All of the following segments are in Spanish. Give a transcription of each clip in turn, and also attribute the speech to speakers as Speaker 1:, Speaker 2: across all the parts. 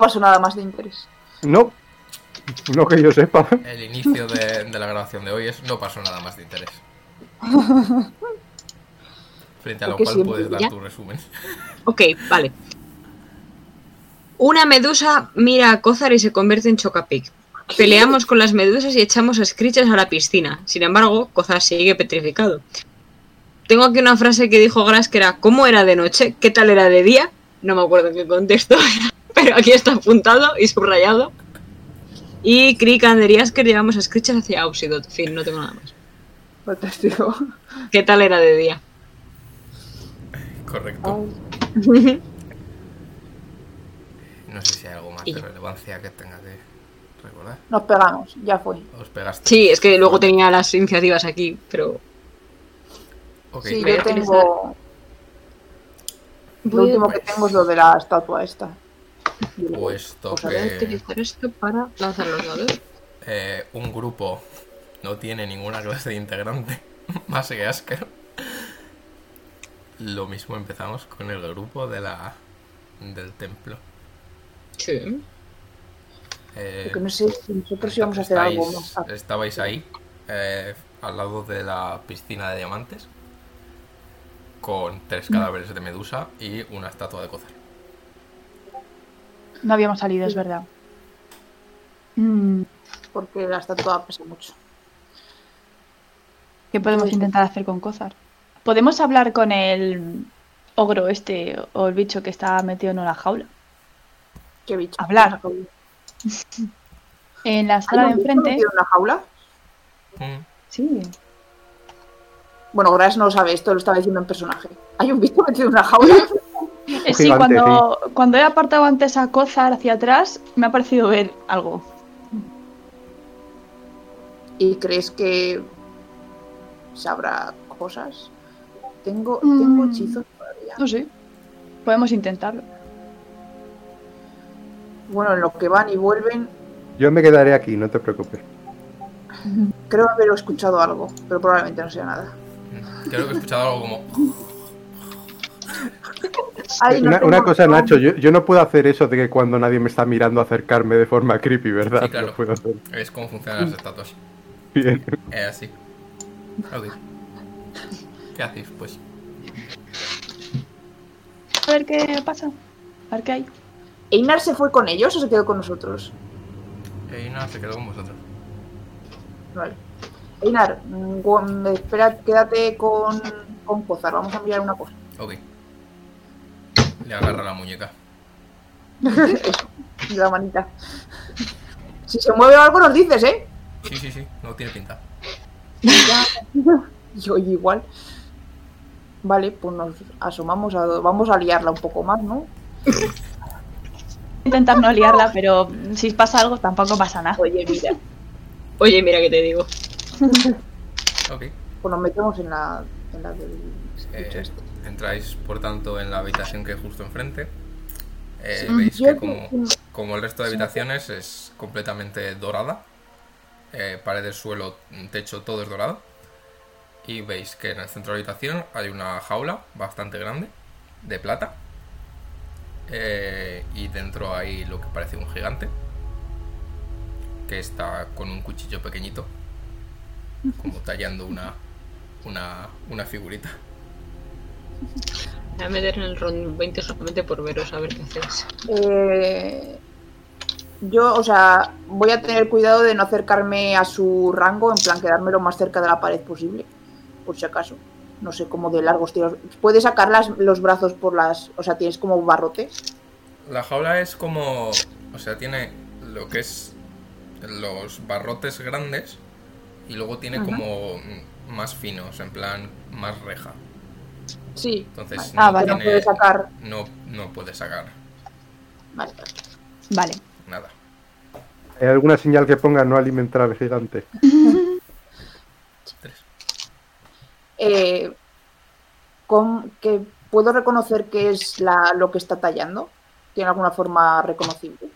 Speaker 1: pasó nada más de interés.
Speaker 2: No, no que yo sepa.
Speaker 3: El inicio de, de la grabación de hoy es no pasó nada más de interés. Frente a lo
Speaker 1: Porque
Speaker 3: cual
Speaker 1: siempre
Speaker 3: puedes dar
Speaker 4: ya.
Speaker 3: tu resumen.
Speaker 4: Ok, vale. Una medusa mira a Cozar y se convierte en Chocapic. Peleamos con las medusas y echamos a Screechers a la piscina. Sin embargo, Cozar sigue petrificado. Tengo aquí una frase que dijo Gras que era ¿Cómo era de noche? ¿Qué tal era de día? No me acuerdo en qué contexto era, pero aquí está apuntado y subrayado. Y Crick, Ander y Asker llevamos a Screechers hacia Auxidot. En fin, no tengo nada más.
Speaker 1: Fantástico.
Speaker 4: ¿Qué tal era de día?
Speaker 3: Correcto. No sé si hay algo más
Speaker 4: Y
Speaker 3: de
Speaker 4: ya.
Speaker 3: relevancia que tenga que recordar.
Speaker 1: Nos pegamos, ya fue.
Speaker 3: Os pegaste.
Speaker 4: Sí, es que luego tenía las iniciativas aquí, pero
Speaker 3: Ok.
Speaker 1: Sí,
Speaker 4: voy a
Speaker 1: yo tengo. Lo
Speaker 4: Voy a-
Speaker 1: último que tengo es lo de la estatua esta.
Speaker 3: Pues
Speaker 4: Pues voy a
Speaker 3: toque.
Speaker 4: utilizar esto para lanzar los dados.
Speaker 3: eh, un grupo no tiene ninguna clase de integrante más que Asker. Lo mismo empezamos con el grupo de la del templo.
Speaker 4: Sí.
Speaker 3: Eh,
Speaker 1: Porque no sé si nosotros íbamos a hacer
Speaker 3: estáis-
Speaker 1: algo más. Ah,
Speaker 3: Estabais ahí, eh, al lado de la piscina de diamantes, con tres
Speaker 1: Mm.
Speaker 3: cadáveres de medusa y una estatua de Cozar.
Speaker 5: No habíamos salido, es verdad. Mm,
Speaker 1: Porque la estatua pesa mucho.
Speaker 5: ¿Qué podemos intentar hacer con Cozar? Podemos hablar con el ogro este o el bicho que está metido en la jaula.
Speaker 1: Qué bicho.
Speaker 5: Hablar.
Speaker 1: ¿Hay
Speaker 5: En la sala de
Speaker 1: un bicho
Speaker 5: enfrente.
Speaker 1: metido en una jaula?
Speaker 3: Mm,
Speaker 5: Sí.
Speaker 1: Bueno, Gras no lo sabe, esto lo estaba diciendo en personaje. Hay un bicho metido en una jaula.
Speaker 5: Eh, sí,
Speaker 2: Gigante,
Speaker 5: cuando, cuando he apartado antes a Cozar hacia atrás, me ha parecido ver algo.
Speaker 1: ¿Y crees que sabrá cosas? Tengo,
Speaker 5: Mm.
Speaker 1: tengo hechizos todavía.
Speaker 5: No sé. Podemos intentarlo.
Speaker 1: Bueno, en lo que van y vuelven,
Speaker 2: Yo me quedaré aquí, no te preocupes.
Speaker 1: creo haber escuchado algo, pero probablemente no sea nada.
Speaker 3: mm. Creo que he escuchado algo como.
Speaker 1: Ay, no
Speaker 2: Eh, una,
Speaker 1: tengo-
Speaker 2: una cosa, Nacho, yo, yo no puedo hacer eso de que cuando nadie me está mirando acercarme de forma creepy, ¿verdad?
Speaker 3: Sí, claro.
Speaker 2: No puedo hacer.
Speaker 3: Es como funcionan las estatuas.
Speaker 2: Bien.
Speaker 3: Es así. Ok. ¿Qué hacéis? Pues
Speaker 5: A ver qué pasa. A ver qué hay.
Speaker 1: ¿Einar se fue con ellos o se quedó con nosotros?
Speaker 3: Eina eh, se quedó con vosotros.
Speaker 1: Vale. Einar, mm, gu- espera, quédate con, con Cozar, vamos a mirar una cosa.
Speaker 3: Ok. Le agarra la muñeca.
Speaker 1: La manita. Si se mueve algo nos dices, ¿eh?
Speaker 3: Sí, sí, sí, no tiene pinta.
Speaker 1: Yo igual. Vale, pues nos asomamos a... Vamos a liarla un poco más, ¿no?
Speaker 5: Intentar no liarla, pero si pasa algo tampoco pasa nada.
Speaker 4: Oye, mira. Oye, mira que te digo.
Speaker 3: Ok.
Speaker 1: Pues nos metemos en la... En la del...
Speaker 3: Eh,
Speaker 1: bicho este.
Speaker 3: entráis, por tanto, en la habitación que hay justo enfrente. Eh,
Speaker 1: Sí.
Speaker 3: veis
Speaker 1: Yo
Speaker 3: que
Speaker 1: que-
Speaker 3: como, como el resto de habitaciones es completamente dorada. Eh, paredes, suelo, techo, todo es dorado. Y veis que en el centro de la habitación hay una jaula bastante grande, de plata. Eh, y dentro hay lo que parece un gigante. Que está con un cuchillo pequeñito. Como tallando una, una, una figurita.
Speaker 4: Voy a meter en el round 20 solamente por veros a ver qué hacéis.
Speaker 1: Eh, yo, o sea, voy a tener cuidado de no acercarme a su rango, en plan quedarme lo más cerca de la pared posible, por si acaso. No sé cómo de largos tiros. Puedes sacar las- los brazos por las. O sea, tienes como barrotes.
Speaker 3: La jaula es como. O sea, tiene lo que es los barrotes grandes y luego tiene
Speaker 4: Ajá.
Speaker 3: como mm, más finos, en plan más reja.
Speaker 1: Sí.
Speaker 3: Entonces
Speaker 5: Ah,
Speaker 3: no,
Speaker 5: vale.
Speaker 1: no
Speaker 3: tiene-
Speaker 1: puedes sacar.
Speaker 3: no, no puede sacar
Speaker 1: Vale.
Speaker 5: Vale.
Speaker 3: nada.
Speaker 2: ¿Hay alguna señal que ponga no alimentar al gigante?
Speaker 3: Tres.
Speaker 1: Eh, con, que ¿Puedo reconocer qué es la, lo que está tallando? ¿Tiene alguna forma reconocible?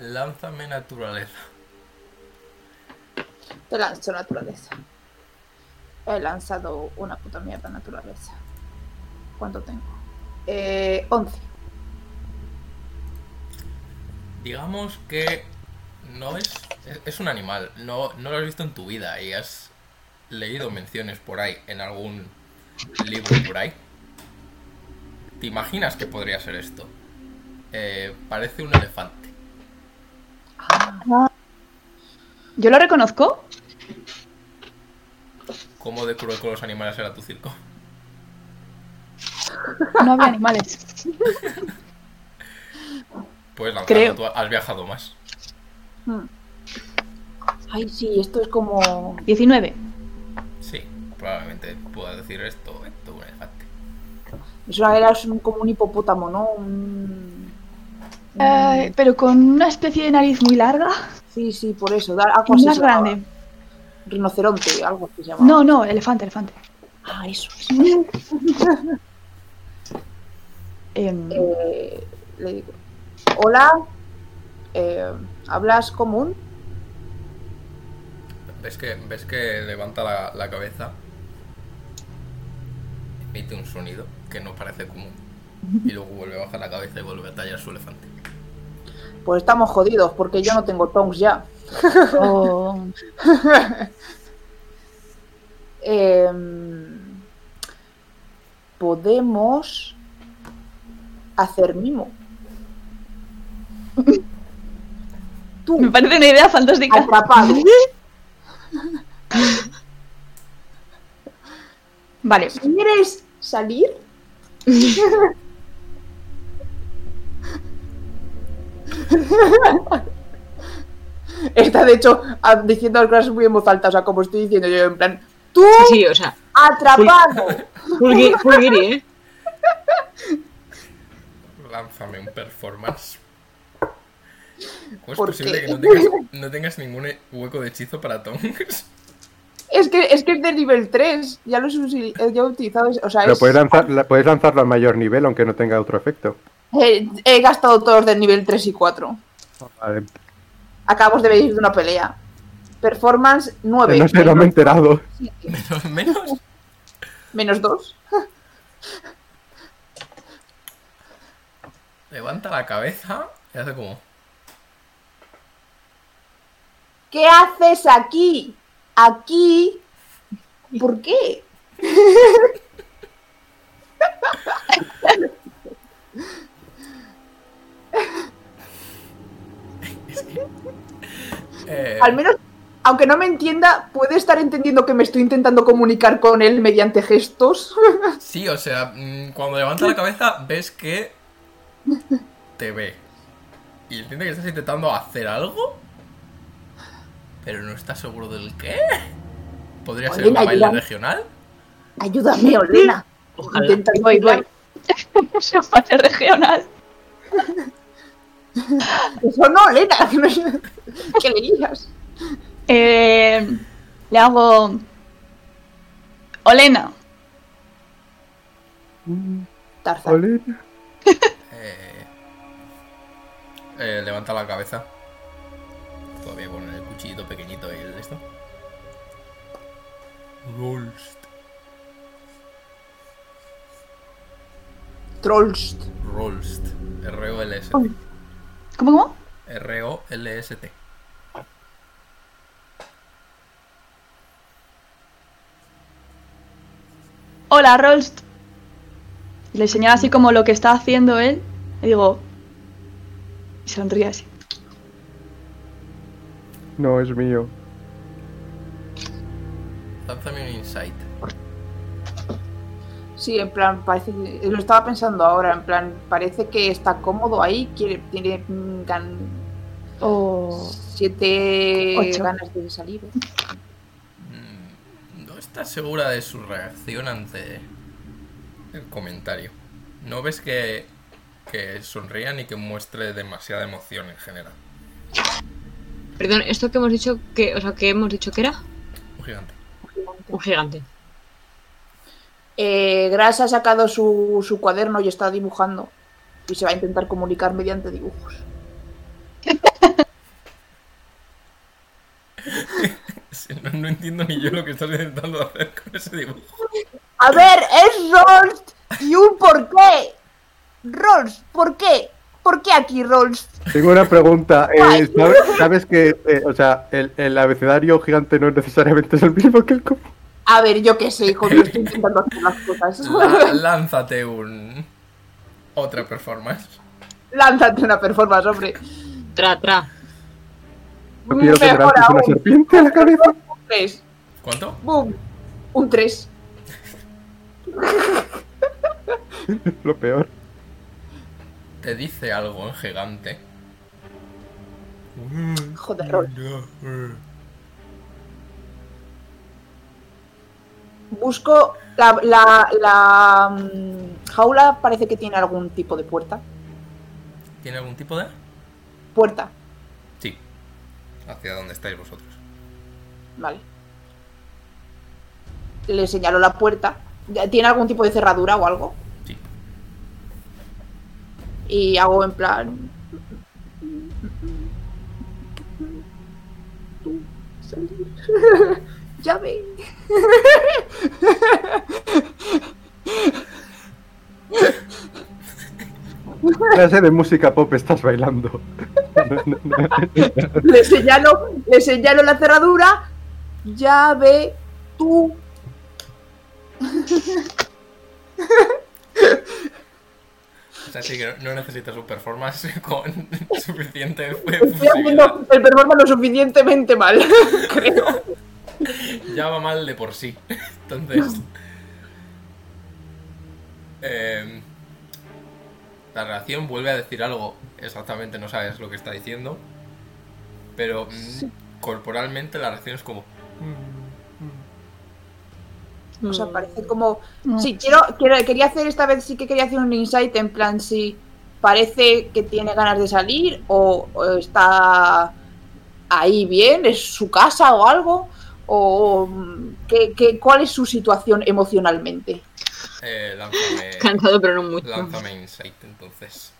Speaker 3: Lánzame naturaleza.
Speaker 1: Te lanzo naturaleza. He lanzado una puta mierda naturaleza. ¿Cuánto tengo? Eh, 11.
Speaker 3: Digamos que no es. es- Es un animal. No, no lo has visto en tu vida y has leído menciones por ahí en algún libro por ahí. ¿Te imaginas que podría ser esto? Eh, parece un elefante.
Speaker 5: ¿Yo lo reconozco?
Speaker 3: ¿Cómo de cruel con los animales era tu circo?
Speaker 5: No había animales.
Speaker 3: Pues la
Speaker 5: Creo.
Speaker 3: tú has viajado más.
Speaker 1: Ay, sí, esto es como.
Speaker 5: 19.
Speaker 3: Sí, probablemente puedas decir esto, esto es un elefante.
Speaker 1: Eso era un- como un hipopótamo, ¿no? Un- un-
Speaker 5: Eh, pero con una especie de nariz muy larga
Speaker 1: Sí, sí, por eso. Dar algo
Speaker 5: y
Speaker 1: así
Speaker 5: más
Speaker 1: se llamaba.
Speaker 5: grande.
Speaker 1: Rinoceronte, algo así se llama.
Speaker 5: No, no, elefante, elefante.
Speaker 1: Ah, eso. eso.
Speaker 5: Em,
Speaker 1: Eh, le digo: Hola, eh, ¿hablas común?
Speaker 3: ¿Ves que, ves que levanta la, la cabeza? Emite un sonido que no parece común. Y luego vuelve a bajar la cabeza y vuelve a tallar su elefante.
Speaker 1: Pues estamos jodidos porque yo no tengo tongs ya.
Speaker 5: o-
Speaker 1: Em, podemos hacer mimo. Tú,
Speaker 5: Me parece una idea fantástica.
Speaker 1: atrapado.
Speaker 5: Vale,
Speaker 1: ¿Quieres salir? Está de hecho a- diciendo las cosas muy en voz alta, o sea, como estoy diciendo yo, en plan, tú
Speaker 4: Sí, sí, o sea,
Speaker 1: atrapado.
Speaker 4: Fulgiri, Fulgiri, ¿eh?
Speaker 3: Lánzame un performance. ¿Cómo es
Speaker 1: ¿Por
Speaker 3: posible
Speaker 1: qué?
Speaker 3: que no tengas, no tengas ningún he- hueco de hechizo para Tongs?
Speaker 1: Es que, es que es de nivel 3, ya lo he, usi- eh, ya he utilizado, o sea,
Speaker 2: Pero
Speaker 1: es-
Speaker 2: puedes, lanzar- la- puedes lanzarlo a mayor nivel, aunque no tenga otro efecto.
Speaker 1: eh, he gastado todos de nivel 3 y 4.
Speaker 2: Vale.
Speaker 1: Acabamos de venir de una pelea. Performance 9.
Speaker 2: No sé, no me he enterado.
Speaker 3: Menos, menos.
Speaker 1: menos 2.
Speaker 3: Levanta la cabeza y hace como...
Speaker 1: ¿Qué haces aquí? Aquí. ¿Por qué?
Speaker 3: eh,
Speaker 1: Al menos, aunque no me entienda, puede estar entendiendo que me estoy intentando comunicar con él mediante gestos.
Speaker 3: Sí, o sea, mm, cuando levanta la cabeza ves que te ve. Y entiende que estás intentando hacer algo, pero no estás seguro del qué. ¿Podría ser
Speaker 1: Oye,
Speaker 3: una
Speaker 1: ayuda.
Speaker 3: baila regional?
Speaker 1: Ayúdame, Olena.
Speaker 4: Ojalá.
Speaker 1: Intenta
Speaker 5: voy,
Speaker 1: ayudar.
Speaker 5: voy. Eso va a ser regional.
Speaker 1: Eso no, Olena. que no- ¿Qué le digas?
Speaker 5: Eh, le hago. Olena.
Speaker 1: Tarzán.
Speaker 2: Ole.
Speaker 3: Eh, eh, levanta la cabeza. Todavía con el cuchillito pequeñito y el esto. Rolst.
Speaker 1: Trolls.
Speaker 3: Rolst. R-O-L-S.
Speaker 1: Oh.
Speaker 5: ¿Cómo, cómo?
Speaker 3: R-O-L-S-T.
Speaker 5: Hola, Rolst. Y Le señala así como lo que está haciendo él. Y digo. Y sonríe así.
Speaker 2: No, es mío.
Speaker 3: Lánzame un insight.
Speaker 1: Sí, en plan, parece que- eh, lo estaba pensando ahora, en plan, parece que está cómodo ahí, quiere, tiene mm, gan-
Speaker 5: O.
Speaker 1: siete
Speaker 5: Ocho.
Speaker 1: ganas de salir. ¿eh?
Speaker 3: Mm, No estás segura de su reacción ante el comentario. No ves que, que sonría ni que muestre demasiada emoción en general.
Speaker 4: Perdón, esto que hemos dicho que, o sea, que hemos dicho que era
Speaker 3: Un gigante.
Speaker 4: un gigante.
Speaker 1: Eh, Gras ha sacado su, su cuaderno y está dibujando. Y se va a intentar comunicar mediante dibujos.
Speaker 3: Sí, No, no entiendo ni yo lo que estás intentando hacer con ese dibujo.
Speaker 1: A ver, es Rolt y un porqué. Rolls? ¿Por qué? ¿Por qué aquí Rolls?
Speaker 2: Tengo una pregunta. eh,
Speaker 1: Ay.
Speaker 2: ¿sabes, sabes que, eh, o sea, el, el abecedario gigante no es necesariamente es el mismo que el común?
Speaker 1: A ver, yo qué sé, hijo, yo estoy intentando hacer las cosas.
Speaker 3: La- lánzate un. Otra performance.
Speaker 1: Lánzate una performance, hombre.
Speaker 4: Tra, tra.
Speaker 2: No quiero que me
Speaker 1: Mejor
Speaker 2: lances una
Speaker 1: aún. pues.
Speaker 2: serpiente a la cabeza.
Speaker 1: Un 3.
Speaker 3: ¿Cuánto?
Speaker 1: Boom. Un 3.
Speaker 2: Lo peor.
Speaker 3: Te dice algo en gigante.
Speaker 1: Joder, Rolls. Busco la, la, la, mm, jaula, parece que tiene algún tipo de puerta.
Speaker 3: ¿Tiene algún tipo de.?
Speaker 1: Puerta,
Speaker 3: Sí. Hacia donde estáis vosotros.
Speaker 1: vale. Le señalo la puerta. Ya, ¿Tiene algún tipo de cerradura o algo?
Speaker 3: Sí.
Speaker 1: Y hago en plan... Tú, salir. Llave.
Speaker 2: Clase de música pop estás bailando.
Speaker 1: Le señalo, le señalo la cerradura. Llave. Tú.
Speaker 3: O sea, sí que no necesitas un performance con suficiente
Speaker 1: Estoy
Speaker 3: fusibilidad.
Speaker 1: haciendo el performance lo suficientemente mal. creo.
Speaker 3: Ya va mal de por sí. Entonces. eh, la relación vuelve a decir algo. Exactamente no sabes lo que está diciendo. Pero mm, corporalmente la relación es como.
Speaker 1: O
Speaker 4: Mm.
Speaker 1: sea, parece como. Sí, quiero, quiero- quería hacer esta vez, sí que quería hacer un insight en plan si parece que tiene ganas de salir o, o está ahí bien, es su casa o algo, o, o, mm, ¿qué, qué, cuál es su situación emocionalmente.
Speaker 3: Eh, lánzame,
Speaker 4: Cansado, pero no mucho.
Speaker 3: lánzame insight entonces.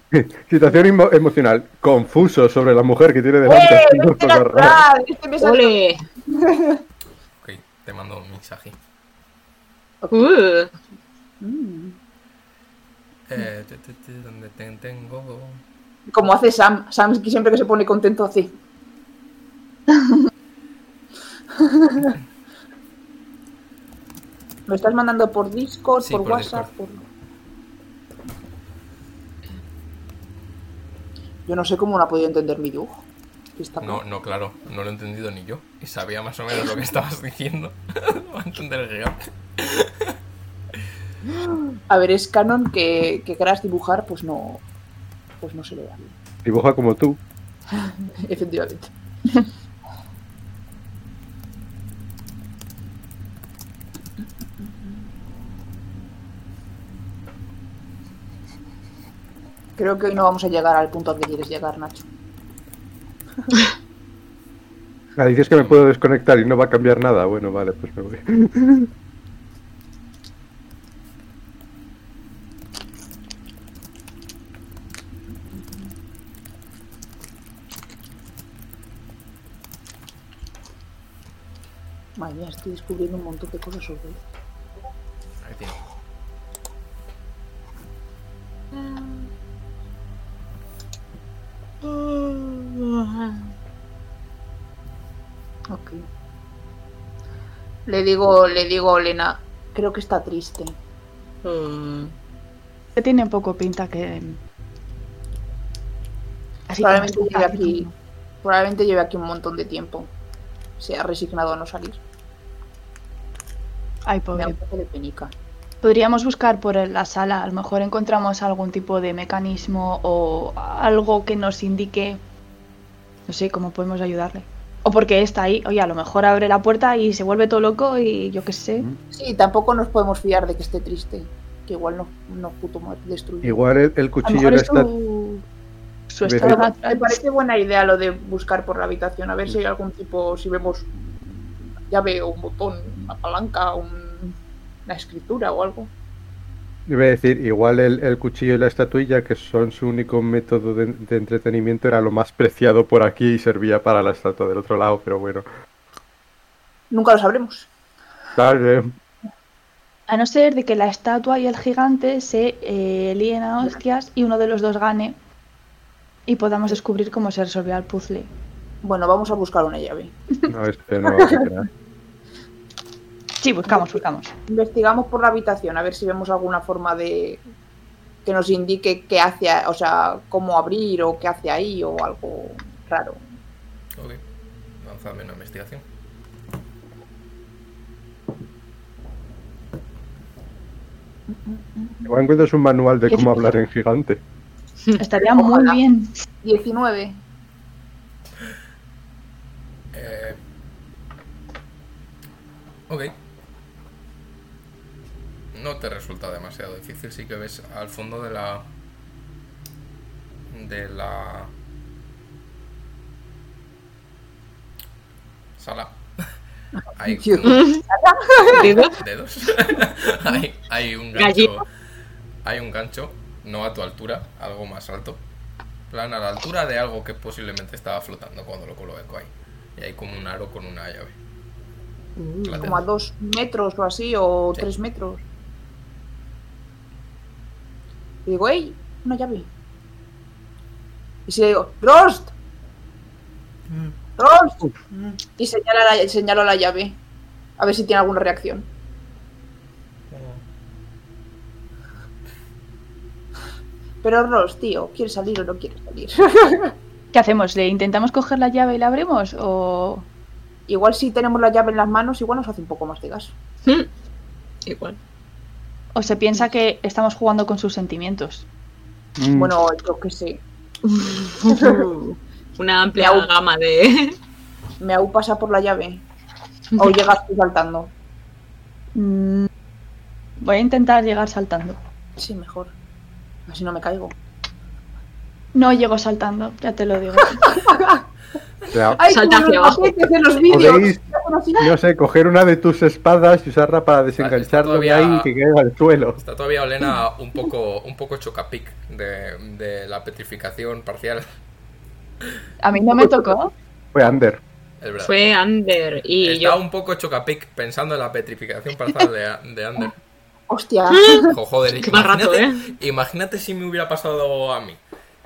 Speaker 2: Situación emo- emocional. Confuso sobre la mujer que tiene delante.
Speaker 1: ¡Eh!
Speaker 2: Haciendo
Speaker 1: vete
Speaker 2: cosas raras.
Speaker 1: natural! Este me salió-
Speaker 4: ¡Ole!
Speaker 3: Ok, te mando un mensaje.
Speaker 4: Uh,
Speaker 1: Mm.
Speaker 3: Eh, te- te- te- donde te tengo.
Speaker 1: Como hace Sam. Sam que siempre que se pone contento hace. ¿Lo estás mandando por Discord,
Speaker 3: Sí,
Speaker 1: por,
Speaker 3: por
Speaker 1: WhatsApp? por- Yo no sé cómo no ha podido entender mi dibujo. Está
Speaker 3: No, no, claro, no lo he entendido ni yo. Y sabía más o menos lo que estabas diciendo. Lo Va a entender el gigante.
Speaker 1: A ver, es canon que, que querás dibujar, pues no. Pues no se le da.
Speaker 2: Dibuja como tú.
Speaker 1: Efectivamente. Creo que hoy no vamos a llegar al punto al que quieres llegar, Nacho.
Speaker 2: Ah, dices que me puedo desconectar y no va a cambiar nada. Bueno, vale, pues me voy.
Speaker 1: Madre mía, estoy descubriendo un montón de cosas sobre él.
Speaker 3: Ahí tiene.
Speaker 4: Uh.
Speaker 1: Ok. Le digo, le digo a Elena, creo que está triste.
Speaker 4: mm,
Speaker 5: Que tiene poco pinta que. mm, Así
Speaker 1: Probablemente
Speaker 5: como-
Speaker 1: lleve aquí, probablemente lleve aquí un montón de tiempo. Se ha resignado a no salir.
Speaker 5: Ay,
Speaker 1: Me da
Speaker 5: pobre.
Speaker 1: un poco de penica.
Speaker 5: Podríamos buscar por la sala, a lo mejor encontramos algún tipo de mecanismo o algo que nos indique, no sé, cómo podemos ayudarle. O porque está ahí, oye, a lo mejor abre la puerta y se vuelve todo loco y yo qué sé.
Speaker 2: Mm,
Speaker 1: Sí, tampoco nos podemos fiar de que esté triste. Que igual nos no puto ma- destruye.
Speaker 2: Igual el, el
Speaker 5: A lo
Speaker 2: cuchillo
Speaker 5: mejor
Speaker 2: no
Speaker 5: es
Speaker 2: está.
Speaker 5: su, su
Speaker 2: Me
Speaker 1: Me
Speaker 2: parece-
Speaker 5: estado natural.
Speaker 1: parece buena idea lo de buscar por la habitación, a ver si hay algún tipo, si vemos una llave o un botón, una palanca, un- una escritura o algo.
Speaker 2: Iba a decir, igual el, el cuchillo y la estatuilla, que son su único método de, de entretenimiento, era lo más preciado por aquí y servía para la estatua del otro lado, pero bueno.
Speaker 1: Nunca lo sabremos.
Speaker 2: Tal vez.
Speaker 5: A no ser de que la estatua y el gigante se eh, líen a hostias y uno de los dos gane y podamos descubrir cómo se resolvió el puzzle.
Speaker 1: Bueno, vamos a buscar una llave.
Speaker 2: No, este no va a funcionar.
Speaker 5: Sí, buscamos, buscamos.
Speaker 1: Investigamos por la habitación a ver si vemos alguna forma de que nos indique qué hace, o sea, cómo abrir o qué hace ahí o algo raro.
Speaker 3: Ok. Lanzadme una investigación.
Speaker 2: Igual encuentras un manual de cómo hablar en gigante.
Speaker 5: Estaría muy
Speaker 1: Ojalá.
Speaker 5: bien.
Speaker 1: 19.
Speaker 3: Eh, Ok. No te resulta demasiado difícil, sí que ves al fondo de la... De la... Sala. Hay
Speaker 1: Dios.
Speaker 3: un-
Speaker 4: Digo,
Speaker 3: dedos. hay, hay un
Speaker 4: Gallina.
Speaker 3: gancho. Hay un gancho, no a tu altura, algo más alto. En plan a la altura de algo que posiblemente estaba flotando cuando lo coloco ahí. Y hay como un aro con una llave. La
Speaker 1: Como a
Speaker 3: tengo.
Speaker 1: dos metros o así, o
Speaker 3: Sí.
Speaker 1: tres metros. Y digo, ¡ey! Una llave. Y si le digo, ¡Rost! ¡Rost! Y señala la- señalo la llave. A ver si tiene alguna reacción. Pero Rost, tío, ¿quiere salir o no quiere salir?
Speaker 5: ¿Qué hacemos? ¿Le intentamos coger la llave y la abrimos? ¿O
Speaker 1: igual si tenemos la llave en las manos, igual nos hace un poco más de gas.
Speaker 4: Mm. Igual.
Speaker 5: ¿O se piensa que estamos jugando con sus sentimientos?
Speaker 2: Mm,
Speaker 1: Bueno, yo qué sé.
Speaker 4: Una amplia
Speaker 1: Miau.
Speaker 4: gama de.
Speaker 1: Me aún pasa por la llave. O llegas tú saltando.
Speaker 5: Mm, Voy a intentar llegar saltando.
Speaker 1: Sí, mejor. Así no me caigo.
Speaker 5: No llego saltando, ya te lo digo.
Speaker 2: o sea,
Speaker 1: ¡Ay,
Speaker 4: Salta
Speaker 1: como
Speaker 4: hacia
Speaker 1: los
Speaker 4: abajo.
Speaker 1: paquetes de los vídeos!
Speaker 2: ¿Podéis?
Speaker 1: Ya conocí.
Speaker 2: no sé, coger una de tus espadas y usarla para desengancharlo de ahí y que caiga al suelo.
Speaker 3: Está todavía Olena un poco, un poco chocapic de, de la petrificación parcial.
Speaker 5: A mí no me tocó.
Speaker 2: Fue Ander.
Speaker 3: Es verdad.
Speaker 4: Fue Ander y
Speaker 3: Está
Speaker 4: yo.
Speaker 3: un poco chocapic pensando en la petrificación parcial de, de Ander.
Speaker 1: Hostia,
Speaker 3: Jo, joder,
Speaker 4: Qué mal rato,
Speaker 3: imagínate, imagínate si me hubiera pasado a mí.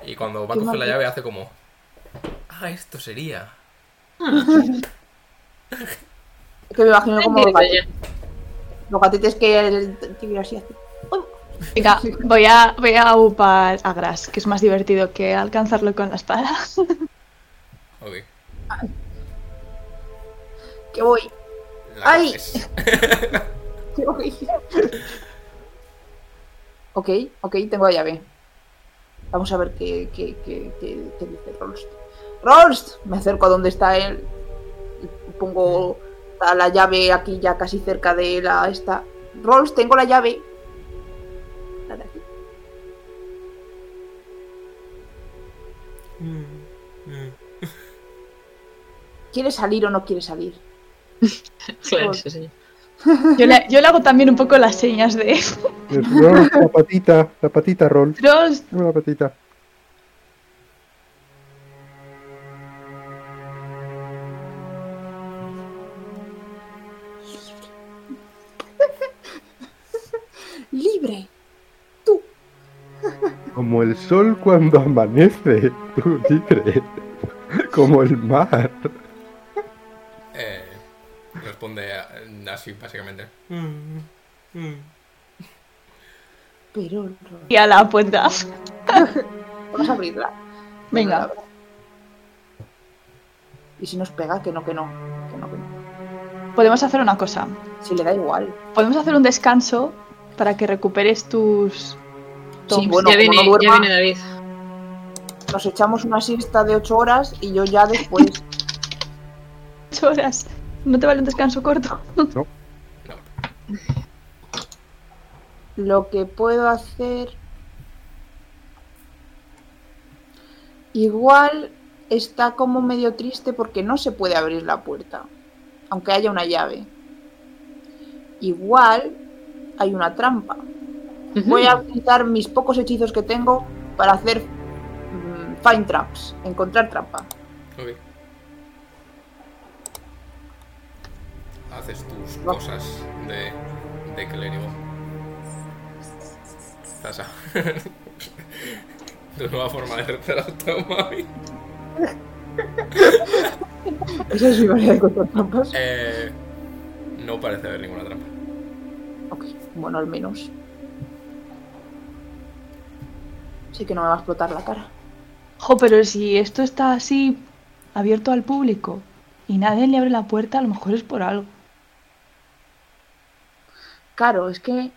Speaker 3: Y cuando va a
Speaker 1: Qué
Speaker 3: coger la
Speaker 1: mal
Speaker 3: llave hace como... Ah, esto sería.
Speaker 1: es que me imagino como los
Speaker 4: Ander,
Speaker 1: gatetes, los gatetes que el tibio así hace.
Speaker 5: Venga, voy a, voy a upar a Gras, que es más divertido que alcanzarlo con la espada.
Speaker 3: Ok.
Speaker 1: Que voy,
Speaker 3: La
Speaker 1: ¡Ay!
Speaker 3: coges.
Speaker 1: que voy. ok, ok, tengo la llave. Vamos a ver qué, qué, qué, qué- qué dice Rolst. ¡Rolst! Me acerco a donde está él. y Pongo la- la llave aquí ya casi cerca de la esta. Rolst, tengo la llave. La de aquí. ¿Quiere salir o no quiere salir?
Speaker 4: Claro, sí, sí.
Speaker 5: Yo le, yo le hago también un poco las señas de
Speaker 2: Roll, la patita, la patita, Roll.
Speaker 5: Trolls.
Speaker 2: Una patita.
Speaker 1: ¡Libre!
Speaker 2: Como el sol cuando amanece, tú libre. Como el mar.
Speaker 3: Eh, responde a- así, básicamente.
Speaker 1: Pero
Speaker 5: y a la puerta.
Speaker 1: vamos a abrirla.
Speaker 5: Venga,
Speaker 1: Y si nos pega, que no, que no. Que no, que no.
Speaker 5: podemos hacer una cosa.
Speaker 1: Si le da igual.
Speaker 5: Podemos hacer un descanso para que recuperes tus... toms.
Speaker 1: Sí, bueno,
Speaker 4: ya,
Speaker 1: como
Speaker 4: viene,
Speaker 1: no
Speaker 4: ya
Speaker 1: duerma,
Speaker 4: viene David.
Speaker 1: nos echamos una siesta de 8 horas y yo ya después.
Speaker 5: Ocho horas. No te vale un descanso corto.
Speaker 3: No.
Speaker 1: lo que puedo hacer. Igual está como medio triste porque no se puede abrir la puerta, aunque haya una llave. Igual hay una trampa. Voy a utilizar mis pocos hechizos que tengo para hacer mm, find traps, encontrar trampa.
Speaker 3: Ok. Haces tus
Speaker 1: Va.
Speaker 3: cosas de de clérigo. Tasa. tu nueva forma de hacer las tomas.
Speaker 1: Esa es mi manera de contar trampas.
Speaker 3: Eh, no parece haber ninguna trampa.
Speaker 1: Ok, bueno, al menos. Sí que no me va a explotar la cara.
Speaker 5: Jo, pero si esto está así abierto al público y nadie le abre la puerta, a lo mejor es por algo.
Speaker 1: Claro, es que.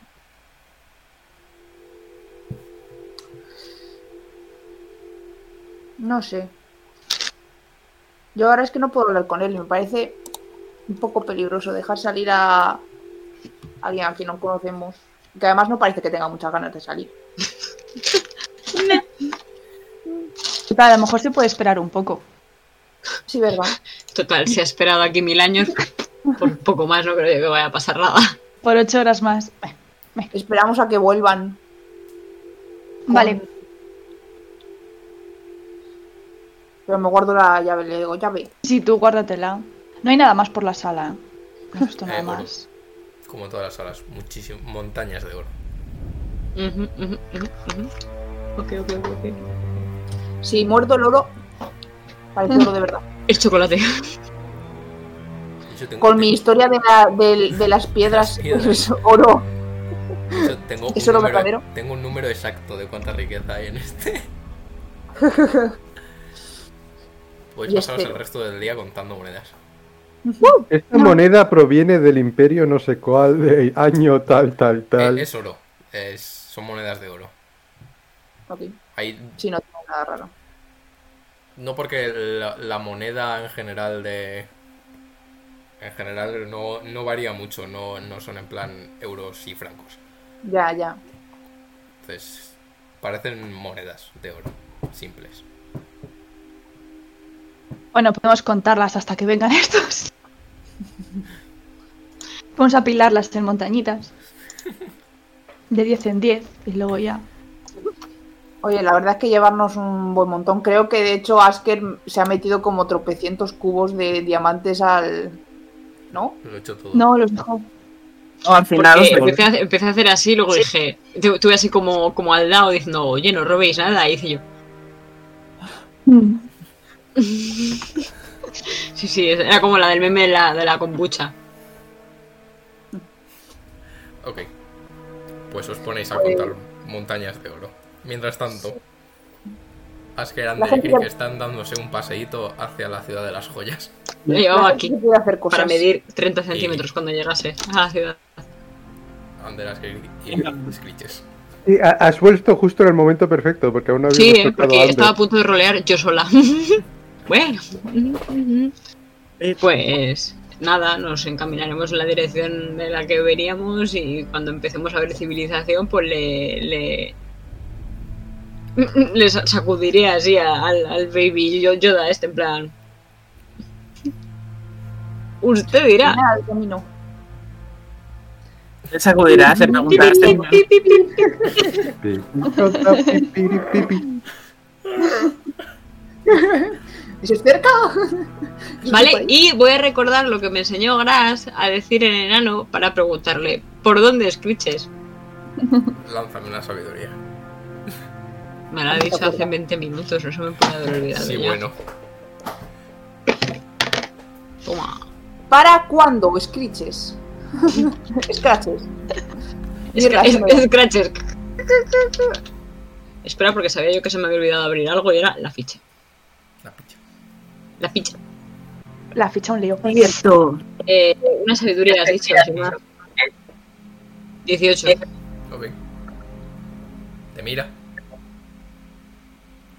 Speaker 1: No sé. Yo ahora es que no puedo hablar con él. Me parece un poco peligroso dejar salir a alguien a quien no conocemos. Que además no parece que tenga muchas ganas de salir.
Speaker 5: Total, a lo mejor se puede esperar un poco.
Speaker 1: Sí, ¿verdad?
Speaker 4: Total, se ha esperado aquí mil años. Por poco más no creo que vaya a pasar nada.
Speaker 5: Por ocho horas más. Bueno,
Speaker 1: Esperamos a que vuelvan. con-
Speaker 5: Vale,
Speaker 1: Pero me guardo la llave, le digo llave.
Speaker 5: sí, tú guárdatela. No hay nada más por la sala. ¿eh? No he visto nada
Speaker 3: Eh, bueno.
Speaker 5: más.
Speaker 3: Como todas las salas, muchísimas montañas de oro.
Speaker 4: Ujú, ujú, ujú, ujú. Ok, ok, ok, ok.
Speaker 1: Si muerdo el oro, parece oro de verdad.
Speaker 4: Es chocolate.
Speaker 3: De hecho, tengo,
Speaker 1: Con mi historia de, la- del- de las piedras,
Speaker 3: Las piedras.
Speaker 1: es oro.
Speaker 3: de hecho, tengo un
Speaker 1: ¿Es oro
Speaker 3: número-
Speaker 1: verdadero?
Speaker 3: Tengo un número exacto de cuánta riqueza hay en este. Podéis
Speaker 1: Y
Speaker 3: pasaros el
Speaker 1: espero.
Speaker 3: resto del día contando monedas.
Speaker 2: Esta moneda proviene del imperio no sé cuál, de año tal, tal, tal.
Speaker 3: Eh, es oro. Es- son monedas de oro.
Speaker 1: Ok,
Speaker 3: Hay
Speaker 1: sí, no tengo nada raro.
Speaker 3: No porque la, la moneda en general de... En general no, no varía mucho, no, no son en plan euros y francos.
Speaker 1: Ya, ya.
Speaker 3: Entonces, parecen monedas de oro, simples.
Speaker 5: Bueno, podemos contarlas hasta que vengan estos. Vamos a apilarlas en montañitas. De 10 en 10 y luego ya.
Speaker 1: Oye, la verdad es que llevarnos un buen montón. Creo que de hecho Asker se ha metido como tropecientos cubos de diamantes al. ¿No?
Speaker 3: Lo he hecho todo.
Speaker 5: No, los dejo.
Speaker 6: No, al final os
Speaker 4: Porque
Speaker 6: devolvéis.
Speaker 4: empecé, a, empecé a hacer así, luego dije, tu- tuve así como, como al lado diciendo, oye, no robéis nada. Y dice yo,
Speaker 5: Mm.
Speaker 4: sí, sí, era como la del meme de la, de la kombucha.
Speaker 3: Ok. Pues os ponéis a contar montañas de oro. Mientras tanto, Asker, Ander y
Speaker 1: gente-
Speaker 3: Crick están dándose un paseíto hacia la ciudad de las joyas.
Speaker 4: Lo
Speaker 1: La
Speaker 4: llevaba aquí
Speaker 1: gente puede hacer cosas.
Speaker 4: para medir 30 centímetros cuando llegase a la ciudad.
Speaker 3: Ander, Asker y Screeches.
Speaker 2: Y ha- has vuelto justo en el momento perfecto, porque aún no habíamos
Speaker 4: Sí, eh,
Speaker 2: tocado
Speaker 4: porque
Speaker 2: antes.
Speaker 4: estaba a punto de rolear yo sola. bueno, pues nada, nos encaminaremos en la dirección de la que veníamos y cuando empecemos a ver civilización, pues le. le le sa- sacudiré así a- al, al baby Yo- Yoda este en plan usted dirá
Speaker 1: Nada, de camino.
Speaker 6: Él sacudirá, se preguntará.
Speaker 4: Pi, pi, pi, pi.
Speaker 2: Sí. Pipiripipi.
Speaker 1: ¿Es cerca?
Speaker 4: Vale, y voy a recordar lo que me enseñó Gras a decir en enano para preguntarle ¿por dónde escriches?
Speaker 3: Lánzame una sabiduría.
Speaker 4: Me lo ha dicho hace 20 minutos, no se me puede haber olvidado.
Speaker 3: Sí,
Speaker 4: ya.
Speaker 3: bueno.
Speaker 4: Toma.
Speaker 1: ¿Para cuándo? Screeches. Scratches. Mierda,
Speaker 4: Escra-
Speaker 1: se me
Speaker 4: es- Scratches. Espera, porque sabía yo que se me había olvidado abrir algo y era la ficha.
Speaker 3: La picha.
Speaker 4: La ficha.
Speaker 5: La ficha un lío.
Speaker 6: Cierto.
Speaker 4: Eh, una sabiduría, has dicho. sin más.
Speaker 1: Eh,
Speaker 4: 18.
Speaker 3: Ok. Te mira.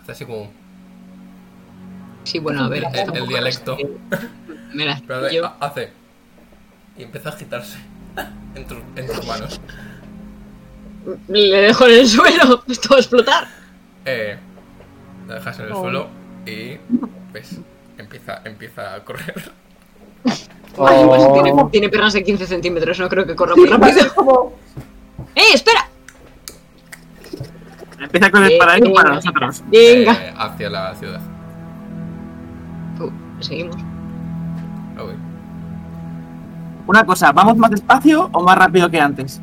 Speaker 3: Hace así como. un-
Speaker 4: Sí, bueno, a ver. este.
Speaker 3: El-
Speaker 4: tampoco
Speaker 3: el dialecto.
Speaker 4: Me las
Speaker 3: Pero hace-
Speaker 4: pillo.
Speaker 3: ha- hace. Y empieza a agitarse. En, tu- en tus manos.
Speaker 4: Le dejo en el suelo. Esto va a explotar.
Speaker 3: Eh, la dejas en el
Speaker 5: Oh.
Speaker 3: suelo y. ¿Ves? Empieza, empieza a correr.
Speaker 4: Ay, pues
Speaker 2: Oh.
Speaker 4: tiene, tiene pernas de 15 centímetros, no creo que corra muy rápido.
Speaker 1: pues Es como-
Speaker 4: ¡Eh, espera!
Speaker 6: Empieza con el
Speaker 4: Eh,
Speaker 6: paraíso
Speaker 4: eh,
Speaker 6: para nosotros.
Speaker 4: Venga.
Speaker 3: eh, hacia la ciudad.
Speaker 4: Uh, seguimos.
Speaker 3: Ok.
Speaker 6: Una cosa, ¿vamos más despacio o más rápido que antes?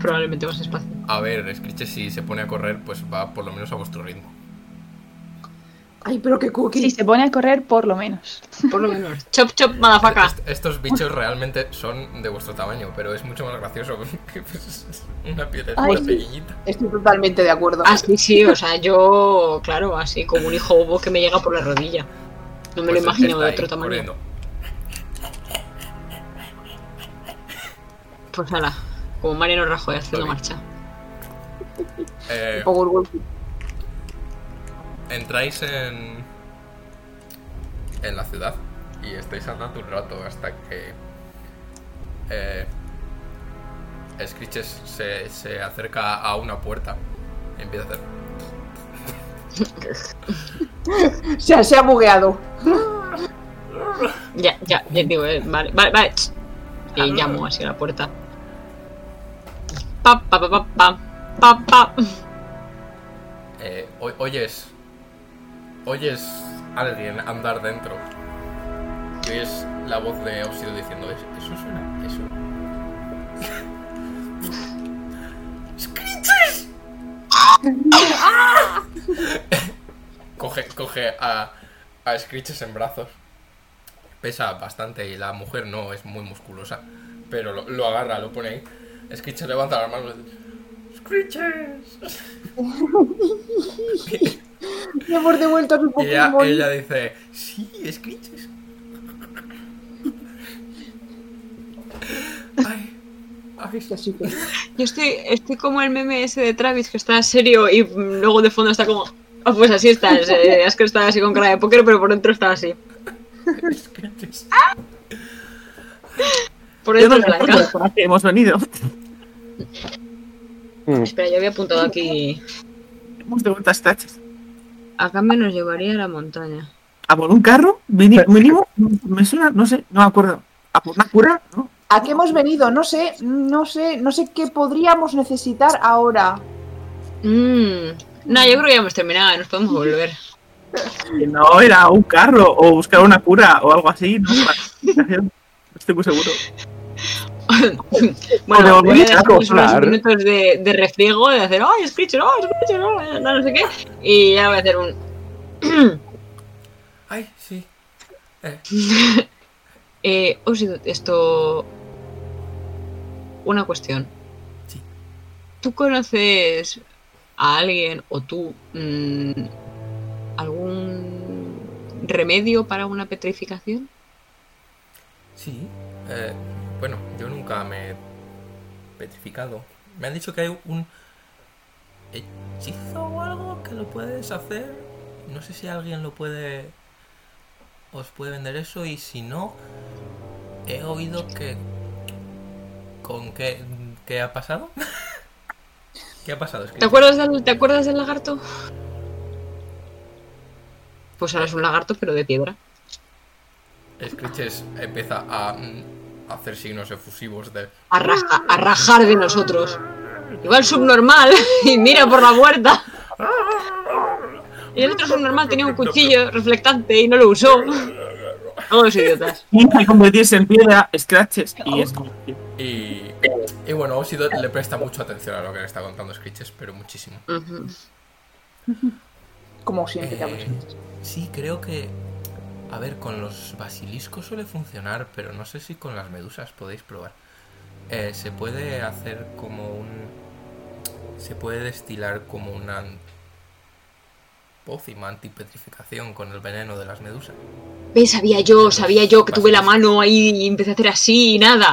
Speaker 4: Probablemente más espacio.
Speaker 3: A ver, Screech si se pone a correr, pues va por lo menos a vuestro ritmo.
Speaker 1: Ay, pero qué cookie.
Speaker 5: Si se pone a correr, por lo menos.
Speaker 4: Por lo menos. Chop, chop, madafaca.
Speaker 3: Est- Estos bichos realmente son de vuestro tamaño, pero es mucho más gracioso que pues, una piedra
Speaker 5: Ay.
Speaker 3: pequeñita.
Speaker 1: Estoy totalmente de acuerdo.
Speaker 4: Así Ah, sí, o sea, yo, claro, así como un hijo bobo que me llega por la rodilla. No me lo
Speaker 3: Pues
Speaker 4: imagino
Speaker 3: está
Speaker 4: de
Speaker 3: ahí,
Speaker 4: otro tamaño.
Speaker 3: corriendo.
Speaker 4: Pues ala, como Mariano Rajoy haciendo
Speaker 3: Vale.
Speaker 4: marcha.
Speaker 3: Eh,
Speaker 1: Power Wolf.
Speaker 3: entráis en en la ciudad y estáis andando un rato hasta que eh, Screeches se, se acerca a una puerta empieza a hacer
Speaker 1: Se, ha- se ha bugueado.
Speaker 4: Ya, ya, ya digo, eh, vale, vale, vale. ch.
Speaker 3: Ah.
Speaker 4: Y llamo así a la puerta. Pa, pa, pa, pa, pa, pa, pa.
Speaker 3: eh, o- oyes oyes alguien andar dentro y oyes la voz de Obsidio diciendo "Es- eso suena eso ¡Screeches! coge coge a, a Screeches en brazos pesa bastante y la mujer no es muy musculosa pero lo, lo agarra lo pone ahí Screeches levanta las manos y dice, ¡Screeches!
Speaker 1: Le hemos devuelto a su
Speaker 3: Y ella,
Speaker 1: Pokémon.
Speaker 3: ella dice, sí, Screeches. Ay, ay,
Speaker 1: Y así que-
Speaker 4: Yo estoy, estoy como el meme ese de Travis que está serio y mm, luego de fondo está como. Ah, pues así estás. eh, es que está así con cara de póker, pero por dentro está así.
Speaker 3: Screeches.
Speaker 4: Por
Speaker 6: Yo no
Speaker 4: dentro
Speaker 6: me
Speaker 4: es
Speaker 6: acuerdo
Speaker 4: blanca.
Speaker 6: por la que hemos venido.
Speaker 2: Mm.
Speaker 4: Espera, yo había apuntado aquí.
Speaker 6: Hemos de vuelta a Stachas.
Speaker 4: A cambio nos llevaría a la montaña.
Speaker 6: ¿A Ah, por un carro? Mini- ¿Mínimo? Me suena, no sé, no me acuerdo. ¿A por una cura? ¿No?
Speaker 1: ¿A qué hemos venido? No sé, no sé, no sé qué podríamos necesitar ahora.
Speaker 4: Mmm. No, yo creo que ya hemos terminado, nos podemos volver.
Speaker 6: Que no, era un carro o buscar una cura o algo así. No, no estoy muy seguro. Bueno,
Speaker 4: Bueno, voy
Speaker 6: voy
Speaker 4: a
Speaker 6: a
Speaker 4: dejar unos
Speaker 2: acostar.
Speaker 4: minutos de, de refriego, de hacer, ¡ay, Screecher, oh, Screecher, oh", no, no sé qué. Y ya voy a hacer un.
Speaker 3: Ay, sí. Eh,
Speaker 4: eh, os digo esto. Una cuestión.
Speaker 3: Sí.
Speaker 4: ¿Tú conoces a alguien o tú mm, algún remedio para una petrificación?
Speaker 3: sí. Eh, bueno, yo nunca me he petrificado. Me han dicho que hay un hechizo o algo que lo puedes hacer. No sé si alguien lo puede... Os puede vender eso y si no, he oído que... ¿Con qué, qué ha pasado? ¿Qué ha pasado?
Speaker 4: ¿Te acuerdas del, ¿Te acuerdas del lagarto? Pues ahora es un lagarto, pero de piedra.
Speaker 3: Screeches empieza a mm, hacer signos efusivos de...
Speaker 4: a, raja- a rajar de nosotros. Y va el subnormal y mira por la puerta. Y el otro subnormal tenía un cuchillo reflectante y no lo usó. Todos idiotas.
Speaker 6: Intenta convertirse en piedra, scratches y es como.
Speaker 3: Y, y bueno, Obsido le presta mucha atención a lo que le está contando Screeches, pero muchísimo.
Speaker 4: Ujú.
Speaker 1: Como siempre te hablas.
Speaker 3: Eh, sí, creo que... A ver, con los basiliscos suele funcionar, pero no sé si con las medusas podéis probar. Eh, se puede hacer como un... Se puede destilar como una an- pócima antipetrificación con el veneno de las medusas.
Speaker 4: ¿Ves? Sabía yo, sabía yo que tuve la mano ahí y empecé a hacer así y nada.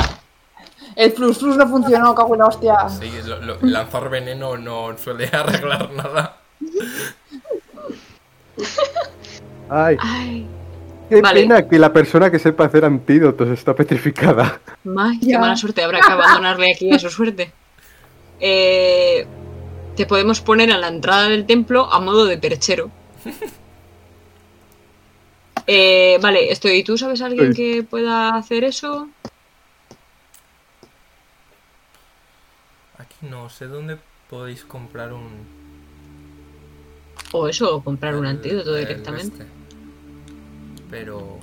Speaker 1: El flus flus no funcionó, cago en la hostia.
Speaker 3: Sí, lo- lo- lanzar veneno no suele arreglar nada.
Speaker 2: Ay,
Speaker 4: Ay,
Speaker 2: qué
Speaker 4: Vale.
Speaker 2: pena que la persona que sepa hacer antídotos está petrificada.
Speaker 4: my, qué
Speaker 1: Ya.
Speaker 4: mala suerte habrá que abandonarle aquí a su suerte. Eh, te podemos poner a la entrada del templo a modo de perchero. Eh, vale, estoy. ¿Tú sabes a alguien
Speaker 2: Sí.
Speaker 4: que pueda hacer eso?
Speaker 3: Aquí no sé dónde podéis comprar un...
Speaker 4: O eso, o comprar un
Speaker 3: el-
Speaker 4: antídoto
Speaker 3: el
Speaker 4: directamente.
Speaker 3: Eh, este. Pero...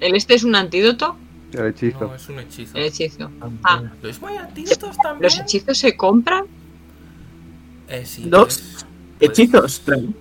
Speaker 4: ¿El este es un antídoto?
Speaker 2: El hechizo.
Speaker 3: No, es un hechizo.
Speaker 4: El hechizo. Ah.
Speaker 6: Ah.
Speaker 3: ¿Los muy artistas también?
Speaker 4: ¿Los hechizos se compran?
Speaker 3: Eh, sí,
Speaker 6: Dos.
Speaker 3: puedes-
Speaker 6: Hechizos, trae.
Speaker 3: Puedes,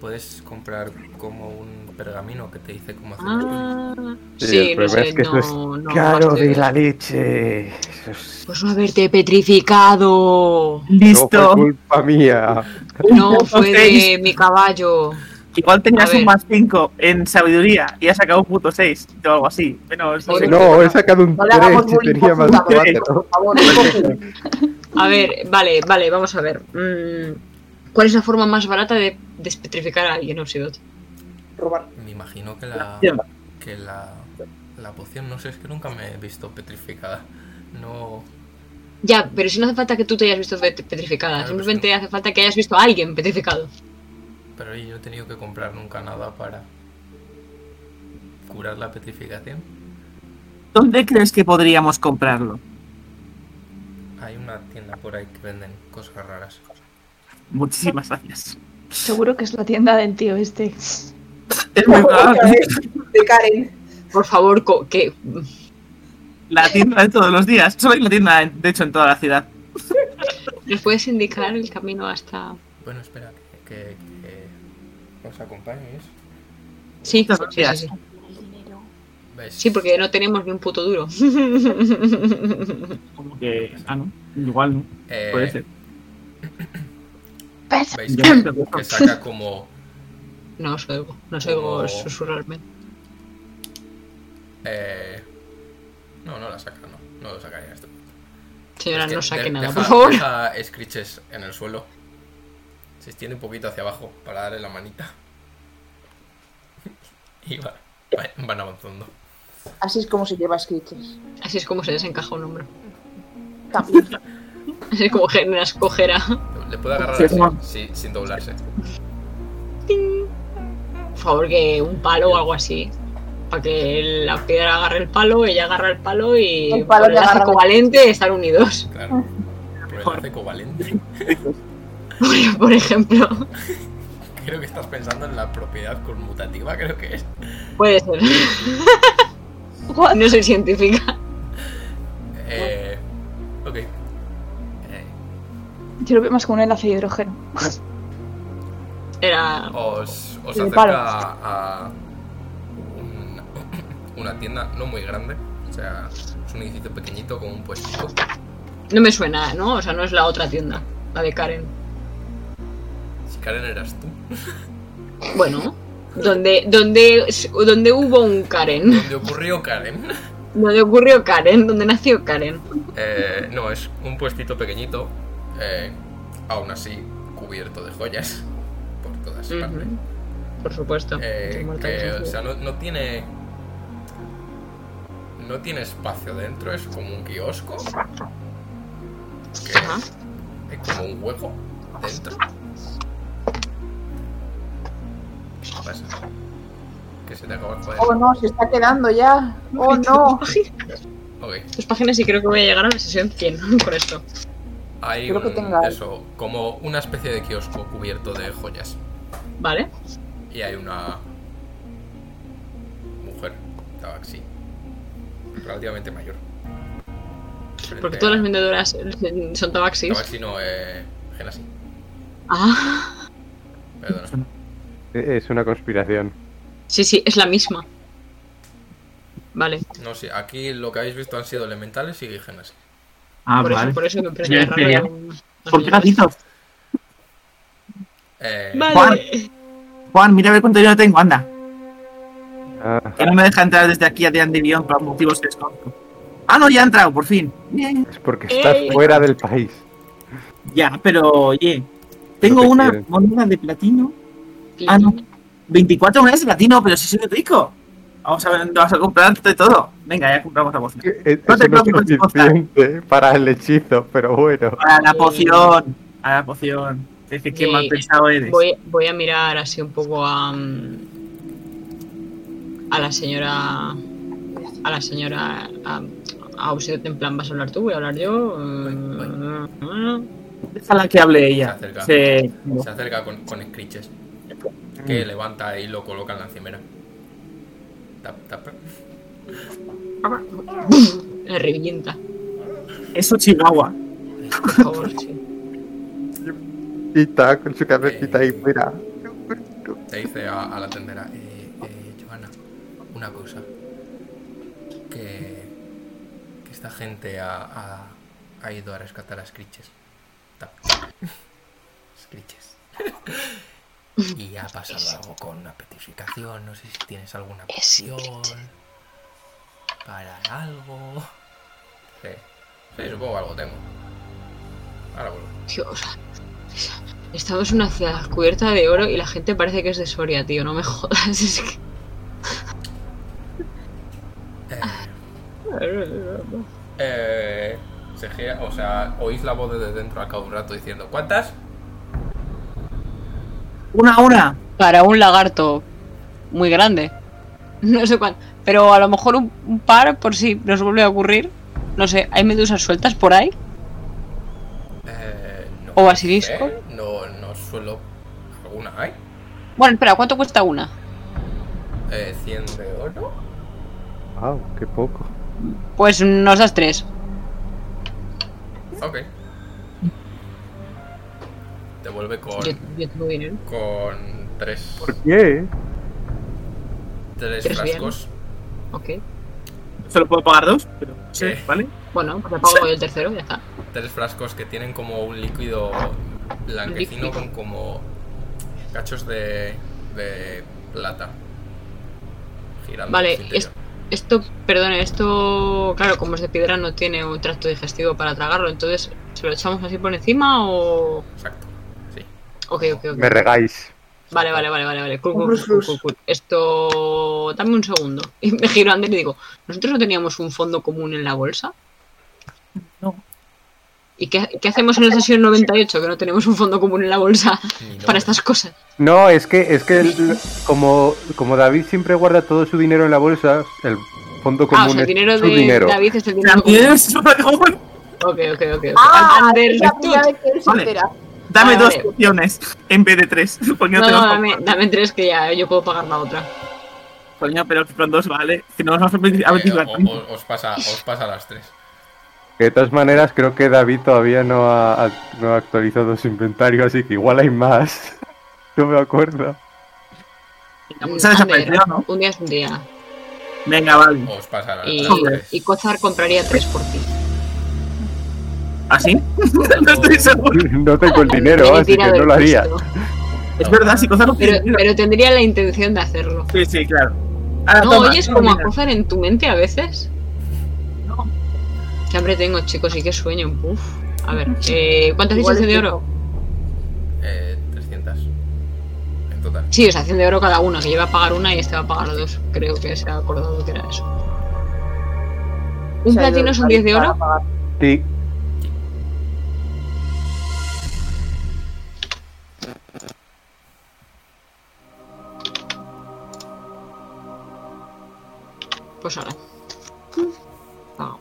Speaker 3: puedes comprar como un pergamino que te dice cómo hacer el tuyo.
Speaker 4: Ah.
Speaker 2: Sí,
Speaker 4: Sí,
Speaker 2: el
Speaker 4: no
Speaker 2: problema
Speaker 4: sé,
Speaker 2: es que eso
Speaker 4: no,
Speaker 2: es
Speaker 4: no
Speaker 2: Caro
Speaker 4: gasté.
Speaker 2: de la leche. Eso es-
Speaker 4: Por Pues no haberte petrificado.
Speaker 2: No
Speaker 6: Listo.
Speaker 2: fue culpa mía.
Speaker 6: Un
Speaker 4: No
Speaker 6: punto
Speaker 4: fue
Speaker 6: seis.
Speaker 4: de mi caballo.
Speaker 6: Igual tenías
Speaker 4: A ver.
Speaker 6: un más 5 en sabiduría y has sacado un punto 6 o algo así. Bueno, eso
Speaker 4: Bueno,
Speaker 6: sí.
Speaker 2: No, he sacado un
Speaker 1: No le hagamos
Speaker 2: 3 y
Speaker 1: bullying,
Speaker 2: tenía
Speaker 1: por
Speaker 2: más
Speaker 1: favor,
Speaker 2: cuatro.
Speaker 1: por favor.
Speaker 4: A ver, vale, vale, vamos a ver. Mm, ¿Cuál es la forma más barata de despetrificar a alguien, Oxidot?
Speaker 1: Robar.
Speaker 3: Me imagino que
Speaker 6: La
Speaker 3: la,
Speaker 6: acción.
Speaker 3: que la, la poción, no sé, es que nunca me he visto petrificada. No,
Speaker 4: Ya, pero si no hace falta que tú te hayas visto pet- petrificada,
Speaker 3: Claro,
Speaker 4: simplemente
Speaker 3: pues
Speaker 4: hace falta que hayas visto a alguien petrificado.
Speaker 3: pero yo no he tenido que comprar nunca nada para curar la petrificación.
Speaker 6: ¿Dónde crees que podríamos comprarlo?
Speaker 3: Hay una tienda por ahí que venden cosas raras.
Speaker 6: Muchísimas gracias.
Speaker 5: Seguro que es la tienda del tío este.
Speaker 6: Es muy probable.
Speaker 1: De Karen.
Speaker 4: Por favor, co- que.
Speaker 6: La tienda de todos los días. Solo hay una tienda, de hecho, en toda la ciudad.
Speaker 4: ¿Nos puedes indicar el camino hasta.?
Speaker 3: Bueno, espera, que, que- que os acompañe. ¿es?
Speaker 4: Sí,
Speaker 6: Muchas
Speaker 4: sí, sí,
Speaker 6: gracias.
Speaker 4: sí.
Speaker 3: ¿Ves?
Speaker 4: Sí, porque no tenemos ni un puto duro.
Speaker 6: Como que. Ah, no. Igual no.
Speaker 3: Eh,
Speaker 6: Puede ser.
Speaker 5: ¿Ves?
Speaker 3: ¿Veis
Speaker 6: Yo no
Speaker 3: que,
Speaker 6: creo que
Speaker 3: que
Speaker 6: no.
Speaker 3: saca como
Speaker 4: No os oigo, no os oigo
Speaker 3: Oh.
Speaker 4: susurrarme.
Speaker 3: Eh, no, no la saca, no. No lo sacaría esto.
Speaker 4: Señora,
Speaker 3: Es que
Speaker 4: no saque
Speaker 3: de-
Speaker 4: nada,
Speaker 3: deja-
Speaker 4: por favor.
Speaker 3: Deja screeches en el suelo. Se extiende un poquito hacia abajo para darle la manita. Y va- va- van avanzando.
Speaker 1: Así es como se lleva Screeches.
Speaker 4: Así es como se desencaja un hombro.
Speaker 1: También.
Speaker 4: Así es como generas cojera.
Speaker 3: Le puede agarrar
Speaker 6: Sí,
Speaker 3: así,
Speaker 6: como-
Speaker 3: sí, sin doblarse.
Speaker 4: Por favor, que un palo o algo así. Para que la piedra agarre el palo, ella agarra el palo y
Speaker 1: El palo
Speaker 4: por el
Speaker 1: le agarra
Speaker 4: lazo
Speaker 1: la-
Speaker 4: covalente están unidos.
Speaker 3: Claro.
Speaker 6: Ah.
Speaker 3: Por el hace covalente.
Speaker 4: Por, por ejemplo,
Speaker 3: Creo que estás pensando en la propiedad conmutativa, creo que es.
Speaker 4: puede ser.
Speaker 5: What?
Speaker 4: No soy científica.
Speaker 3: Eh, ok. Eh,
Speaker 5: Yo lo veo más como un enlace de hidrógeno.
Speaker 4: Era.
Speaker 3: Os, os
Speaker 5: Y de
Speaker 3: acerca
Speaker 5: palo.
Speaker 3: a, a una, una tienda no muy grande, o sea, es un edificio pequeñito con un puestito.
Speaker 4: No me suena, ¿no? O sea, no es la otra tienda, la de Karen.
Speaker 3: Si Karen eras tú,
Speaker 4: Bueno, donde, donde, donde hubo un Karen.
Speaker 3: ¿dónde ocurrió Karen?
Speaker 4: Donde ocurrió Karen, donde nació Karen.
Speaker 3: Eh, no, es un puestito pequeñito, eh, aún así cubierto de joyas por todas
Speaker 4: Ujú.
Speaker 3: partes.
Speaker 4: Por supuesto.
Speaker 3: Eh,
Speaker 4: Soy mortal
Speaker 3: que, o
Speaker 4: sensible.
Speaker 3: sea, no, no tiene. No tiene espacio dentro, es como un kiosco. que
Speaker 4: Ajá.
Speaker 3: Hay como un hueco dentro. ¿Qué pasa? Que se te acaba el
Speaker 1: Oh
Speaker 3: cuaderno.
Speaker 1: no, se está quedando ya. Oh no.
Speaker 3: Ok.
Speaker 4: Tus páginas y creo que voy a llegar a la sesión 100 con esto.
Speaker 3: Hay
Speaker 1: Creo que
Speaker 3: un-
Speaker 1: tenga algo.
Speaker 3: eso, como una especie de kiosco cubierto de joyas.
Speaker 4: ¿Vale?
Speaker 3: Y hay una mujer, tabaxi, relativamente mayor.
Speaker 4: Porque
Speaker 3: Frente
Speaker 4: todas
Speaker 3: a-
Speaker 4: las vendedoras eh, son tabaxis.
Speaker 3: Tabaxi no, eh, Genasi,
Speaker 4: Ah,
Speaker 3: perdona.
Speaker 2: Eh, Es una conspiración.
Speaker 4: sí, sí, es la misma. Vale,
Speaker 3: No sé, aquí lo que habéis visto han sido elementales y Genasi.
Speaker 6: Ah,
Speaker 4: por,
Speaker 6: vale.
Speaker 4: eso, por eso me
Speaker 6: Ya,
Speaker 4: parece
Speaker 6: ya,
Speaker 4: raro.
Speaker 6: ya.
Speaker 4: un-
Speaker 6: ¿Por qué gatitos?
Speaker 3: Eh,
Speaker 4: Vale.
Speaker 6: Juan, mira a ver cuánto dinero tengo, anda.
Speaker 2: Ah,
Speaker 6: Que no me deja entrar desde aquí a Dean Divion por motivos que desconozco. Ah, no, ya he entrado, por fin. Bien.
Speaker 2: es porque estás
Speaker 4: Ey.
Speaker 2: fuera del país.
Speaker 6: Ya, pero oye. Tengo
Speaker 2: No te
Speaker 6: una
Speaker 2: quieren.
Speaker 6: moneda de platino. Ah, no. 24 monedas de platino, pero si soy rico. Vamos a ver, te vas a comprar de todo. Venga, ya compramos la poción.
Speaker 2: Eh, eh,
Speaker 6: No te
Speaker 2: Eso no es
Speaker 6: preocupes,
Speaker 2: suficiente para el hechizo, pero bueno.
Speaker 6: A
Speaker 4: Eh,
Speaker 6: la poción. A la poción. Es que qué
Speaker 4: Yay.
Speaker 6: mal pensado eres.
Speaker 4: eh, Voy, voy a mirar así un poco a. mm, A la señora. A la señora. A, a Usedot, en plan, ¿vas a hablar tú? ¿Voy a hablar yo?
Speaker 6: Déjala Mm. que hable ella.
Speaker 3: Se acerca.
Speaker 6: Se-
Speaker 3: se acerca con, con screeches que levanta y lo coloca en la encimera. Tap, tap.
Speaker 4: La Eh, revienta.
Speaker 6: Eso Chihuahua.
Speaker 4: Por favor, sí.
Speaker 2: Y está con su cabecita ahí, mira.
Speaker 3: Te dice a, a la tendera, eh, eh, Joana, una cosa. Que, que esta gente ha, ha- ha ido a rescatar a Screeches. Ta- Screeches. Y ha pasado algo con una petificación. No sé si tienes alguna petición para algo. Sí, sí supongo que algo tengo. Ahora vuelvo.
Speaker 4: Dios. Estamos en una ciudad cubierta de oro y la gente parece que es de Soria, tío. No me jodas. Es que...
Speaker 3: Eh, Eh, se gira, o sea, oís la voz desde dentro al cabo de un rato diciendo ¿Cuántas?
Speaker 6: Una, una.
Speaker 7: Para un lagarto muy grande.
Speaker 4: No sé cuánto.
Speaker 7: Pero a lo mejor un, un par por si nos vuelve a ocurrir. No sé, ¿hay medusas sueltas por ahí?
Speaker 3: Eh, no
Speaker 7: ¿O basilisco?
Speaker 3: sé, No, no suelo... ¿Alguna hay?
Speaker 7: Bueno, espera, ¿cuánto cuesta una?
Speaker 3: Eh, 100 de oro.
Speaker 2: ¡Wow! ¡Qué poco!
Speaker 7: Pues nos das tres.
Speaker 3: Ok. Te vuelve con...
Speaker 4: Yo, yo tengo dinero.
Speaker 3: Con tres...
Speaker 2: ¿Por qué?
Speaker 3: Tres
Speaker 4: Tres
Speaker 3: frascos.
Speaker 4: Ok.
Speaker 6: Solo puedo pagar dos, pero sí,
Speaker 3: Sí.
Speaker 6: ¿vale?
Speaker 4: Bueno, pues apago yo el tercero, ya está.
Speaker 3: Tres frascos que tienen como un líquido blanquecino con como... Cachos de... de plata. Girando. en
Speaker 4: Vale,
Speaker 3: su interior.
Speaker 4: es- esto, perdone, esto, claro, como es de piedra, no tiene un tracto digestivo para tragarlo, entonces, ¿se lo echamos así por encima o.?
Speaker 3: Exacto. Sí.
Speaker 4: Ok, ok, ok.
Speaker 2: Me regáis.
Speaker 4: Vale, vale, vale, vale, vale. Cool,
Speaker 1: Un
Speaker 4: cool,
Speaker 1: plus,
Speaker 4: cool,
Speaker 1: plus.
Speaker 4: cool, cool. Esto. Dame un segundo. Y me giro a Ander y digo, ¿nosotros no teníamos un fondo común en la bolsa?
Speaker 6: No.
Speaker 4: ¿Y qué, qué hacemos en la sesión 98 que no tenemos un fondo común en la bolsa
Speaker 3: Ni
Speaker 4: para
Speaker 3: nombre.
Speaker 4: estas cosas?
Speaker 2: No, es que, es que el- como, como David siempre guarda todo su dinero en la bolsa, el fondo común
Speaker 4: ah, o sea, el
Speaker 2: es
Speaker 4: dinero
Speaker 2: su
Speaker 4: de
Speaker 2: dinero.
Speaker 4: David es el dinero
Speaker 6: También
Speaker 4: común.
Speaker 6: es una cojón.
Speaker 4: Ok, ok, ok. ok.
Speaker 1: Ah,
Speaker 4: Ander,
Speaker 1: es la
Speaker 4: tú-
Speaker 1: primera vez que él se
Speaker 6: Vale.
Speaker 1: entera.
Speaker 6: Dame
Speaker 4: Vale,
Speaker 6: dos
Speaker 4: vale.
Speaker 6: opciones en vez de tres. Porque
Speaker 4: No,
Speaker 6: no,
Speaker 4: no,
Speaker 6: tengo
Speaker 4: dame, dame tres que ya yo puedo pagar la otra.
Speaker 6: Coño, pero que con dos vale. Que no nos vamos a
Speaker 3: Eh,
Speaker 6: permitir- a permitir
Speaker 3: o-
Speaker 6: la cuenta.
Speaker 3: o- os, pasa, os pasa a las tres.
Speaker 2: Que de todas maneras creo que David todavía no ha, ha- no ha actualizado su inventario, así que igual hay más. No me acuerdo.
Speaker 6: La bolsa
Speaker 4: Ander,
Speaker 6: desapareció, ¿no?
Speaker 4: Un día es un día.
Speaker 6: Venga, vale.
Speaker 3: Os pasa a las
Speaker 4: Y,
Speaker 6: Hombre.
Speaker 3: tres.
Speaker 4: y Cozar compraría tres por ti.
Speaker 6: ¿Así? ¿Ah, no estoy seguro.
Speaker 2: No tengo Pues el dinero,
Speaker 4: He
Speaker 2: así que
Speaker 4: tirado
Speaker 2: no
Speaker 4: el
Speaker 2: lo haría.
Speaker 4: resto.
Speaker 6: Es verdad, si cosas no
Speaker 4: Pero,
Speaker 6: tienen dinero.
Speaker 4: pero tendría la intención de hacerlo.
Speaker 6: Sí, sí, claro. Ahora,
Speaker 4: ¿No
Speaker 6: Ah, toma,
Speaker 4: oyes
Speaker 6: toma,
Speaker 4: como a
Speaker 6: mira.
Speaker 4: Cozar en tu mente a veces?
Speaker 6: No.
Speaker 4: Qué hambre tengo, chicos, y qué sueño. Uf. A ver, eh, ¿cuántas
Speaker 1: Igual
Speaker 4: dices de
Speaker 1: es
Speaker 4: oro?
Speaker 3: Eh, 300. En total.
Speaker 4: Sí, o sea, 100 de oro cada uno, que lleva a pagar una y este va a pagar dos. Creo que se ha acordado que era eso. ¿Un
Speaker 1: Se ha ido
Speaker 4: platino son
Speaker 1: David
Speaker 4: 10 de
Speaker 1: para
Speaker 4: oro?
Speaker 1: pagar.
Speaker 2: Sí,
Speaker 4: Pues ahora. Pago.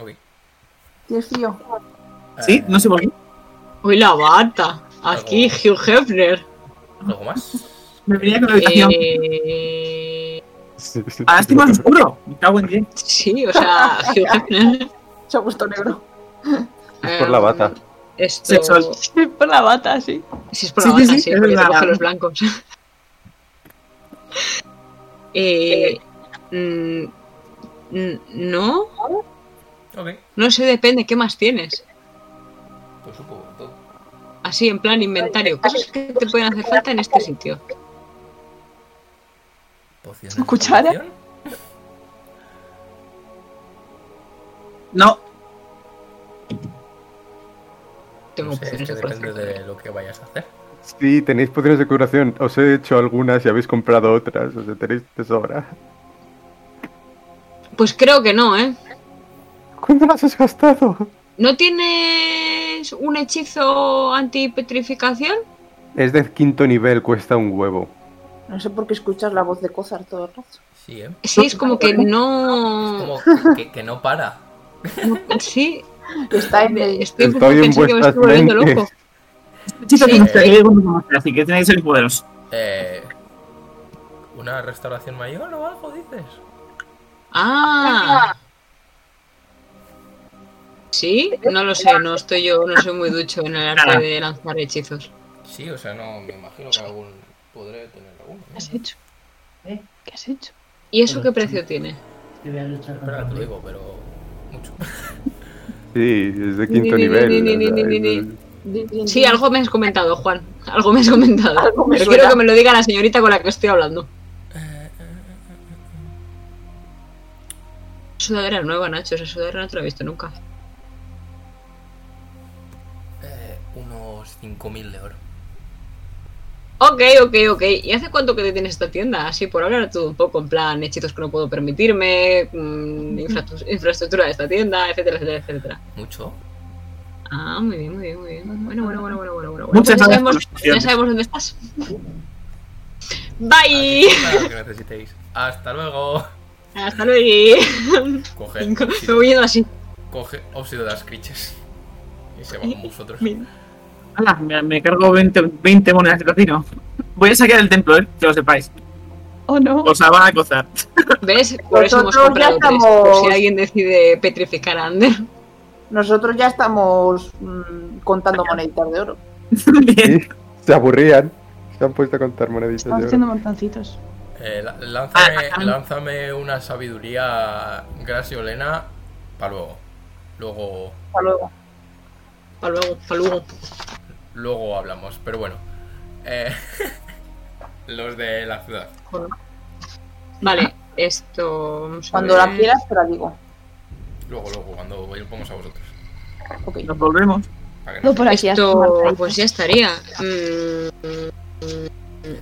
Speaker 3: Ok.
Speaker 1: ¿Tienes frío?
Speaker 6: Sí,
Speaker 3: Eh,
Speaker 6: no sé por qué.
Speaker 4: Uy, la bata. Aquí, Hugh Hefner.
Speaker 3: ¿Algo más?
Speaker 6: Me venía con la habitación.
Speaker 4: Eh,
Speaker 6: Ahora estoy más oscuro. Me cago en 10.
Speaker 4: sí, o sea, Hugh Hefner.
Speaker 1: Se ha puesto negro.
Speaker 2: Es por la
Speaker 4: Em,
Speaker 2: bata.
Speaker 4: Esto...
Speaker 6: Sexual.
Speaker 7: Por la bata, sí.
Speaker 4: Si es por
Speaker 6: Sí,
Speaker 4: la
Speaker 6: sí,
Speaker 4: bata,
Speaker 6: sí,
Speaker 4: sí,
Speaker 6: es
Speaker 4: porque te
Speaker 6: verdad.
Speaker 4: coge los blancos. eh, mm, n- no,
Speaker 3: Ok.
Speaker 4: no sé, depende, ¿qué más tienes?
Speaker 3: Pues un poco de todo.
Speaker 4: Así, en plan inventario, cosas que te pueden hacer falta en este sitio.
Speaker 3: Pociones de
Speaker 5: ¿Cuchara?
Speaker 3: curación.
Speaker 6: No,
Speaker 4: Tengo
Speaker 3: No sé, es
Speaker 4: pociones
Speaker 3: que
Speaker 4: de
Speaker 3: depende
Speaker 4: curación.
Speaker 3: de lo que vayas a hacer.
Speaker 2: sí, tenéis pociones de curación. Os he hecho algunas y habéis comprado otras. O sea, tenéis de sobra.
Speaker 4: Pues creo que no, ¿eh?
Speaker 2: ¿Cuándo las has gastado?
Speaker 4: ¿No tienes un hechizo antipetrificación?
Speaker 2: Es de quinto nivel, cuesta un huevo.
Speaker 1: No sé por qué escuchas la voz de Cozar todo el rato.
Speaker 3: Sí, ¿eh?
Speaker 4: Sí, es como que no...
Speaker 3: Como que, que no para.
Speaker 4: Sí,
Speaker 1: Está en el...
Speaker 4: estoy un poco
Speaker 2: Estoy en
Speaker 4: pensando pues que me
Speaker 2: vuestras
Speaker 4: estoy volviendo
Speaker 2: mentes.
Speaker 4: loco. Sí.
Speaker 6: chicos, que no sé, que digo, no sé, así que tenéis que ser poderosos.
Speaker 3: Eh, ¿Una restauración mayor o algo dices?
Speaker 4: Ah. ¿Sí? No lo sé, no estoy yo, no soy muy ducho en el arte de lanzar hechizos.
Speaker 3: Sí, o sea, no me imagino que algún podré tener alguno.
Speaker 5: ¿Qué has hecho?
Speaker 8: ¿Eh?
Speaker 5: ¿Qué has hecho?
Speaker 4: ¿Y eso qué precio tiene?
Speaker 8: Te voy a luchar
Speaker 3: Espera,
Speaker 8: contra
Speaker 3: te lo
Speaker 8: ti.
Speaker 3: digo, pero mucho.
Speaker 2: Sí, es de quinto
Speaker 4: Ni, ni,
Speaker 2: nivel.
Speaker 4: ni, ni,
Speaker 2: o sea,
Speaker 4: ni, ni,
Speaker 2: es-
Speaker 4: ni. Sí, algo me has comentado, Juan. Algo me has comentado.
Speaker 1: Algo me suena.
Speaker 4: Pero
Speaker 1: Eh,
Speaker 4: quiero que me lo diga la señorita con la que estoy hablando. Sudadera nueva, Nacho. Esa sudadera no te la he visto nunca.
Speaker 3: Eh, unos 5.000 de oro.
Speaker 4: Ok, ok, ok. ¿Y hace cuánto que tienes esta tienda? Así por hablar todo un poco, en plan, hechizos que no puedo permitirme, mm, infrastru- infraestructura de esta tienda, etcétera, etcétera, etcétera.
Speaker 3: ¿Mucho?
Speaker 4: Ah, muy bien, muy bien, muy bien. Bueno, bueno, bueno, bueno, bueno. bueno.
Speaker 6: Muchas
Speaker 4: Pues ya,
Speaker 6: gracias
Speaker 4: sabemos,
Speaker 6: por las
Speaker 4: ya sabemos dónde estás. Bye.
Speaker 3: Para lo que necesitéis. ¡Hasta luego!
Speaker 4: Hasta luego.
Speaker 3: Coge,
Speaker 4: Me voy yendo así.
Speaker 3: coge óxido de las criches. Y se va con vosotros.
Speaker 6: Ala, Ah, me, me cargo 20, 20 monedas de platino. Voy a sacar el templo, eh, que lo sepáis.
Speaker 5: Oh no.
Speaker 6: Os la van a cozar.
Speaker 4: ¿Ves? Por eso hemos
Speaker 1: Nosotros ya
Speaker 4: comprado tres. Por
Speaker 1: estamos-
Speaker 4: si alguien decide petrificar a Ander.
Speaker 1: Nosotros ya estamos mm, contando moneditas de oro.
Speaker 6: Bien.
Speaker 2: Sí, se aburrían. Se han puesto a contar moneditas. de
Speaker 5: Están
Speaker 2: oro.
Speaker 5: haciendo montoncitos.
Speaker 3: Eh, la- lánzame, lánzame una sabiduría graciolena para luego. Luego,
Speaker 1: Hasta luego.
Speaker 4: Para luego, para luego.
Speaker 3: luego hablamos, pero bueno. Eh, los de la ciudad.
Speaker 4: Vale, esto. vamos a
Speaker 1: Cuando
Speaker 4: ver.
Speaker 1: la quieras te la digo.
Speaker 3: Luego, luego, cuando vayamos a vosotros.
Speaker 1: Ok.
Speaker 6: Nos volvemos.
Speaker 3: Para que no-
Speaker 5: No por aquí.
Speaker 4: Esto, pues ya estaría. Mm,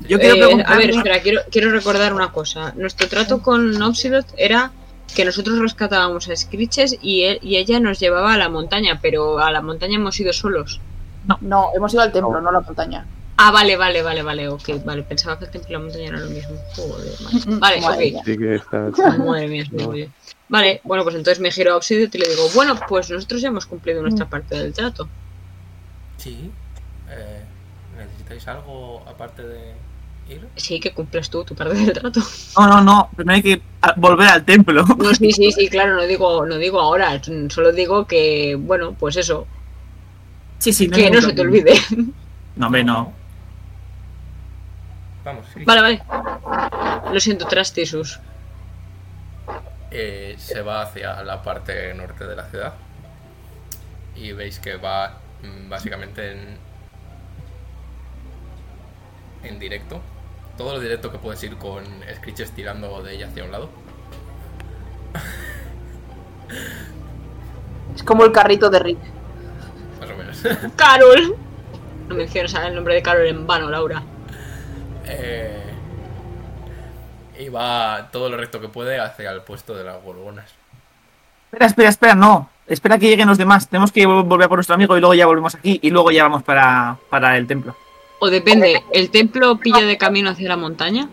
Speaker 6: Yo quiero
Speaker 4: eh,
Speaker 6: preguntar.
Speaker 4: a ver, espera, quiero, quiero recordar una cosa. Nuestro trato con Obsidot era que nosotros rescatábamos a Screeches y, él- y ella nos llevaba a la montaña, pero a la montaña hemos ido solos.
Speaker 1: No, hemos ido al templo, no a la montaña.
Speaker 4: Ah, vale, vale, vale, vale, ok, vale. Pensaba que el templo y la montaña eran lo mismo. Joder, madre.
Speaker 5: Mm, mm,
Speaker 4: Vale,
Speaker 1: madre
Speaker 4: ok.
Speaker 1: mía.
Speaker 2: Sí que está-
Speaker 4: Madre mía, es muy bien. Vale, bueno, pues entonces me giro a Obsidian y le digo, bueno, pues nosotros ya hemos cumplido nuestra parte del trato.
Speaker 3: Sí. Eh, ¿Necesitáis algo aparte de ir?
Speaker 4: Sí, que cumples tú tu parte del trato.
Speaker 6: No, no, no. Primero hay que a- volver al templo.
Speaker 4: No, sí, sí, sí, claro, no digo, no digo ahora, solo digo que, bueno, pues eso,
Speaker 6: Sí, sí, hay
Speaker 4: que no
Speaker 6: ningún
Speaker 4: se te
Speaker 6: problema.
Speaker 4: olvide.
Speaker 6: No, hombre, no.
Speaker 3: Vamos, sí.
Speaker 4: Vale, vale. Lo siento, Trastisus.
Speaker 3: Eh, se va hacia la parte norte de la ciudad y veis que va mm, básicamente en, en directo. Todo lo directo que puedes ir con Screeches tirando de ella hacia un lado.
Speaker 1: Es como el carrito de Rick.
Speaker 3: Más o menos.
Speaker 4: ¡Carol! No menciones el nombre de Carol en vano, Laura.
Speaker 3: Eh, y va todo lo recto que puede hacia el puesto de las gorgonas.
Speaker 6: Espera, espera, espera, no. Espera que lleguen los demás. Tenemos que vol- volver a por nuestro amigo y luego ya volvemos aquí y luego ya vamos para, para el templo.
Speaker 4: O depende, ¿el templo pilla de camino hacia la montaña?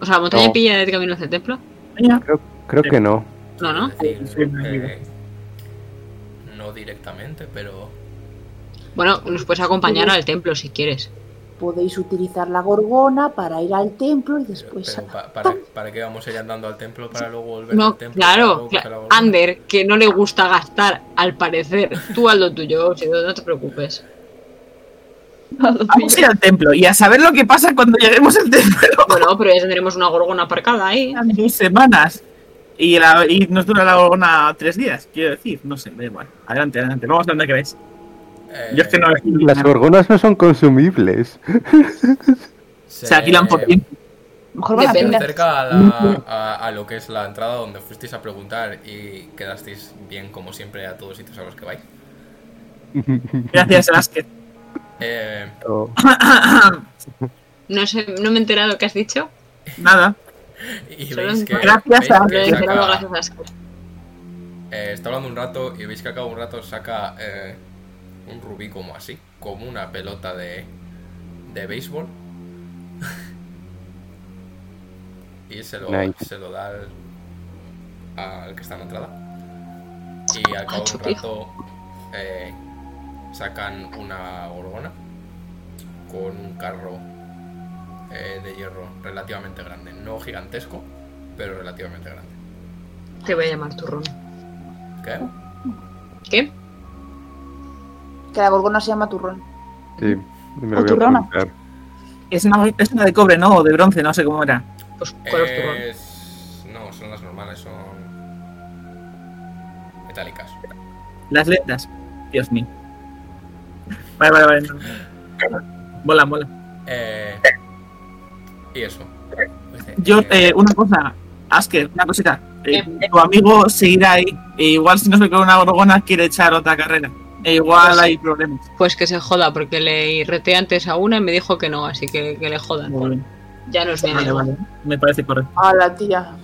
Speaker 4: O sea, ¿la montaña
Speaker 2: No.
Speaker 4: pilla de camino hacia el templo?
Speaker 6: Ya.
Speaker 2: Creo, creo que no.
Speaker 4: No, ¿no?
Speaker 3: Es decir,
Speaker 6: Sí, sí, me olvido.
Speaker 3: eh, no directamente, pero
Speaker 4: Bueno, nos puedes acompañar al templo si quieres.
Speaker 1: Podéis utilizar la gorgona para ir al templo y
Speaker 3: Pero-
Speaker 1: después.
Speaker 3: pero pa- para, ¿Para qué vamos a ir andando al templo para luego volver
Speaker 4: No,
Speaker 3: al templo? para
Speaker 4: claro,
Speaker 3: luego
Speaker 4: cla-
Speaker 3: coger la bolsa?
Speaker 4: Ander, que no le gusta gastar, al parecer. Tú haz lo tuyo, si no, no te preocupes.
Speaker 6: Vamos a ir al templo y a saber lo que pasa cuando lleguemos al templo.
Speaker 4: Bueno, pero ya tendremos una gorgona aparcada ahí.
Speaker 6: Eran Dos semanas. Y, la- y nos dura la gorgona tres días, quiero decir. No sé, da igual. Adelante, adelante. Vamos a donde queréis.
Speaker 3: Eh,
Speaker 6: Yo es que no
Speaker 2: Las gorgonas no son consumibles.
Speaker 3: se,
Speaker 6: Se alquilan por tiempo.
Speaker 5: Mejor van a
Speaker 3: se
Speaker 4: Depende.
Speaker 5: tienda.
Speaker 3: acerca a, la- a- a lo que es la entrada donde fuisteis a preguntar y quedasteis bien, como siempre, a todos los sitios a los que vais.
Speaker 6: Gracias, Asker.
Speaker 3: Eh,
Speaker 2: O-
Speaker 4: No sé, no me he enterado qué has dicho.
Speaker 6: Nada.
Speaker 3: y
Speaker 4: Solo
Speaker 3: veis
Speaker 4: un-
Speaker 3: que.
Speaker 6: Gracias
Speaker 3: veis
Speaker 6: a-
Speaker 4: Pero
Speaker 3: que
Speaker 4: he
Speaker 3: saca-
Speaker 4: enterado gracias a Asco.
Speaker 3: eh, está hablando un rato y veis que a cabo de un rato saca eh, un rubí como así, como una pelota de, de béisbol. y se lo,
Speaker 2: Nice.
Speaker 3: se lo da al, al que está en la entrada. Y al cabo de un
Speaker 4: chupi.
Speaker 3: rato eh, sacan una gorgona con un carro eh, de hierro relativamente grande. No gigantesco, pero relativamente grande.
Speaker 4: Te voy a llamar turrón.
Speaker 3: ¿Qué?
Speaker 4: ¿Qué?
Speaker 1: Que la gorgona se llama turrón.
Speaker 2: Sí, me lo voy a
Speaker 5: Turrona.
Speaker 2: apuntar.
Speaker 6: Es una, es una de cobre, ¿no? O de bronce, no sé cómo era.
Speaker 4: Pues color
Speaker 3: Eh,
Speaker 4: turrón.
Speaker 3: Es- No, son las normales, son metálicas.
Speaker 6: Las letras. Dios mío. Vale, vale, vale. no. Mola, mola.
Speaker 3: Eh, y eso.
Speaker 6: Yo,
Speaker 3: Eh,
Speaker 6: eh, una cosa, Asker, una cosita. Eh, tu amigo seguirá ahí. E igual si no se queda una gorgona, quiere echar otra carrera. E igual hay problemas.
Speaker 4: Pues que se joda, porque le reté antes a una y me dijo que no, así que, que le jodan. Ya no es mi
Speaker 6: Vale,
Speaker 4: amigo.
Speaker 6: vale. Me parece correcto.
Speaker 1: A la tía.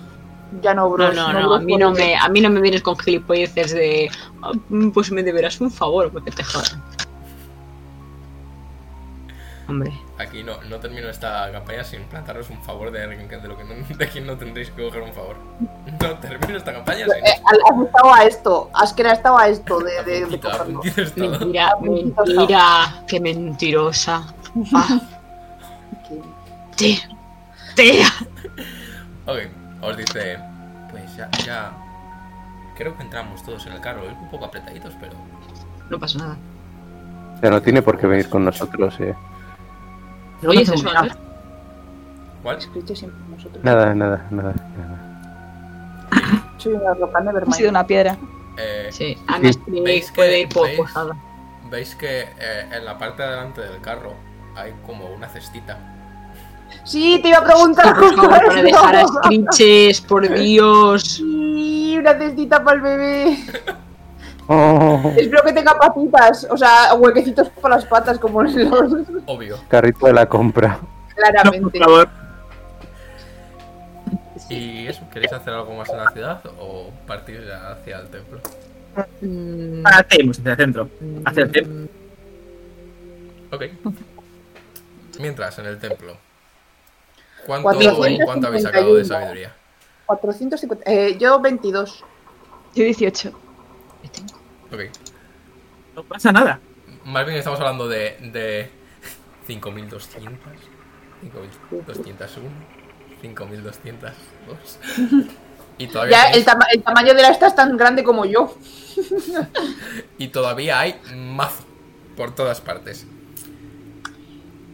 Speaker 1: Ya Pues no, bro.
Speaker 4: No, no, no, a mí no me, a mí no me vienes con gilipolleces de "Ah, mm, pues me deberás un favor porque te jodan. Hombre,
Speaker 3: Aquí no, no termino esta campaña sin plantaros un favor de, alguien que- de lo que no, de quien no tendréis que coger un favor. No termino esta campaña sin
Speaker 1: Eh, has estado a esto. Asker ha estado a esto de, de, de
Speaker 3: Apuntito,
Speaker 1: cogerlo.
Speaker 3: apuntito está.
Speaker 4: mentira, mentira, qué mentirosa. Ah, tía, tía.
Speaker 3: Ok, os dice, pues ya, ya, creo que entramos todos en el carro, es un poco apretaditos, pero
Speaker 4: No pasa nada.
Speaker 2: Ya no tiene por qué venir con nosotros, eh.
Speaker 4: Oye,
Speaker 6: Yo no
Speaker 4: ¿se
Speaker 6: tengo
Speaker 4: suena?
Speaker 6: nada.
Speaker 3: ¿cuál?
Speaker 1: Escrito siempre con nosotros.
Speaker 2: Nada, nada, nada. nada.
Speaker 1: Soy una roca,
Speaker 5: Ha sido
Speaker 1: nevermind.
Speaker 5: una piedra.
Speaker 3: Eh,
Speaker 4: Sí, Ana
Speaker 2: Sí.
Speaker 4: Street
Speaker 3: ¿Veis que-
Speaker 4: puede ir por
Speaker 3: veis?
Speaker 4: posada.
Speaker 3: Veis que eh, en la parte de adelante del carro hay como una cestita.
Speaker 1: Sí, te iba a preguntar
Speaker 4: Por
Speaker 1: justo
Speaker 4: favor, para dejar a
Speaker 1: eso.
Speaker 4: Screeches, por Dios.
Speaker 1: Sí, una cestita para el bebé.
Speaker 2: Oh,
Speaker 1: Espero que tenga patitas, o sea, huequecitos para las patas, como los
Speaker 3: Obvio.
Speaker 2: carrito de la compra.
Speaker 6: No, por
Speaker 1: claramente.
Speaker 6: favor.
Speaker 3: ¿Y eso? ¿Queréis hacer algo más en la ciudad o partir ya hacia el templo?
Speaker 4: Mm,
Speaker 6: Partimos hacia el centro. Hacia el templo.
Speaker 3: Ok. Mientras, en el templo. ¿Cuánto,
Speaker 1: 451.
Speaker 3: ¿cuánto habéis sacado de sabiduría?
Speaker 1: 450. Eh, yo 22.
Speaker 5: Yo 18.
Speaker 3: Ok.
Speaker 6: No pasa nada.
Speaker 3: Más bien estamos hablando de, de 5.200, 5.201, 5.202. Y todavía,
Speaker 1: Ya el,
Speaker 3: tenéis-
Speaker 1: tama- el tamaño de la esta es tan grande como yo.
Speaker 3: y todavía hay mazo por todas partes.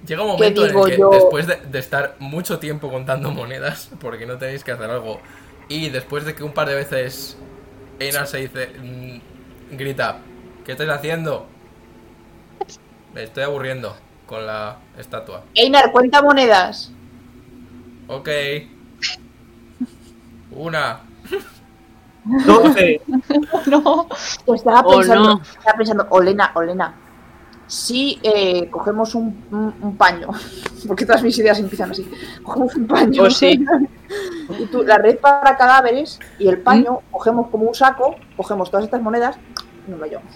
Speaker 3: Llega un
Speaker 1: ¿Qué
Speaker 3: momento en el
Speaker 1: digo
Speaker 3: que
Speaker 1: yo?
Speaker 3: después de, de estar mucho tiempo contando monedas, porque no tenéis que hacer algo, y después de que un par de veces Einar se dice, mm, grita, ¿qué estáis haciendo? Me estoy aburriendo con la estatua.
Speaker 1: Einar, cuenta monedas.
Speaker 3: Ok. Una.
Speaker 6: 12.
Speaker 5: No.
Speaker 1: Pues estaba
Speaker 4: Oh,
Speaker 1: pensando,
Speaker 4: no.
Speaker 1: estaba pensando, Olena, Olena, si eh, cogemos un, un- un paño, porque todas mis ideas empiezan así, cogemos un paño,
Speaker 4: Oh, sí.
Speaker 1: y tú, la red para cadáveres y
Speaker 4: ¿Mm?
Speaker 1: el paño, cogemos como un saco, cogemos todas estas monedas, y nos lo llevamos.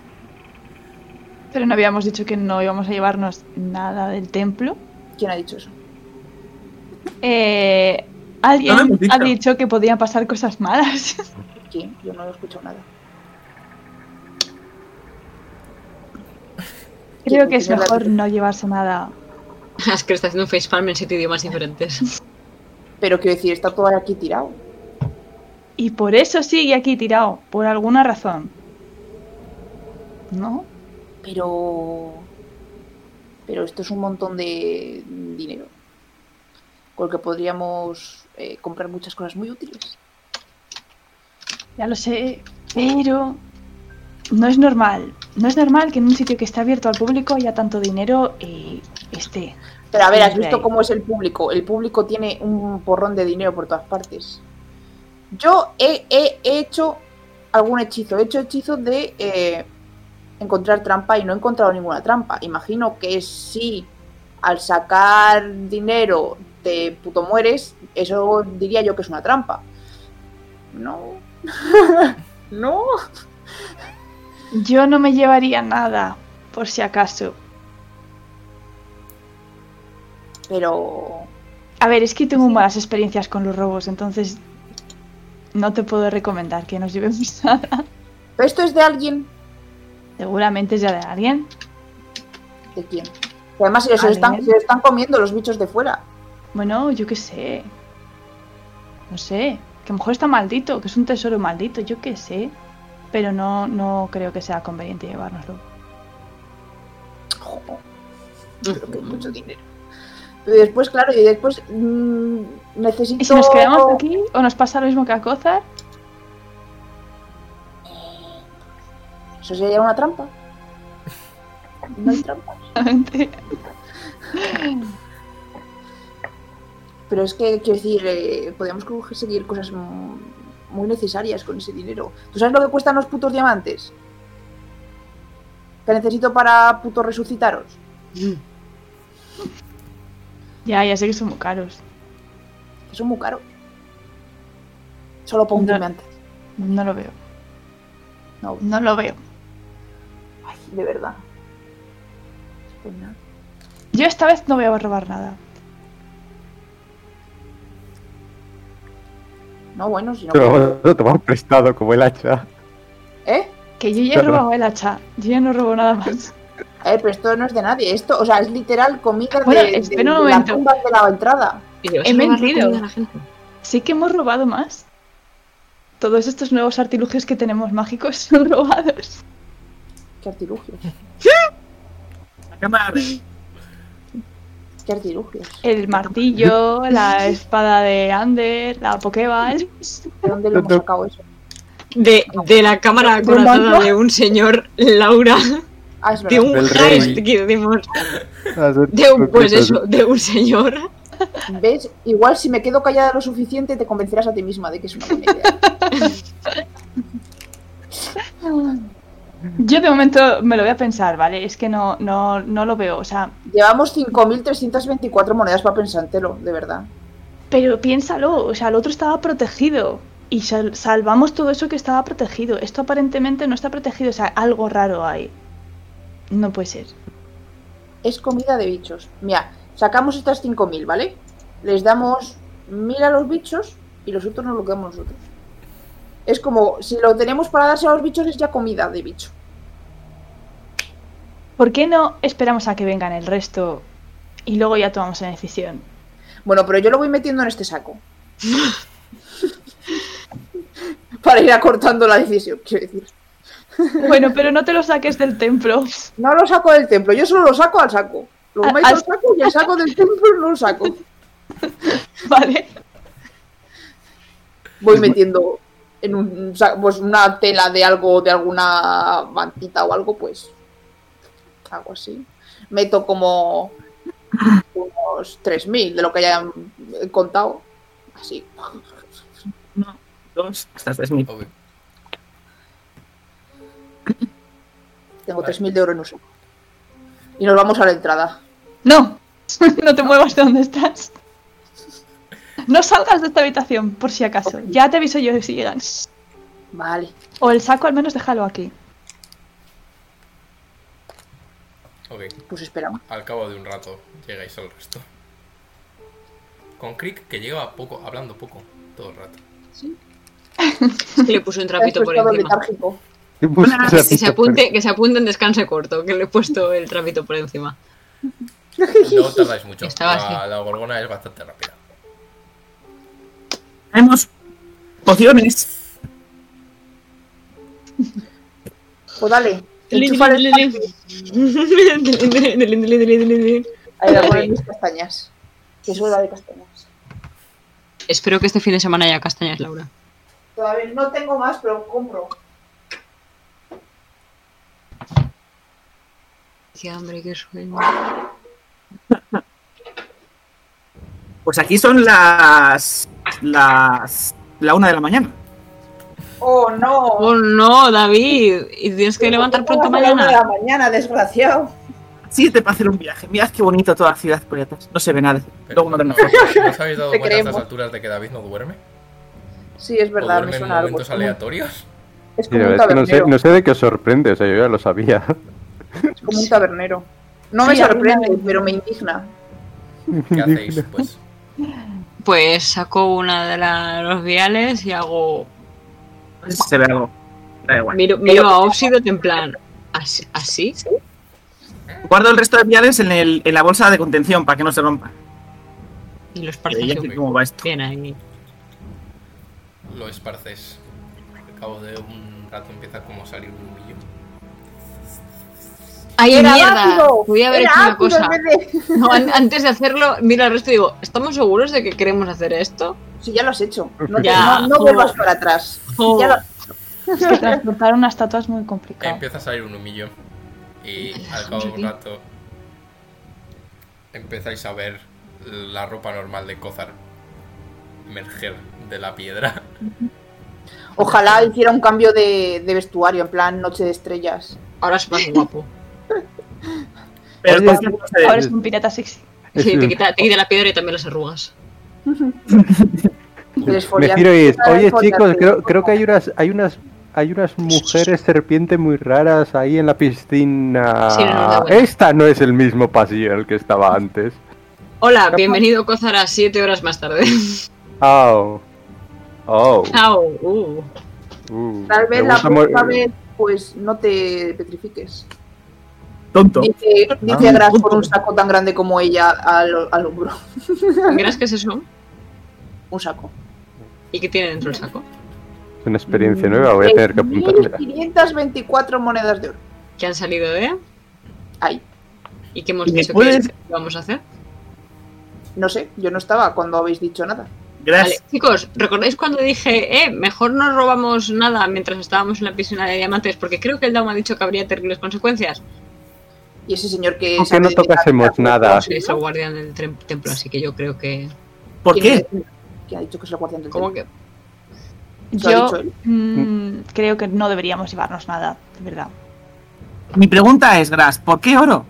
Speaker 5: Pero no habíamos dicho que no íbamos a llevarnos nada del templo.
Speaker 1: ¿Quién ha dicho eso?
Speaker 5: Eh,
Speaker 6: No lo
Speaker 5: Alguien
Speaker 6: hemos dicho.
Speaker 5: ha dicho que podían pasar cosas malas.
Speaker 1: ¿Quién? Yo no he escuchado nada.
Speaker 5: Creo
Speaker 1: Sí,
Speaker 5: que es
Speaker 1: es verdad.
Speaker 5: mejor no llevarse nada.
Speaker 4: Es que está haciendo un facepalm en siete idiomas diferentes.
Speaker 1: Pero quiero decir, está todo aquí tirado.
Speaker 5: Y por eso sigue aquí tirado, por alguna razón. ¿No?
Speaker 1: Pero. Pero esto es un montón de dinero. Con el que podríamos eh, comprar muchas cosas muy útiles.
Speaker 5: Ya lo sé, pero no es normal. No es normal que en un sitio que está abierto al público haya tanto dinero y esté.
Speaker 1: Pero a ver, ¿has
Speaker 5: Siempre
Speaker 1: visto
Speaker 5: hay.
Speaker 1: cómo es el público? El público tiene un porrón de dinero por todas partes. Yo he, he- he hecho algún hechizo. He hecho hechizo de eh, encontrar trampa y no he encontrado ninguna trampa. Imagino que si al sacar dinero te puto mueres, eso diría yo que es una trampa. No. no.
Speaker 5: Yo no me llevaría nada, por si acaso.
Speaker 1: Pero
Speaker 5: A ver, es que tengo malas experiencias con los robos, entonces no te puedo recomendar que nos llevemos nada.
Speaker 1: ¿pero esto es de alguien.
Speaker 5: Seguramente ya de alguien.
Speaker 1: ¿De quién? Que además se los
Speaker 5: A
Speaker 1: están,
Speaker 5: ver.
Speaker 1: se los están comiendo los bichos de fuera.
Speaker 5: Bueno, yo qué sé. No sé. Que a lo mejor está maldito, que es un tesoro maldito, yo qué sé. Pero no, no creo que sea conveniente llevárnoslo.
Speaker 1: Jo, creo que es mucho dinero. Pero después, claro, y después mm, necesito.
Speaker 5: ¿Y si nos quedamos aquí o nos pasa lo mismo que a Cozar?
Speaker 1: Eso sería una trampa. No hay trampa.
Speaker 5: Exactamente.
Speaker 1: Pero es que, quiero decir, eh, podríamos conseguir cosas mm, muy necesarias con ese dinero. ¿Tú sabes lo que cuestan los putos diamantes? Que necesito para putos resucitaros.
Speaker 5: Ya, ya sé que son muy caros.
Speaker 1: Que son muy caros. Solo para un
Speaker 5: No.
Speaker 1: diamante.
Speaker 5: No lo veo.
Speaker 1: No,
Speaker 5: No lo veo.
Speaker 1: ay, de verdad. Pues nada.
Speaker 5: Yo esta vez no voy a robar nada.
Speaker 1: No, bueno, si no.
Speaker 2: Te lo vamos a tomar prestado como el hacha.
Speaker 1: ¿Eh?
Speaker 5: Que yo ya he
Speaker 2: Claro.
Speaker 5: robado el hacha. Yo ya no robo nada más.
Speaker 1: A ver, Eh, pero esto no es de nadie. Esto, o sea, es literal comida
Speaker 5: Bueno,
Speaker 1: de, de,
Speaker 5: espera un
Speaker 1: de las
Speaker 5: momento.
Speaker 1: tumbas de la entrada.
Speaker 4: Y le vas
Speaker 5: He
Speaker 4: a robar la
Speaker 5: mentido.
Speaker 4: comida a la gente.
Speaker 5: Sí que hemos robado más. Todos estos nuevos artilugios que tenemos mágicos son robados.
Speaker 1: Qué artilugios.
Speaker 6: La cámara de-
Speaker 1: Qué artilugios.
Speaker 5: El martillo, la espada de Ander, la Pokéball.
Speaker 1: ¿De
Speaker 5: Eh,
Speaker 1: dónde lo hemos
Speaker 2: No.
Speaker 1: sacado eso?
Speaker 4: De, de la cámara
Speaker 5: ¿De un
Speaker 4: acorazada
Speaker 5: banco?
Speaker 4: de un señor Laura.
Speaker 1: Ah, es
Speaker 4: De
Speaker 1: verdad.
Speaker 4: un
Speaker 2: Del
Speaker 3: rey.
Speaker 4: heist que hicimos.
Speaker 2: Ah,
Speaker 4: De un, pues eso, de un señor.
Speaker 1: ¿Ves? Igual si me quedo callada lo suficiente te convencerás a ti misma de que es una buena idea.
Speaker 5: Yo de momento me lo voy a pensar, ¿vale? Es que no, no, no lo veo. O sea,
Speaker 1: Llevamos 5.324 monedas para pensártelo, de verdad.
Speaker 5: pero piénsalo. O sea, el otro estaba protegido. Y sal- salvamos todo eso que estaba protegido. Esto aparentemente no está protegido. O sea, algo raro hay. No puede ser.
Speaker 1: Es comida de bichos. Mira, sacamos estas 5.000, ¿vale? Les damos 1.000 a los bichos y los otros nos lo quedamos nosotros. Es como, si lo tenemos para darse a los bichos es ya comida de bicho.
Speaker 5: ¿Por qué no esperamos a que vengan el resto y luego ya tomamos la decisión?
Speaker 1: Bueno, pero yo lo voy metiendo en este saco. Para ir acortando la decisión, quiero decir.
Speaker 5: Bueno, pero no te lo saques del templo.
Speaker 1: No lo saco del templo, yo solo lo saco al saco. Lo
Speaker 5: Al-
Speaker 1: meto
Speaker 5: al-
Speaker 1: al saco y el saco del templo no lo saco.
Speaker 5: Vale.
Speaker 1: Voy metiendo en un sa- pues una tela de algo, de alguna mantita o algo, pues hago así. Meto como unos 3.000 de lo que hayan eh, contado. Así.
Speaker 6: Dos, hasta tres mil.
Speaker 3: Obvio.
Speaker 1: Tengo
Speaker 3: Vale.
Speaker 1: 3.000 de oro en uso. Y nos vamos a la entrada.
Speaker 5: No. No te muevas de donde estás. No salgas de esta habitación, por si acaso. Ya te aviso yo si llegan.
Speaker 1: Vale.
Speaker 5: O el saco al menos déjalo aquí.
Speaker 3: Ok,
Speaker 1: Pues esperamos.
Speaker 3: al cabo de un rato llegáis al resto. Con Crick que lleva poco, hablando poco todo el rato.
Speaker 4: Es que le puso un trapito por
Speaker 1: Esto es todo
Speaker 4: encima.
Speaker 1: letárgico.
Speaker 4: Que se apunte, que se apunte en descanse corto, que le he puesto el trapito por encima.
Speaker 3: No tardáis mucho.
Speaker 4: Estaba
Speaker 3: La, la gorgona es bastante rápida.
Speaker 6: Tenemos pociones.
Speaker 1: Pues dale. enchúfale el taxi. Ahí le ponen mis castañas. Que es hora de castañas.
Speaker 4: Espero que este fin de semana haya castañas, Laura.
Speaker 1: Todavía no tengo más, pero compro.
Speaker 4: Qué hambre, qué sueño.
Speaker 6: Pues aquí son las. las. la una de la mañana.
Speaker 1: Oh, no.
Speaker 4: Oh no, David. Y tienes que levantar pronto
Speaker 1: A la una de
Speaker 4: mañana.
Speaker 1: la mañana, desgraciado.
Speaker 6: Siete para hacer un viaje. Mirad qué bonito toda la ciudad por ahí atrás. No se ve nada.
Speaker 3: Pero
Speaker 6: Luego no
Speaker 3: ¿no,
Speaker 6: tenemos.
Speaker 3: ¿no os habéis dado
Speaker 1: Te
Speaker 3: cuenta a estas
Speaker 1: creemos.
Speaker 3: alturas de que David no duerme?
Speaker 1: Sí, es
Speaker 3: ¿O
Speaker 1: verdad,
Speaker 3: duerme
Speaker 1: me
Speaker 3: en
Speaker 1: suena algo.
Speaker 3: momentos
Speaker 1: Es como,
Speaker 3: aleatorios?
Speaker 1: es
Speaker 2: Y
Speaker 1: como
Speaker 2: la
Speaker 1: un
Speaker 2: verdad es que no sé,
Speaker 1: tabernero.
Speaker 2: no sé de qué os sorprende, o sea, yo ya lo sabía.
Speaker 1: Es como un tabernero. No me
Speaker 5: Sí, alguna
Speaker 1: sorprende,
Speaker 5: vez.
Speaker 1: pero me indigna.
Speaker 3: ¿Qué hacéis? Pues
Speaker 4: Pues saco una de la- los viales y hago.
Speaker 6: No sé si se ve algo. Da igual.
Speaker 4: Miro, miro a Óxido en plan. ¿Así? así?
Speaker 6: Guardo el resto de viales en, el, en la bolsa de contención para que no se rompa.
Speaker 4: Y los partes
Speaker 6: Ya sé cómo va esto.
Speaker 4: bien ahí.
Speaker 3: lo esparces. Al cabo de un rato empieza como a salir un humillo.
Speaker 4: ¡Ay,
Speaker 1: ¡Era
Speaker 4: mierda!
Speaker 1: ácido!
Speaker 4: Voy a haber
Speaker 1: Era
Speaker 4: hecho una
Speaker 1: ácido en
Speaker 4: cosa.
Speaker 1: vez de-
Speaker 4: No, an- antes de hacerlo, mira al resto y digo, ¿estamos seguros de que queremos hacer esto?
Speaker 1: Sí, ya lo has hecho. No,
Speaker 4: Ya.
Speaker 1: no- no vuelvas para atrás.
Speaker 4: Jo.
Speaker 1: Ya lo-
Speaker 5: Es que transportar una estatua es muy complicado.
Speaker 3: Empieza a salir un humillo. Y
Speaker 4: Vale,
Speaker 3: al cabo de un
Speaker 4: Jordi.
Speaker 3: rato empezáis a ver la ropa normal de Kozar emerger de la piedra.
Speaker 1: Ojalá hiciera un cambio de, de vestuario, en plan noche de estrellas.
Speaker 4: Ahora es más guapo.
Speaker 6: Pero
Speaker 2: Oye,
Speaker 6: entonces, no sé,
Speaker 5: Ahora es un pirata sexy.
Speaker 4: Sí,
Speaker 2: Es-
Speaker 4: te quita, te quita la piedra y también las arrugas.
Speaker 1: Que les
Speaker 2: Me
Speaker 1: follan.
Speaker 2: giro y es,
Speaker 1: Otra vez
Speaker 2: oye
Speaker 1: follan,
Speaker 2: chicos,
Speaker 1: tío.
Speaker 2: creo, creo que hay unas, hay unas, hay unas mujeres serpiente muy raras ahí en la piscina.
Speaker 4: Sí, no, no, da igual.
Speaker 2: Esta no es el mismo pasillo en el que estaba antes.
Speaker 4: Hola,
Speaker 2: Capaz.
Speaker 4: bienvenido
Speaker 1: pues-
Speaker 4: Kozara, siete horas más tarde.
Speaker 2: Oh. Oh.
Speaker 4: Chao. Uh.
Speaker 2: uh,
Speaker 1: Tal vez
Speaker 2: me
Speaker 1: la
Speaker 2: gusta mo-
Speaker 1: próxima vez, pues no te petrifiques.
Speaker 6: tonto.
Speaker 1: Dice, dice
Speaker 2: Ah.
Speaker 1: Gras por un saco tan grande como ella al, al hombro.
Speaker 4: ¿Crees que es eso?
Speaker 1: Un saco.
Speaker 4: ¿Y qué tiene dentro el saco?
Speaker 2: Es una experiencia nueva,
Speaker 1: Eh,
Speaker 2: voy a tener que apuntármela.
Speaker 1: 524 monedas de oro.
Speaker 4: ¿Qué han salido de?
Speaker 1: Ay,
Speaker 4: ¿Y qué hemos
Speaker 6: ¿Me
Speaker 4: dicho que
Speaker 6: puedes-
Speaker 4: vamos a hacer?
Speaker 1: no sé, yo no estaba cuando habéis dicho nada.
Speaker 4: Vale,
Speaker 6: Gracias.
Speaker 4: chicos, ¿recordáis cuando dije, eh, mejor no robamos nada mientras estábamos en la piscina de diamantes? Porque creo que el Dao me ha dicho que habría terribles consecuencias.
Speaker 1: Y ese señor que.
Speaker 2: Aunque
Speaker 1: sabe
Speaker 2: no
Speaker 1: de
Speaker 2: tocásemos
Speaker 1: capitán,
Speaker 2: nada.
Speaker 1: ¿no?
Speaker 4: ¿Ah, Sí, Es el guardián del tren- templo, así que yo creo que.
Speaker 6: ¿Por
Speaker 1: ¿Quién
Speaker 6: qué?
Speaker 1: es? ¿Quién ha dicho que es el guardián del
Speaker 4: ¿Cómo
Speaker 1: templo?
Speaker 4: que?
Speaker 1: ¿Se lo ha
Speaker 5: Yo
Speaker 1: dicho él?
Speaker 5: mm, creo que no deberíamos llevarnos nada, de verdad.
Speaker 6: Mi pregunta es, Gras, ¿por qué oro?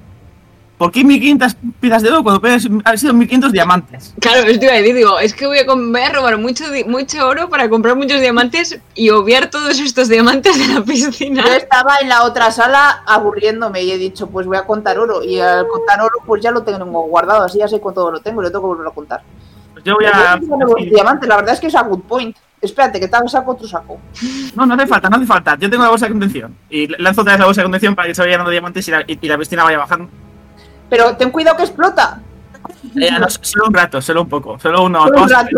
Speaker 6: ¿Por qué 1500 piezas de oro cuando pueden ser- haber sido 1500 diamantes?
Speaker 4: Claro, estoy a decir, digo, es que voy a, com- voy a robar mucho, di- mucho oro para comprar muchos diamantes y obviar todos estos diamantes de la piscina.
Speaker 1: Yo estaba en la otra sala aburriéndome y he dicho, pues voy a contar oro. Y al contar oro, pues ya lo tengo guardado, así ya sé cuánto lo tengo y lo tengo que volver a contar.
Speaker 6: Pues yo voy a...
Speaker 1: Yo tengo los diamantes, la verdad es que es a good point. Espérate, que te saco otro saco.
Speaker 6: No, no hace falta, no hace falta. Yo tengo la bolsa de contención. Y lanzo otra vez la bolsa de contención para que se vaya dando diamantes y la, y, y la piscina vaya bajando.
Speaker 1: Pero ten cuidado que explota. Pues,
Speaker 6: Eh, no, solo un rato, solo un poco. Solo uno.
Speaker 1: Por un
Speaker 6: dos.
Speaker 1: rato.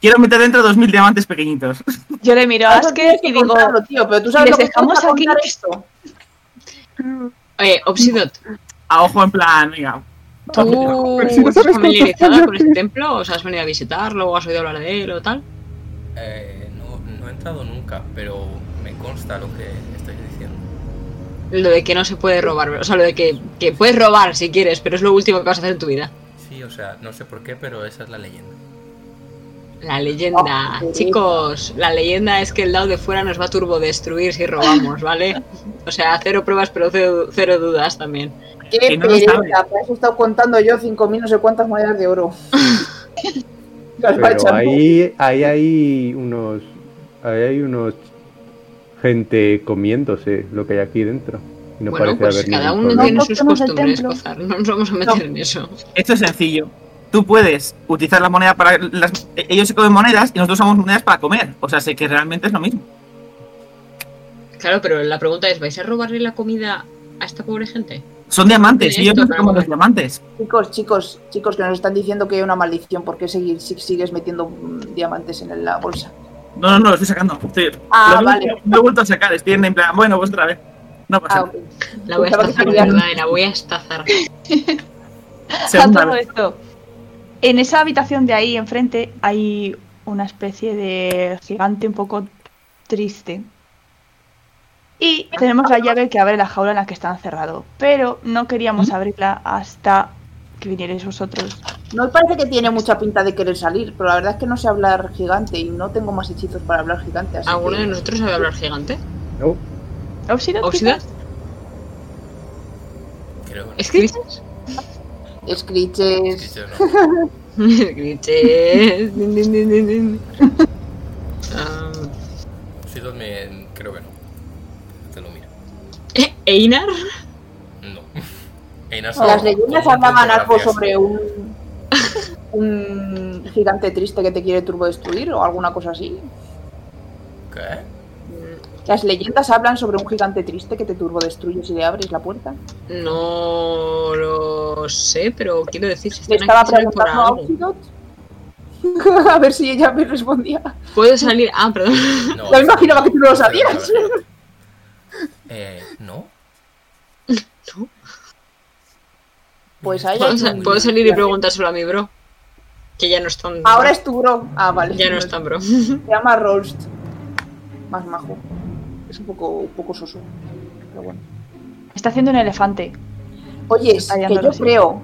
Speaker 6: Quiero meter dentro 2000 diamantes pequeñitos.
Speaker 5: Yo le miro a
Speaker 1: Ah, Eso
Speaker 5: Asker
Speaker 1: tienes que
Speaker 5: y digo,
Speaker 1: contarlo, tío, pero tú sabes
Speaker 5: ¿les
Speaker 1: lo que
Speaker 5: dejamos
Speaker 1: cuesta
Speaker 5: aquí?
Speaker 1: contar esto.
Speaker 4: Eh, Obsidot,
Speaker 6: A ojo, en plan, venga.
Speaker 4: ¿tú
Speaker 2: Pero si no
Speaker 4: estás
Speaker 2: sabes
Speaker 4: familiarizada
Speaker 2: cuántos
Speaker 4: con este templo? ¿O sea, has venido a visitarlo o has oído hablar de él o tal?
Speaker 3: Eh, no, no he entrado nunca, pero me consta lo que estáis diciendo.
Speaker 4: Lo de que no se puede robar, o sea, lo de que, que puedes robar si quieres, pero es lo último que vas a hacer en tu vida.
Speaker 3: Sí, o sea, no sé por qué, pero esa es la leyenda.
Speaker 4: La leyenda,
Speaker 1: Ah, sí.
Speaker 4: chicos, la leyenda es que el lado de fuera nos va a turbodestruir si robamos, ¿vale? O sea, cero pruebas, pero cero, cero dudas también.
Speaker 1: Qué
Speaker 6: Que no lo
Speaker 1: pereza,
Speaker 6: sabe.
Speaker 1: para eso he estado contando yo 5.000 no sé cuántas monedas de oro. Las va
Speaker 2: Pero
Speaker 1: echando.
Speaker 2: ahí, ahí hay unos. Ahí hay unos. Gente comiéndose lo que hay aquí dentro. Y no parece
Speaker 4: bueno, pues
Speaker 2: haber
Speaker 4: cada
Speaker 2: ningún
Speaker 4: uno
Speaker 2: problema.
Speaker 4: tiene
Speaker 5: No
Speaker 4: sus
Speaker 5: toquemos el
Speaker 4: costumbres,
Speaker 5: templo.
Speaker 4: Gozar, no nos vamos a meter
Speaker 6: No.
Speaker 4: en eso.
Speaker 6: Esto es sencillo. Tú puedes utilizar la moneda para. Las, eh, ellos se comen monedas y nosotros usamos monedas para comer. O sea, sé que realmente es lo mismo.
Speaker 4: Claro, pero la pregunta es, ¿vais a robarle la comida a esta pobre gente?
Speaker 6: Son diamantes.
Speaker 4: Sí,
Speaker 6: Y ellos
Speaker 4: esto,
Speaker 6: no se comen
Speaker 4: pero-
Speaker 6: los diamantes.
Speaker 1: Chicos, chicos, chicos, que nos están diciendo que hay una maldición. ¿Por qué seguir, si- sigues metiendo mm, diamantes en la bolsa?
Speaker 6: No, no, no, lo estoy sacando. Estoy,
Speaker 1: Ah,
Speaker 6: lo-
Speaker 1: vale.
Speaker 6: Lo he vuelto a sacar. Estoy en plan, bueno, pues otra vez. No
Speaker 1: Ah,
Speaker 6: pasa nada.
Speaker 1: ok.
Speaker 4: La voy a
Speaker 1: Pensaba que
Speaker 4: estazar,
Speaker 1: querían-
Speaker 4: ¿verdad? La voy a estazar.
Speaker 5: a
Speaker 6: Segunda
Speaker 5: todo
Speaker 6: vez.
Speaker 5: esto. En esa habitación de ahí enfrente hay una especie de gigante un poco triste. Y tenemos la llave que abre la jaula en la que está encerrado. Pero no queríamos abrirla hasta que vinierais vosotros.
Speaker 1: No parece que tiene mucha pinta de querer salir, pero la verdad es que no sé hablar gigante y no tengo más hechizos para hablar gigante. Así
Speaker 4: ¿Alguno
Speaker 1: que-
Speaker 4: de nosotros sabe hablar gigante?
Speaker 2: No,
Speaker 5: ¿Obsidian?
Speaker 4: ¿Obsidot?
Speaker 5: quizás?
Speaker 3: Creo que
Speaker 4: ¿Escritas?
Speaker 1: Screeches.
Speaker 3: yo no.
Speaker 4: Clichés. Din, din, din, din, din. Ah.
Speaker 3: Sí, dos me- creo que no. Te lo miro.
Speaker 4: Eh, ¿Einar?
Speaker 3: No. Einar
Speaker 4: Oh.
Speaker 1: O Las
Speaker 3: Sauron,
Speaker 1: leyendas
Speaker 3: con
Speaker 1: hablaban algo
Speaker 3: gracias.
Speaker 1: sobre un, un gigante triste que te quiere turbodestruir o alguna cosa así.
Speaker 3: ¿Qué?
Speaker 1: Las leyendas hablan sobre un gigante triste que te turbodestruye si le abres la puerta.
Speaker 4: No lo sé, pero quiero decir si
Speaker 1: Le
Speaker 4: están
Speaker 1: estaba
Speaker 4: aquí será por
Speaker 1: preguntando a
Speaker 4: algo.
Speaker 1: Oxidot. a ver si ella me respondía.
Speaker 4: Puedo salir. Ah, perdón.
Speaker 3: No,
Speaker 1: Ya me imaginaba que tú no lo
Speaker 3: espera,
Speaker 1: sabías.
Speaker 3: espera, espera. Eh, no.
Speaker 1: Pues a ella.
Speaker 4: Puedo, sa- puedo salir y preguntárselo a mi bro. Que ya no es tan.
Speaker 1: Ahora es tu bro. Ah, vale.
Speaker 4: Ya no es tan bro.
Speaker 1: Se llama Rolst. Más majo. Es un poco, un poco soso. Pero bueno.
Speaker 5: Está haciendo un elefante.
Speaker 1: Oye,
Speaker 5: Está
Speaker 1: que
Speaker 5: hallándolo
Speaker 1: yo
Speaker 5: así.
Speaker 1: creo,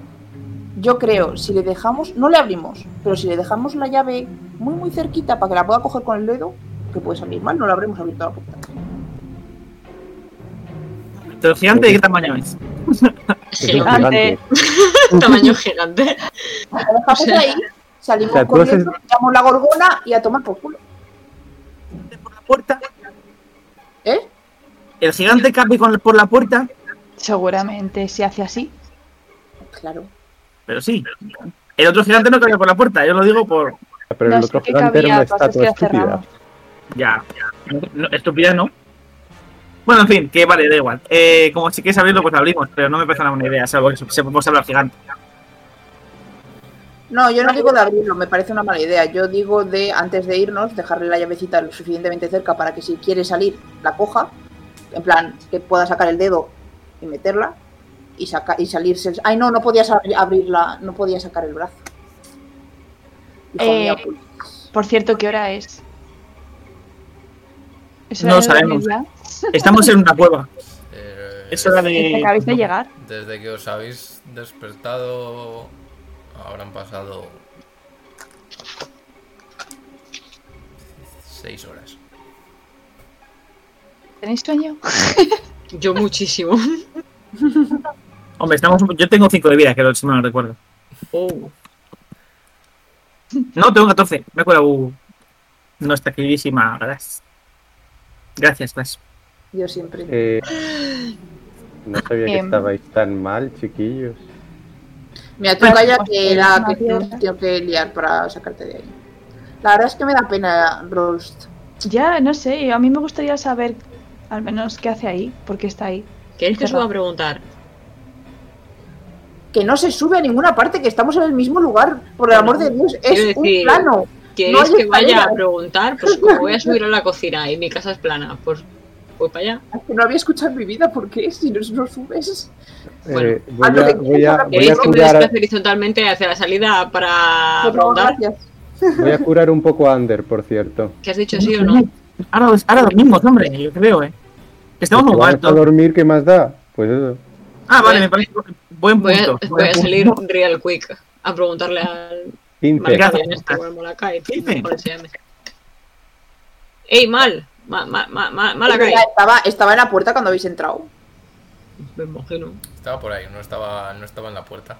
Speaker 1: yo creo, si le dejamos, no le abrimos, pero si le dejamos la llave muy muy cerquita para que la pueda coger con el dedo, que puede salir mal, no le habremos abierto la puerta.
Speaker 6: ¿Pero gigante de qué tamaño es?
Speaker 2: Es un
Speaker 4: Gigante.
Speaker 2: gigante.
Speaker 4: Tamaño gigante.
Speaker 1: La dejamos
Speaker 4: O sea-
Speaker 1: ahí, salimos
Speaker 2: O sea, tú
Speaker 1: corriendo, pillamos la gorgona y a tomar por culo.
Speaker 6: Por la puerta.
Speaker 1: ¿Eh?
Speaker 6: El gigante cabe con, por la puerta.
Speaker 5: Seguramente si hace así.
Speaker 1: Claro.
Speaker 6: Pero sí. El otro gigante no cabía por la puerta, yo lo digo por.
Speaker 2: Pero
Speaker 5: No,
Speaker 2: el
Speaker 5: es
Speaker 2: otro
Speaker 5: que
Speaker 2: gigante era una
Speaker 5: cabía, pasa, es
Speaker 2: estatua
Speaker 5: que era
Speaker 2: estúpida.
Speaker 5: cerrado.
Speaker 6: Ya. ya. No, estupidez, ¿no? Bueno, en fin, que vale, da igual. Eh, como si quieres abrirlo, pues lo abrimos, pero no me parece una buena idea, salvo que sepamos hablar gigante.
Speaker 1: No, yo no digo de abrirlo, me parece una mala idea. Yo digo de, antes de irnos, dejarle la llavecita lo suficientemente cerca para que si quiere salir, la coja. En plan, que pueda sacar el dedo y meterla. Y, saca, y salirse. Ay, no, no podías abri- abrirla, no podía sacar el brazo. Hijo
Speaker 5: Eh,
Speaker 1: mío, pues,
Speaker 5: Por cierto, ¿qué hora es? ¿Es
Speaker 6: No
Speaker 5: hora de
Speaker 6: sabemos.
Speaker 5: dormir ya?
Speaker 6: Estamos en una cueva.
Speaker 3: Eh,
Speaker 6: Es hora
Speaker 5: ¿Es que
Speaker 6: de.
Speaker 5: acabáis de llegar?
Speaker 3: Desde que os habéis despertado, habrán pasado seis horas.
Speaker 5: ¿Tenéis sueño?
Speaker 4: Yo muchísimo.
Speaker 6: Hombre, estamos. Yo tengo 5 de vida, que si no lo recuerdo.
Speaker 4: Oh.
Speaker 6: No, tengo 14. Me acuerdo. uh, nuestra queridísima. Gracias. Gracias, gracias.
Speaker 1: yo siempre.
Speaker 2: Eh, no sabía que
Speaker 5: Em.
Speaker 2: estabais tan mal, chiquillos.
Speaker 1: Mira, tú calla
Speaker 5: pues,
Speaker 1: que
Speaker 5: eh,
Speaker 1: la
Speaker 5: una
Speaker 1: que
Speaker 5: piedra.
Speaker 1: tengo que liar para sacarte de ahí. La verdad es que me da pena, Rost.
Speaker 5: Ya, no sé. A mí me gustaría saber al menos qué hace ahí, por qué está ahí.
Speaker 4: ¿Queréis que os voy a preguntar?
Speaker 1: Que no se sube a ninguna parte, que estamos en el mismo lugar. Por el
Speaker 4: Bueno,
Speaker 1: amor de Dios,
Speaker 4: quiero
Speaker 1: es un
Speaker 4: decir-
Speaker 1: plano.
Speaker 4: ¿Queréis
Speaker 1: No hay
Speaker 4: que vaya
Speaker 1: escaleras.
Speaker 4: a preguntar? Pues como voy a subir a la cocina y mi casa es plana, pues voy para allá.
Speaker 1: que no había escuchado en mi vida, ¿por qué? Si no, no subes.
Speaker 2: Eh,
Speaker 5: Ah,
Speaker 2: voy,
Speaker 1: Bueno,
Speaker 2: a,
Speaker 5: pues,
Speaker 2: voy, a, voy, a
Speaker 4: ¿Queréis que me
Speaker 2: curar,
Speaker 4: desplace horizontalmente hacia la salida para
Speaker 1: Por favor,
Speaker 4: preguntar?
Speaker 1: gracias.
Speaker 2: voy a curar un poco a Ander, por cierto.
Speaker 4: ¿Qué has dicho sí o no?
Speaker 6: Ahora, ahora dormimos, hombre, yo creo, ¿eh? Que Estamos
Speaker 2: Si
Speaker 6: muy
Speaker 2: te vas a
Speaker 6: altos.
Speaker 2: dormir, ¿qué más da? Pues eso.
Speaker 6: Ah, vale, me parece buen
Speaker 4: Voy a, voy
Speaker 6: punto.
Speaker 4: a
Speaker 6: buen punto.
Speaker 4: salir real quick a preguntarle al
Speaker 2: 15.
Speaker 4: Marca
Speaker 6: Venga.
Speaker 4: bien este, o al Malakai.
Speaker 6: Dice.
Speaker 4: o al SM. ¡Ey, mal! Ma, ma, ma, ma- Malakai.
Speaker 1: Ya Estaba, estaba en la puerta cuando habéis entrado.
Speaker 4: Me imagino.
Speaker 3: Estaba por ahí, no estaba, no estaba en la puerta.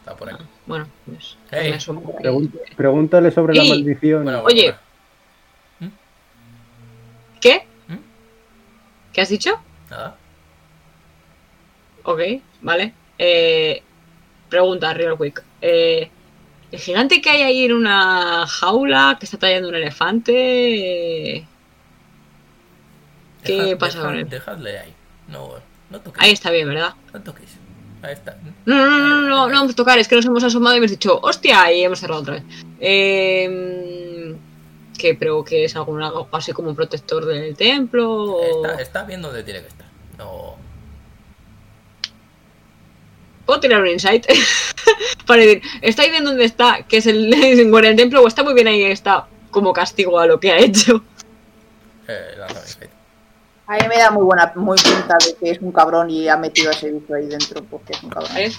Speaker 3: Estaba por ahí.
Speaker 4: Ah, Bueno, pues,
Speaker 3: Ey.
Speaker 4: me asomo.
Speaker 2: Pregun- Pregúntale sobre la
Speaker 4: Y-
Speaker 2: maldición.
Speaker 3: Bueno, bueno,
Speaker 4: Oye.
Speaker 3: bueno.
Speaker 4: ¿Qué?
Speaker 3: ¿Mm?
Speaker 4: ¿Qué has dicho?
Speaker 3: Nada.
Speaker 4: Ok, vale. Eh, pregunta, real quick. Eh, ¿El gigante que hay ahí en una jaula que está tallando un elefante? eh, ¿Qué
Speaker 3: Dejad-
Speaker 4: pasa con
Speaker 3: dejad-
Speaker 4: él?
Speaker 3: Dejadle ahí. No, no toques.
Speaker 4: Ahí está bien, ¿verdad?
Speaker 3: No toques. Ahí está.
Speaker 4: No, no, no, no, no, no vamos a tocar, es que nos hemos asomado y hemos dicho, hostia, y hemos cerrado otra vez. Eh, que creo que es algún algo así como un protector del templo. o-
Speaker 3: Está, eh. está bien donde tiene que estar. No.
Speaker 4: Puedo tirar un insight para decir, ¿estáis bien donde está? Que es el en guardia del templo, o está muy bien ahí, está como castigo a lo que ha hecho.
Speaker 3: Eh, lanza mi insight.
Speaker 1: A mí me da muy buena muy pinta de que es un cabrón y ha metido a ese bicho ahí dentro porque es un cabrón.
Speaker 4: ¿Eh?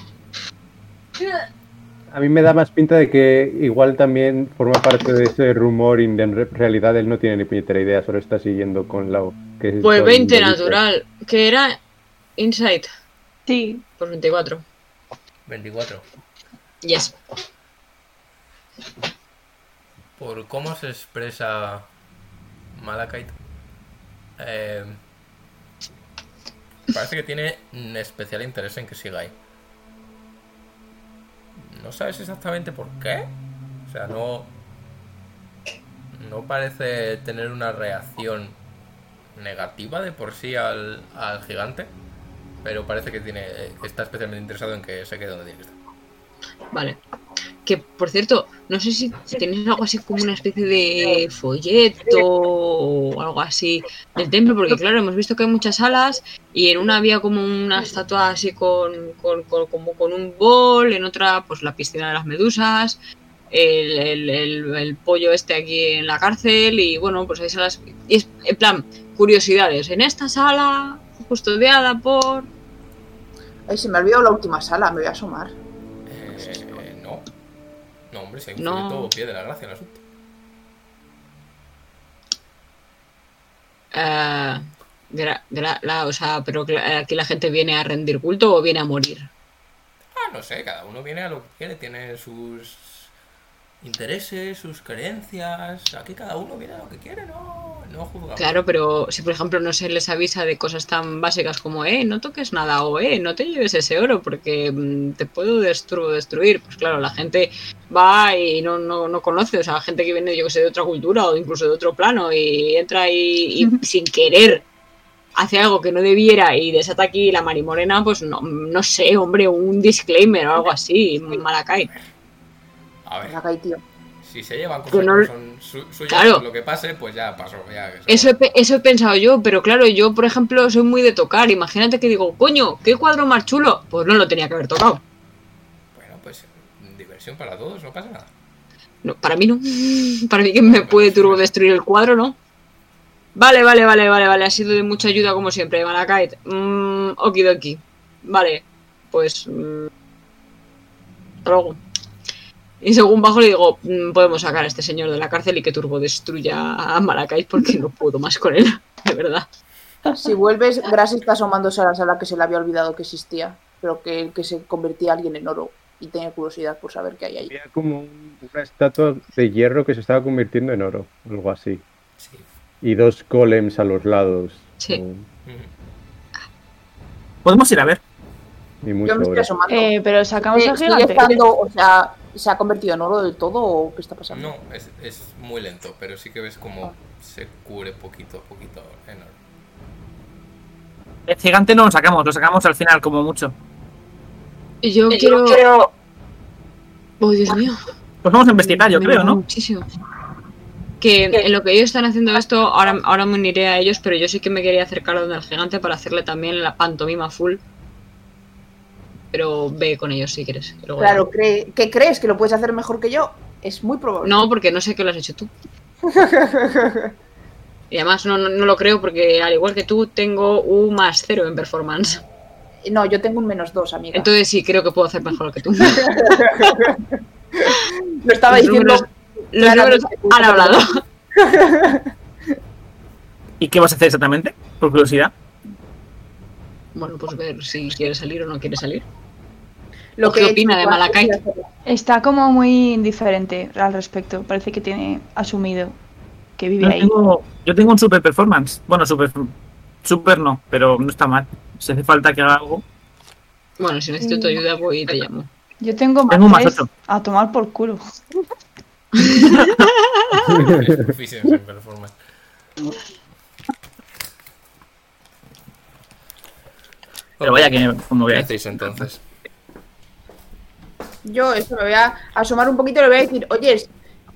Speaker 2: A mí me da más pinta de que igual también forma parte de ese rumor y en re- realidad él no tiene ni puñetera idea, solo está siguiendo con la... Que es-
Speaker 4: Pues
Speaker 2: con
Speaker 4: 20
Speaker 2: lo dice.
Speaker 4: natural, que era insight,
Speaker 5: Sí,
Speaker 4: pues 24.
Speaker 3: 24.
Speaker 4: Yes.
Speaker 3: Por cómo se expresa Malakite, eh, parece que tiene un especial interés en que siga ahí. No sabes exactamente por qué. O sea, no. No parece tener una reacción negativa de por sí al, al gigante. Pero parece que tiene. Está especialmente interesado en que se quede donde tiene que estar.
Speaker 4: Vale. Que, por cierto, no sé si tenéis algo así como una especie de folleto o algo así del templo, porque claro, hemos visto que hay muchas salas y en una había como una estatua así con, con, con- como con un bol, en otra pues la piscina de las medusas, el, el- el- el pollo este aquí en la cárcel y bueno, pues hay salas... Y es, en plan, curiosidades. En esta sala, custodiada por...
Speaker 1: Ay, se me ha olvidado la última sala, me voy a asomar.
Speaker 3: Eh, no. No, hombre, si hay un
Speaker 4: No.
Speaker 3: folleto, pie de la gracia el asunto.
Speaker 4: Ah, gra- gra- la- o sea, pero cla- aquí la gente viene a rendir culto o viene a morir.
Speaker 3: Ah, no sé, cada uno viene a lo que quiere, tiene sus intereses, sus creencias. Aquí cada uno viene a lo que quiere, no, no juzgamos.
Speaker 4: Claro, pero si por ejemplo no se les avisa de cosas tan básicas como, eh, no toques nada o, eh, no te lleves ese oro porque mm, te puedo destru- destruir. Pues claro, la gente va y no, no, no conoce, o sea, gente que viene, yo que sé, de otra cultura o incluso de otro plano y entra y, y sin querer hace algo que no debiera y desata aquí la marimorena, pues no, no sé, hombre, un disclaimer o algo así, Malakai.
Speaker 3: A ver,
Speaker 1: Malakai, tío.
Speaker 3: si se llevan
Speaker 4: Que
Speaker 3: cosas
Speaker 4: no-
Speaker 3: que son su- suyas,
Speaker 4: Claro.
Speaker 3: lo que pase, pues ya pasó. Ya,
Speaker 4: Eso he, pe- eso he pensado yo, pero claro, yo por ejemplo soy muy de tocar. Imagínate que digo, coño, qué cuadro más chulo. Pues no lo tenía que haber tocado.
Speaker 3: Bueno, pues diversión para todos, no pasa nada.
Speaker 4: No, para mí no. Para mí que me puede turbo destruir el cuadro, ¿no? Vale, vale, vale, vale, vale. Ha sido de mucha ayuda como siempre, Malakite. Mm, okidoki. Vale, pues... mm, hasta luego. Y según bajo le digo, mm, podemos sacar a este señor de la cárcel y que turbo destruya a Malakite porque no puedo más con él, de verdad.
Speaker 1: Si vuelves, Gras está asomándose a la sala que se le había olvidado que existía, pero que, que se convertía alguien en oro y tenía curiosidad por saber qué hay ahí.
Speaker 2: Había como un- una estatua de hierro que se estaba convirtiendo en oro, algo así.
Speaker 3: Sí.
Speaker 2: Y dos golems a los lados.
Speaker 4: Sí.
Speaker 2: ¿no?
Speaker 3: Mm.
Speaker 6: Podemos ir a ver.
Speaker 2: Y
Speaker 1: Yo
Speaker 2: mucho
Speaker 1: me estoy
Speaker 2: oro.
Speaker 1: asomando.
Speaker 5: Eh, pero sacamos
Speaker 1: Eh,
Speaker 5: al
Speaker 1: sigue
Speaker 5: gigante.
Speaker 1: estando- o sea, ¿se ha convertido en oro del todo o qué está pasando?
Speaker 3: No, es, es muy lento, pero sí que ves como se cubre poquito a poquito en oro.
Speaker 6: El gigante no lo sacamos, lo sacamos al final, como mucho.
Speaker 4: Y Yo quiero... Oh, Dios mío.
Speaker 6: Pues vamos a investigar, yo
Speaker 4: Me
Speaker 6: creo,
Speaker 4: mola
Speaker 6: ¿no?
Speaker 4: Muchísimo. Que en lo que ellos están haciendo esto, ahora, ahora me uniré a ellos, pero yo sí que me quería acercar a donde el gigante para hacerle también la pantomima full. Pero ve con ellos si quieres. que luego
Speaker 1: Claro, cree, ¿qué crees? ¿Que lo puedes hacer mejor que yo? Es muy
Speaker 4: ya-
Speaker 1: probable.
Speaker 4: No, porque no sé qué lo has hecho tú. Y además no, no, no lo creo porque al igual que tú tengo un más cero en performance.
Speaker 1: No, yo tengo un menos dos, amiga.
Speaker 4: Entonces sí creo que puedo hacer mejor que tú.
Speaker 1: lo estaba
Speaker 4: los
Speaker 1: diciendo.
Speaker 4: números- Los
Speaker 1: claramente.
Speaker 4: números han hablado.
Speaker 6: ¿Y qué vas a hacer exactamente? Por curiosidad.
Speaker 4: Bueno, pues ver si quiere salir o no quiere salir.
Speaker 1: Lo
Speaker 4: ¿Qué
Speaker 1: que he hecho
Speaker 4: opina de
Speaker 1: yo antes
Speaker 4: Malakai?
Speaker 1: hacerlo.
Speaker 5: Está como muy indiferente al respecto. Parece que tiene asumido que vive
Speaker 6: Yo
Speaker 5: ahí.
Speaker 6: tengo, yo tengo un super performance. Bueno, super, super no, pero no está mal. Si hace falta que haga algo.
Speaker 4: Bueno, si necesito
Speaker 8: Mm.
Speaker 4: tu ayuda voy y te llamo.
Speaker 5: Yo tengo más,
Speaker 6: Tengo más
Speaker 5: tres
Speaker 6: ocho.
Speaker 5: a tomar por culo.
Speaker 3: Eficiency en performance.
Speaker 6: Pero vaya que como
Speaker 3: ¿Qué
Speaker 6: veáis.
Speaker 3: hacéis entonces?
Speaker 1: Yo eso me voy a asomar un poquito y le voy a decir, oye,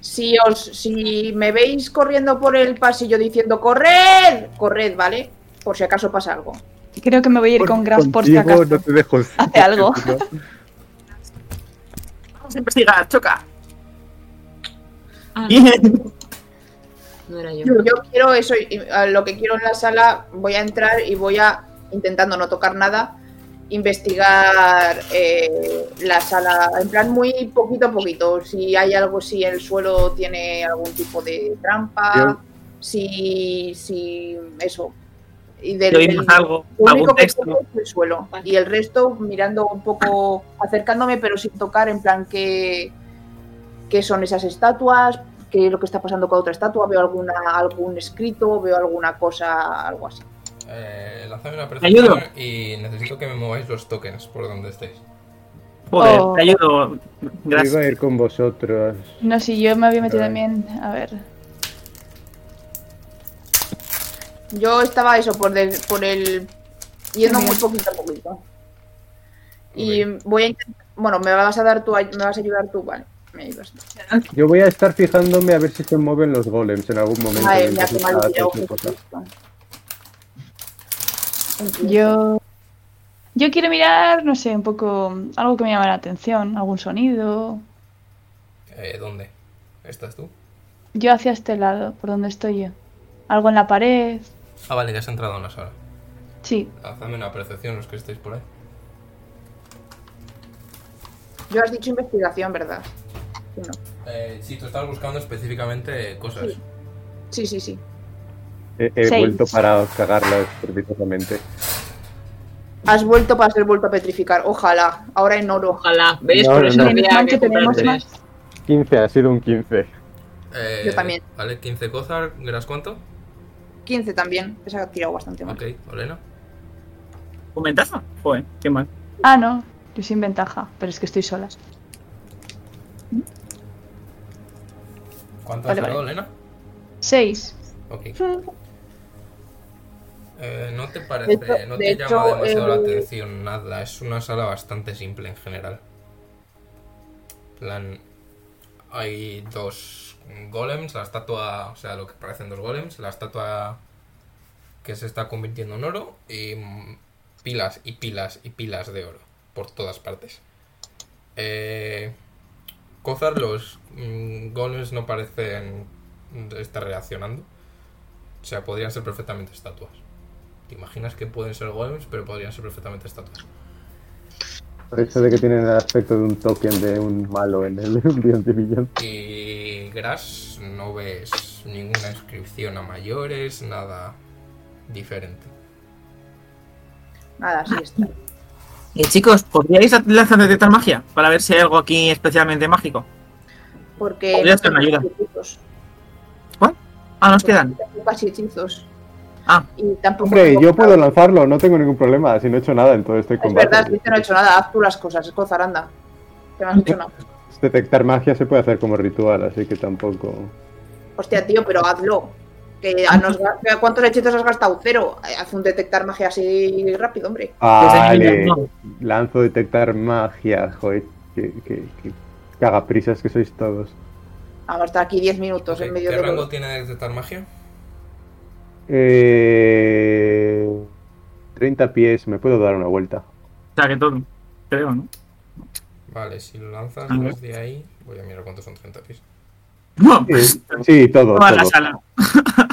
Speaker 1: si os, si me veis corriendo por el pasillo diciendo corred, corred, ¿vale? Por si acaso pasa algo.
Speaker 5: Creo que me voy a ir con Gras por si
Speaker 2: Contigo
Speaker 5: acaso.
Speaker 2: no te dejo.
Speaker 5: Hace algo.
Speaker 6: Vamos a investigar, choca.
Speaker 4: Ah,
Speaker 6: Bien.
Speaker 4: no era
Speaker 1: Yo,
Speaker 4: yo.
Speaker 1: quiero eso, y- a lo que quiero en la sala, voy a entrar y voy a, intentando no tocar nada, investigar eh, la sala, en plan muy poquito a poquito, si hay algo, si el suelo tiene algún tipo de
Speaker 2: Bien.
Speaker 1: trampa, si, si eso. Y del,
Speaker 6: Si oímos
Speaker 1: del-
Speaker 6: algo,
Speaker 1: lo único
Speaker 6: algún
Speaker 1: que
Speaker 6: texto.
Speaker 1: toco es el suelo y el resto mirando un poco, acercándome pero sin tocar en plan que qué son esas estatuas, qué es lo que está pasando con otra estatua, veo alguna algún escrito, veo alguna cosa, algo así.
Speaker 3: Eh, lanzadme una
Speaker 6: ayudo?
Speaker 3: percepción y necesito que me mováis los tokens por donde estéis.
Speaker 6: Joder,
Speaker 5: Oh.
Speaker 6: te ayudo.
Speaker 2: Yo iba a
Speaker 6: Gracias.
Speaker 2: ir con vosotros.
Speaker 5: No, si yo me había metido
Speaker 2: Ay.
Speaker 5: también. A ver.
Speaker 1: Yo estaba eso por el, por el yendo muy
Speaker 5: Muy bien.
Speaker 1: poquito a poquito. Y voy a intent- bueno, me vas a dar tú ay- me vas a ayudar tú, vale. Me iba a estar.
Speaker 2: Yo voy a estar fijándome a ver si se mueven los golems en algún momento.
Speaker 1: Madre mía,
Speaker 2: mientras
Speaker 1: qué
Speaker 2: está
Speaker 1: mal día,
Speaker 2: haciendo
Speaker 1: ojo,
Speaker 2: cosas.
Speaker 1: Cristo.
Speaker 5: Yo. Yo quiero mirar, no sé, un poco. Algo que me llame la atención, algún sonido.
Speaker 3: Eh, ¿Dónde? ¿Estás tú?
Speaker 5: Yo hacia este lado, por donde estoy yo. Algo en la pared.
Speaker 3: Ah, vale, ya has entrado en la sala.
Speaker 5: Sí.
Speaker 3: Hazme una percepción los que estéis por ahí.
Speaker 1: Yo has dicho investigación, ¿verdad? Sí, no.
Speaker 3: Eh, sí, tú estabas buscando específicamente cosas.
Speaker 1: Sí. Sí, sí, sí.
Speaker 2: He, he
Speaker 5: Seis.
Speaker 2: vuelto para cagarlas precisamente.
Speaker 1: Has vuelto para ser vuelto a petrificar. Ojalá. Ahora en oro.
Speaker 4: Ojalá. ¿Ves?
Speaker 2: No,
Speaker 4: Por
Speaker 2: no,
Speaker 4: eso
Speaker 2: no.
Speaker 5: Menos
Speaker 4: había
Speaker 5: mal
Speaker 4: que
Speaker 5: que tenemos
Speaker 4: comprar tres.
Speaker 2: 15, ha sido un 15.
Speaker 3: Eh,
Speaker 1: Yo también.
Speaker 3: Vale, 15 cosas, ¿verás cuánto?
Speaker 1: 15 también. Esa ha tirado bastante mal.
Speaker 3: Ok, Olena.
Speaker 6: ¿Con ventaja? Joder, qué mal.
Speaker 5: Ah, no. Yo sin ventaja, pero es que estoy sola.
Speaker 3: ¿Cuánto
Speaker 5: Vale,
Speaker 3: has tirado,
Speaker 5: vale.
Speaker 3: Olena?
Speaker 5: Seis.
Speaker 3: Ok. Eh, no te parece,
Speaker 1: De hecho-
Speaker 3: no
Speaker 1: de
Speaker 3: te llama
Speaker 1: hecho, em,
Speaker 3: demasiado la
Speaker 1: el-
Speaker 3: atención nada. Es una sala bastante simple en general. Plan, hay dos golems, la estatua, o sea, lo que parecen dos golems, la estatua que se está convirtiendo en oro y mm, pilas y pilas y pilas de oro por todas partes. Eh, Cozar, los mm, golems no parecen estar reaccionando. O sea, podrían ser perfectamente estatuas. ¿Te imaginas que pueden ser golems, pero podrían ser perfectamente estatuas?
Speaker 2: Por eso de que tienen el aspecto de un token de un malo en el Beyond the Beyond.
Speaker 3: Y Grass no ves ninguna inscripción a mayores, nada diferente.
Speaker 1: Nada, sí está.
Speaker 6: Eh, chicos, ¿podríais lanzar detectar magia? Para ver si hay algo aquí especialmente mágico.
Speaker 1: Porque.
Speaker 6: Podría ser
Speaker 1: tenemos
Speaker 6: una ayuda.
Speaker 1: casi hechizos.
Speaker 6: Ah, nos quedan.
Speaker 1: Tenemos Casi hechizos.
Speaker 6: Ah.
Speaker 1: Y tampoco.
Speaker 2: Hombre, yo puedo lanzarlo, no tengo ningún problema. Si no he hecho nada en todo este
Speaker 1: Es
Speaker 2: combate.
Speaker 1: verdad, si no he hecho nada. Haz tú las cosas. Es cozaranda. Que no has hecho nada.
Speaker 2: Detectar magia se puede hacer como ritual, así que tampoco.
Speaker 1: Hostia, tío, pero hazlo. Que a nos- ¿Cuántos hechizos has gastado? Cero. Eh, Haz un detectar magia así rápido, hombre.
Speaker 2: Vale,
Speaker 6: Desde mi-
Speaker 2: Ah, lanzo detectar magia, joder. Que, que, que cagaprisas que sois todos.
Speaker 1: Vamos a estar aquí 10 minutos
Speaker 3: Ok,
Speaker 1: en medio
Speaker 3: ¿Qué
Speaker 1: de.
Speaker 3: rango
Speaker 1: los-
Speaker 3: tiene de detectar magia?
Speaker 2: Eh, 30 pies, me puedo dar una vuelta.
Speaker 6: O sea, que todo. Creo, ¿no?
Speaker 3: Vale, si lo lanzas
Speaker 6: A ver.
Speaker 3: desde ahí, voy a mirar cuántos son 30 pies.
Speaker 6: No,
Speaker 2: Eh,
Speaker 6: pues,
Speaker 2: sí, todo.
Speaker 6: toda la
Speaker 2: todo.
Speaker 6: sala.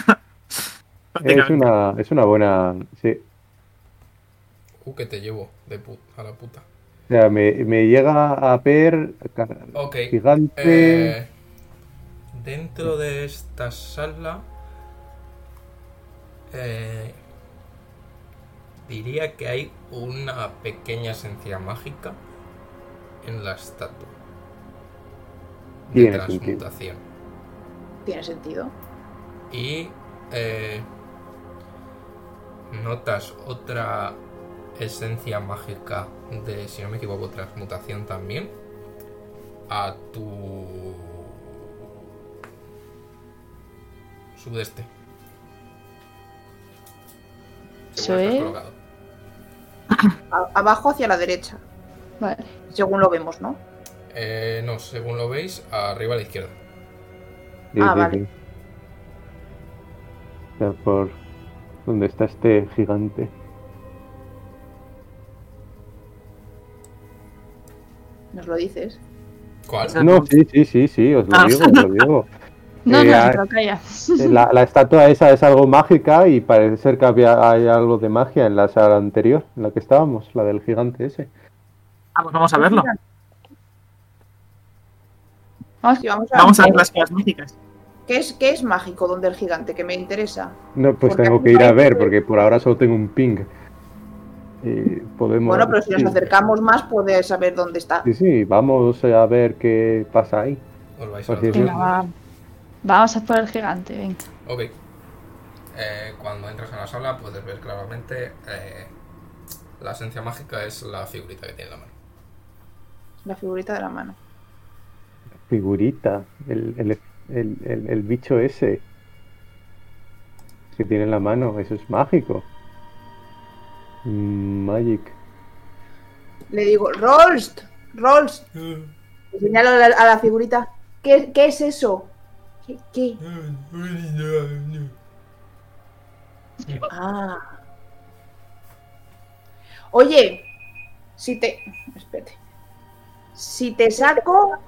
Speaker 2: Es
Speaker 6: Prácticamente.
Speaker 2: una, es una buena. Sí.
Speaker 3: Uh, que te llevo de pu- a la puta.
Speaker 2: O sea, me, me llega a ver. ca-
Speaker 3: Ok.
Speaker 2: Gigante.
Speaker 3: Eh, dentro de esta sala. eh, diría que hay una pequeña esencia mágica en la estatua. De
Speaker 2: Tiene sentido.
Speaker 3: transmutación.
Speaker 1: Tiene sentido.
Speaker 3: Y. eh, notas otra esencia mágica de, si no me equivoco, transmutación también. A tu. Sudeste.
Speaker 5: Eso
Speaker 3: Según estás
Speaker 5: es.
Speaker 3: colocado.
Speaker 1: A- abajo hacia la derecha.
Speaker 5: Vale.
Speaker 1: Según lo vemos, ¿no?
Speaker 3: Eh, no, según lo veis, arriba a la izquierda.
Speaker 2: Sí,
Speaker 1: ah,
Speaker 2: sí,
Speaker 1: vale.
Speaker 2: sí. O sea, por. ¿Dónde está este gigante?
Speaker 1: Nos lo dices.
Speaker 3: ¿Cuál?
Speaker 6: Ah,
Speaker 2: No, sí, sí, sí, sí, os lo
Speaker 6: Ah.
Speaker 2: digo, os lo digo.
Speaker 5: No,
Speaker 2: Eh,
Speaker 5: no,
Speaker 2: ah,
Speaker 5: pero calla.
Speaker 2: La, la estatua esa es algo mágica y parece ser que había hay algo de magia en la sala anterior, en la que estábamos, la del gigante ese.
Speaker 6: Ah, pues vamos a verlo.
Speaker 5: Vamos,
Speaker 1: Sí, vamos a-
Speaker 6: Vamos a ver las cosas mágicas.
Speaker 1: ¿Qué es, ¿Qué es mágico donde el gigante? Que me interesa.
Speaker 2: No, pues
Speaker 1: Porque
Speaker 2: tengo
Speaker 1: aquí
Speaker 2: que ir a
Speaker 1: parece
Speaker 2: ver,
Speaker 1: que-
Speaker 2: porque por ahora solo tengo un ping. Y podemos.
Speaker 1: Bueno, pero si
Speaker 2: sí.
Speaker 1: nos acercamos más, puedes saber dónde está.
Speaker 2: Sí, sí, vamos a ver qué pasa ahí.
Speaker 3: Os vais a la
Speaker 2: Pues sí,
Speaker 3: otra
Speaker 5: venga,
Speaker 3: sala.
Speaker 5: va. Vamos a por el gigante, venga.
Speaker 3: Ok. Eh, cuando entras en la sala puedes ver claramente eh, la esencia mágica es la figurita que tiene en la mano.
Speaker 1: La figurita de la mano.
Speaker 2: Figurita, el, el, el, el- el bicho ese que tiene en la mano, eso es mágico. Mm, Magic.
Speaker 1: Le digo, Rolst, Rolst, Señalo a la, a la figurita. ¿Qué, qué es eso? ¿Qué, qué? Ah. Oye, si te. Espérate. Si te saco.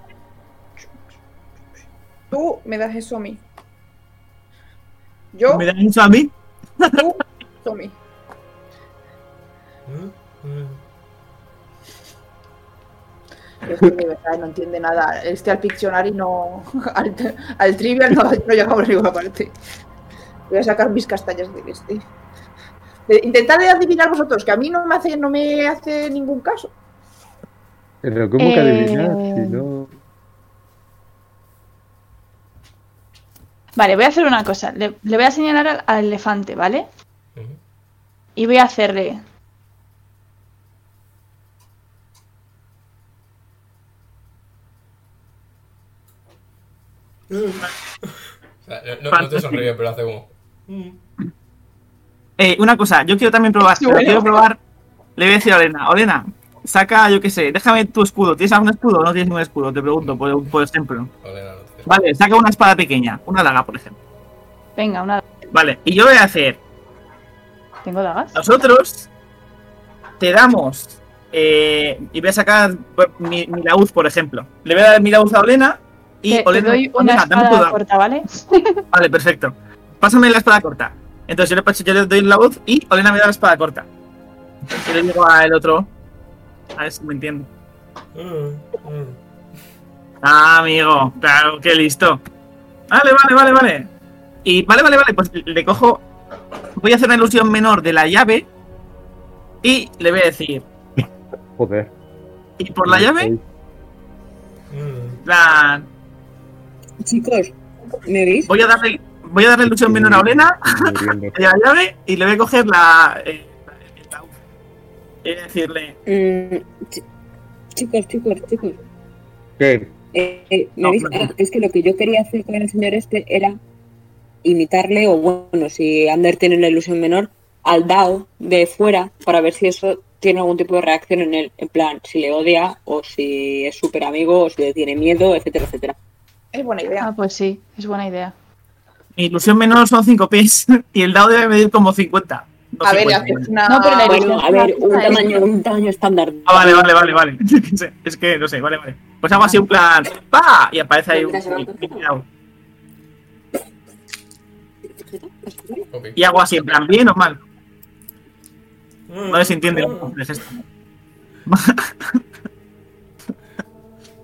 Speaker 1: Tú me das eso a mí. Yo,
Speaker 6: ¿Me das eso a mí?
Speaker 1: tú, eso a mí. Este de verdad no entiende nada. Este al Pictionary no. Al, al Trivial no, no llegamos a ninguna parte. Voy a sacar mis castañas de este. De- Intentad adivinar vosotros, que a mí no me hace, no me hace ningún caso.
Speaker 2: Pero ¿cómo que adivinar?
Speaker 5: Eh,
Speaker 2: Si no...
Speaker 5: Vale, voy a hacer una cosa. Le, le voy a señalar al, al elefante, ¿vale? Y voy a hacerle.
Speaker 3: O sea, no, no- no te sonríe, pero hace como.
Speaker 6: Eh, una cosa, yo quiero también probar. pero Quiero probar. Le voy a decir a Olena, Olena, saca, yo qué sé, déjame tu escudo. ¿Tienes algún escudo o no tienes ningún escudo? Te pregunto, por, por ejemplo.
Speaker 3: Olena, no te-
Speaker 6: Vale, saca una espada pequeña, una daga, por ejemplo.
Speaker 5: Venga, una.
Speaker 6: Vale, y yo voy a hacer.
Speaker 5: ¿Tengo dagas?
Speaker 6: Ah, Nosotros te damos. eh, y voy a sacar pues, mi, mi laúd, por ejemplo. Le voy a dar mi laúd a Olena. Y
Speaker 5: Te, te
Speaker 6: Olena,
Speaker 5: doy una
Speaker 6: Olena, dame tu
Speaker 5: espada
Speaker 6: daga.
Speaker 5: corta, ¿vale?
Speaker 6: Vale, perfecto. Pásame la espada corta. Entonces yo le, paso- yo le doy la voz y Olena me da la espada corta. Y le digo al otro. A ver si me entiendo. Ah, amigo. Claro, qué listo. Vale, vale, vale, vale. Y vale, vale, vale. Pues le cojo. Voy a hacer una ilusión menor de la llave. Y le voy a decir.
Speaker 2: Joder.
Speaker 6: Y por la llave,
Speaker 3: Mm.
Speaker 6: en plan.
Speaker 4: Chicos, ¿me veis?
Speaker 6: Voy a darle. Voy a darle ilusión menor a Olena
Speaker 2: Muriendo.
Speaker 6: de la llave y le voy a coger la. eh, el laúd. Y voy a decirle.
Speaker 8: Mm, chi- chicos, chicos, chicos.
Speaker 2: ¿Qué?
Speaker 8: Eh, eh, ¿me
Speaker 6: No,
Speaker 8: veis?
Speaker 6: no,
Speaker 8: Ah,
Speaker 6: no.
Speaker 8: es que lo que yo quería hacer con el señor este era imitarle, o bueno, si Ander tiene una ilusión menor, al DAO de fuera para ver si eso tiene algún tipo de reacción en él. En plan, si le odia, o si es súper amigo, o si le tiene miedo, etcétera, etcétera.
Speaker 1: Es buena idea.
Speaker 5: Ah, pues sí, es buena idea.
Speaker 6: Mi ilusión menor son 5 pies y el dado debe medir como 50. no
Speaker 1: A ver, le
Speaker 6: 50.
Speaker 1: haces una.
Speaker 5: Ah, No, pero la ilusión-
Speaker 8: Bueno, a ver, un
Speaker 5: Ah,
Speaker 8: tamaño, un tamaño estándar.
Speaker 6: Ah, vale, vale, vale, vale. Yo qué sé, es que no sé, vale, vale. Pues hago así un plan. ¡Pa! Y aparece ahí un.
Speaker 3: Ok.
Speaker 6: Y hago así, en plan, bien o mal. No les entiende. ¿no? Es esto.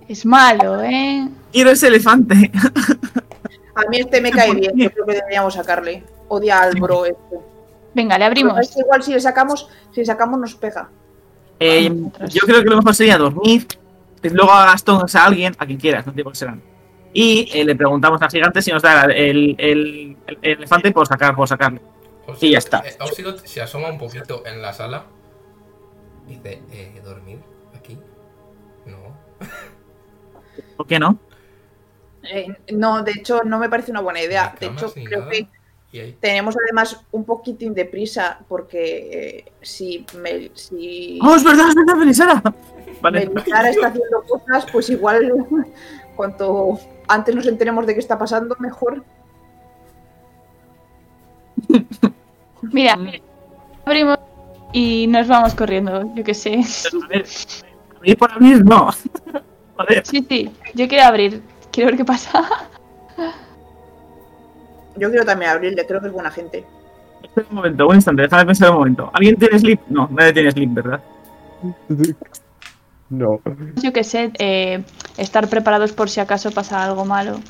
Speaker 5: Es malo, ¿eh?
Speaker 6: Quiero ese elefante.
Speaker 1: A mí este me cae bien. Yo creo que deberíamos sacarle. Odia al bro este.
Speaker 5: Venga,
Speaker 1: Pero
Speaker 5: le
Speaker 1: es
Speaker 5: abrimos.
Speaker 1: que igual si le sacamos, si le sacamos nos pega.
Speaker 6: Eh, yo creo que lo mejor sería dormir. y Luego a Gastón, o sea, a alguien, a quien quieras, no te que serán. Y eh, le preguntamos al gigante si nos da el, el- el elefante por sacar, por sacarlo.
Speaker 3: Oxidot-
Speaker 6: Y ya está.
Speaker 3: eh, Oxidot se asoma un poquito en la sala. Dice, eh, ¿dormir aquí? No.
Speaker 6: ¿Por qué no?
Speaker 1: Eh, no, de hecho, no me parece una buena idea.
Speaker 3: Ni
Speaker 1: De
Speaker 3: camas,
Speaker 1: hecho,
Speaker 3: ni
Speaker 1: creo
Speaker 3: nada.
Speaker 1: que
Speaker 3: Y ahí.
Speaker 1: tenemos además un poquitín de prisa porque eh, si, Mel, si
Speaker 6: ¡Oh, es verdad, es verdad, Belisara! Vale,
Speaker 1: Melitara está haciendo cosas, pues igual cuanto antes nos enteremos de qué está pasando, mejor.
Speaker 5: Mira, abrimos y nos vamos corriendo, yo qué sé.
Speaker 6: pues, a ver, abrir por abrir, no. Joder,
Speaker 5: Sí, sí, yo quiero abrir. Quiero ver qué pasa.
Speaker 1: Yo quiero también abrirle, creo que es buena gente.
Speaker 6: espera un momento, un instante, déjame pensar un momento. ¿Alguien tiene slip? No, nadie tiene slip, ¿verdad?
Speaker 2: No.
Speaker 5: Yo qué sé, eh, estar preparados por si acaso pasa algo malo.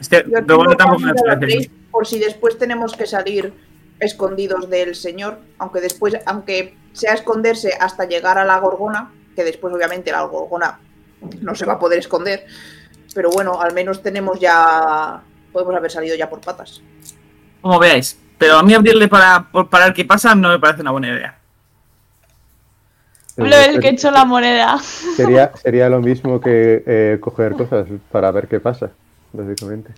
Speaker 6: Es que
Speaker 1: Yo
Speaker 6: lo bueno
Speaker 1: tengo
Speaker 6: tampoco me
Speaker 1: guardado
Speaker 6: hace
Speaker 1: la
Speaker 6: gracia.
Speaker 1: Play por si después tenemos que salir escondidos del señor, aunque después, aunque sea esconderse hasta llegar a la gorgona, que después obviamente la gorgona no se va a poder esconder, pero bueno, al menos tenemos ya, podemos haber salido ya por patas.
Speaker 6: Como veáis. Pero a mí abrirle para, por parar qué pasa no me parece una buena idea.
Speaker 5: Lo del que echó la moneda.
Speaker 2: Sería, sería lo mismo que eh, coger cosas para ver qué pasa, básicamente.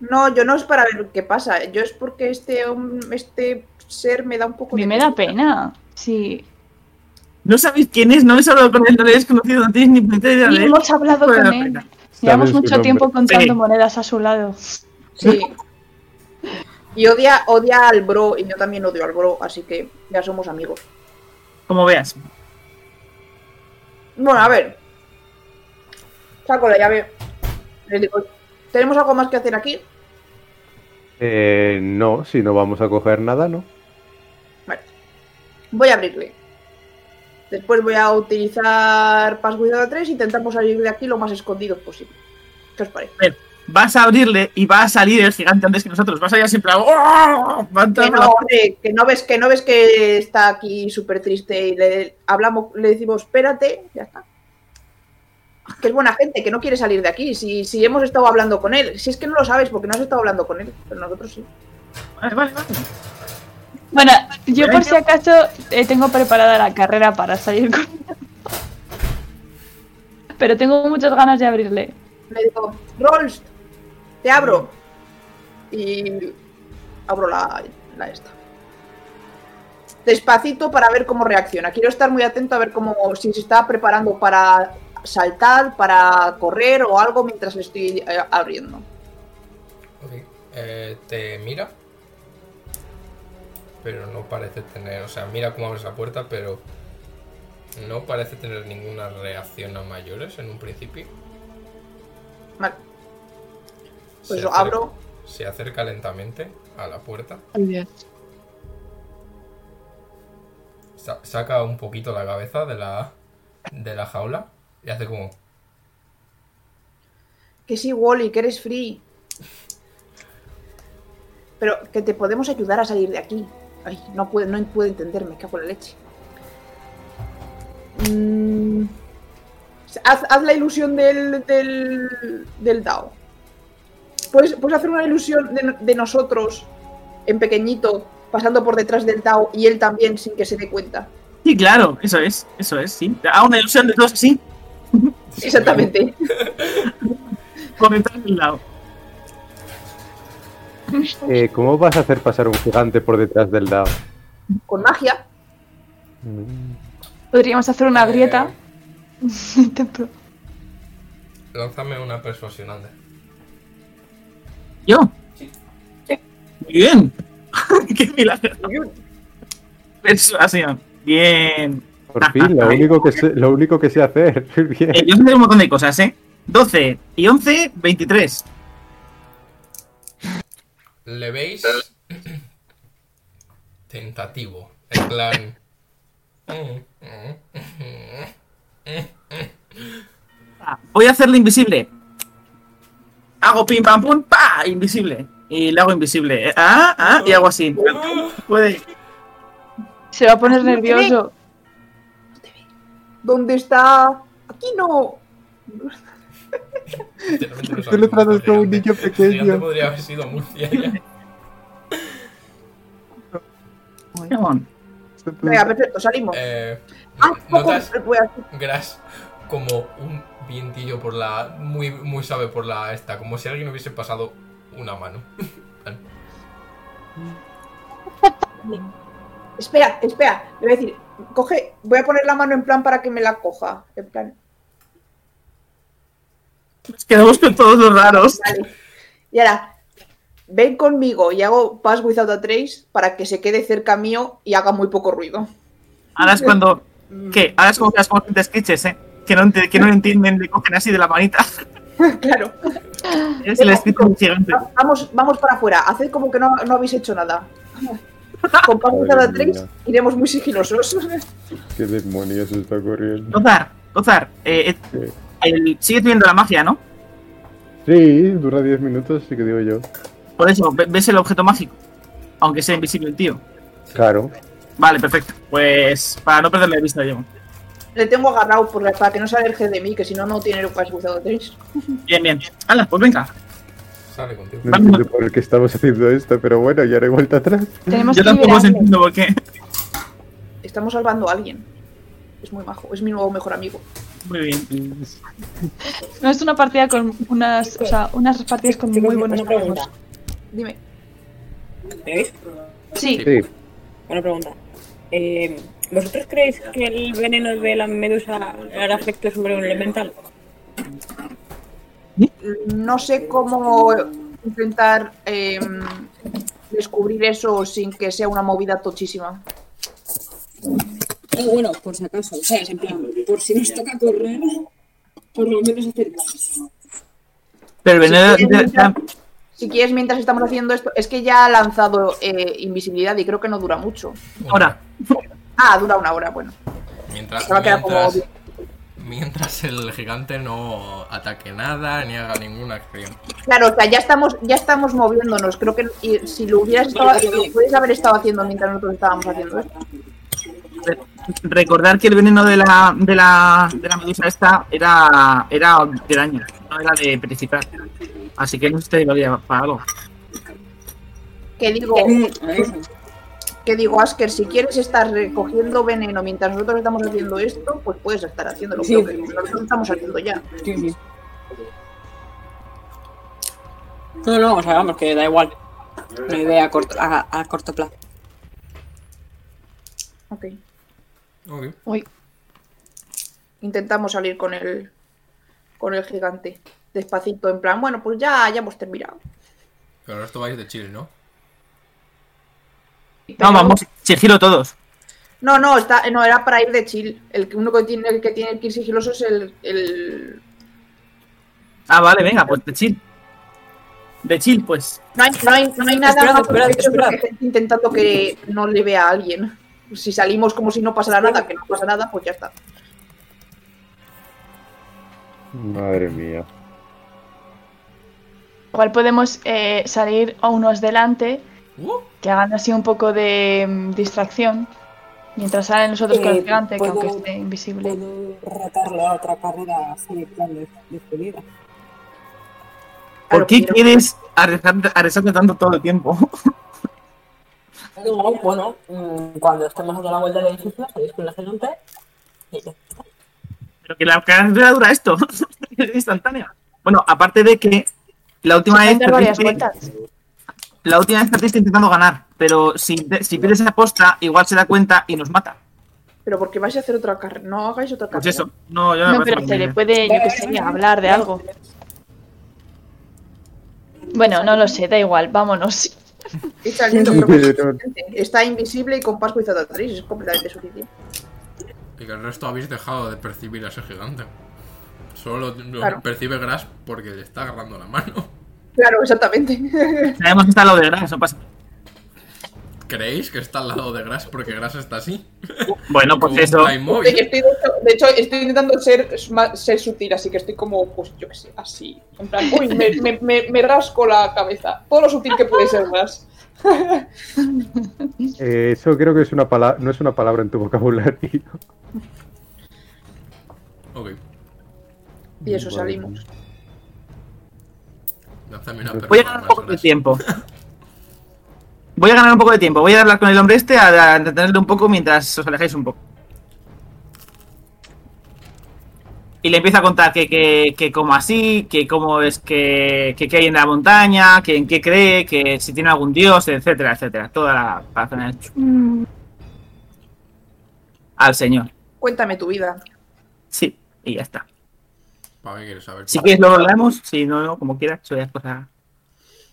Speaker 1: No, yo no es para ver qué pasa, yo es porque este, hom- este ser me da un
Speaker 5: A
Speaker 1: poco
Speaker 5: mí
Speaker 1: de
Speaker 5: me da pena. Sí.
Speaker 6: No sabéis quién es, no habéis hablado con él, no le habéis conocido, no tenéis ni puta idea
Speaker 5: Y
Speaker 6: de él.
Speaker 5: hemos hablado
Speaker 6: Vale la
Speaker 5: con él.
Speaker 6: pena.
Speaker 5: Llevamos
Speaker 2: Sabe su
Speaker 5: mucho
Speaker 2: nombre.
Speaker 5: tiempo contando
Speaker 6: Sí.
Speaker 5: monedas a su lado.
Speaker 1: Sí. Y odia, odia al bro, y yo también odio al bro, así que ya somos amigos.
Speaker 6: Como veas.
Speaker 1: Bueno, a ver. Saco la llave. Le digo, ¿tenemos algo más que hacer aquí?
Speaker 2: Eh, no, si no vamos a coger nada, ¿no?
Speaker 1: Vale. Voy a abrirle. Después voy a utilizar Paz Cuidado 3 e intentamos salir de aquí lo más escondidos posible. ¿Qué os parece?
Speaker 6: Vas a abrirle y va a salir el gigante antes que nosotros. Vas a ir siempre a... ¡Oh! Va a entrar
Speaker 1: Que
Speaker 6: por la-
Speaker 1: no, hombre, que no ves que no ves que está aquí súper triste y le hablamos, le decimos, espérate, ya está. Que es buena gente, que no quiere salir de aquí. Si, si hemos estado hablando con él, si es que no lo sabes porque no has estado hablando con él, pero nosotros sí.
Speaker 6: Vale, vale, vale.
Speaker 5: Bueno, yo por si acaso eh, tengo preparada la carrera para salir con Pero tengo muchas ganas de abrirle.
Speaker 1: Le digo, Rolls, te abro. Y abro la, la esta. Despacito para ver cómo reacciona. Quiero estar muy atento a ver cómo si se está preparando para saltar, para correr o algo mientras le estoy eh, abriendo.
Speaker 3: Ok, eh, te mira, pero no parece tener, o sea, mira cómo abres la puerta, pero no parece tener ninguna reacción a mayores en un principio.
Speaker 1: Vale,
Speaker 3: Se
Speaker 1: pues lo
Speaker 3: acerca-
Speaker 1: abro.
Speaker 3: Se acerca lentamente a la puerta, sa- saca un poquito la cabeza de la, de la jaula y hace como...
Speaker 1: Que sí, Wally, que eres free. Pero que te podemos ayudar a salir de aquí. Ay, no puede, no puede entenderme, cago en la leche. Mm. Haz, haz la ilusión del, del, del DAO. Puedes, puedes hacer una ilusión de, de nosotros en pequeñito, pasando por detrás del DAO y él también sin que se dé cuenta.
Speaker 6: Sí, claro, eso es, eso es, sí. A una ilusión de todos así,
Speaker 1: Exactamente.
Speaker 6: por detrás del lado.
Speaker 2: Eh, ¿Cómo vas a hacer pasar un gigante por detrás del dado?
Speaker 1: Con magia.
Speaker 2: Mm.
Speaker 5: Podríamos hacer una grieta.
Speaker 3: eh,
Speaker 5: Te pro-
Speaker 3: lánzame una persuasión, Ander.
Speaker 6: ¿Yo? Muy bien. Qué milagro. Persuasión. Bien.
Speaker 2: Por fin, lo único que sé, lo único que sé hacer. Bien.
Speaker 6: Eh, yo sé hacer un montón de cosas, ¿eh? 12 y 11, 23.
Speaker 3: Le veis tentativo. En plan. "Mm,
Speaker 6: Ah, Voy a hacerle invisible. Hago pim pam pum, pa, invisible. Y le hago invisible. Eh, Ah, ah, y hago así. Puede.
Speaker 5: Se va a poner nervioso.
Speaker 1: ¿Dónde está? Aquí no.
Speaker 3: Literalmente
Speaker 2: Tú lo
Speaker 3: no sabes cómo
Speaker 2: tratas
Speaker 3: está el
Speaker 2: como un
Speaker 3: gigante.
Speaker 2: niño
Speaker 3: El
Speaker 2: pequeño.
Speaker 3: gigante podría haber sido Murcia ya.
Speaker 6: Come on.
Speaker 1: Venga, perfecto, salimos.
Speaker 3: Eh,
Speaker 1: Ah, poco,
Speaker 3: notas
Speaker 1: pues,
Speaker 3: Gras como un vientillo por la. Muy, muy suave por la esta. Como si alguien hubiese pasado una mano.
Speaker 1: Espera, espera, le voy a decir, coge, voy a poner la mano en plan para que me la coja. En plan,
Speaker 6: Nos quedamos con todos los raros.
Speaker 1: vale. Y ahora, ven conmigo y hago Pass Without a Trace para que se quede cerca mío y haga muy poco ruido.
Speaker 6: Ahora es cuando. ¿Qué? Ahora es como que las cosas de sketches, ¿eh? Que no, ent- que no lo entienden, le cogen así de la manita.
Speaker 1: claro.
Speaker 6: Es el escrito del gigante.
Speaker 1: Va- Vamos, vamos para afuera, haced como que no, no habéis hecho nada. Con Pass Without a
Speaker 2: Madre mía.
Speaker 1: Trace iremos muy sigilosos.
Speaker 2: ¿Qué demonios está ocurriendo?
Speaker 6: Gozar, Gozar, eh, eh, el- sigues viendo la magia, ¿no?
Speaker 2: Sí, dura 10 minutos, sí que digo yo.
Speaker 6: Por eso, ve- ves el objeto mágico. Aunque sea invisible el tío.
Speaker 2: Claro.
Speaker 6: Vale, perfecto. Pues para no perderle de vista, llevo.
Speaker 1: Le tengo agarrado por la- para que no se alerje de mí, que si no, no tiene el Pass Without a Trace.
Speaker 6: Bien, bien. Hala, pues venga.
Speaker 3: Sale contigo.
Speaker 2: No entiendo por qué estamos haciendo esto, pero bueno, ya no hay vuelta atrás.
Speaker 5: Tenemos
Speaker 6: Yo
Speaker 5: que
Speaker 6: tampoco os
Speaker 5: liberarle.
Speaker 6: entiendo por qué.
Speaker 1: Estamos salvando a alguien. Es muy majo, es mi nuevo mejor amigo.
Speaker 6: Muy bien.
Speaker 5: No es una partida con unas, o sea, unas partidas con
Speaker 8: Chicos,
Speaker 5: muy buenos
Speaker 8: una pregunta.
Speaker 5: juegos.
Speaker 1: Dime.
Speaker 8: ¿Me oís?
Speaker 5: Sí,
Speaker 2: Sí,
Speaker 8: Una pregunta. Eh, ¿Vosotros creéis que el veneno de la medusa hará efecto sobre un elemental?
Speaker 1: No sé cómo intentar eh, descubrir eso sin que sea una movida tochísima.
Speaker 8: Eh, bueno, por si acaso, o sea, en plan, por si nos toca correr, por lo menos hacer.
Speaker 6: Pero el
Speaker 1: Si
Speaker 6: veneno de-
Speaker 1: quieres,
Speaker 6: de-
Speaker 1: mientras- si quieres, mientras estamos haciendo esto, es que ya ha lanzado eh, invisibilidad y creo que no dura mucho.
Speaker 6: Ahora.
Speaker 1: Ah, dura una hora, bueno.
Speaker 3: Mientras,
Speaker 1: Se va a quedar como
Speaker 3: mientras,
Speaker 1: obvio.
Speaker 3: mientras el gigante no ataque nada ni haga ninguna acción.
Speaker 1: Claro, o sea, ya estamos, ya estamos moviéndonos. Creo que y si lo hubieras estado, lo podéis haber estado haciendo mientras nosotros estábamos haciendo esto.
Speaker 6: recordar que el veneno de la, de la, de la medusa esta era, era de daño, no era de precipitar. Así que no se te valía para algo.
Speaker 1: Que digo, que digo, Asker, si quieres estar recogiendo veneno mientras nosotros estamos haciendo esto, pues puedes estar haciéndolo.
Speaker 8: Sí.
Speaker 1: Creo que nosotros estamos haciendo ya.
Speaker 8: Sí, sí. No, no, o sea, vamos, que da igual. Una idea a corto, a, a corto plazo.
Speaker 1: Ok.
Speaker 3: Ok.
Speaker 5: Uy,
Speaker 1: Intentamos salir con el con el gigante. Despacito, en plan, bueno, pues ya, ya hemos terminado.
Speaker 3: Pero esto vais de chill, ¿no?
Speaker 6: No, vamos, sigilo todos.
Speaker 1: No, no, está, no, era para ir de chill. El que uno que tiene, el que tiene que ir sigiloso es el, el-
Speaker 6: Ah, vale, venga, pues de chill. De chill, pues.
Speaker 1: No hay, no hay, no hay nada
Speaker 8: Esperad,
Speaker 1: más
Speaker 8: esperad,
Speaker 1: sospechoso
Speaker 8: esperad.
Speaker 1: que gente intentando que no le vea a alguien. Si salimos como si no pasara nada, que no pasa nada, pues ya está.
Speaker 2: Madre mía.
Speaker 5: igual podemos eh, salir a unos delante
Speaker 3: Uh,
Speaker 5: que hagan así un poco de mm, distracción mientras salen nosotros con
Speaker 8: Eh,
Speaker 5: el gigante, que
Speaker 8: puedo-
Speaker 5: aunque esté invisible.
Speaker 8: Puedo retarle a otra carrera así de plan de- despedida.
Speaker 1: Claro,
Speaker 6: ¿Por qué
Speaker 1: pero-
Speaker 6: quieres arriesgarte, arriesgarte tanto todo el tiempo?
Speaker 8: No, bueno, mm, cuando estemos dando la vuelta del edificio, salís con la gigante. y ya.
Speaker 6: Pero que la carrera dura esto. es instantánea. Bueno, aparte de que la última
Speaker 5: Pueden
Speaker 6: vez.
Speaker 5: dar varias
Speaker 6: perdiste-
Speaker 5: vueltas.
Speaker 6: La última vez perdiste intentando ganar, pero si, si pierdes esa posta, igual se da cuenta y nos mata.
Speaker 1: Pero porque vais a hacer otra carrera. No hagáis otra carrera.
Speaker 6: Pues eso, no, yo no me
Speaker 5: No,
Speaker 6: parece
Speaker 5: pero se
Speaker 6: bien.
Speaker 5: le puede, yo qué sé, hablar de algo. Bueno, no lo sé, da igual, vámonos.
Speaker 1: Y saliendo, creo que es suficiente. Está invisible y con Pascua y Zatatriz. Es completamente suficiente.
Speaker 3: y que el resto habéis dejado de percibir a ese gigante. Solo lo
Speaker 1: Claro.
Speaker 3: percibe Grass porque le está agarrando la mano.
Speaker 1: Claro, exactamente.
Speaker 6: Sabemos que está lo de Gras, no pasa nada.
Speaker 3: ¿Creéis que está al lado de Grass porque Grass está así?
Speaker 6: Bueno, pues
Speaker 3: Como
Speaker 6: eso.
Speaker 3: está inmóvil.
Speaker 1: Oye, estoy, de, hecho, de hecho, estoy intentando ser, ma- ser sutil, así que estoy como, pues yo qué sé, así. En plan, uy, me, me- me- me rasco la cabeza. Todo lo sutil que puede ser más.
Speaker 2: Eh, eso creo que es una pala- no es una palabra en tu vocabulario.
Speaker 3: Ok,
Speaker 1: Y eso
Speaker 2: Vale.
Speaker 1: salimos.
Speaker 3: lanzadme una
Speaker 6: Voy a ganar
Speaker 3: performance,
Speaker 6: un poco de
Speaker 3: Grass.
Speaker 6: tiempo. Voy a ganar un poco de tiempo. Voy a hablar con el hombre este a a entretenerle un poco mientras os alejáis un poco. Y le empieza a contar que, que, que cómo así, que cómo es que, que qué hay en la montaña, que en qué cree, que si tiene algún dios, etcétera, etcétera. Toda la página
Speaker 3: Mm.
Speaker 6: al señor.
Speaker 1: Cuéntame tu vida.
Speaker 6: Sí, y ya está.
Speaker 3: ¿Para qué quieres saber?
Speaker 6: Si quieres luego hablamos, si no, no, como quieras, soy las cosas.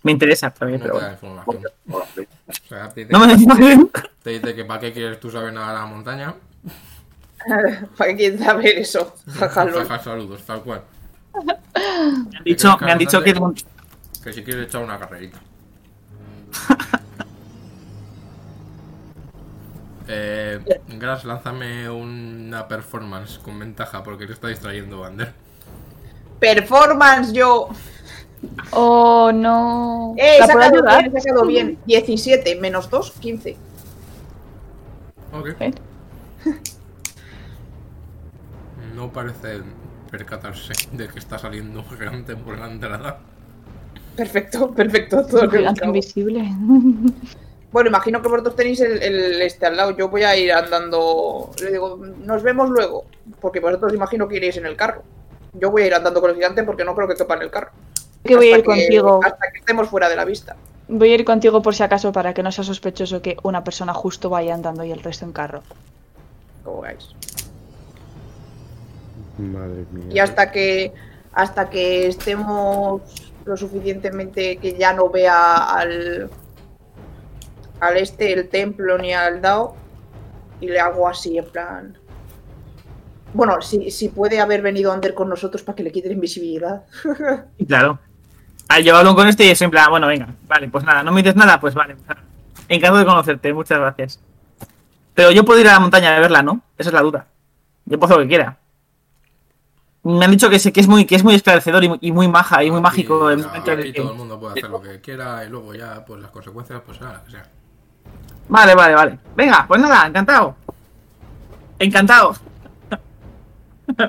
Speaker 6: Me interesa también,
Speaker 3: no te
Speaker 6: pero
Speaker 3: da
Speaker 6: bueno.
Speaker 3: información. O sea, te dice-
Speaker 6: No me
Speaker 3: Te dice que para qué quieres tú saber nada de la montaña.
Speaker 1: ¿Para quién saber eso? Jaja, lol.
Speaker 3: Jaja, saludos, tal cual.
Speaker 6: Me han dicho, me han dicho que
Speaker 3: Que si quieres echar una carrerita. eh, Gras, lánzame una performance con ventaja porque te está distrayendo Bander.
Speaker 1: Performance yo.
Speaker 5: Oh, no.
Speaker 1: Eh, he
Speaker 5: ¿La puedo
Speaker 1: sacado
Speaker 5: ayudar?
Speaker 1: bien, he sacado bien. 17 menos 2, 15.
Speaker 3: Ok.
Speaker 5: Ok.
Speaker 3: No parece percatarse de que está saliendo un gigante por la entrada.
Speaker 1: Perfecto, perfecto. Todo lo que buscaba.
Speaker 5: Gigante invisible.
Speaker 1: Bueno, imagino que vosotros tenéis el, el este al lado. Yo voy a ir andando. Le digo, nos vemos luego. Porque vosotros imagino que iréis en el carro. Yo voy a ir andando con el gigante porque no creo que quepa en el carro.
Speaker 5: que voy a
Speaker 1: Hasta
Speaker 5: ir contigo.
Speaker 1: Hasta que estemos fuera de la vista.
Speaker 5: Voy a ir contigo por si acaso para que no sea sospechoso que una persona justo vaya andando y el resto en carro.
Speaker 1: como veáis.
Speaker 2: Madre mía.
Speaker 1: Y hasta que hasta que estemos lo suficientemente que ya no vea al al este el templo ni al Dao y le hago así en plan bueno, si, si puede haber venido Ander con nosotros para que le quite la invisibilidad.
Speaker 6: Y claro. Ah, yo hablo con este y es en plan, bueno, venga, vale, pues nada, no me dices nada, pues vale. Encantado de conocerte, muchas gracias. Pero yo puedo ir a la montaña a verla, ¿no? Esa es la duda. Yo puedo hacer lo que quiera. Me han dicho que, se- que es muy que es muy esclarecedor y muy, y muy maja
Speaker 3: Ah,
Speaker 6: y muy mágico el
Speaker 3: Aquí-
Speaker 6: momento en el
Speaker 3: aquí
Speaker 6: que-
Speaker 3: todo el mundo puede hacer lo que quiera y luego ya, pues las consecuencias, pues nada, que sea.
Speaker 6: Vale, vale, vale. Venga, pues nada, encantado. Encantado.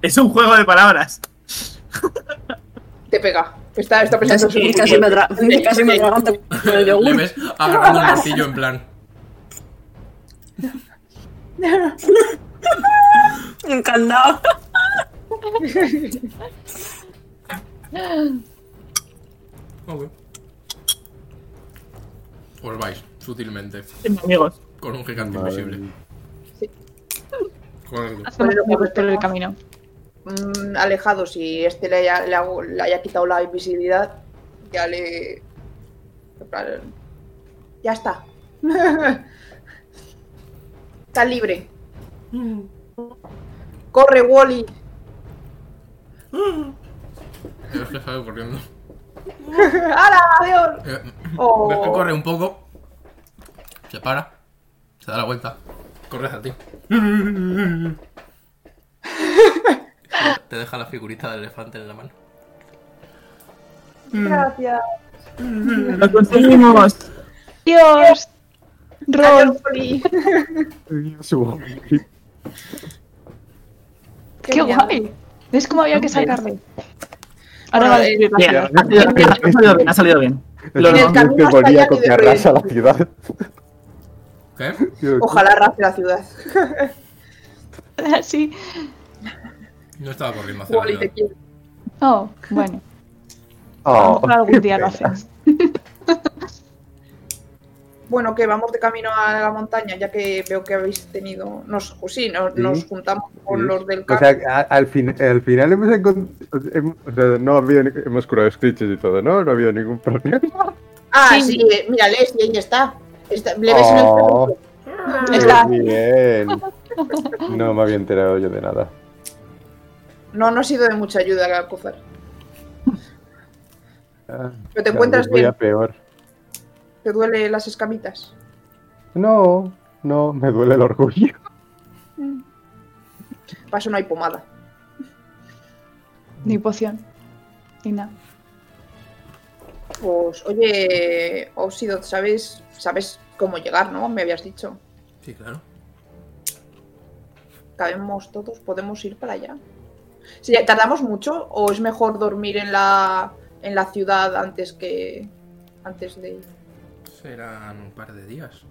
Speaker 6: es un juego de palabras.
Speaker 1: Te pega. Está, está pensando en su
Speaker 8: Casi, casi
Speaker 1: futuro.
Speaker 8: me atraganto casi me atraganto con el
Speaker 3: Le
Speaker 8: yogur.
Speaker 3: ves agarrando el martillo en plan.
Speaker 8: Encantado.
Speaker 3: Ok. Oh, Os vais, sutilmente,
Speaker 6: Amigos.
Speaker 3: con un gigante
Speaker 2: Madre
Speaker 3: invisible.
Speaker 2: mía.
Speaker 3: Correcto.
Speaker 5: Hacemos
Speaker 1: Pero,
Speaker 5: amigos por el camino.
Speaker 1: Mm, alejado, si este le haya, le hago- le haya quitado la invisibilidad, ya le. en plan, Ya está. está libre. Corre, Wally.
Speaker 3: Es que sale corriendo.
Speaker 1: ¡Hala, adiós!
Speaker 3: Eh,
Speaker 1: Oh.
Speaker 3: Ves que corre un poco. Se para. Se da la vuelta. Corre hacia ti. Te deja la figurita del elefante en la mano.
Speaker 1: Gracias.
Speaker 6: Lo conseguimos.
Speaker 5: Dios.
Speaker 3: Mm.
Speaker 5: Rol.
Speaker 1: Adiós, Wally.
Speaker 5: ¡Qué guay! ¿Ves cómo había que sacarle? Ahora
Speaker 1: Bueno,
Speaker 5: va a
Speaker 1: eh,
Speaker 5: descubrir la
Speaker 6: Bien,
Speaker 5: ciudad.
Speaker 6: ha salido bien, ha salido bien, ha salido bien. Lo-
Speaker 1: En el camino
Speaker 2: que
Speaker 1: hasta
Speaker 2: ponía
Speaker 1: allá ni
Speaker 2: con que
Speaker 1: de
Speaker 2: arrasa
Speaker 1: ruido.
Speaker 2: la ciudad.
Speaker 3: ¿Qué?
Speaker 2: Dios,
Speaker 1: Ojalá race la ciudad.
Speaker 5: Sí.
Speaker 3: No estaba corriendo hacia la
Speaker 1: Wally,
Speaker 3: ciudad.
Speaker 1: te quiero.
Speaker 5: Oh, bueno. A lo
Speaker 2: oh,
Speaker 5: mejor algún
Speaker 2: qué
Speaker 5: día lo
Speaker 2: pena.
Speaker 5: haces.
Speaker 1: Bueno, que vamos de camino a la montaña, ya que veo que habéis tenido. Nos, pues sí, nos,
Speaker 2: Sí.
Speaker 1: nos juntamos con
Speaker 2: Sí.
Speaker 1: los del
Speaker 2: O
Speaker 1: campo.
Speaker 2: sea, a- al, fin- al final hemos encontrado. no ha habido ni- hemos curado scritches y todo, ¿no? No ha habido ningún problema.
Speaker 1: Ah,
Speaker 5: Sí.
Speaker 1: sí, eh, mira, Leslie, ahí está. Está- Le ves
Speaker 2: Oh.
Speaker 1: en el
Speaker 2: Qué
Speaker 5: Está.
Speaker 2: Bien. No me había enterado yo de nada.
Speaker 1: perro. No, no ha sido de mucha ayuda, Cofar.
Speaker 2: Ah,
Speaker 1: Pero te
Speaker 2: cada
Speaker 1: encuentras
Speaker 2: vez voy
Speaker 1: bien.
Speaker 2: a peor.
Speaker 1: Te duele las escamitas.
Speaker 2: No, no, me duele el orgullo.
Speaker 1: Para eso no hay pomada.
Speaker 5: Ni poción. Ni nada.
Speaker 1: Pues, oye, Obsido, ¿sabes, sabes cómo llegar, ¿no? Me habías dicho.
Speaker 3: Sí, claro.
Speaker 1: Cabemos todos, podemos ir para allá. Si tardamos mucho, o es mejor dormir en la, en la ciudad antes que. antes de ir.
Speaker 3: Serán un par de días.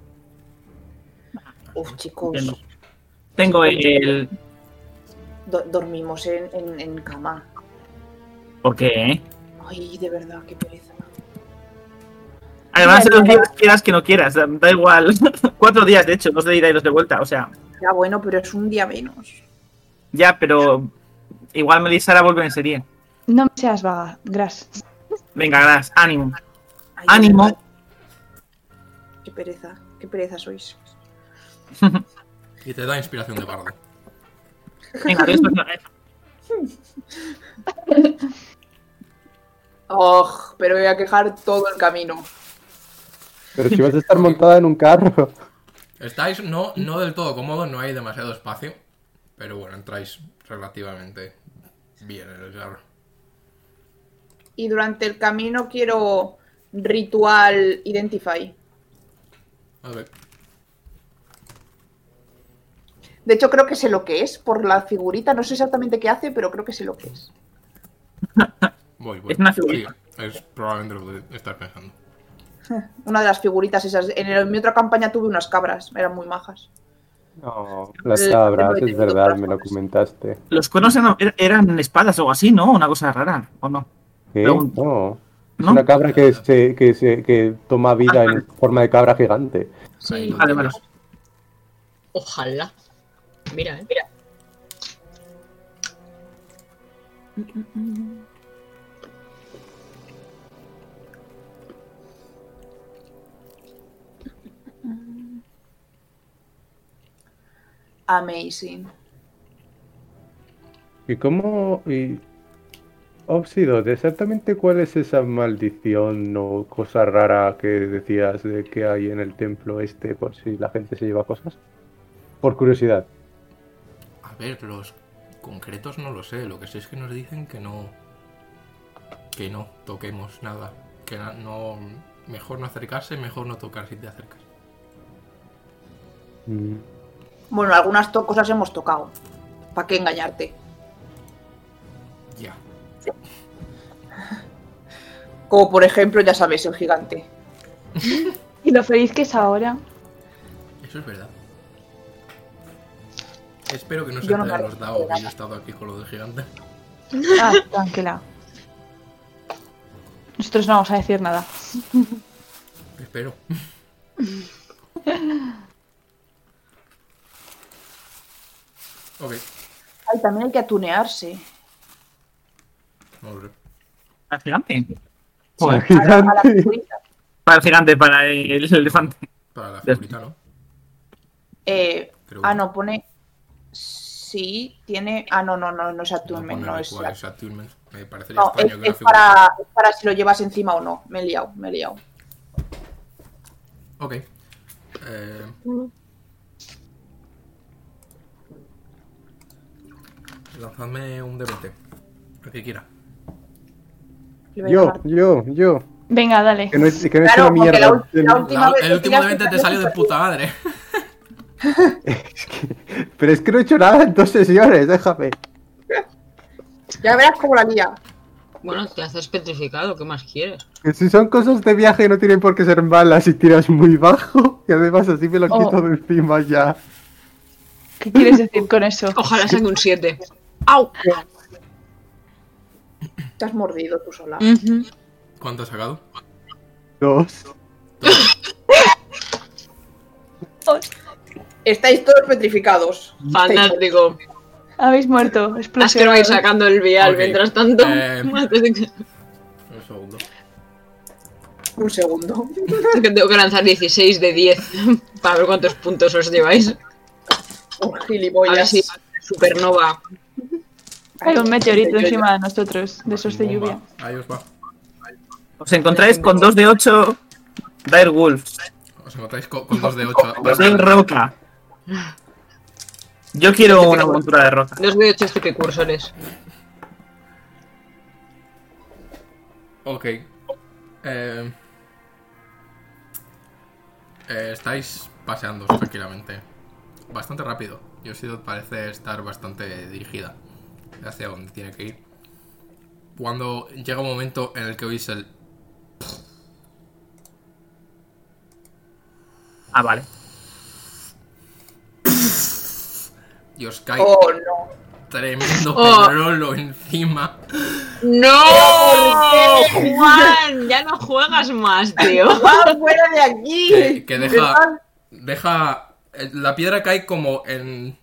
Speaker 1: Uf, chicos,
Speaker 6: Entiendo. Tengo el.
Speaker 1: do- dormimos en, en- en cama.
Speaker 6: ¿Por qué?
Speaker 1: Ay, de verdad, qué pereza.
Speaker 6: Además, los días quieras que no quieras, da- da igual. Cuatro días, de hecho, dos de ida y dos de vuelta, o sea,
Speaker 1: Ya bueno, pero es un día menos.
Speaker 6: ya, pero. Igual Melisara vuelve en serie.
Speaker 5: No me seas vaga, gracias.
Speaker 6: Venga, gracias, ánimo.
Speaker 1: Ay, de
Speaker 6: Ánimo.
Speaker 1: verdad, Qué pereza, qué pereza sois.
Speaker 3: Y te da inspiración de bardo.
Speaker 6: Venga, adiós,
Speaker 1: Oh, pero voy a quejar todo el camino.
Speaker 2: Pero si vas a estar montada en un carro.
Speaker 3: Estáis no, no del todo cómodos, no hay demasiado espacio. Pero bueno, entráis relativamente bien en el carro.
Speaker 1: Y durante el camino quiero ritual identify.
Speaker 3: A ver.
Speaker 1: De hecho, creo que sé lo que es por la figurita. No sé exactamente qué hace, pero creo que sé lo que es.
Speaker 3: Voy, voy.
Speaker 6: Es una figurita.
Speaker 3: Sí, es probablemente lo que estás pensando.
Speaker 1: Una de las figuritas esas. En, el- en mi otra campaña tuve unas cabras. Eran muy majas.
Speaker 2: No, las cabras, es verdad, me lo comentaste.
Speaker 6: Los cuernos eran, eran espadas o algo así, ¿no? Una cosa rara, ¿o no?
Speaker 2: ¿Qué? ¿Eh? No. Es
Speaker 6: ¿No?
Speaker 2: una cabra que, se, que, se, que toma vida en forma de cabra gigante.
Speaker 3: Ahí
Speaker 1: Sí.
Speaker 3: lo
Speaker 6: Vale, vale.
Speaker 3: tienes.
Speaker 4: Ojalá. Mira, eh, mira.
Speaker 1: Amazing.
Speaker 2: ¿Y cómo...? Y... Obsidot, ¿exactamente cuál es esa maldición o cosa rara que decías de que hay en el templo este por si la gente se lleva cosas? Por curiosidad.
Speaker 3: A ver, los concretos no lo sé. Lo que sé es que nos dicen que no. Que no toquemos nada. Que na- no. Mejor no acercarse, mejor no tocar si te acercas.
Speaker 2: Mm,
Speaker 1: Bueno, algunas to- cosas hemos tocado. ¿Para qué engañarte?
Speaker 3: Ya.
Speaker 1: Como por ejemplo, ya sabes, el gigante.
Speaker 5: Y lo feliz que es ahora.
Speaker 3: Eso es verdad. Espero que no se
Speaker 1: Yo no
Speaker 3: te hayan
Speaker 1: me
Speaker 3: los dado que yo he estado aquí con lo del gigante.
Speaker 5: Ah, tranquila. Nosotros no vamos a decir nada.
Speaker 3: Espero. ok,
Speaker 1: Ay, también hay que atunearse.
Speaker 3: no lo sé.
Speaker 6: Para el gigante.
Speaker 2: el
Speaker 6: Joder,
Speaker 1: A la, a la
Speaker 2: gigante.
Speaker 1: figurita.
Speaker 6: para el gigante, para el, el elefante.
Speaker 3: Para la figurita, ¿no?
Speaker 1: Eh,
Speaker 3: Creo
Speaker 1: ah,
Speaker 3: que-
Speaker 1: no, pone. Sí, tiene. Ah, no, no, no, no es attunement,
Speaker 3: pone
Speaker 1: no
Speaker 3: de
Speaker 1: es.
Speaker 3: cuál es attunement. Me parecería
Speaker 1: No, es,
Speaker 3: extraño
Speaker 1: es
Speaker 3: que una figura-
Speaker 1: para, es para si lo llevas encima o no. Me he liado, me he liado.
Speaker 3: Ok. Eh, lanzadme un D20. El que quiera.
Speaker 1: Le voy a
Speaker 2: Yo,
Speaker 1: dejar.
Speaker 2: yo, yo.
Speaker 5: Venga, dale.
Speaker 2: Que no, es- que no he
Speaker 1: Claro,
Speaker 2: hecho una
Speaker 1: porque la
Speaker 2: mierda.
Speaker 1: ul- la ul- Última
Speaker 3: La-
Speaker 1: vez
Speaker 3: el
Speaker 1: que
Speaker 3: último
Speaker 1: tiraste
Speaker 3: D20 te
Speaker 1: salió
Speaker 3: salió de
Speaker 1: súper
Speaker 3: puta madre.
Speaker 2: Pero es que no he hecho nada en dos sesiones, déjame.
Speaker 1: Ya verás cómo la lía.
Speaker 4: Bueno, te haces petrificado, ¿qué más quieres?
Speaker 2: Que Si son cosas de viaje no tienen por qué ser malas y tiras muy bajo. Y además así me lo
Speaker 5: Oh.
Speaker 2: quito de encima ya.
Speaker 5: ¿Qué quieres decir con eso?
Speaker 4: Ojalá saque un 7. ¡Au!
Speaker 1: Te has mordido tú sola.
Speaker 4: Ujú.
Speaker 3: ¿Cuánto has sacado?
Speaker 2: Dos.
Speaker 1: Estáis todos petrificados.
Speaker 4: Fantástico.
Speaker 5: Habéis muerto.
Speaker 4: Las que
Speaker 5: Explosión.
Speaker 4: vais sacando el vial
Speaker 3: Ok.
Speaker 4: mientras tanto.
Speaker 3: Eh.
Speaker 4: antes de que-
Speaker 3: Un segundo.
Speaker 1: Un segundo.
Speaker 4: que tengo que lanzar 16 de 10 para ver cuántos puntos os lleváis.
Speaker 1: Un
Speaker 8: Pues
Speaker 4: A ver
Speaker 1: Oh, gilipollas.
Speaker 4: si supernova.
Speaker 5: Hay un meteorito
Speaker 1: Yo- yo-
Speaker 5: encima de nosotros, de esos de
Speaker 3: Bomba.
Speaker 5: lluvia.
Speaker 3: Ahí os va.
Speaker 6: Os encontráis con dos de 8 Dire Wolves.
Speaker 3: Os encontráis co- con, dos de 8.
Speaker 6: Dos de roca. Yo quiero una montura de roca.
Speaker 4: Dos de 8 estipicursores.
Speaker 3: Ok. Eh, eh, estáis paseando tranquilamente. Bastante rápido. Yoshidot parece estar bastante dirigida hacia donde tiene que ir. Cuando llega un momento en el que oís el...
Speaker 6: Ah, vale.
Speaker 3: Y os cae
Speaker 1: Oh, no.
Speaker 3: tremendo
Speaker 4: Oh.
Speaker 3: pedrolo encima.
Speaker 4: ¡No! ¡Juan! Ya no juegas más, tío.
Speaker 1: ¡Va fuera de aquí!
Speaker 3: Que, que
Speaker 1: Estás-
Speaker 3: deja... Deja... eh, La piedra cae como en...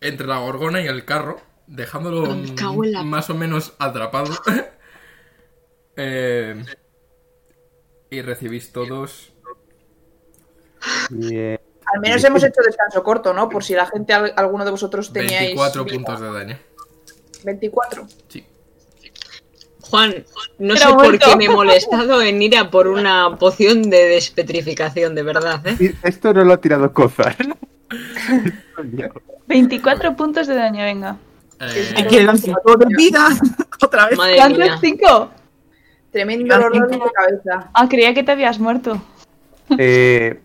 Speaker 3: Entre la gorgona y el carro. Dejándolo
Speaker 4: Me cago en la-
Speaker 3: mm, más o menos atrapado. Eh, y recibís todos...
Speaker 2: Bien.
Speaker 1: Al menos hemos hecho descanso corto, ¿no? Por si la gente, al- alguno de vosotros teníais.
Speaker 3: 24
Speaker 1: vida.
Speaker 3: puntos de daño.
Speaker 1: 24.
Speaker 3: Sí.
Speaker 4: Juan, no
Speaker 5: Pero
Speaker 4: sé por
Speaker 5: muerto.
Speaker 4: qué me he molestado en ir a por una poción de despetrificación, de verdad, ¿eh?
Speaker 2: Y Esto no lo ha tirado Cozar.
Speaker 5: 24 puntos de daño, venga.
Speaker 3: Eh,
Speaker 6: Hay que lanzar todo de vida. Otra vez.
Speaker 4: Madre mía.
Speaker 5: ¿Cuántos? ¿Cinco?
Speaker 1: Tremendo dolor de cabeza.
Speaker 5: Ah, creía que te habías muerto.
Speaker 2: Eh,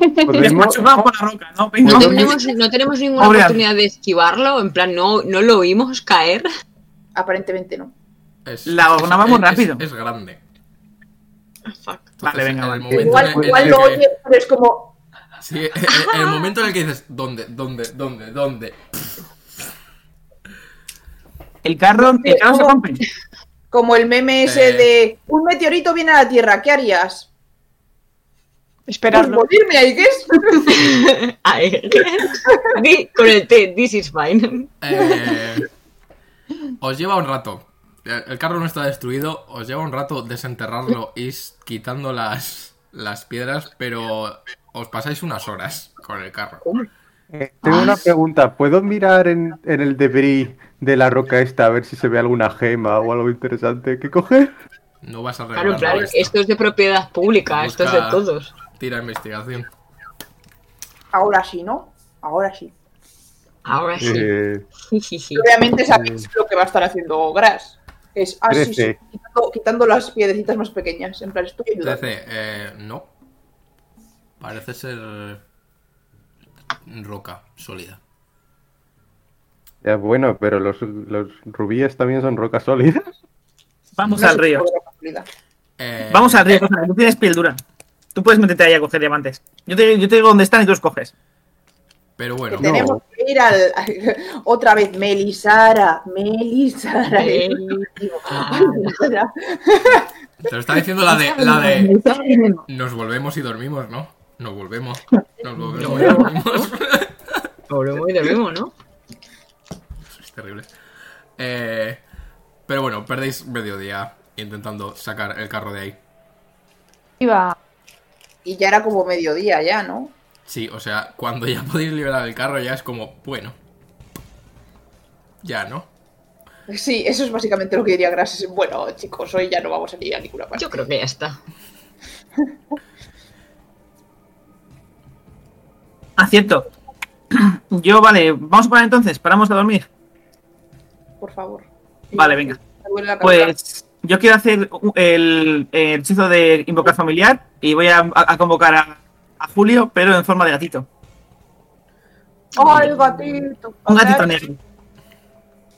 Speaker 6: Es
Speaker 2: podemos-
Speaker 6: machucado por la roca, ¿no? Venga.
Speaker 4: No
Speaker 2: Yo-
Speaker 4: tenemos, no tenemos ninguna
Speaker 6: Pobre
Speaker 4: oportunidad de esquivarlo, en plan, no, no lo oímos caer.
Speaker 1: Aparentemente no.
Speaker 3: es-
Speaker 6: La gorgona va
Speaker 3: es-
Speaker 6: muy
Speaker 3: es-
Speaker 6: rápido.
Speaker 3: Es, grande. Entonces,
Speaker 6: Vale, venga,
Speaker 3: en
Speaker 6: vale.
Speaker 3: el momento
Speaker 1: Igual,
Speaker 3: en el
Speaker 1: igual
Speaker 3: que-
Speaker 1: lo oyes, pero es como.
Speaker 3: sí, en el momento en el que dices, ¿dónde, dónde, dónde, dónde?
Speaker 6: El carro, el carro se rompe.
Speaker 1: Como el meme ese
Speaker 3: Eh.
Speaker 1: de. Un meteorito viene a la Tierra, ¿qué harías? Pues
Speaker 5: Esperarlo.
Speaker 1: morirme, ahí que es.
Speaker 4: Ay, di con el T, this is fine.
Speaker 3: Eh, os lleva un rato. El el carro no está destruido. Os lleva un rato desenterrarlo y s- quitando las, las piedras, pero os pasáis unas horas con el carro.
Speaker 2: Eh, tengo una pregunta. ¿Puedo mirar en, en el debris de la roca esta a ver si se ve alguna gema o algo interesante que coger?
Speaker 3: No vas a
Speaker 4: Claro, en
Speaker 3: revelar
Speaker 4: plan, esto es de propiedad pública, esto es de
Speaker 3: Busca-
Speaker 4: todos.
Speaker 3: Tira investigación.
Speaker 1: Ahora sí, ¿no? Ahora sí.
Speaker 4: Ahora Ah, sí.
Speaker 2: Eh,
Speaker 4: Sí, sí, sí.
Speaker 1: Obviamente sabéis lo que va a estar haciendo Gras. Es así,
Speaker 2: Trece.
Speaker 1: quitando, quitando las piedrecitas más pequeñas. En plan, estoy ayudando.
Speaker 3: 13. eh, no. Parece ser roca sólida.
Speaker 2: ya, bueno, pero los, los rubíes también son rocas sólidas.
Speaker 6: Vamos
Speaker 1: No
Speaker 6: al
Speaker 1: sé
Speaker 6: río.
Speaker 1: cómo de casualidad.
Speaker 3: Eh,
Speaker 6: Vamos al río, Cosar, tú tienes piel dura. Tú puedes meterte ahí a coger diamantes. Yo te, yo te digo dónde están y tú los coges.
Speaker 3: Pero
Speaker 1: Que
Speaker 3: bueno,
Speaker 1: tenemos que ir al. otra vez, Melisara. Melisara.
Speaker 4: Melisara.
Speaker 1: Melisara.
Speaker 3: te lo está diciendo la de, la de. Nos volvemos y dormimos, ¿no? Nos volvemos. Nos volvemos y dormimos.
Speaker 4: Pobre muy de nuevo, Ah, ¿no?
Speaker 3: Es terrible. Eh, pero bueno, perdéis mediodía intentando sacar el carro de ahí.
Speaker 5: Iba.
Speaker 1: Y ya era como mediodía, ya, ¿no?
Speaker 3: Sí, o sea, cuando ya podéis liberar el carro ya es como, bueno. Ya, ¿no?
Speaker 1: Sí, eso es básicamente lo que diría Gras. es, Bueno, chicos, hoy ya no vamos a ir a ninguna parte.
Speaker 4: Yo creo que ya está.
Speaker 6: Ah, cierto. Yo, vale, vamos a parar entonces, paramos a dormir.
Speaker 1: Por favor.
Speaker 6: Vale, venga.
Speaker 1: Me duele la cabeza.
Speaker 6: Pues yo quiero hacer u- el, el hechizo de invocar familiar y voy a, a- a convocar a, a Julio, pero en forma de gatito.
Speaker 1: ¡Ay, el gatito!
Speaker 6: Un gatito negro.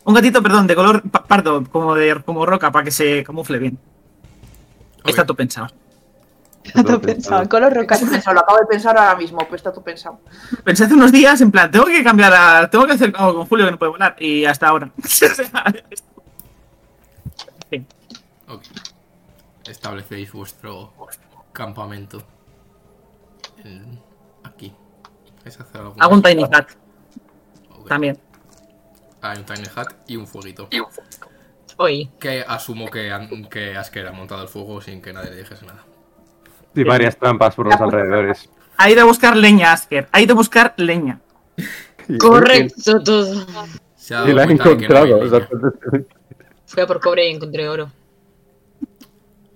Speaker 6: Un gatito, perdón, de color pa- pardo, como de como roca, para que se camufle bien.
Speaker 3: Ok.
Speaker 6: Está todo pensado.
Speaker 5: Todo
Speaker 2: eh,
Speaker 5: pensado. Color roca.
Speaker 1: Está tú pensado, lo acabo de pensar ahora mismo, pues está tú pensado.
Speaker 6: Pensé hace unos días, en plan, tengo que cambiar a. Tengo que hacer algo con Julio que no puede volar. Y hasta ahora. O sea,
Speaker 3: Ok. Establecéis vuestro campamento. En- aquí. ¿Vais a hacer alguna-
Speaker 6: Hago un tiny hat
Speaker 3: Ok.
Speaker 6: también.
Speaker 3: Hay Ah, un tiny hat y un fueguito.
Speaker 4: Hoy.
Speaker 3: Que asumo que, an- que Asker ha montado el fuego sin que nadie le dijese nada.
Speaker 2: Y varias trampas por los alrededores.
Speaker 6: Ha ido a buscar leña, Asker. Ha ido a buscar leña.
Speaker 2: Y-
Speaker 4: Correcto todo.
Speaker 3: Se
Speaker 2: Y
Speaker 3: ha dado
Speaker 2: la he
Speaker 3: cuenta de que no hay
Speaker 2: encontrado. o
Speaker 3: leña.
Speaker 2: sea,
Speaker 4: Fui a por cobre y encontré oro.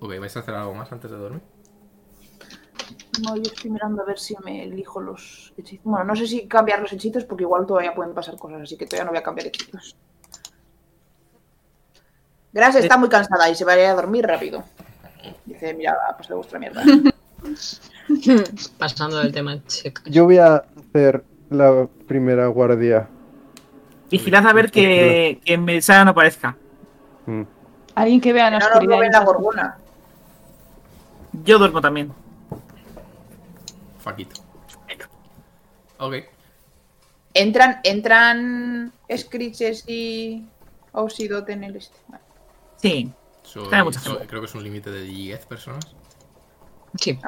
Speaker 3: Ok, ¿vais a hacer algo más antes de dormir?
Speaker 1: No, yo estoy mirando a ver si me elijo los hechizos. Bueno, no sé si cambiar los hechizos porque igual todavía pueden pasar cosas, así que todavía no voy a cambiar hechizos. Gras
Speaker 6: Eh.
Speaker 1: está muy cansada y se va a ir a dormir rápido. Dice, mira, va, pasad vuestra mierda.
Speaker 4: Pasando del tema, chica.
Speaker 9: Yo voy a hacer la primera guardia.
Speaker 6: Vigilad a ver que, que en Melisara no aparezca.
Speaker 2: mm,
Speaker 5: Alguien que vea en
Speaker 1: No
Speaker 5: la
Speaker 1: nos
Speaker 5: oscuridad.
Speaker 1: roben la gorgona.
Speaker 6: Yo duermo también.
Speaker 3: Faquito. Ok.
Speaker 1: Entran, entran Screeches y Oxidote en el este. Vale.
Speaker 6: Sí.
Speaker 3: Soy-
Speaker 6: Hay mucha
Speaker 3: soy-
Speaker 6: gente.
Speaker 3: creo que es un límite de 10 personas.
Speaker 4: Sí.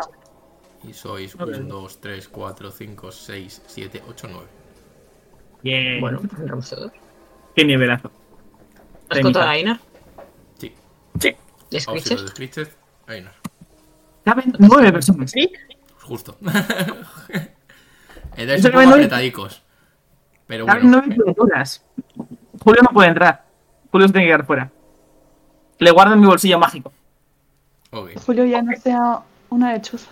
Speaker 3: Y sois
Speaker 6: Ok.
Speaker 3: 1, 2, 3, 4, 5, 6, 7, 8, 9.
Speaker 6: Bien.
Speaker 4: Bueno,
Speaker 6: Bueno,
Speaker 4: pues entramos todos.
Speaker 6: qué nivelazo.
Speaker 4: ¿Has contado a Einar?
Speaker 3: Sí.
Speaker 6: Ah,
Speaker 4: ¿Y
Speaker 3: Óxido
Speaker 4: Screeches?
Speaker 3: de Screeches. Ahí no. Pues
Speaker 6: Caben nueve personas.
Speaker 3: Justo. Eres
Speaker 6: Eso
Speaker 3: un
Speaker 6: que
Speaker 3: poco
Speaker 6: Ah, me duele.
Speaker 3: apretadicos. Pero
Speaker 6: Caben
Speaker 3: bueno.
Speaker 6: nueve criaturas. Julio no puede entrar. Julio se tiene que quedar fuera. Le guardo en mi bolsillo mágico.
Speaker 3: Ok.
Speaker 5: Julio ya no sea una lechuza.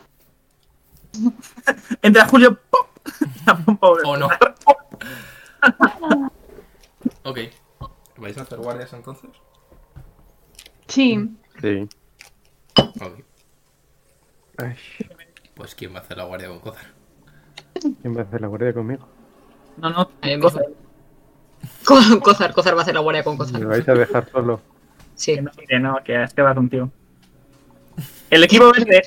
Speaker 6: Entra Julio. ¡pop! La pompa voló.
Speaker 3: O Oh, no. ok. ¿Vais a hacer guardias entonces?
Speaker 5: Sí.
Speaker 2: sí.
Speaker 3: Ok.
Speaker 9: Ay,
Speaker 3: Pues ¿quién va a hacer la guardia con Cozar?
Speaker 9: ¿Quién va a hacer la guardia conmigo?
Speaker 6: No, no.
Speaker 4: A mí
Speaker 6: cosa,
Speaker 4: Co- Cozar, Cozar va a hacer la guardia con Cozar.
Speaker 2: Me vais a dejar solo.
Speaker 4: Sí.
Speaker 6: que no, que no, que es que va contigo. El equipo verde.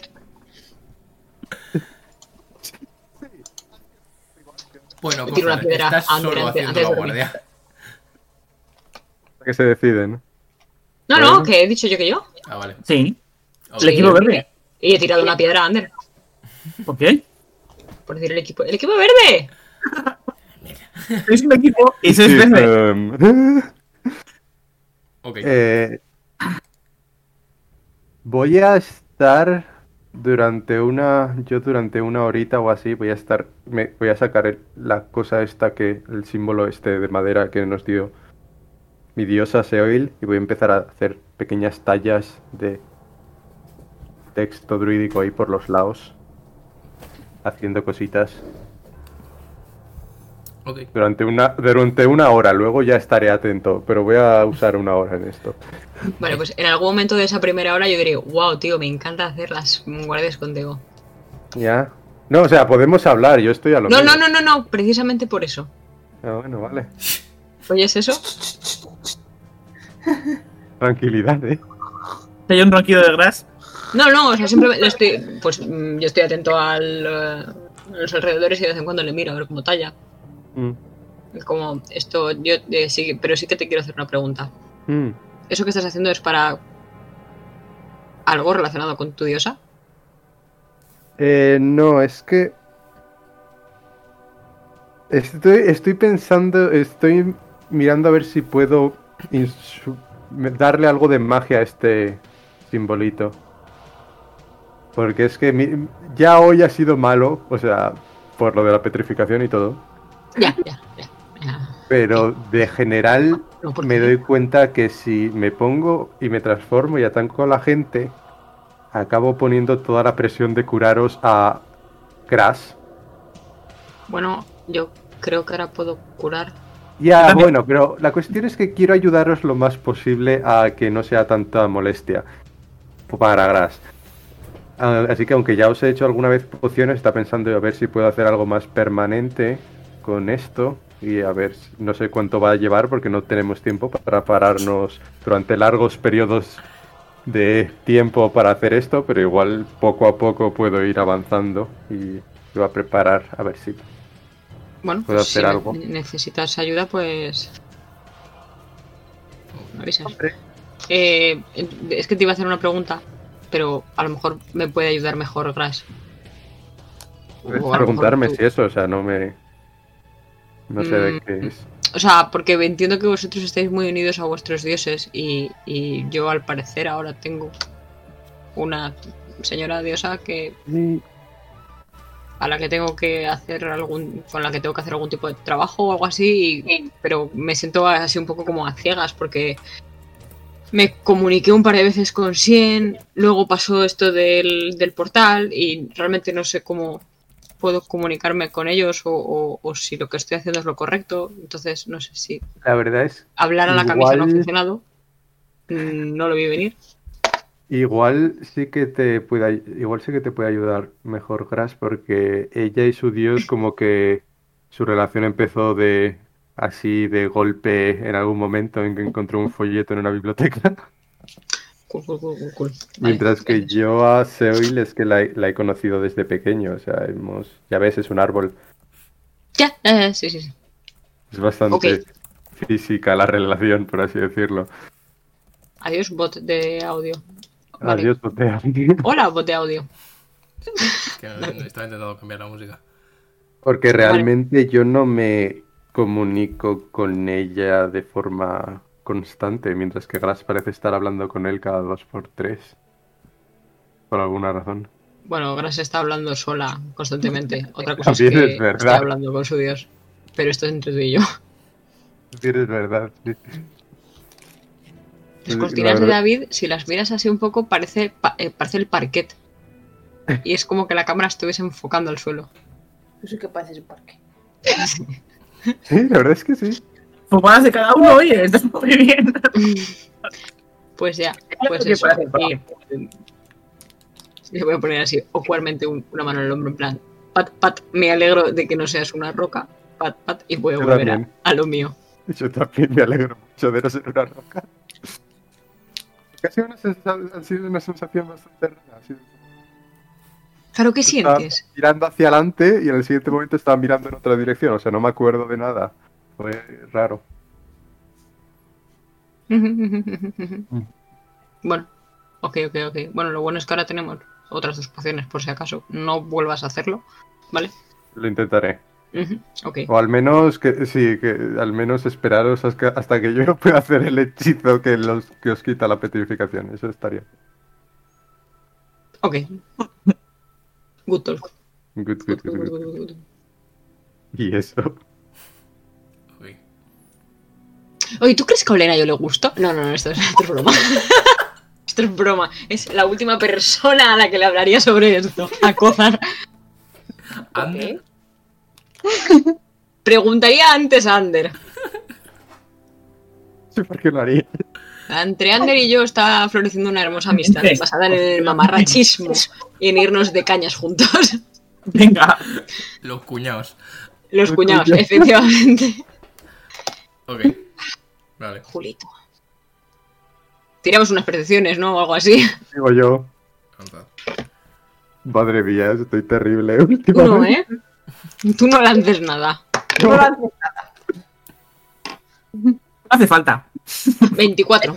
Speaker 3: Bueno,
Speaker 4: Me tiro una
Speaker 3: Cozar,
Speaker 4: piedra
Speaker 3: estás
Speaker 4: antes-
Speaker 3: solo
Speaker 4: antes-
Speaker 3: haciendo
Speaker 4: antes de
Speaker 3: la
Speaker 4: dormir.
Speaker 3: guardia.
Speaker 2: Que se deciden.
Speaker 4: No, no, que he dicho yo que yo.
Speaker 3: Ah, vale.
Speaker 6: Sí.
Speaker 3: Ok.
Speaker 6: El equipo verde.
Speaker 4: Y he tirado una piedra a Ander.
Speaker 6: ¿Ok?
Speaker 4: Por decir el equipo. ¡El equipo verde!
Speaker 6: Es un equipo y sois
Speaker 9: Sí,
Speaker 6: verde.
Speaker 9: em,
Speaker 3: Ok.
Speaker 2: Eh, voy a estar durante una, yo durante una horita o así, voy a estar, me, voy a sacar el- la cosa esta que, el símbolo este de madera que nos dio mi diosa Seoil y voy a empezar a hacer pequeñas tallas de texto druídico ahí por los lados, haciendo cositas
Speaker 3: Ok.
Speaker 2: durante una, durante una hora, luego ya estaré atento, pero voy a usar una hora en esto.
Speaker 4: Vale, pues en algún momento de esa primera hora yo diré, wow, tío, me encanta hacer las guardias contigo.
Speaker 2: Ya. No, o sea, podemos hablar, yo estoy a lo
Speaker 4: No,
Speaker 2: mío.
Speaker 4: no, no, no, no, precisamente por eso.
Speaker 2: Ah, bueno, vale.
Speaker 4: ¿Oyes eso?
Speaker 2: Tranquilidad, eh.
Speaker 6: Hay un ronquido de gras.
Speaker 4: No, no, o sea, simplemente le estoy, pues mm, yo estoy atento al, eh, a los alrededores y de vez en cuando le miro a ver cómo talla.
Speaker 2: Mm,
Speaker 4: Es Como esto, yo eh, sí, pero sí que te quiero hacer una pregunta.
Speaker 2: mm.
Speaker 4: ¿Eso que estás haciendo es para algo relacionado con tu diosa?
Speaker 2: Eh, no, es que. Estoy, estoy pensando, estoy mirando a ver si puedo insu- me- darle algo de magia a este simbolito. Porque es que mi- ya hoy ha sido malo, o sea, por lo de la petrificación y todo.
Speaker 4: Ya, ya, ya. ya.
Speaker 2: Pero de general
Speaker 4: No, porque-
Speaker 2: me doy cuenta que si me pongo y me transformo y atanco a la gente, acabo poniendo toda la presión de curaros a Crash.
Speaker 4: Bueno, yo creo que ahora puedo curar.
Speaker 2: Ya,
Speaker 6: También.
Speaker 2: bueno, pero la cuestión es que quiero ayudaros lo más posible a que no sea tanta molestia para Gras. Ah, Así que aunque ya os he hecho alguna vez pociones, está pensando a ver si puedo hacer algo más permanente con esto. Y a ver, si- no sé cuánto va a llevar porque no tenemos tiempo para pararnos durante largos periodos de tiempo para hacer esto, pero igual poco a poco puedo ir avanzando y lo voy a preparar a ver si
Speaker 4: Bueno,
Speaker 2: Puedo
Speaker 4: pues
Speaker 2: hacer
Speaker 4: si ne-
Speaker 2: algo.
Speaker 4: necesitas ayuda, pues me avisas.
Speaker 2: Hombre.
Speaker 4: Eh, es que te iba a hacer una pregunta, pero a lo mejor me puede ayudar mejor Gras. O a lo
Speaker 2: Puedes
Speaker 4: mejor
Speaker 2: preguntarme
Speaker 4: tú.
Speaker 2: si eso, o sea, no me. No sé
Speaker 4: Mm.
Speaker 2: de qué es.
Speaker 4: O sea, porque entiendo que vosotros estáis muy unidos a vuestros dioses y, y yo al parecer ahora tengo una señora diosa que a la que tengo que hacer algún con la que tengo que hacer algún tipo de trabajo o algo así y- pero me siento así un poco como a ciegas porque me comuniqué un par de veces con Sien luego pasó esto del, del portal y realmente no sé cómo puedo comunicarme con ellos o, o- o si lo que estoy haciendo es lo correcto entonces no sé si
Speaker 2: La verdad es,
Speaker 4: hablar a la camisa no ha
Speaker 2: Igual-
Speaker 4: funcionado Mm, no lo vi venir
Speaker 2: igual sí que te puede, ay- igual sí que te puede ayudar mejor Gras, porque ella y su dios como que su relación empezó de así de golpe en algún momento en que encontró un folleto en una biblioteca.
Speaker 4: Cool, cool, cool, cool, cool. Vale,
Speaker 2: Mientras que
Speaker 4: gracias.
Speaker 2: yo a Seoil es que la, he- la he conocido desde pequeño, o sea, hemos, ya ves, es un árbol.
Speaker 4: ya, ya, ya, sí sí sí
Speaker 2: Es bastante física la relación, por así decirlo.
Speaker 4: adiós bot de audio Vale.
Speaker 2: Adiós, Botea.
Speaker 4: Hola, bot de audio.
Speaker 3: Que estaba intentando cambiar la música.
Speaker 2: Porque
Speaker 4: Vale.
Speaker 2: realmente yo no me comunico con ella de forma constante, mientras que Gras parece estar hablando con él cada dos por tres. Por alguna razón.
Speaker 4: Bueno, Gras está hablando sola constantemente. Otra cosa es
Speaker 2: También
Speaker 4: que
Speaker 2: es verdad.
Speaker 4: está hablando con su dios. Pero esto es entre tú y yo.
Speaker 2: Tienes verdad. sí. Sí,
Speaker 4: Las
Speaker 2: la
Speaker 4: cortinas de
Speaker 2: verdad.
Speaker 4: David, si las miras así un poco, parece, pa- eh, parece el parquet. Y es como que la cámara estuviese enfocando al suelo.
Speaker 1: Yo sé que parece un parque.
Speaker 2: Sí, la verdad es que sí.
Speaker 6: Fumadas de cada uno, oye, estás muy bien.
Speaker 4: Pues ya, pues
Speaker 6: que
Speaker 4: eso.
Speaker 6: parece el
Speaker 4: Y, eh, le voy a poner así, ocularmente un- una mano en el hombro, en plan, pat, pat, me alegro de que no seas una roca, pat, pat, y voy a
Speaker 2: Yo
Speaker 4: volver a,
Speaker 2: también.
Speaker 4: a lo mío.
Speaker 2: Yo también me alegro mucho de no ser una roca. Casi una sensa- ha sido una sensación bastante rara. ha sido
Speaker 4: Claro, ¿qué sientes?
Speaker 2: mirando hacia adelante y en el siguiente momento estaba mirando en otra dirección, o sea, no me acuerdo de nada. Fue raro.
Speaker 4: bueno, ok, ok, ok. Bueno, lo bueno es que ahora tenemos otras dos pociones por si acaso no vuelvas a hacerlo, ¿vale?
Speaker 2: Lo intentaré.
Speaker 4: Ujú, ok.
Speaker 2: O al menos que sí, que al menos esperaros hasta que- hasta que yo no pueda hacer el hechizo que los que os quita la petrificación. Eso estaría.
Speaker 4: Ok.
Speaker 2: Oh.
Speaker 4: Good talk.
Speaker 2: Good, good,
Speaker 4: Good,
Speaker 2: good,
Speaker 4: good,
Speaker 2: good.
Speaker 4: good, good, good.
Speaker 2: Y eso.
Speaker 3: Uy.
Speaker 4: Oye, ¿tú crees que a Olena yo le gusto? No, no, no, esto es, esto es broma. esto es broma. Es la última persona a la que le hablaría sobre esto. A Cozar.
Speaker 3: Ander,
Speaker 4: Preguntaría antes a Ander.
Speaker 2: Sí, ¿por qué lo haría?
Speaker 4: Entre Ander y yo está floreciendo una hermosa amistad
Speaker 6: Dices,
Speaker 4: basada en el mamarrachismo y en irnos de cañas juntos.
Speaker 6: Venga,
Speaker 3: los cuñados.
Speaker 4: Los
Speaker 2: Los
Speaker 4: cuñados,
Speaker 2: cuñados.
Speaker 4: efectivamente.
Speaker 3: Ok. Vale.
Speaker 4: Julito. Tiramos unas percepciones, ¿no? O algo así.
Speaker 2: Digo yo.
Speaker 3: contad.
Speaker 2: Madre mía, estoy terrible
Speaker 4: Tú no,
Speaker 2: últimamente.
Speaker 4: ¿eh? Tú no lances nada.
Speaker 1: No lo haces.
Speaker 6: no hace falta.
Speaker 4: 24.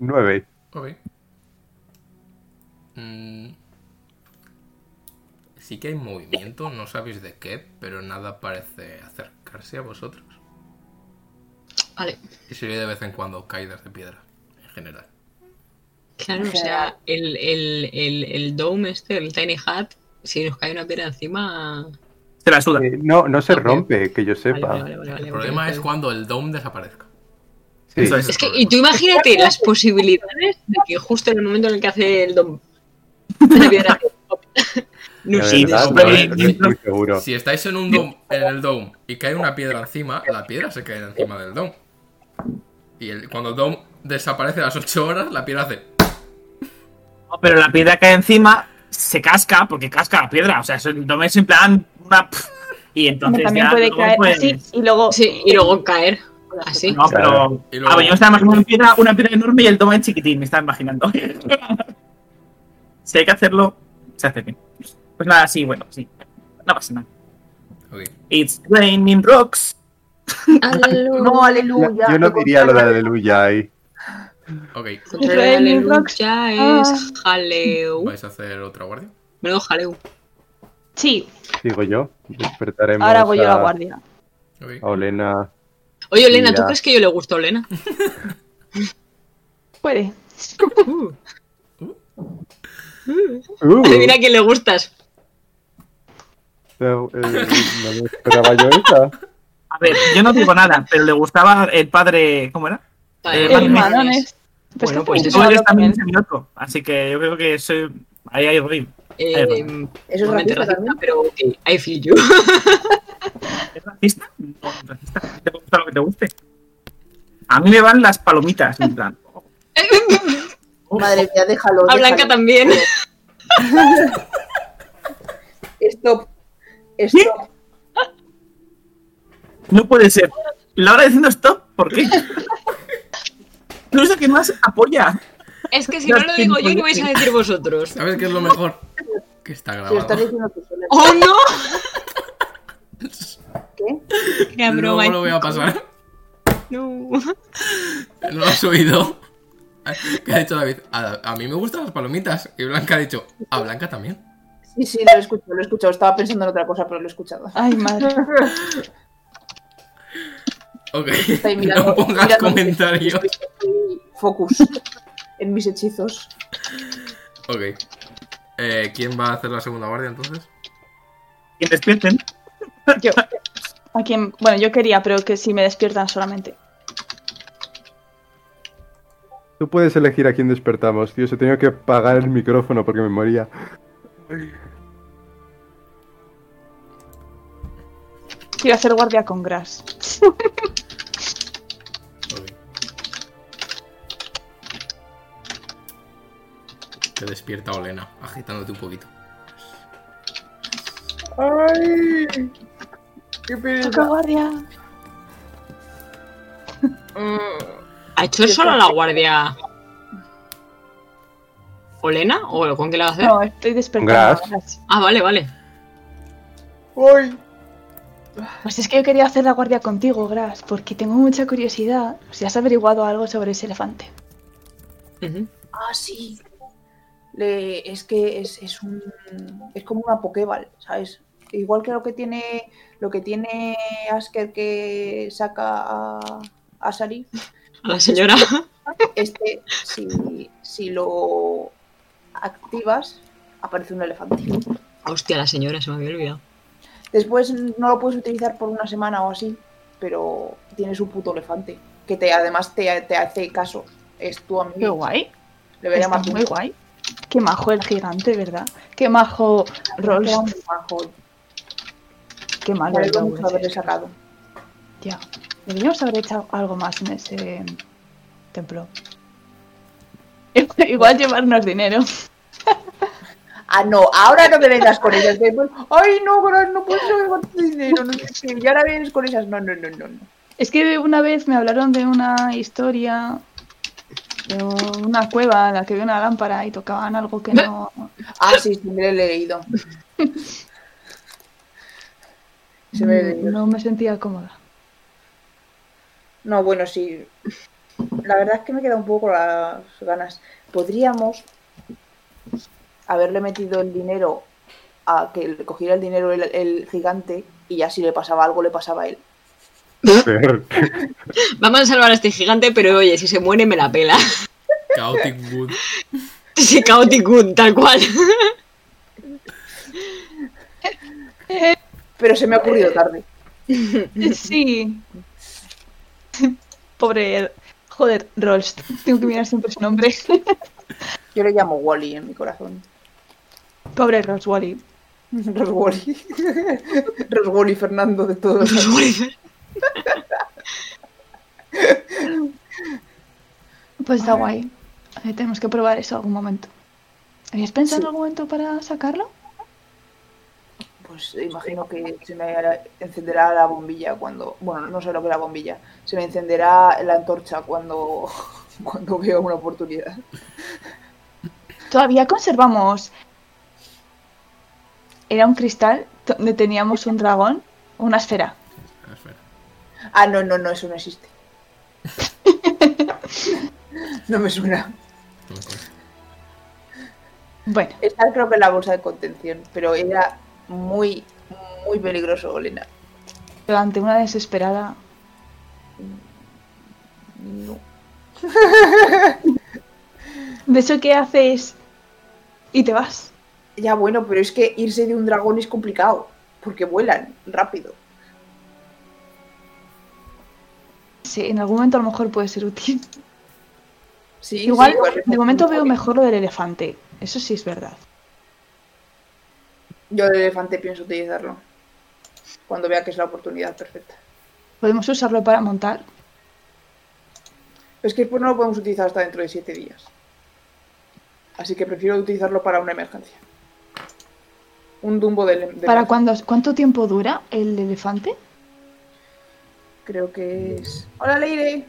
Speaker 2: Nueve.
Speaker 3: Ok. Mm. Sí que hay movimiento, no sabéis de qué, pero nada parece acercarse a vosotros.
Speaker 4: Vale.
Speaker 3: Y se ve de vez en cuando caídas de piedra, en general.
Speaker 4: Claro, o sea, el, el, el, el dome este, el tiny hat, si nos cae una piedra encima...
Speaker 6: Se la suda.
Speaker 2: Eh, no, no se
Speaker 4: Ok.
Speaker 2: rompe, que yo
Speaker 4: Vale,
Speaker 2: sepa.
Speaker 4: vale, vale, vale,
Speaker 3: El
Speaker 4: vale,
Speaker 3: problema
Speaker 4: vale.
Speaker 3: es cuando el dome desaparezca.
Speaker 2: Sí.
Speaker 6: Eso es.
Speaker 4: Es que, y tú imagínate las posibilidades de que justo en el momento en el que hace el dom... La piedra...
Speaker 2: La
Speaker 4: No
Speaker 2: verdad,
Speaker 4: sé,
Speaker 2: no,
Speaker 6: súper
Speaker 2: no
Speaker 6: bien.
Speaker 2: estoy seguro.
Speaker 3: Si estáis en un dome, en el dome y cae una piedra encima, la piedra se cae encima del dome. Y el- cuando el dome desaparece a las 8 horas, la piedra hace...
Speaker 6: No, pero la piedra cae encima, se casca, porque casca la piedra. O sea, eso- no es en plan una. pf, Y
Speaker 5: Como
Speaker 6: entonces.
Speaker 5: también
Speaker 6: ya
Speaker 5: puede
Speaker 6: luego,
Speaker 5: caer
Speaker 6: pues,
Speaker 5: así y luego.
Speaker 4: Sí, y luego caer así.
Speaker 6: No, pero.
Speaker 3: Y luego-
Speaker 6: A ver, yo me estaba imaginando una piedra, una piedra enorme y el dome es chiquitín, me estaba imaginando. si hay que hacerlo, se hace bien. Pues nada, sí, bueno, sí. No pasa nada.
Speaker 3: Ok.
Speaker 6: It's raining rocks.
Speaker 1: No, aleluya.
Speaker 2: Yo no diría lo de aleluya ahí.
Speaker 3: Ok,
Speaker 4: Ya es jaleo.
Speaker 3: vais a hacer otra guardia.
Speaker 4: Menudo jaleo.
Speaker 5: Sí,
Speaker 2: Digo yo. Despertaremos
Speaker 5: ahora voy yo a la
Speaker 2: a-
Speaker 5: guardia.
Speaker 3: Ok.
Speaker 2: a Olena.
Speaker 4: Oye, Olena, ¿tú
Speaker 2: Mira.
Speaker 4: crees que yo le gusto a Olena?
Speaker 5: Puede.
Speaker 4: Uh,
Speaker 2: ¡Uh!
Speaker 4: adivina a quién le gustas.
Speaker 2: No, eh, no me esperaba yo esa.
Speaker 6: A ver, yo no digo nada, pero le gustaba el padre. ¿Cómo era? Eh,
Speaker 5: El
Speaker 6: Madre mía.
Speaker 5: Madones. Pues
Speaker 4: Bueno,
Speaker 5: que
Speaker 4: pues
Speaker 5: puedes
Speaker 4: eso
Speaker 6: No,
Speaker 5: hablar
Speaker 6: ellos también
Speaker 5: con él.
Speaker 6: es loco. Así que yo creo que eso. Ahí hay ruido.
Speaker 4: Eh,
Speaker 6: Ahí
Speaker 1: Eso es
Speaker 4: Totalmente
Speaker 1: racista
Speaker 4: racista,
Speaker 1: también.
Speaker 4: pero ok, I feel you.
Speaker 6: ¿Es racista? No, es racista. Te gusta lo que te guste. A mí me van las palomitas, en plan. Oh,
Speaker 1: Madre mía, déjalo.
Speaker 4: A
Speaker 1: déjalo.
Speaker 4: Blanca también.
Speaker 1: Stop. Stop.
Speaker 6: No puede ser. Laura diciendo stop, ¿por qué? Tú eres la que más apoya.
Speaker 4: Es que si no lo digo yo, ¿qué vais a decir vosotros?
Speaker 3: ¿Sabes qué es lo mejor? Que está
Speaker 1: Si lo estás diciendo
Speaker 3: grabado.
Speaker 1: tú sola.
Speaker 4: ¡Oh, no!
Speaker 1: ¿Qué?
Speaker 4: ¡Qué
Speaker 3: Luego
Speaker 4: broma! ¿eh?
Speaker 3: lo voy a pasar.
Speaker 4: No.
Speaker 3: No lo has oído. ¿Qué ha dicho David? A, a mí me gustan las palomitas. Y Blanca ha dicho, a Blanca también.
Speaker 1: Sí, sí, lo he escuchado, lo he escuchado. Estaba pensando en otra cosa, pero lo he escuchado.
Speaker 5: Ay, madre.
Speaker 3: Ok.
Speaker 1: mirando-
Speaker 3: no pongas
Speaker 1: mirando-
Speaker 3: comentarios.
Speaker 1: Focus en mis hechizos.
Speaker 3: Ok. Eh, ¿Quién va a hacer la segunda guardia entonces?
Speaker 6: Que despierten.
Speaker 5: Yo. ¿A quién? Bueno, yo quería, pero que si me despiertan solamente.
Speaker 2: Tú puedes elegir a quién despertamos. Tío, se he tenido que apagar el micrófono porque me moría.
Speaker 5: Quiero hacer guardia con Gras.
Speaker 3: Ok. Te despierta Olena, agitándote un poquito.
Speaker 1: ¡Ay! ¡Qué
Speaker 5: Toca
Speaker 1: pereza!
Speaker 5: guardia.
Speaker 4: ¿Ha hecho solo la guardia? ¿Olena? ¿O con qué la va a hacer?
Speaker 5: No, estoy despertando.
Speaker 2: Gras.
Speaker 5: Gras.
Speaker 4: Ah, vale, vale.
Speaker 1: ¡Ay!
Speaker 5: Pues es que yo quería hacer la guardia contigo, Gras, porque tengo mucha curiosidad si has averiguado algo sobre ese elefante.
Speaker 4: Ujú.
Speaker 1: Ah, sí. le- es que es, es un es como una pokéball, ¿sabes? Igual que lo que tiene lo que tiene Asker que saca a, a Sari,
Speaker 4: A la señora.
Speaker 1: este si, si lo activas aparece un elefante.
Speaker 4: Hostia, la señora, se me había olvidado.
Speaker 1: Después no lo puedes utilizar por una semana o así, pero tienes un puto elefante que te además te, te hace caso. Es tu amigo.
Speaker 5: Qué guay.
Speaker 1: Le voy a
Speaker 5: Está
Speaker 1: llamar
Speaker 5: muy guay. Qué majo el gigante, ¿verdad? Qué majo Rolls.
Speaker 1: Rolls. Me
Speaker 5: Qué malo el
Speaker 1: alegro
Speaker 5: Rolls.
Speaker 1: mucho de haberle sacado.
Speaker 5: Ya. Deberíamos haber hecho algo más en ese em, templo. Igual llevarnos dinero.
Speaker 1: Ah, no, ahora no te vengas con ellas. que, pues, Ay, no, Gran, no puedes saber cuánto dinero. No sé qué. Y ahora vienes con esas. No, no, no, no. no.
Speaker 5: Es que una vez me hablaron de una historia de una cueva en la que había una lámpara y tocaban algo que no.
Speaker 1: Ah, sí, sí, me lo he leído. Se me lo he leído.
Speaker 5: No me sentía cómoda.
Speaker 1: No, bueno, sí. La verdad es que me queda un poco las ganas. Podríamos haberle metido el dinero a que le cogiera el dinero el, el gigante y ya si le pasaba algo le pasaba a él.
Speaker 4: Vamos a salvar a este gigante, pero oye, si se muere me la pela.
Speaker 3: Chaotic Good.
Speaker 4: Sí, Chaotic Good, tal cual.
Speaker 1: Pero se me ha ocurrido tarde.
Speaker 5: Sí. Pobre. Joder, Rolls. Tengo que mirar siempre su nombre.
Speaker 1: Yo le llamo Wally en mi corazón.
Speaker 5: Pobre Rolls Wally.
Speaker 1: Ros Wally. Ros Wally Fernando de todos.
Speaker 4: Los Wolfers.
Speaker 5: Pues está guay. Eh, tenemos que probar eso algún momento. ¿Habías pensado en algún momento para sacarlo?
Speaker 1: Pues imagino que se me encenderá la bombilla cuando. Bueno, no sé lo que es la bombilla. Se me encenderá la antorcha cuando, cuando veo una oportunidad.
Speaker 5: Todavía conservamos. Era un cristal donde teníamos un dragón, una esfera.
Speaker 3: Espera.
Speaker 1: Ah, no, no, no, eso no existe. no me suena.
Speaker 3: no me acuerdo.
Speaker 5: Bueno,
Speaker 1: Está creo que en la bolsa de contención, pero era muy, muy peligroso, Olena.
Speaker 5: pero ante una desesperada.
Speaker 1: No.
Speaker 5: De eso que haces y te vas.
Speaker 1: Ya bueno, pero es que irse de un dragón es complicado, porque vuelan rápido.
Speaker 5: Sí, en algún momento a lo mejor puede ser útil.
Speaker 1: Sí,
Speaker 5: Igual,
Speaker 1: sí, pues,
Speaker 5: de momento veo
Speaker 1: porque
Speaker 5: mejor lo del elefante. Eso sí es verdad.
Speaker 1: Yo el elefante pienso utilizarlo. Cuando vea que es la oportunidad perfecta.
Speaker 5: Podemos usarlo para montar.
Speaker 1: Es que después no lo podemos utilizar hasta dentro de siete días. Así que prefiero utilizarlo para una emergencia. Un dumbo de, de
Speaker 5: ¿Para
Speaker 1: emergencia.
Speaker 5: cuándo, cuánto tiempo dura el elefante?
Speaker 1: Creo que es. ¡Hola, Leire!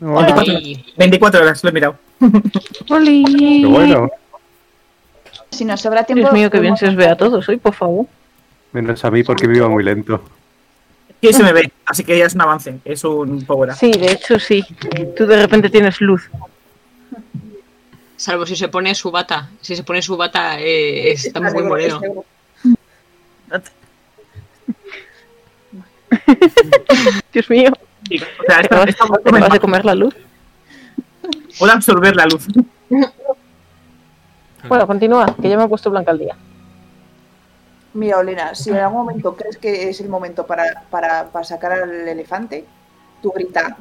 Speaker 2: Bueno,
Speaker 4: Ey,
Speaker 6: 24 horas, lo he mirado.
Speaker 2: pero bueno,
Speaker 5: Si nos sobra tiempo.
Speaker 7: Dios mío, que bien
Speaker 5: podemos-
Speaker 7: se os ve a todos hoy, por favor.
Speaker 2: menos a mí porque vivo muy lento.
Speaker 6: Y se me ve, así que ya es un avance, es un power up.
Speaker 7: Sí, de hecho sí. Tú de repente tienes luz.
Speaker 4: Salvo si se pone su bata. Si se pone su bata, eh, está muy
Speaker 1: Alegro,
Speaker 4: moreno.
Speaker 1: es alegro.
Speaker 7: Dios mío,
Speaker 6: O sea,
Speaker 7: te
Speaker 6: esto,
Speaker 7: acabas,
Speaker 6: esto
Speaker 7: te acabas de comer la luz.
Speaker 6: puede absorber la luz.
Speaker 7: Bueno, continúa, que ya me he puesto blanca al día.
Speaker 1: Mira, Olena, si en algún momento crees que es el momento para, para, para sacar al elefante, tú grita: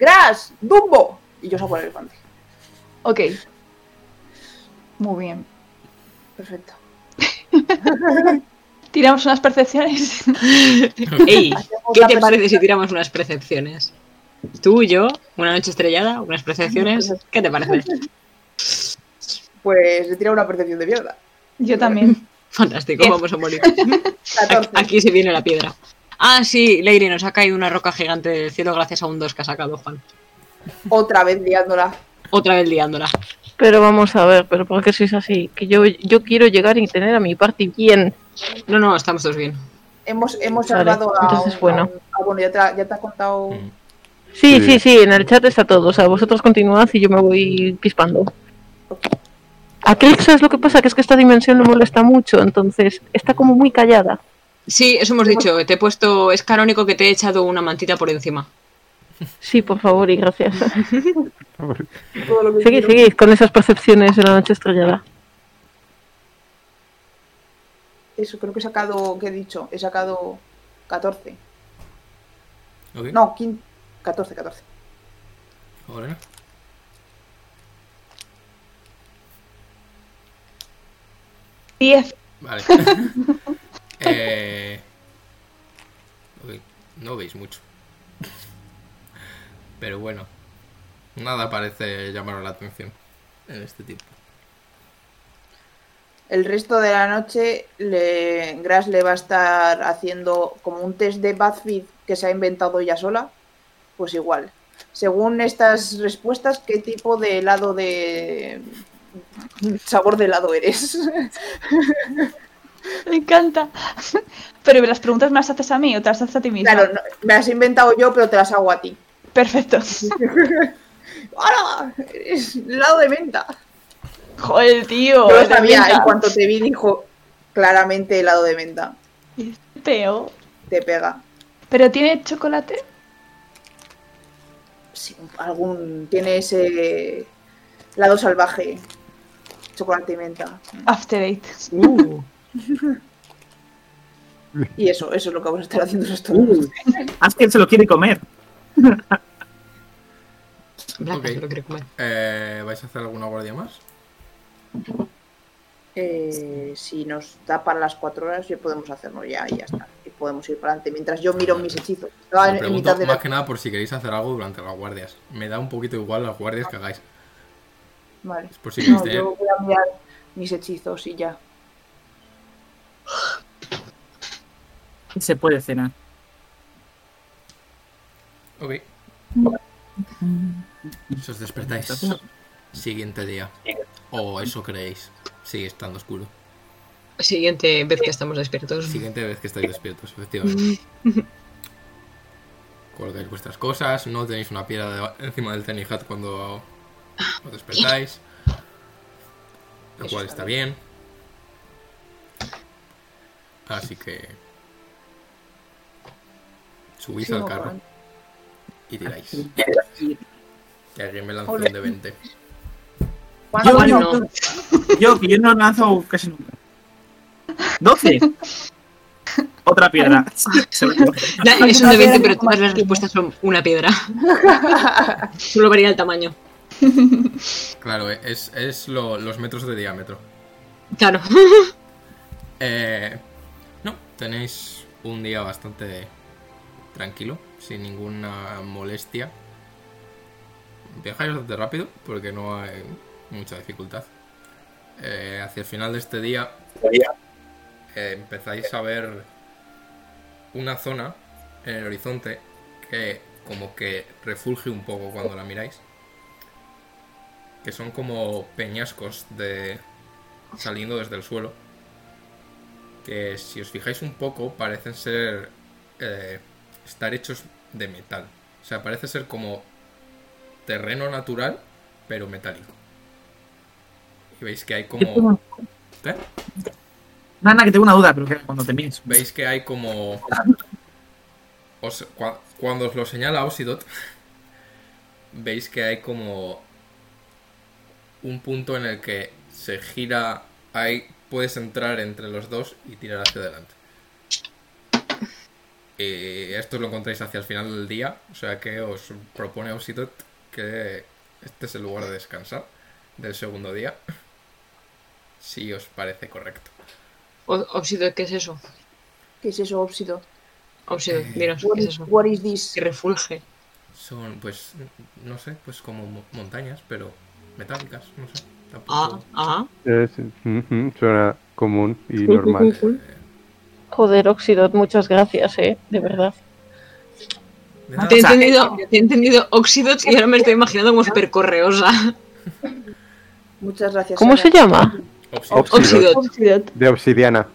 Speaker 1: ¡Gras! ¡Dumbo! Y yo saco al elefante.
Speaker 5: Ok. Muy bien.
Speaker 1: Perfecto.
Speaker 5: Tiramos unas percepciones.
Speaker 4: Ey,
Speaker 1: Hacemos
Speaker 4: ¿qué
Speaker 1: la
Speaker 4: te
Speaker 1: presen-
Speaker 4: parece si tiramos unas percepciones? Tú y yo, una noche estrellada, unas percepciones. ¿Qué te parece?
Speaker 1: Pues le tira una percepción de mierda.
Speaker 5: Yo también.
Speaker 4: Fantástico,
Speaker 5: Bien.
Speaker 4: vamos a morir.
Speaker 1: 14.
Speaker 4: Aquí se viene la piedra. Ah, sí, Leire, nos ha caído una roca gigante del cielo gracias a un 2 que ha sacado Juan.
Speaker 1: Otra vez liándola.
Speaker 4: Otra vez liándola.
Speaker 7: Pero vamos a ver, pero ¿por qué sois así? Que yo, yo quiero llegar y tener a mi party bien.
Speaker 4: No, no, estamos todos bien.
Speaker 1: Hemos, hemos
Speaker 7: Vale,
Speaker 1: salvado a.
Speaker 7: entonces,
Speaker 1: un-
Speaker 7: bueno.
Speaker 1: a un- ah, bueno, ya te, ha- ya te has contado.
Speaker 3: Mm.
Speaker 2: Sí.
Speaker 7: Sí, sí, sí, en el chat está todo. O sea, vosotros continuad y yo me voy pispando.
Speaker 1: Ok.
Speaker 7: A
Speaker 10: A Click, ¿sabes lo que pasa? Que es que esta dimensión le molesta mucho, entonces está como muy callada.
Speaker 4: Sí, eso hemos dicho. que Te he puesto. Es canónico que te he echado una mantita por encima.
Speaker 10: Sí, por favor y gracias.
Speaker 1: Todo lo que quiero.
Speaker 10: Seguid, seguid con esas percepciones de la noche estrellada.
Speaker 1: Eso, creo que he sacado, ¿qué he dicho? He sacado 14.
Speaker 3: Ok.
Speaker 1: No, 15, 14, 14.
Speaker 3: Ahora.
Speaker 5: Diez.
Speaker 3: Vale. Eh, ok, no veis mucho. Pero bueno. Nada parece llamaros la atención en este tipo.
Speaker 1: El resto de la noche, le, Grass le va a estar haciendo como un test de BuzzFeed que se ha inventado ella sola. Pues igual. Según estas respuestas, ¿qué tipo de helado de. sabor de helado eres?
Speaker 5: Me encanta. Pero las preguntas me las haces a mí o te las haces a ti misma.
Speaker 1: claro, no, me las he inventado yo, pero te las hago a ti.
Speaker 5: Perfecto.
Speaker 1: ¡Hala! Eres helado de menta.
Speaker 5: Joder,
Speaker 1: Yo
Speaker 5: tío.
Speaker 1: lo
Speaker 5: Oh, de
Speaker 1: sabía, ¿eh?
Speaker 5: menta.
Speaker 1: en cuanto te vi, dijo claramente helado de menta.
Speaker 5: Teo.
Speaker 1: Te pega.
Speaker 5: ¿Pero tiene chocolate?
Speaker 1: Sí, algún. Tiene ese. lado salvaje. Chocolate y menta.
Speaker 5: After Eight.
Speaker 1: Y eso, eso es lo que vamos a estar haciendo estos
Speaker 6: Asker se lo quiere comer.
Speaker 4: Blanca
Speaker 3: Ok.
Speaker 4: se lo quiere comer.
Speaker 3: Eh, ¿Vais a hacer alguna guardia más?
Speaker 1: Eh, si nos tapan las cuatro horas, ya podemos hacerlo ya y ya está. Y podemos ir para adelante. Mientras yo miro mis hechizos. Estaba
Speaker 3: Os
Speaker 1: en, en
Speaker 3: pregunto
Speaker 1: mitad de la-
Speaker 3: más que nada por si queréis hacer algo durante las guardias. Me da un poquito igual las guardias que hagáis.
Speaker 1: Vale.
Speaker 3: Es posible
Speaker 1: No,
Speaker 3: este,
Speaker 1: yo voy a mirar mis hechizos y ya.
Speaker 6: Se puede cenar.
Speaker 3: Ok. Si os despertáis. Siguiente día. O eso creéis. Sigue estando oscuro.
Speaker 4: Siguiente vez que estamos despiertos.
Speaker 3: Siguiente vez que estáis despiertos, efectivamente. Colgáis vuestras cosas. No tenéis una piedra de- encima del tenis hat cuando os despertáis. Lo
Speaker 1: Eso
Speaker 3: cual
Speaker 1: está
Speaker 3: está bien. Así que. Subís
Speaker 1: Sí,
Speaker 3: al
Speaker 1: no,
Speaker 3: carro
Speaker 1: Juan.
Speaker 3: y tiráis. Que alguien me lanzó un
Speaker 1: Ole.
Speaker 3: de 20.
Speaker 1: Juan,
Speaker 6: Yo,
Speaker 1: Juan,
Speaker 6: yo,
Speaker 1: no.
Speaker 6: yo, que yo no lanzo casi nunca. 12. Otra piedra.
Speaker 4: Da- es un
Speaker 5: Una
Speaker 4: de 20,
Speaker 5: piedra
Speaker 4: pero
Speaker 5: como
Speaker 4: todas las
Speaker 5: más
Speaker 4: respuestas son una piedra. Solo varía el tamaño.
Speaker 3: Claro, es, es lo- los metros de diámetro.
Speaker 4: Claro.
Speaker 3: Eh, no, tenéis un día bastante tranquilo, sin ninguna molestia. Viajáis bastante rápido porque no hay mucha dificultad. Eh, hacia el final de este día eh, empezáis a ver una zona en el horizonte que como que refulge un poco cuando la miráis. Que son como peñascos de saliendo desde el suelo que si os fijáis un poco parecen ser eh, estar hechos de metal. O sea, parece ser como terreno natural, pero metálico. Y veis que hay como... ¿Eh? ¿Qué?
Speaker 6: Nana, que tengo una duda, pero que cuando te mires.
Speaker 3: Veis que hay como... os- cua- cuando os lo señala Osidot, veis que hay como un punto en el que se gira, hay, puedes entrar entre los dos y tirar hacia adelante. Y esto lo encontráis hacia el final del día, o sea que os propone Osidot que este es el lugar de descansar del segundo día, si os parece correcto.
Speaker 4: O- Obsido, ¿qué es eso?
Speaker 1: ¿Qué es eso, óxido?
Speaker 4: Obsido, dinos,
Speaker 1: What
Speaker 4: Pues, ¿qué es
Speaker 1: is,
Speaker 4: eso?
Speaker 1: what is this?
Speaker 4: Que refulge.
Speaker 3: Son, pues, no sé, pues como mo- montañas, pero metálicas, no sé.
Speaker 4: Ah,
Speaker 3: Tampoco.
Speaker 4: ah.
Speaker 2: Es- Eh, ujú, suena común y normal.
Speaker 10: Joder, Oxidot, muchas gracias, ¿eh? De verdad.
Speaker 3: De nada.
Speaker 4: Te he entendido, te he entendido óxidos y ahora me estoy imaginando como súper correosa.
Speaker 1: Muchas gracias.
Speaker 10: ¿Cómo
Speaker 1: Ana.
Speaker 10: se llama?
Speaker 3: Óxido.
Speaker 2: Óxido.
Speaker 4: Óxido.
Speaker 5: Oxidot.
Speaker 2: De obsidiana.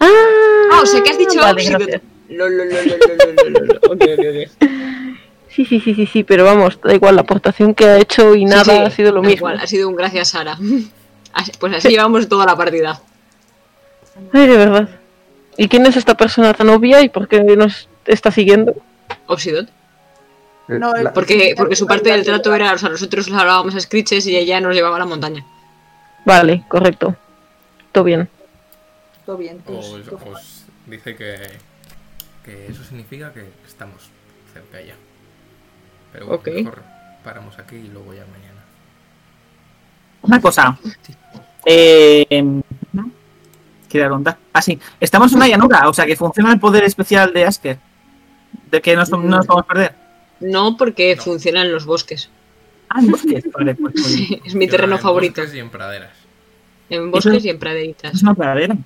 Speaker 4: Ah, o sea que has dicho
Speaker 10: Vale,
Speaker 4: óxido.
Speaker 10: gracias.
Speaker 4: Lo, lo, lo, lo, lo, lo, lo, lo. Ok, ok, ok.
Speaker 10: Sí, sí, sí, sí, sí, pero vamos, da igual, la aportación que ha hecho y nada
Speaker 4: Sí, sí,
Speaker 10: ha sido lo
Speaker 4: da
Speaker 10: mismo.
Speaker 4: igual, ha sido un gracias, Sara. Así- pues así llevamos toda la partida.
Speaker 10: Ay, de verdad. ¿Y quién es esta persona tan obvia y por qué nos está siguiendo?
Speaker 4: Obsidot.
Speaker 2: Eh,
Speaker 1: No,
Speaker 2: la-
Speaker 4: Porque, porque su parte del trato era, o sea, nosotros la hablábamos a Screeches y ella nos llevaba a la montaña.
Speaker 10: Vale, correcto. Todo bien.
Speaker 1: Todo bien.
Speaker 3: Os,
Speaker 1: pues, todo fine.
Speaker 3: os dice que, que eso significa que estamos cerca ya. Pero bueno,
Speaker 4: Ok.
Speaker 3: mejor paramos aquí y luego ya mañana.
Speaker 6: Una cosa. Eh, ¿no? Quería contar. Ah, sí. Estamos en una llanura, o sea que funciona el poder especial de Asker. De que nos- no nos vamos a perder.
Speaker 4: No porque
Speaker 3: No.
Speaker 4: funcionan los bosques.
Speaker 6: Ah, en bosques. Vale, pues, muy bien.
Speaker 4: es mi
Speaker 3: Yo
Speaker 4: terreno
Speaker 3: en
Speaker 4: favorito.
Speaker 3: bosques Y en praderas.
Speaker 4: En bosques
Speaker 6: Eso-
Speaker 4: y en praderitas.
Speaker 6: Es una pradera.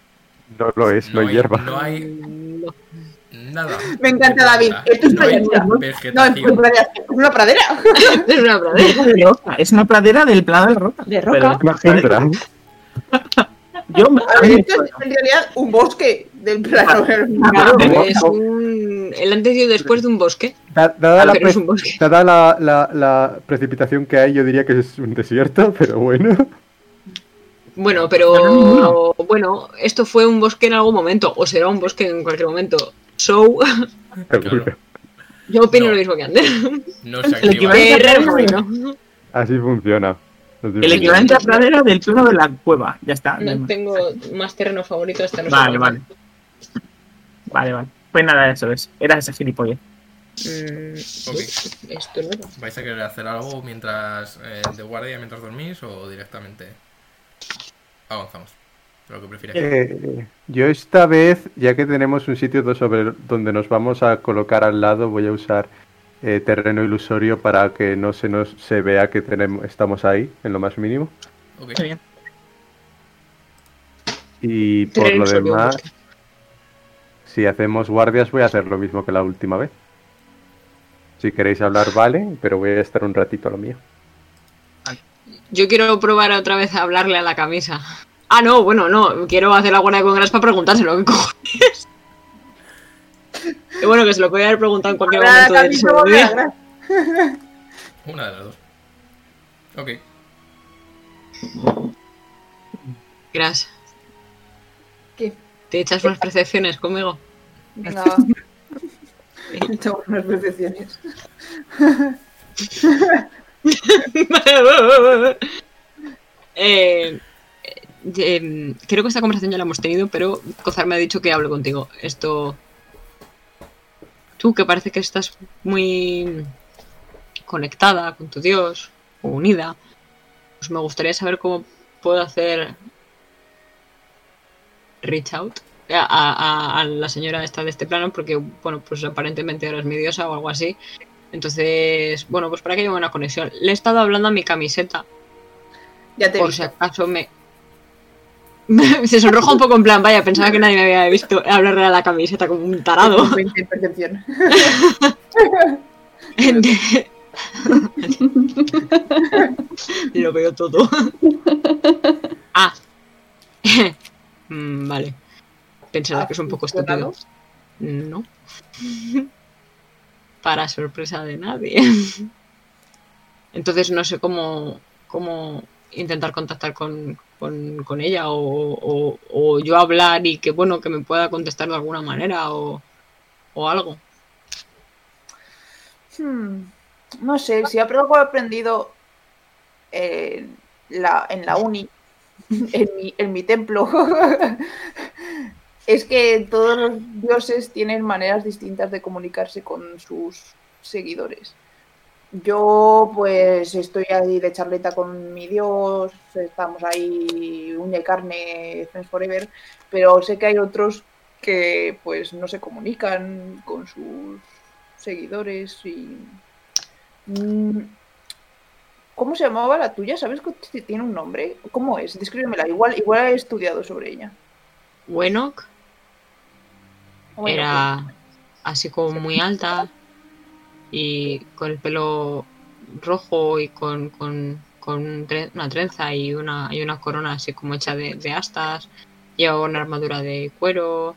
Speaker 2: No lo es, no,
Speaker 3: hay,
Speaker 2: hierba.
Speaker 3: No hay
Speaker 4: No.
Speaker 3: nada.
Speaker 1: Me encanta,
Speaker 3: de
Speaker 1: David.
Speaker 3: planta.
Speaker 1: Esto es
Speaker 3: no hay
Speaker 1: pradera. No, es
Speaker 3: vegetación.
Speaker 1: una pradera. Es una pradera.
Speaker 4: Es una pradera.
Speaker 6: Es una pradera de roca, Es una pradera del plano de la roca.
Speaker 5: De roca.
Speaker 6: Pero-
Speaker 2: Tendrán.
Speaker 6: Yo me-
Speaker 1: A ver, esto es en realidad un bosque del plano.
Speaker 6: Ah, Claro,
Speaker 2: Como-
Speaker 4: Es
Speaker 2: como-
Speaker 4: un... El antes y el después de un bosque.
Speaker 2: da- Dada la
Speaker 4: pero
Speaker 2: pre-
Speaker 4: es un bosque.
Speaker 2: dada la- la- la precipitación que hay, yo diría que es un desierto, pero bueno.
Speaker 4: Bueno,
Speaker 6: Pero
Speaker 4: pero bueno, esto fue un bosque en algún momento, o será un bosque en cualquier momento. So,
Speaker 2: Seguro.
Speaker 3: Claro.
Speaker 4: yo opino
Speaker 3: No.
Speaker 4: lo mismo que Ander.
Speaker 3: No se
Speaker 6: El
Speaker 3: activa.
Speaker 6: equivalente-
Speaker 4: Guerrero marino.
Speaker 2: Así funciona.
Speaker 6: El equivalente a pradera del plano de la cueva. Ya está. no hay
Speaker 4: No
Speaker 6: más.
Speaker 4: tengo más terreno favorito hasta no
Speaker 6: Vale, vale. Vale, vale. Pues nada, eso es. Era esa gilipollas.
Speaker 3: Ok.
Speaker 4: Mm, Esto no.
Speaker 3: ¿Vais a querer hacer algo mientras eh, de guardia mientras dormís o directamente avanzamos? Lo que prefieráis.
Speaker 2: Eh, yo esta vez, ya que tenemos un sitio do- sobre donde nos vamos a colocar al lado, voy a usar eh, terreno ilusorio para que no se nos se vea que tenemos, estamos ahí, en lo más mínimo.
Speaker 3: Ok.
Speaker 6: Está bien.
Speaker 2: Y por
Speaker 4: Terreno
Speaker 2: lo
Speaker 4: ilusorio,
Speaker 2: demás, si hacemos guardias voy a hacer lo mismo que la última vez. Si queréis hablar, vale, pero voy a estar un ratito a lo mío.
Speaker 6: Ah,
Speaker 4: Yo quiero probar otra vez a hablarle a la camisa. Ah, no, bueno, no. Quiero hacer la guardia con gras para preguntárselo. ¿Qué cojones? Y bueno, que se lo podía haber preguntado en cualquier
Speaker 1: Ahora,
Speaker 4: momento de
Speaker 1: David, no
Speaker 4: su
Speaker 1: voy a
Speaker 4: vida.
Speaker 1: hablar.
Speaker 3: Una de las dos. Ok.
Speaker 4: Gras,
Speaker 1: ¿Qué?
Speaker 4: ¿te echas unas percepciones conmigo?
Speaker 1: Venga, va. Tengo unas percepciones.
Speaker 4: Eh, eh, creo que esta conversación ya la hemos tenido, pero Cozar me ha dicho que hablo contigo. Esto. Tú que parece que estás muy conectada con tu Dios, o unida, pues me gustaría saber cómo puedo hacer reach out a, a- a la señora esta de este plano, porque bueno, pues aparentemente ahora es mi diosa o algo así. Entonces, bueno, pues para que haya una conexión. Le he estado hablando a mi camiseta,
Speaker 1: Ya te he
Speaker 4: por si
Speaker 1: visto.
Speaker 4: acaso me... Se sonroja un poco en plan, vaya, pensaba que nadie me había visto hablarle a la camiseta como un tarado.
Speaker 1: 20 de percepción.
Speaker 4: Lo veo todo. Ah. Mm, vale. Pensará que es un poco estúpido. No. Para sorpresa de nadie. Entonces no sé cómo, cómo intentar contactar con, con- con ella o, o- o yo hablar y que bueno que me pueda contestar de alguna manera o, o algo.
Speaker 1: Hmm, No sé, si algo he aprendido en la, en la uni, en mi, en mi templo, es que todos los dioses tienen maneras distintas de comunicarse con sus seguidores. Yo pues estoy ahí de charleta con mi dios, estamos ahí uña y carne, friends forever, pero sé que hay otros que pues no se comunican con sus seguidores y... Mm, ¿Cómo se llamaba la tuya? ¿Sabes que t- tiene un nombre? ¿Cómo es? Descríbemela. Igual, igual he estudiado sobre ella.
Speaker 4: Wenok
Speaker 1: Bueno,
Speaker 4: era así como muy alta y con el pelo rojo y con, con- con un tre- una trenza y una, y una corona así como hecha de, de astas. Llevaba una armadura de cuero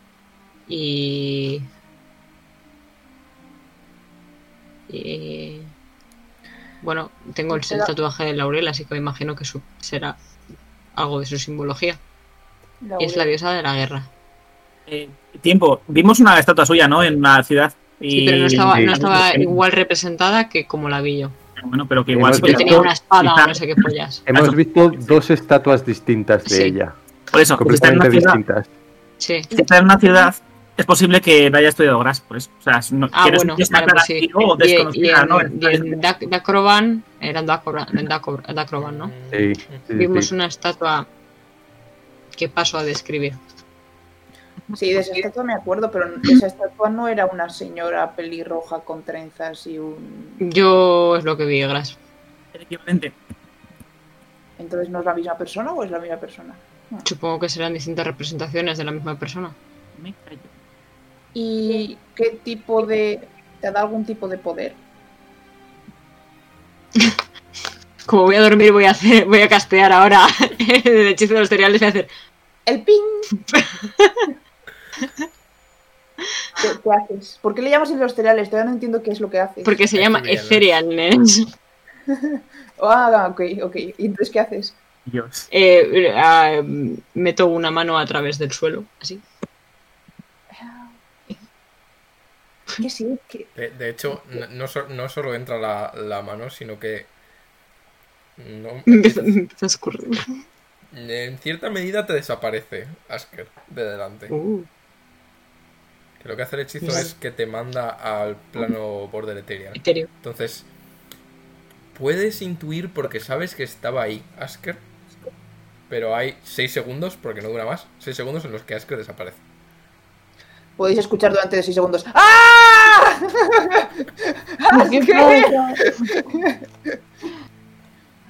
Speaker 4: y... y- bueno, tengo el, el tatuaje de laurel, así que me imagino que su- será algo de su simbología.
Speaker 1: La
Speaker 4: Y es la diosa de la guerra.
Speaker 6: Eh, tiempo. Vimos una estatua suya, ¿no? En la ciudad.
Speaker 4: Sí,
Speaker 6: Y-
Speaker 4: pero no estaba, no
Speaker 2: sí.
Speaker 4: estaba igual representada que como la vi yo.
Speaker 6: Bueno, pero que
Speaker 2: Hemos
Speaker 6: igual.
Speaker 2: visto-
Speaker 4: Porque
Speaker 2: Pero
Speaker 4: tenía una espada
Speaker 6: quizá-
Speaker 4: o no sé qué pollas.
Speaker 2: Hemos
Speaker 6: Eso.
Speaker 2: visto dos estatuas distintas de
Speaker 4: Sí.
Speaker 2: ella,
Speaker 6: Por eso, si está en una
Speaker 2: completamente
Speaker 6: ciudad,
Speaker 2: distintas.
Speaker 4: Sí.
Speaker 6: si está en una ciudad, es posible que no haya estudiado Gras, por eso. O sea, si no,
Speaker 4: Ah,
Speaker 6: quiero
Speaker 4: bueno,
Speaker 6: decir, está
Speaker 4: vale, pues
Speaker 6: clara
Speaker 4: sí.
Speaker 6: aquí, o
Speaker 4: Y, y
Speaker 6: oh, desconocida,
Speaker 4: en,
Speaker 6: ¿no?
Speaker 4: y en Dac- Dacroban, era en Dacroban, en Dacro- en Dacroban,
Speaker 3: Mm,
Speaker 4: ¿no?
Speaker 2: Sí, sí, sí,
Speaker 4: Vimos
Speaker 2: sí.
Speaker 4: una estatua que paso a describir.
Speaker 1: Sí, de esa estatua me acuerdo, pero esa estatua no era una señora pelirroja con trenzas y un.
Speaker 4: Yo es lo que vi, Gras.
Speaker 6: El equivalente.
Speaker 1: Entonces, ¿no es la misma persona o es la misma persona?
Speaker 4: Supongo que serán distintas representaciones de la misma persona.
Speaker 6: Me callo.
Speaker 1: ¿Y qué tipo de. ¿Te da algún tipo de poder?
Speaker 4: Como voy a dormir, voy a hacer, voy a castear ahora el hechizo de los cereales y voy a hacer.
Speaker 1: ¡El ping! ¿Qué, qué haces? ¿Por qué le llamas los cereales? Todavía no entiendo qué es lo que haces.
Speaker 4: Porque se
Speaker 3: Qué
Speaker 4: llama
Speaker 3: genial, ¿eh?
Speaker 4: Ethereal Nens.
Speaker 1: Ah, ok, ok. ¿Y entonces qué haces?
Speaker 6: Dios.
Speaker 4: Eh, ah, meto una mano a través del suelo, así.
Speaker 1: Que sí, que.
Speaker 3: De, de hecho, no, no so- no solo entra la, la mano, sino que. no-
Speaker 4: Empieza empieza a escurrir.
Speaker 3: en cierta medida te desaparece, Asker, de delante.
Speaker 4: Uh,
Speaker 3: Que lo que hace el hechizo
Speaker 4: Sí.
Speaker 3: es que te manda al plano border Ethereal.
Speaker 4: Ethereal.
Speaker 3: Entonces, puedes intuir porque sabes que estaba ahí Asker, pero hay 6 segundos, porque no dura más, 6 segundos en los que Asker desaparece.
Speaker 1: Podéis escuchar durante 6 segundos. ¡Ah! ¡Asker!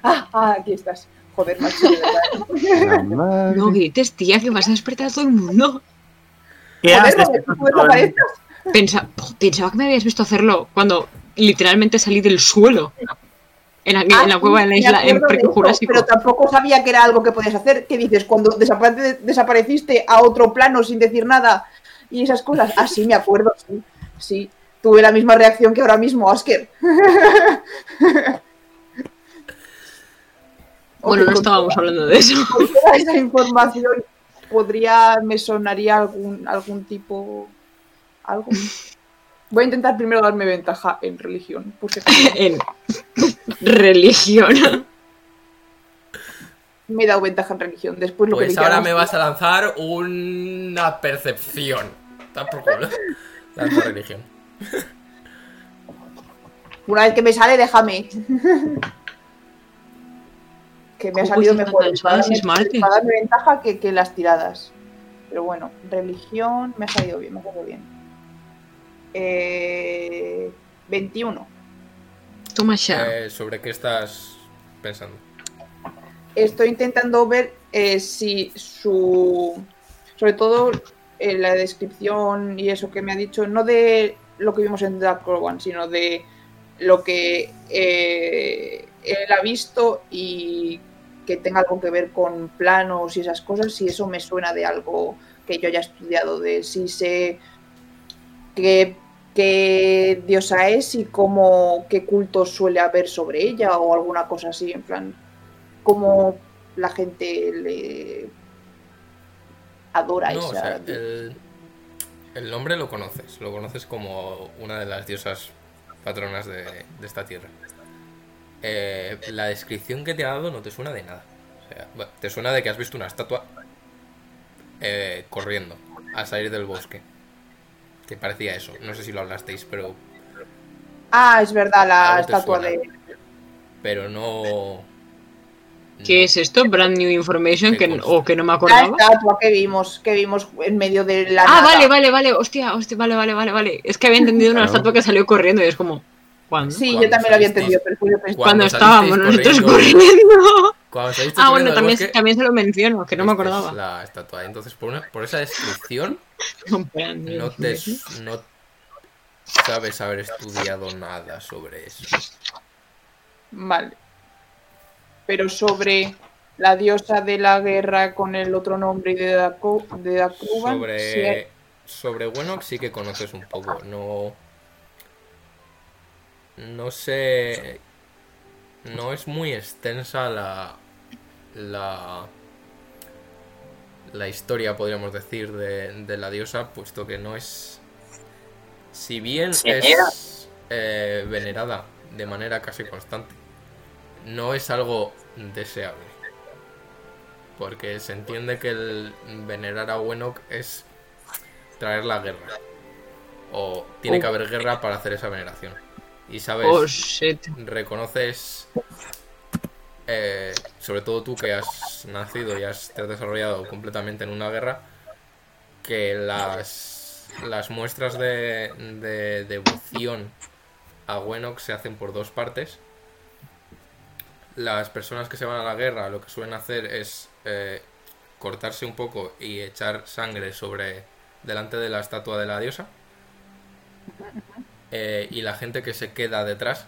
Speaker 1: ah, ah, aquí estás. Joder, macho, de verdad.
Speaker 2: La madre.
Speaker 4: No grites, tía, que vas a despertar a todo el mundo.
Speaker 6: ¿Qué
Speaker 1: Joder,
Speaker 6: haces?
Speaker 1: Robert, tú desapareces.
Speaker 4: Pensa- po, pensaba que me habías visto hacerlo cuando literalmente salí del suelo. En, aqu- en la
Speaker 1: Ah,
Speaker 4: cueva de la
Speaker 1: me
Speaker 4: isla, en
Speaker 1: acuerdo de eso,
Speaker 4: Prejurásico.
Speaker 1: Pero tampoco sabía que era algo que podías hacer. ¿Qué dices? Cuando desapare- desapareciste a otro plano sin decir nada y esas cosas. Ah, sí, me acuerdo. Sí, sí. Tuve la misma reacción que ahora mismo, Asker.
Speaker 4: Bueno,
Speaker 1: Ok,
Speaker 4: no
Speaker 1: con
Speaker 4: estábamos hablando de eso.
Speaker 1: con toda esa información podría, me sonaría algún, algún tipo, algo. Voy a intentar primero darme ventaja en religión, por si acaso.
Speaker 4: En religión.
Speaker 1: me he dado ventaja en religión. Después lo que
Speaker 3: Pues
Speaker 1: dije "Ah,
Speaker 3: ahora
Speaker 1: antes.
Speaker 3: me vas a lanzar una percepción. Está por culo. Lanza religión.
Speaker 1: Una vez que me sale, déjame. que me ha
Speaker 4: Uy,
Speaker 1: salido
Speaker 4: están
Speaker 1: mejor.
Speaker 4: cansadas, es martes.
Speaker 1: para darme ventaja que, que las tiradas. Pero bueno, religión me ha salido bien, me ha salido bien. Eh, 21.
Speaker 4: Toma ya.
Speaker 3: Eh, ¿Sobre qué estás pensando?
Speaker 1: estoy intentando ver eh, si su. Sobre todo eh, la descripción y eso que me ha dicho, no de lo que vimos en Dark One, sino de lo que eh, él ha visto y que tenga algo que ver con planos y esas cosas, si eso me suena de algo que yo haya estudiado, de si sé qué, qué diosa es y cómo, qué cultos suele haber sobre ella o alguna cosa así, en plan, cómo la gente le adora
Speaker 3: No,
Speaker 1: esa
Speaker 3: o sea,
Speaker 1: diosa.
Speaker 3: el, el nombre lo conoces. Lo conoces como una de las diosas patronas de, de esta tierra. Eh, la descripción que te ha dado no te suena de nada. O sea, bueno, te suena de que has visto una estatua eh, corriendo al salir del bosque. Que parecía eso. No sé si lo hablasteis, pero,
Speaker 1: Ah, es verdad, la
Speaker 3: Algo te
Speaker 1: estatua
Speaker 3: suena.
Speaker 1: de.
Speaker 3: pero no.
Speaker 4: ¿Qué
Speaker 3: no.
Speaker 4: es esto? ¿Brand new information?
Speaker 3: Me
Speaker 4: Que,
Speaker 3: consta.
Speaker 4: ¿O que no
Speaker 1: La
Speaker 4: me acordaba?
Speaker 1: estatua que vimos, que vimos en medio de la.
Speaker 4: Ah,
Speaker 1: nada.
Speaker 4: vale, vale, vale. Hostia, hostia, vale, vale, vale, vale. Es que había entendido una
Speaker 2: Claro.
Speaker 4: estatua que salió corriendo y es como. ¿Cuándo?
Speaker 1: Sí,
Speaker 3: Cuando
Speaker 1: yo también lo había
Speaker 3: salisteis-
Speaker 1: entendido, pero después yo pensé-
Speaker 4: Cuando,
Speaker 3: salisteis
Speaker 4: estábamos nosotros
Speaker 3: corriendo-
Speaker 4: corriendo.
Speaker 3: Cuando saliste
Speaker 4: Ah,
Speaker 3: corriendo
Speaker 4: bueno,
Speaker 3: del
Speaker 4: también,
Speaker 3: bosque,
Speaker 4: también se lo menciono, que no me
Speaker 3: esta es
Speaker 4: acordaba.
Speaker 3: Este, la estatua. Entonces, por, una- por esa descripción,
Speaker 4: Brand new
Speaker 3: no te
Speaker 4: information.
Speaker 3: no sabes haber estudiado nada sobre eso.
Speaker 1: Vale. Pero sobre la diosa de la guerra con el otro nombre y de Daco- de Dacuban. sí hay-
Speaker 3: Sobre sobre Wenlock sí que conoces un poco, no no sé no es muy extensa la la la historia, podríamos decir, de, de la diosa, puesto que no es... Si bien es eh, venerada de manera casi constante, no es algo deseable. Porque se entiende que el venerar a Wenok es traer la guerra. O tiene que haber guerra para hacer esa veneración. Y sabes,
Speaker 7: Oh, shit.
Speaker 3: reconoces, eh, sobre todo tú que has nacido y has, te has desarrollado completamente en una guerra, que las, las muestras de, de devoción a Wenok se hacen por dos partes. Las personas que se van a la guerra lo que suelen hacer es eh, cortarse un poco y echar sangre sobre delante de la estatua de la diosa. Eh, y la gente que se queda detrás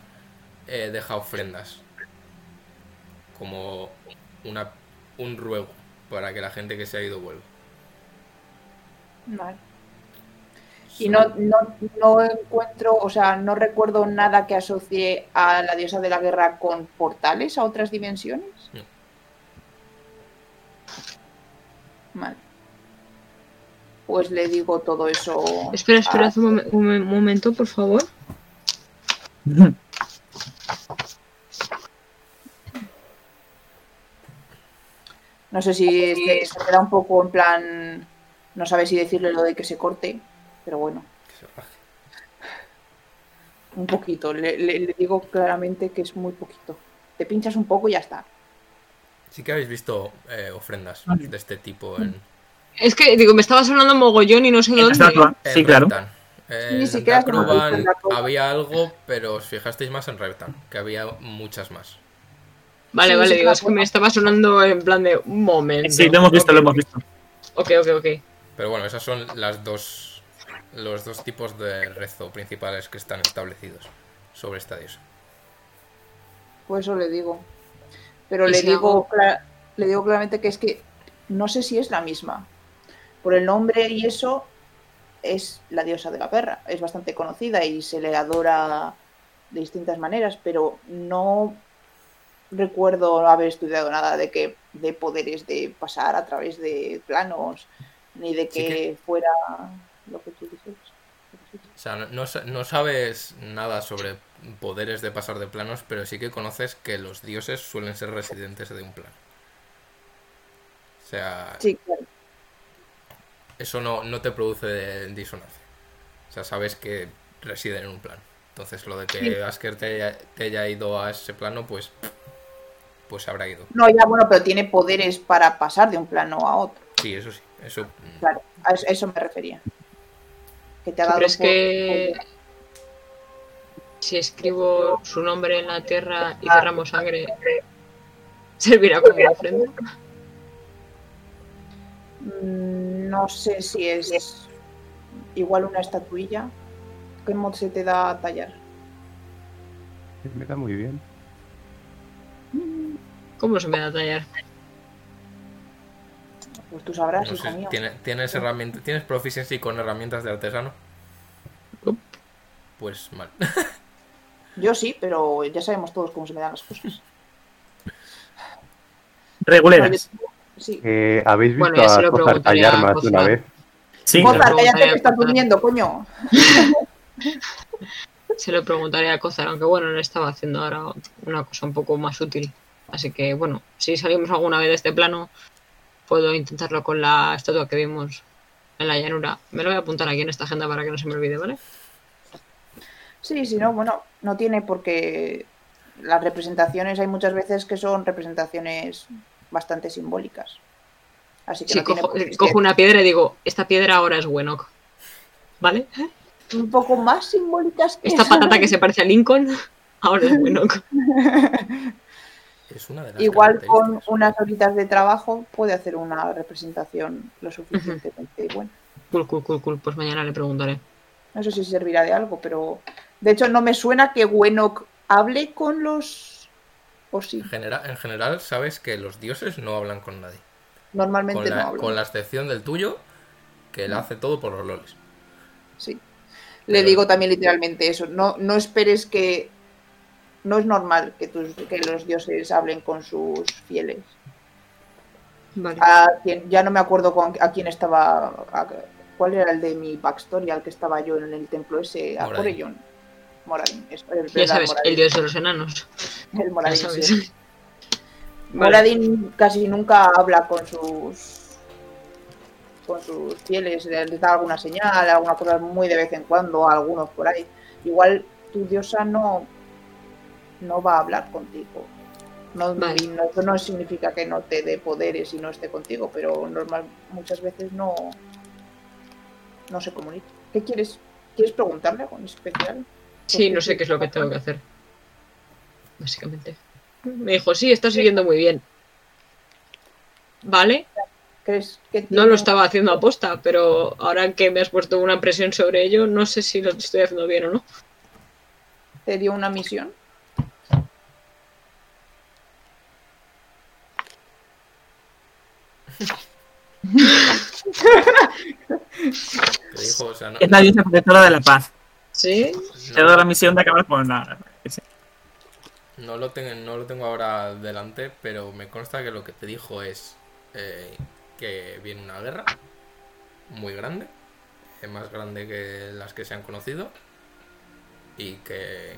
Speaker 3: eh, deja ofrendas. Como una, un ruego para que la gente que se ha ido vuelva.
Speaker 1: Vale. Y no, no, no encuentro, o sea, no recuerdo nada que asocie a la diosa de la guerra con portales a otras dimensiones.
Speaker 3: No.
Speaker 1: Vale. Pues le digo todo eso.
Speaker 4: Espera, espera
Speaker 1: a-
Speaker 4: un, momen- un momen- momento, por favor.
Speaker 1: No sé si este- se queda un poco en plan. No sabe si decirle lo de que se corte, pero bueno.
Speaker 3: Que se raje.
Speaker 1: Un poquito, le, le- le digo claramente que es muy poquito. Te pinchas un poco y ya está.
Speaker 3: Sí que habéis visto eh, ofrendas de este tipo en,
Speaker 4: Es que, digo, me estaba sonando mogollón y no sé
Speaker 6: La
Speaker 4: dónde.
Speaker 6: estatua,
Speaker 3: en
Speaker 6: sí, claro.
Speaker 3: Reptan. Eh,
Speaker 1: Sí,
Speaker 3: en
Speaker 1: sí,
Speaker 3: Santa
Speaker 1: que era como
Speaker 3: Cruz
Speaker 1: en Santa Cruz.
Speaker 3: había algo, pero os fijasteis más en Reptan, que había muchas más.
Speaker 4: Vale,
Speaker 1: Sí,
Speaker 4: vale,
Speaker 1: sí,
Speaker 4: digo,
Speaker 1: la
Speaker 4: es que me estaba sonando en plan de un momento.
Speaker 6: Sí, lo hemos visto, lo hemos visto.
Speaker 4: Ok, ok, ok.
Speaker 3: Pero bueno, esas son las dos los dos tipos de rezo principales que están establecidos sobre esta diosa.
Speaker 1: Por eso le digo. Pero
Speaker 4: ¿Y
Speaker 1: le
Speaker 4: si
Speaker 1: digo,
Speaker 4: hago-
Speaker 1: cla- le digo claramente que es que no sé si es la misma. Por el nombre y eso, es la diosa de la perra. Es bastante conocida y se le adora de distintas maneras, pero no recuerdo haber estudiado nada de que de poderes de pasar a través de planos ni de
Speaker 3: Sí
Speaker 1: que, fuera lo que tú dices.
Speaker 3: O sea, no- no, sa- no sabes nada sobre poderes de pasar de planos, pero sí que conoces que los dioses suelen ser residentes de un plano. O sea,
Speaker 1: Sí, claro.
Speaker 3: eso no, no te produce disonancia. O sea, sabes que residen en un plano. Entonces, lo de que Asker te haya, te haya ido a ese plano, pues, pues habrá ido.
Speaker 1: No, ya bueno, pero tiene poderes para pasar de un plano a otro.
Speaker 3: Sí, eso sí. Eso, mm,
Speaker 1: Claro, a es- a eso me refería. Que te ha
Speaker 4: Sí,
Speaker 1: dado
Speaker 4: Pero es
Speaker 1: por-
Speaker 4: que si escribo su nombre en la tierra
Speaker 1: Ah.
Speaker 4: y derramo sangre, servirá como ofrenda.
Speaker 1: Mm, No sé si es igual una estatuilla. ¿Qué mod se te da a tallar?
Speaker 2: Me da muy bien.
Speaker 4: ¿Cómo se me da a tallar?
Speaker 1: Pues tú sabrás,
Speaker 3: no
Speaker 1: hijo
Speaker 3: sé,
Speaker 1: mío.
Speaker 3: ¿tiene- ¿tienes, herramienta, ¿Tienes proficiency con herramientas de artesano?
Speaker 4: Nope.
Speaker 3: Pues mal.
Speaker 1: Yo sí, pero ya sabemos todos cómo se me dan las cosas.
Speaker 6: Reguleras.
Speaker 1: Sí.
Speaker 2: Eh, ¿Habéis visto
Speaker 4: Bueno, ya se
Speaker 2: a
Speaker 4: lo
Speaker 2: Cozar
Speaker 4: preguntaría
Speaker 2: tallar
Speaker 4: a
Speaker 2: más de una
Speaker 4: Cozar.
Speaker 2: vez?
Speaker 6: Sí,
Speaker 1: Mozart,
Speaker 4: claro.
Speaker 1: cállate que
Speaker 4: Vamos a
Speaker 1: estás
Speaker 4: ver.
Speaker 1: durmiendo, coño.
Speaker 4: Se lo preguntaré a Cozar, aunque bueno, le estaba haciendo ahora una cosa un poco más útil. Así que bueno, si salimos alguna vez de este plano, puedo intentarlo con la estatua que vimos en la llanura. Me lo voy a apuntar aquí en esta agenda para que no se me olvide, ¿vale?
Speaker 1: Sí, si no, bueno, no tiene porque las representaciones hay muchas veces que son representaciones bastante simbólicas. Así que
Speaker 4: Sí,
Speaker 1: no tiene
Speaker 4: cojo,
Speaker 1: por qué
Speaker 4: cojo
Speaker 1: ser.
Speaker 4: una piedra y digo, esta piedra ahora es Wenok. ¿Vale?
Speaker 1: un poco más simbólicas que
Speaker 4: Esta
Speaker 1: esa.
Speaker 4: patata que se parece a Lincoln, ahora es Winnock.
Speaker 3: Es una de las pues.
Speaker 1: Igual con
Speaker 3: características.
Speaker 1: unas horitas de trabajo puede hacer una representación lo suficientemente buena.
Speaker 4: Cool, cool, cool, cool. Pues mañana le preguntaré.
Speaker 1: No sé si servirá de algo, pero de hecho no me suena que Wenok hable con los o sí,
Speaker 3: En genera- en general, sabes que los dioses no hablan con nadie.
Speaker 1: normalmente
Speaker 3: Con
Speaker 1: no
Speaker 3: la,
Speaker 1: habla.
Speaker 3: con la excepción del tuyo, que él hace todo por los loles.
Speaker 1: Sí. Le
Speaker 3: Pero-
Speaker 1: digo también literalmente eso. No, no esperes que no es normal que tus que los dioses hablen con sus fieles.
Speaker 4: Vale.
Speaker 1: a quien- ya no me acuerdo con, a quién estaba. a- ¿Cuál era el de mi backstory al que estaba yo en el templo ese? A
Speaker 3: Moradin.
Speaker 1: Corellón. Moradin. eso, es
Speaker 4: Ya
Speaker 1: verdad,
Speaker 4: sabes, el
Speaker 1: Moradin.
Speaker 4: dios de los enanos.
Speaker 1: El
Speaker 4: Ya
Speaker 1: Moradin,
Speaker 4: sabes.
Speaker 1: sí. Moradin casi nunca habla con sus con sus fieles, les da alguna señal, alguna cosa muy de vez en cuando, a algunos por ahí. Igual tu diosa no, no va a hablar contigo. No,
Speaker 4: Vale.
Speaker 1: y no- eso no significa que no te dé poderes y no esté contigo, pero normal, muchas veces no, no se comunica. ¿Qué quieres? ¿Quieres preguntarle algo en especial?
Speaker 4: Sí, no sé qué es lo que tengo que hacer. Básicamente. Me dijo, sí, estás siguiendo muy bien. Vale,
Speaker 1: ¿Crees que
Speaker 4: no lo
Speaker 1: tiene-
Speaker 4: estaba haciendo aposta, pero ahora que me has puesto una presión sobre ello, no sé si lo estoy haciendo bien o no.
Speaker 1: te dio una misión?
Speaker 3: Te dijo, o sea, no,
Speaker 6: Es la diosa protectora de la paz.
Speaker 4: ¿Sí?
Speaker 6: Te doy la misión de acabar con la.
Speaker 3: no lo tengo, no lo tengo ahora delante, pero me consta que lo que te dijo es eh, que viene una guerra muy grande, eh, más grande que las que se han conocido, y que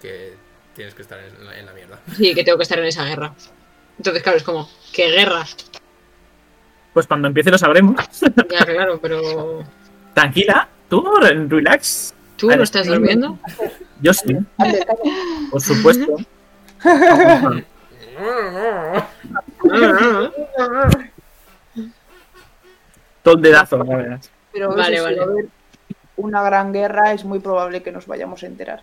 Speaker 3: que tienes que estar en la, en la mierda.
Speaker 4: Sí, que tengo que estar en esa guerra. Entonces, claro, es como, ¿qué guerra?
Speaker 6: Pues cuando empiece lo sabremos.
Speaker 4: Ya, claro, pero...
Speaker 6: Tranquila, tú, re- relax.
Speaker 4: ¿Tú no estás durmiendo?
Speaker 6: Yo sí,
Speaker 1: Hazle caso.
Speaker 6: por supuesto. Todo el dedazo, la verdad.
Speaker 1: Pero
Speaker 4: Vale,
Speaker 1: eso, si
Speaker 4: vale.
Speaker 1: va a haber una gran guerra, es muy probable que nos vayamos a enterar.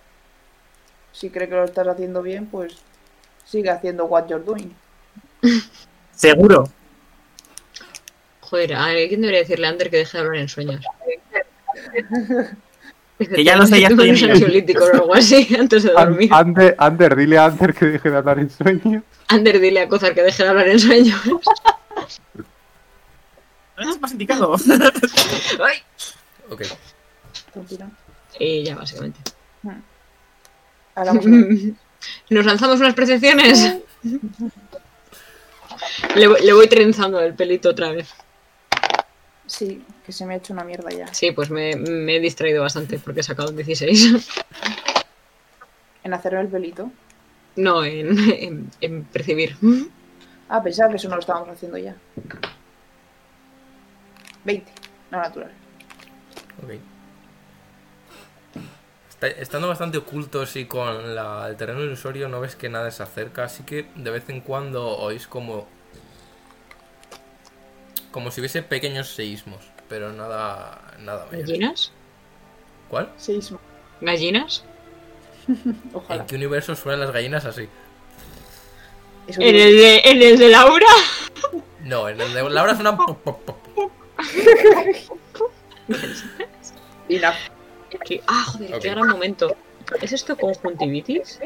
Speaker 1: Si cree que lo estás haciendo bien, pues sigue haciendo what you're doing.
Speaker 6: Seguro.
Speaker 4: Joder, ¿a quién debería decirle a Ander que deje de hablar en sueños?
Speaker 6: Que ya lo sé, ya estoy
Speaker 4: Tómate
Speaker 6: en
Speaker 4: un
Speaker 6: ello.
Speaker 4: ansiolítico o algo así antes de dormir.
Speaker 2: Ander, Ander, dile a Ander que deje de hablar en sueño.
Speaker 4: Ander, dile a Cozar que deje de hablar en sueños.
Speaker 6: ¿No es más indicado?
Speaker 4: Ay.
Speaker 3: ok,
Speaker 1: Continúa.
Speaker 4: Y ya, básicamente.
Speaker 1: Hmm. Hablamos de-
Speaker 4: Nos lanzamos unas percepciones. Le, voy- le voy trenzando el pelito otra vez.
Speaker 1: Sí, que se me ha hecho una mierda ya.
Speaker 4: Sí, pues me, me he distraído bastante porque he sacado un 16.
Speaker 1: En hacerme el pelito.
Speaker 4: No, en, en- en percibir.
Speaker 1: Ah, pensaba que eso no lo estábamos haciendo ya. 20. No natural.
Speaker 3: ok. Está- Estando bastante ocultos y con la- el terreno ilusorio no ves que nada se acerca, así que de vez en cuando oís como como si hubiese pequeños seísmos, pero nada nada mayor.
Speaker 4: ¿Gallinas?
Speaker 3: ¿Cuál?
Speaker 1: Seísmo.
Speaker 4: ¿Gallinas?
Speaker 1: Ojalá.
Speaker 3: ¿En qué universo suenan las gallinas así?
Speaker 1: Eso
Speaker 4: ¿En
Speaker 1: digo.
Speaker 4: el de, en el de Laura?
Speaker 3: No, en el de Laura suenan pop, pop, pop.
Speaker 1: Y la-
Speaker 4: Que- Ah, joder,
Speaker 3: Ok.
Speaker 4: qué gran momento. ¿Es esto conjuntivitis?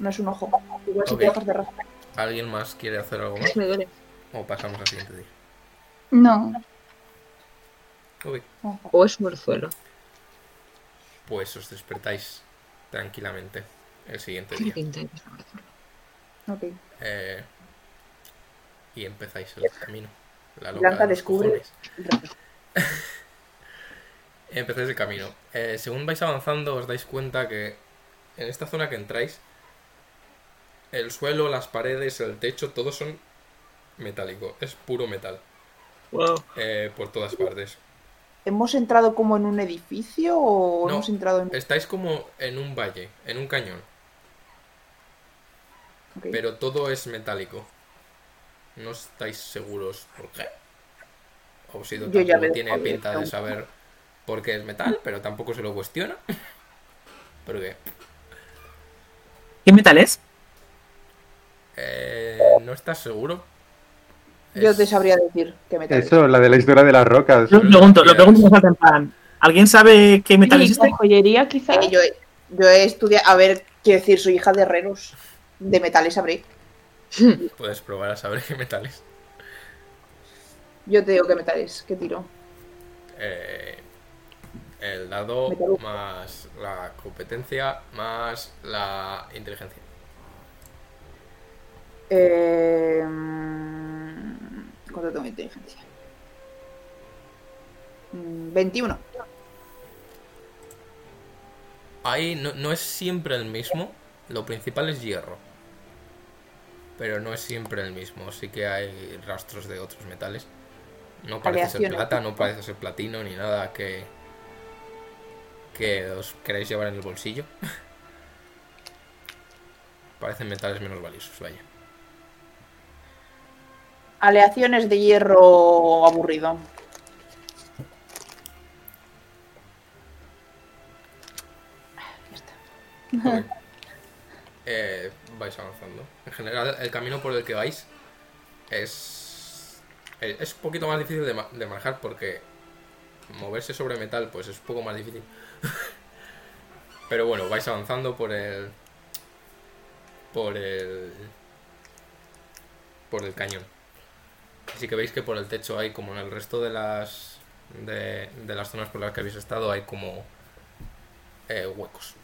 Speaker 1: No es un ojo. Igual si
Speaker 3: Ok.
Speaker 1: te dejas de raza.
Speaker 3: ¿Alguien más quiere hacer algo más?
Speaker 4: Me duele.
Speaker 3: O pasamos al siguiente día.
Speaker 5: No,
Speaker 3: Ok,
Speaker 4: O es morzuelo.
Speaker 3: pues os despertáis tranquilamente el siguiente
Speaker 4: Tiene
Speaker 3: día.
Speaker 4: pinta de que es morzuelo.
Speaker 1: Ok.
Speaker 3: Eh, y empezáis el camino. La loca
Speaker 1: Blanca
Speaker 3: de los
Speaker 1: descubre-
Speaker 3: cojones. Empezáis el camino. Eh, según vais avanzando, os dais cuenta que en esta zona que entráis, el suelo, las paredes, el techo, todo son metálico. Es puro metal. eh, por todas partes.
Speaker 1: ¿Hemos entrado como en un edificio o
Speaker 3: No. eh,
Speaker 1: hemos entrado en...
Speaker 3: Estáis como en un valle, en un cañón,
Speaker 1: Ok.
Speaker 3: pero todo es metálico. No estáis seguros por qué. O si
Speaker 1: Yo ya veo,
Speaker 3: tiene
Speaker 1: joder,
Speaker 3: pinta de
Speaker 1: no.
Speaker 3: saber por qué es metal, pero tampoco se lo cuestiona. Porque
Speaker 6: ¿Qué metal es?
Speaker 3: eh, no estás seguro.
Speaker 1: Yo
Speaker 3: Es-
Speaker 1: te sabría decir que me
Speaker 2: Eso, la de la historia de las rocas.
Speaker 6: Yo lo pregunto, lo pregunto en voz alta, en plan. ¿Alguien sabe qué metal es
Speaker 5: ¿Y
Speaker 6: este?
Speaker 5: con joyería quizás?
Speaker 1: Eh, yo, he- yo he estudiado... A ver, quiero decir, soy hija de herreros. De metales sabré.
Speaker 3: Puedes probar a saber qué metal es.
Speaker 1: Yo te digo que metales. ¿Qué tiro?
Speaker 3: Eh, el dado
Speaker 1: Metalurgia.
Speaker 3: más la competencia más la inteligencia.
Speaker 1: Eh, mm, ¿Cuánto tengo de inteligencia? Mm, 21.
Speaker 3: Ahí no, no es siempre el mismo. Lo principal es hierro. Pero no es siempre el mismo. Sí que hay rastros de otros metales. No parece ser
Speaker 1: Aleaciones,
Speaker 3: plata, no
Speaker 1: tipo.
Speaker 3: parece ser platino ni nada que. que os queréis llevar en el bolsillo. Parecen metales menos valiosos, vaya.
Speaker 1: Aleaciones de hierro aburrido.
Speaker 3: Ok. Eh, vais avanzando. En general, el camino por el que vais es. eh, Es un poquito más difícil de, ma- de manejar porque moverse sobre metal pues es un poco más difícil. Pero bueno, vais avanzando por el. Por el. Por el cañón. Así que veis que por el techo hay, como en el resto de las. De, de las zonas por las que habéis estado, hay como. eh, huecos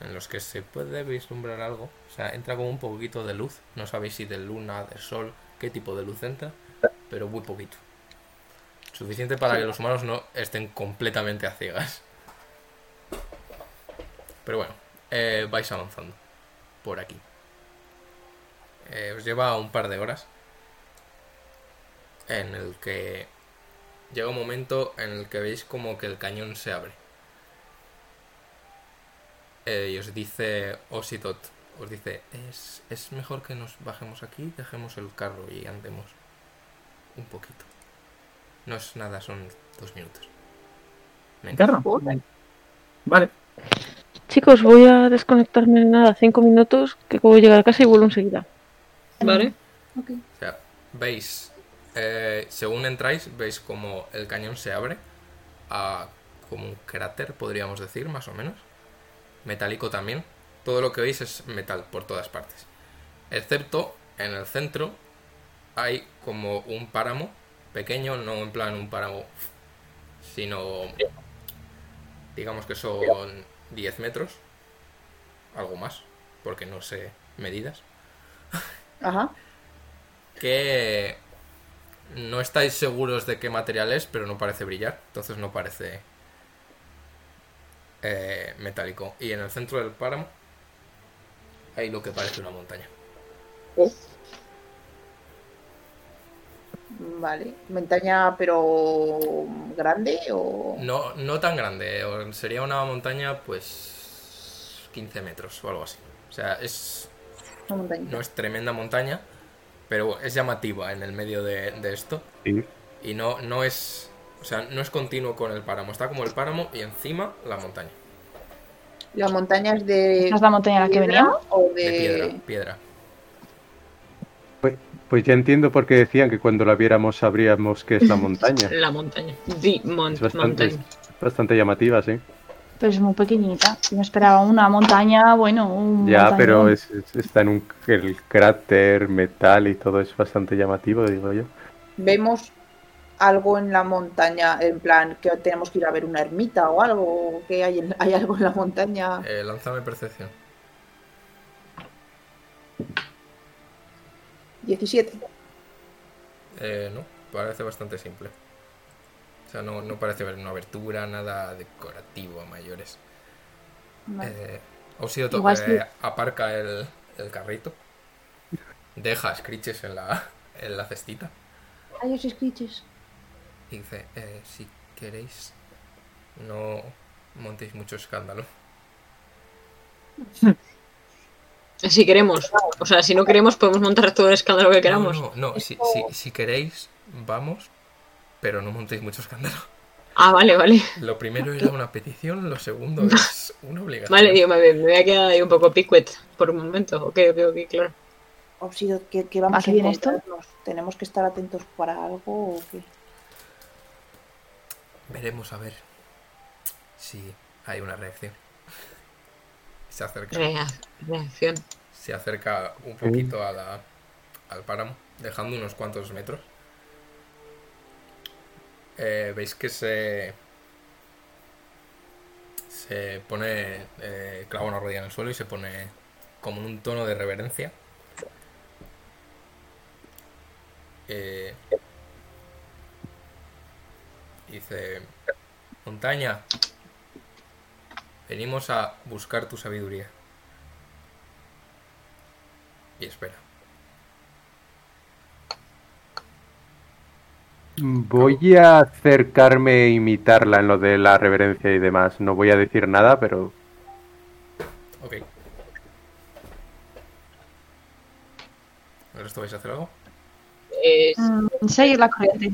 Speaker 3: en los que se puede vislumbrar algo. O sea, entra como un poquito de luz. No sabéis si de luna, de sol, qué tipo de luz entra, pero muy poquito. Suficiente para que los humanos no estén completamente a ciegas. Pero bueno, eh, vais avanzando por aquí. Eh, os lleva un par de horas en el que llega un momento en el que veis como que el cañón se abre eh, y os dice Ositot, os dice, es, es mejor que nos bajemos aquí, dejemos el carro y andemos un poquito. No es nada, son dos minutos.
Speaker 6: ¿El carro? Vale.
Speaker 10: Chicos, voy a desconectarme en nada, cinco minutos, que voy a llegar a casa y vuelvo enseguida.
Speaker 4: Vale.
Speaker 3: O sea, veis, eh, según entráis, veis como el cañón se abre a como un cráter, podríamos decir, más o menos. Metálico también. Todo lo que veis es metal por todas partes. Excepto en el centro hay como un páramo pequeño, no en plan un páramo, sino digamos que son 10 metros, algo más, porque no sé medidas
Speaker 1: Ajá.
Speaker 3: que no estáis seguros de qué material es, pero no parece brillar, entonces no parece eh, metálico. Y en el centro del páramo hay lo que parece una montaña.
Speaker 1: Vale. ¿Montaña pero grande o...?
Speaker 3: No, no tan grande, o- sería una montaña pues 15 metros o algo así. O sea, es,
Speaker 1: Una montaña.
Speaker 3: no es tremenda montaña, pero es llamativa en el medio de, de esto.
Speaker 2: Sí.
Speaker 3: Y no, no es... O sea, no es continuo con el páramo, está como el páramo y encima la montaña.
Speaker 1: ¿La montaña es de
Speaker 5: ¿No es la montaña a la que
Speaker 1: piedra
Speaker 5: veníamos?
Speaker 1: o de...?
Speaker 3: De piedra, piedra.
Speaker 2: Pues ya entiendo por qué decían que cuando la viéramos sabríamos que es la montaña.
Speaker 4: La montaña. The mon-
Speaker 2: Es bastante,
Speaker 4: mountain.
Speaker 2: bastante llamativa, sí.
Speaker 5: Pero es muy pequeñita. Yo me esperaba una montaña, bueno, un
Speaker 2: Ya,
Speaker 5: montañón.
Speaker 2: pero es- es- está en un el cráter, metal y todo es bastante llamativo, digo yo.
Speaker 1: ¿Vemos algo en la montaña? En plan, que tenemos que ir a ver una ermita o algo. ¿O que hay, en- hay algo en la montaña?
Speaker 3: Eh, lánzame percepción.
Speaker 1: 17.
Speaker 3: Eh, no, parece bastante simple. O sea, no, no parece haber una abertura, nada decorativo a mayores.
Speaker 1: Vale.
Speaker 3: Eh, Oxidot,
Speaker 5: Igual
Speaker 3: eh,
Speaker 5: sí.
Speaker 3: aparca el, el carrito. Deja scritches en la, en la cestita.
Speaker 1: Adiós, escriches.
Speaker 3: Y dice, eh, si queréis, no montéis mucho escándalo.
Speaker 4: Si queremos. O sea, si no queremos, podemos montar todo el escándalo que queramos.
Speaker 3: No, no, no, si, si- si queréis, vamos, pero no montéis mucho escándalo.
Speaker 4: Ah, vale, vale.
Speaker 3: Lo primero era una petición, lo segundo es una obligación.
Speaker 4: Vale, digo, me me voy a quedar ahí un poco picuet por un momento. Ok, ok, ok, claro.
Speaker 1: Obsido, ¿qué, qué vamos
Speaker 5: ¿Va
Speaker 1: a
Speaker 5: bien esto?
Speaker 1: encontrarnos? ¿Tenemos que estar atentos para algo o qué?
Speaker 3: Veremos a ver si hay una reacción. Se acerca,
Speaker 4: Rea- Reacción.
Speaker 3: se acerca un poquito a la- al páramo, dejando unos cuantos metros. Eh, Veis que se se pone eh, clava una rodilla en el suelo y se pone como en un tono de reverencia Eh, dice, montaña, venimos a buscar tu sabiduría. Y espera.
Speaker 2: Voy a acercarme e imitarla en lo de la reverencia y demás. No voy a decir nada, pero
Speaker 3: Ok. ¿El resto vais a hacer algo?
Speaker 11: Eh,
Speaker 5: Mm, seguir la corriente.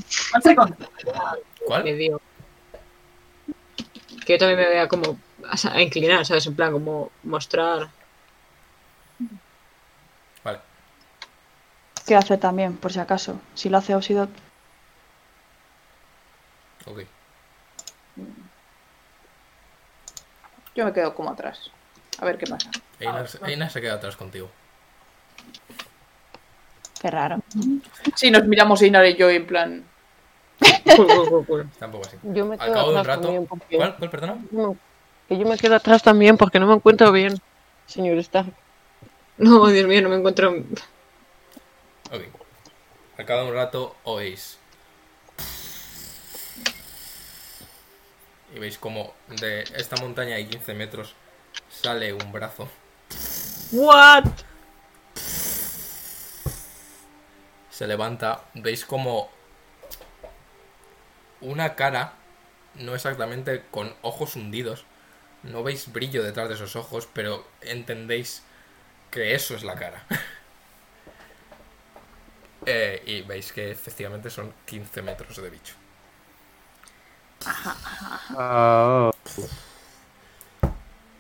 Speaker 3: ¿Cuál?
Speaker 11: me dio. Que yo también me vea como o sea, a inclinar, ¿sabes? En plan, como mostrar.
Speaker 3: Vale.
Speaker 5: ¿Qué hace también, por si acaso? Si lo hace Oxidot.
Speaker 3: Ok.
Speaker 1: Yo me quedo como atrás. A ver qué pasa.
Speaker 3: Einar, Einar se queda atrás contigo.
Speaker 5: Qué raro.
Speaker 1: Sí, nos miramos Einar y yo en plan.
Speaker 3: Tampoco así.
Speaker 10: Yo me
Speaker 3: Al
Speaker 10: quedo
Speaker 3: cabo de un
Speaker 10: atrás
Speaker 3: rato.
Speaker 10: también porque...
Speaker 3: ¿Cuál? ¿Cuál, perdona?
Speaker 10: No, que yo me quedo atrás también porque no me encuentro bien, señor Stark.
Speaker 11: No, Dios mío, no me encuentro.
Speaker 3: Ok. Al cabo de un rato oís. Y veis como de esta montaña de 15 metros sale un brazo.
Speaker 4: What?
Speaker 3: se levanta, veis como una cara, no exactamente con ojos hundidos, no veis brillo detrás de esos ojos, pero entendéis que eso es la cara. Eh, y veis que efectivamente son 15 metros de bicho.
Speaker 2: Ah,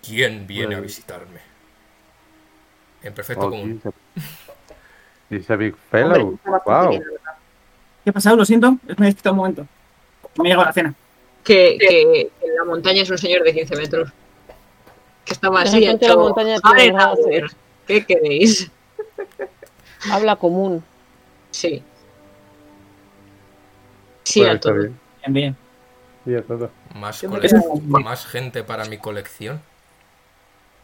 Speaker 3: ¿Quién viene a
Speaker 2: Bueno.
Speaker 3: visitarme? En perfecto
Speaker 2: oh,
Speaker 3: común.
Speaker 2: he's a- he's a big fellow.
Speaker 1: está bastante
Speaker 2: wow.
Speaker 1: bien, la verdad.
Speaker 6: ¿Qué ha pasado? Lo siento, me he despistado un momento. Me llegó la cena.
Speaker 11: Que, que en la montaña es un señor de 15 metros. Que estaba
Speaker 10: De
Speaker 11: así.
Speaker 10: repente
Speaker 11: hecho,
Speaker 10: la montaña
Speaker 11: "A ver,
Speaker 10: tiene
Speaker 11: a ver,
Speaker 10: brazos".
Speaker 11: ¿Qué queréis?
Speaker 10: Habla común.
Speaker 11: Sí. Sí,
Speaker 2: Bueno,
Speaker 11: a
Speaker 2: Pues está
Speaker 11: todo.
Speaker 2: bien.
Speaker 6: Bien, bien.
Speaker 2: Sí, a todo.
Speaker 3: Más,
Speaker 1: Yo me
Speaker 3: cole-
Speaker 6: quedo-
Speaker 3: más gente para mi colección.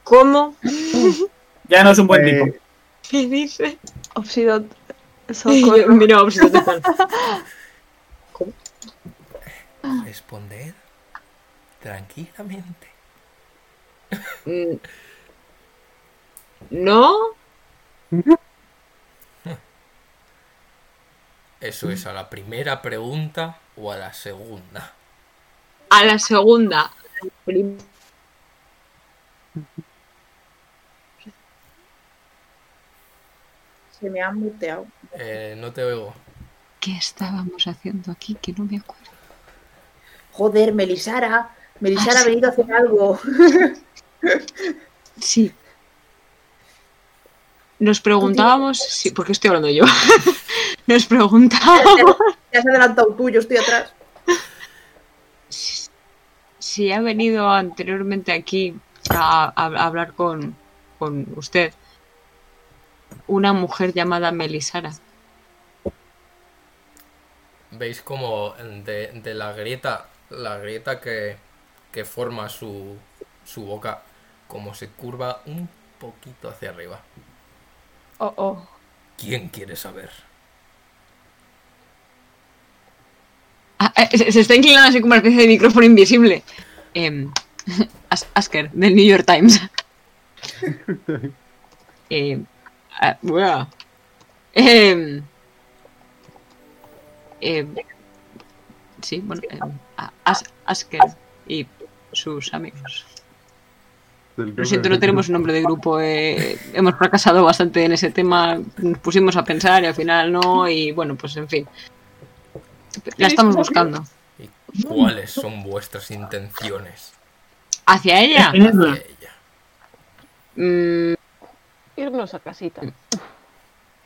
Speaker 11: ¿Cómo?
Speaker 6: Ya no es un buen
Speaker 2: Eh,
Speaker 6: tipo.
Speaker 11: ¿Qué dice?
Speaker 5: Oxidot.
Speaker 11: Y yo-
Speaker 5: Socorro.
Speaker 11: Mira, vamos, estoy tan-
Speaker 3: Responded tranquilamente.
Speaker 11: Mm. ¿No?
Speaker 3: Eso es, a la primera pregunta o a la segunda.
Speaker 11: A la segunda. Prim-
Speaker 1: Se me han muteado.
Speaker 3: Eh, no te oigo.
Speaker 4: ¿Qué estábamos haciendo aquí? Que no me acuerdo.
Speaker 1: Joder, Melisara.
Speaker 5: Ah,
Speaker 1: Melisara ha venido a hacer algo.
Speaker 4: Sí.
Speaker 11: Nos preguntábamos si. ¿Por qué estoy hablando yo? Nos preguntábamos
Speaker 1: Te has adelantado tú, yo estoy atrás.
Speaker 4: Si ha venido anteriormente aquí a, a- a hablar con, con usted una mujer llamada Melisara.
Speaker 3: Veis como de, de la grieta, la grieta que, que forma su, su boca, como se curva un poquito hacia arriba.
Speaker 5: Oh, oh.
Speaker 3: ¿Quién quiere saber?
Speaker 4: Ah, eh, se, se está inclinando así como una especie de micrófono invisible. Em, As- Asker, del New York Times. Em, ah, buah. Em, em, sí, bueno, em, a- As- Asker y sus amigos. Lo siento, no tenemos un nombre de grupo. eh, hemos fracasado bastante en ese tema. Nos pusimos a pensar y al final no. Y bueno, pues en fin. La estamos buscando.
Speaker 3: ¿Y cuáles son vuestras intenciones?
Speaker 4: ¿Hacia ella?
Speaker 6: Tenedla.
Speaker 3: hacia ella?
Speaker 4: Mm,
Speaker 10: Irnos a casita.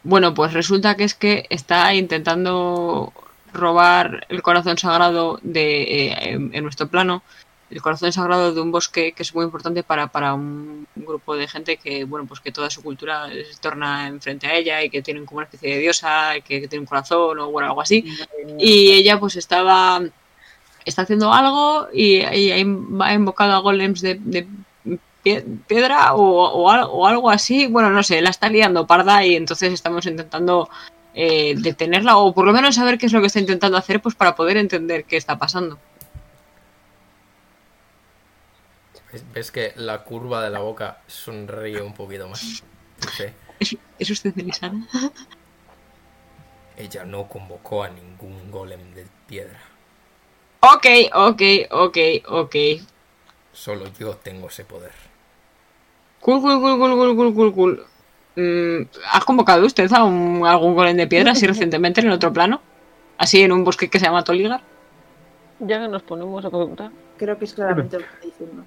Speaker 4: Bueno, pues resulta que es que está intentando robar el corazón sagrado de eh, en, en nuestro plano, el corazón sagrado de un bosque que es muy importante para, para un grupo de gente que, bueno, pues que toda su cultura se torna enfrente a ella y que tienen como una especie de diosa, y que, que tiene un corazón o bueno, algo así. Y ella pues estaba está haciendo algo y, y ha in- ha invocado a golems de, de pie- piedra o, o al- o algo así. Bueno, no sé, la está liando parda y entonces estamos intentando eh, detenerla o por lo menos saber qué es lo que está intentando hacer pues para poder entender qué está pasando.
Speaker 3: ¿Ves- Ves que la curva de la boca sonríe un poquito más. Dice,
Speaker 4: ¿Es, es usted Elisana?
Speaker 3: Ella no convocó a ningún golem de piedra.
Speaker 4: Ok, ok, ok, ok.
Speaker 3: Solo yo tengo ese poder.
Speaker 4: Cool, cool, cool, cool, cool, cool, cool, cool. Mm, ¿Has convocado usted a un- algún golem de piedra así recientemente en otro plano? Así en un bosque que se llama Toligar.
Speaker 10: Ya que nos ponemos a preguntar.
Speaker 1: Creo que es claramente lo que está diciendo.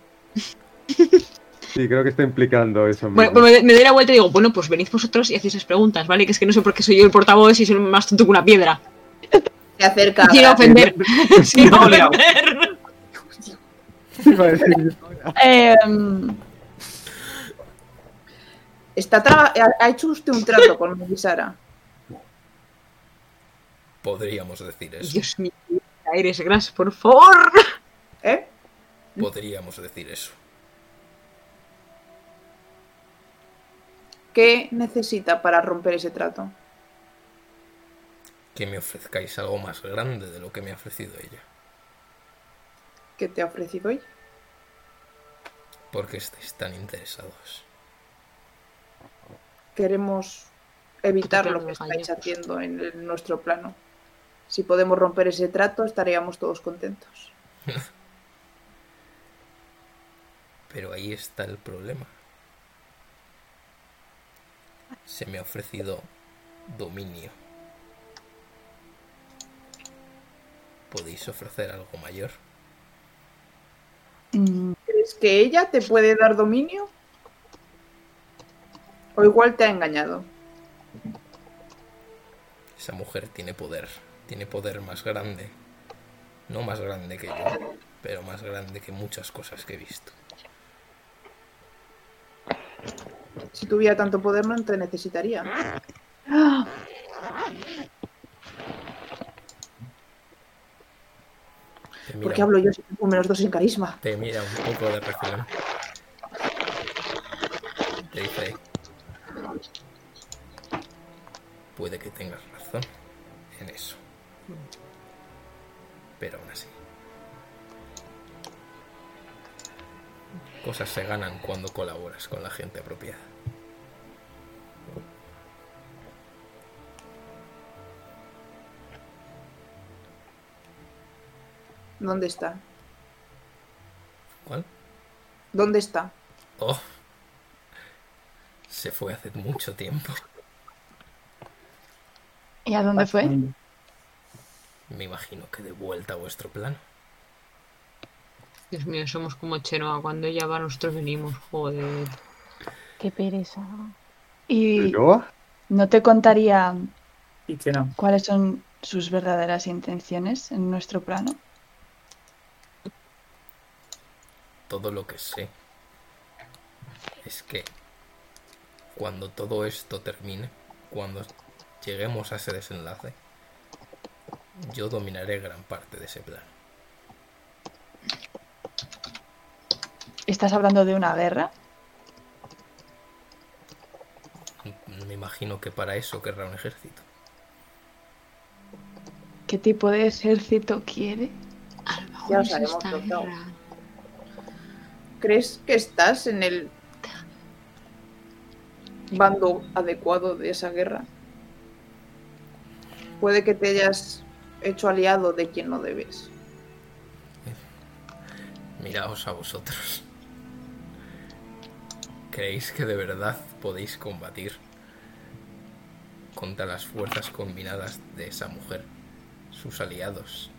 Speaker 2: Sí, creo que está implicando eso.
Speaker 4: Bueno, pues
Speaker 2: mismo.
Speaker 4: me, me doy la vuelta y digo, bueno, pues venid vosotros y hacéis las preguntas, ¿vale? Que es que no sé por qué soy yo el portavoz y soy más tonto que una piedra.
Speaker 1: Se acerca.
Speaker 4: Sin ofender. Sin
Speaker 6: No, liado.
Speaker 4: ofender.
Speaker 2: Iba a decir,
Speaker 5: Eh,
Speaker 1: Está tra- ha- ha hecho usted un trato con Melisara.
Speaker 3: Podríamos decir eso.
Speaker 4: Dios mío, eres gras, por favor.
Speaker 1: ¿Eh?
Speaker 3: Podríamos decir eso.
Speaker 1: ¿Qué necesita para romper ese trato?
Speaker 3: Que me ofrezcáis algo más grande de lo que me ha ofrecido ella.
Speaker 1: ¿Qué te ha ofrecido hoy?
Speaker 3: Porque estáis tan interesados.
Speaker 1: Queremos evitar lo que estáis haciendo en el- nuestro plano. Si podemos romper ese trato, estaríamos todos contentos.
Speaker 3: Pero ahí está el problema. Se me ha ofrecido dominio. ¿Podéis ofrecer algo mayor?
Speaker 5: mm,
Speaker 1: ¿Crees que ella te puede dar dominio? O igual te ha engañado.
Speaker 3: Esa mujer tiene poder. Tiene poder más grande. No más grande que yo, pero más grande que muchas cosas que he visto.
Speaker 1: Si tuviera tanto poder, no te necesitaría.
Speaker 3: Te
Speaker 1: ¿Por
Speaker 3: mira,
Speaker 1: qué hablo yo si tengo menos dos en carisma?
Speaker 3: te mira un poco de refilón. Te dice... Puede que tengas razón en eso. Pero aún así. Cosas se ganan cuando colaboras con la gente apropiada.
Speaker 1: ¿Dónde está?
Speaker 3: ¿Cuál?
Speaker 1: ¿Dónde está?
Speaker 3: Oh. Se fue hace mucho tiempo.
Speaker 5: ¿Y a dónde fue?
Speaker 3: Me imagino que de vuelta a vuestro plano.
Speaker 4: Dios mío, somos como Chenoa. Cuando ella va, nosotros venimos, joder.
Speaker 10: Qué pereza.
Speaker 5: Y
Speaker 2: Pues ¿Yo?
Speaker 5: no te contaría
Speaker 6: Y que no.
Speaker 5: cuáles son sus verdaderas intenciones en nuestro plano.
Speaker 3: Todo lo que sé es que cuando todo esto termine, cuando lleguemos a ese desenlace, yo dominaré gran parte de ese plano.
Speaker 5: ¿Estás hablando de una guerra?
Speaker 3: Me imagino que para eso querrá un ejército.
Speaker 5: ¿Qué tipo de ejército quiere?
Speaker 1: Ya
Speaker 4: Joder, es
Speaker 1: sabemos
Speaker 4: esta
Speaker 1: lo que hago.
Speaker 4: guerra.
Speaker 1: ¿Crees que estás en el bando adecuado de esa guerra? Puede que te hayas hecho aliado de quien no debes.
Speaker 3: Miraos a vosotros. ¿Creéis que de verdad podéis combatir contra las fuerzas combinadas de esa mujer, sus aliados,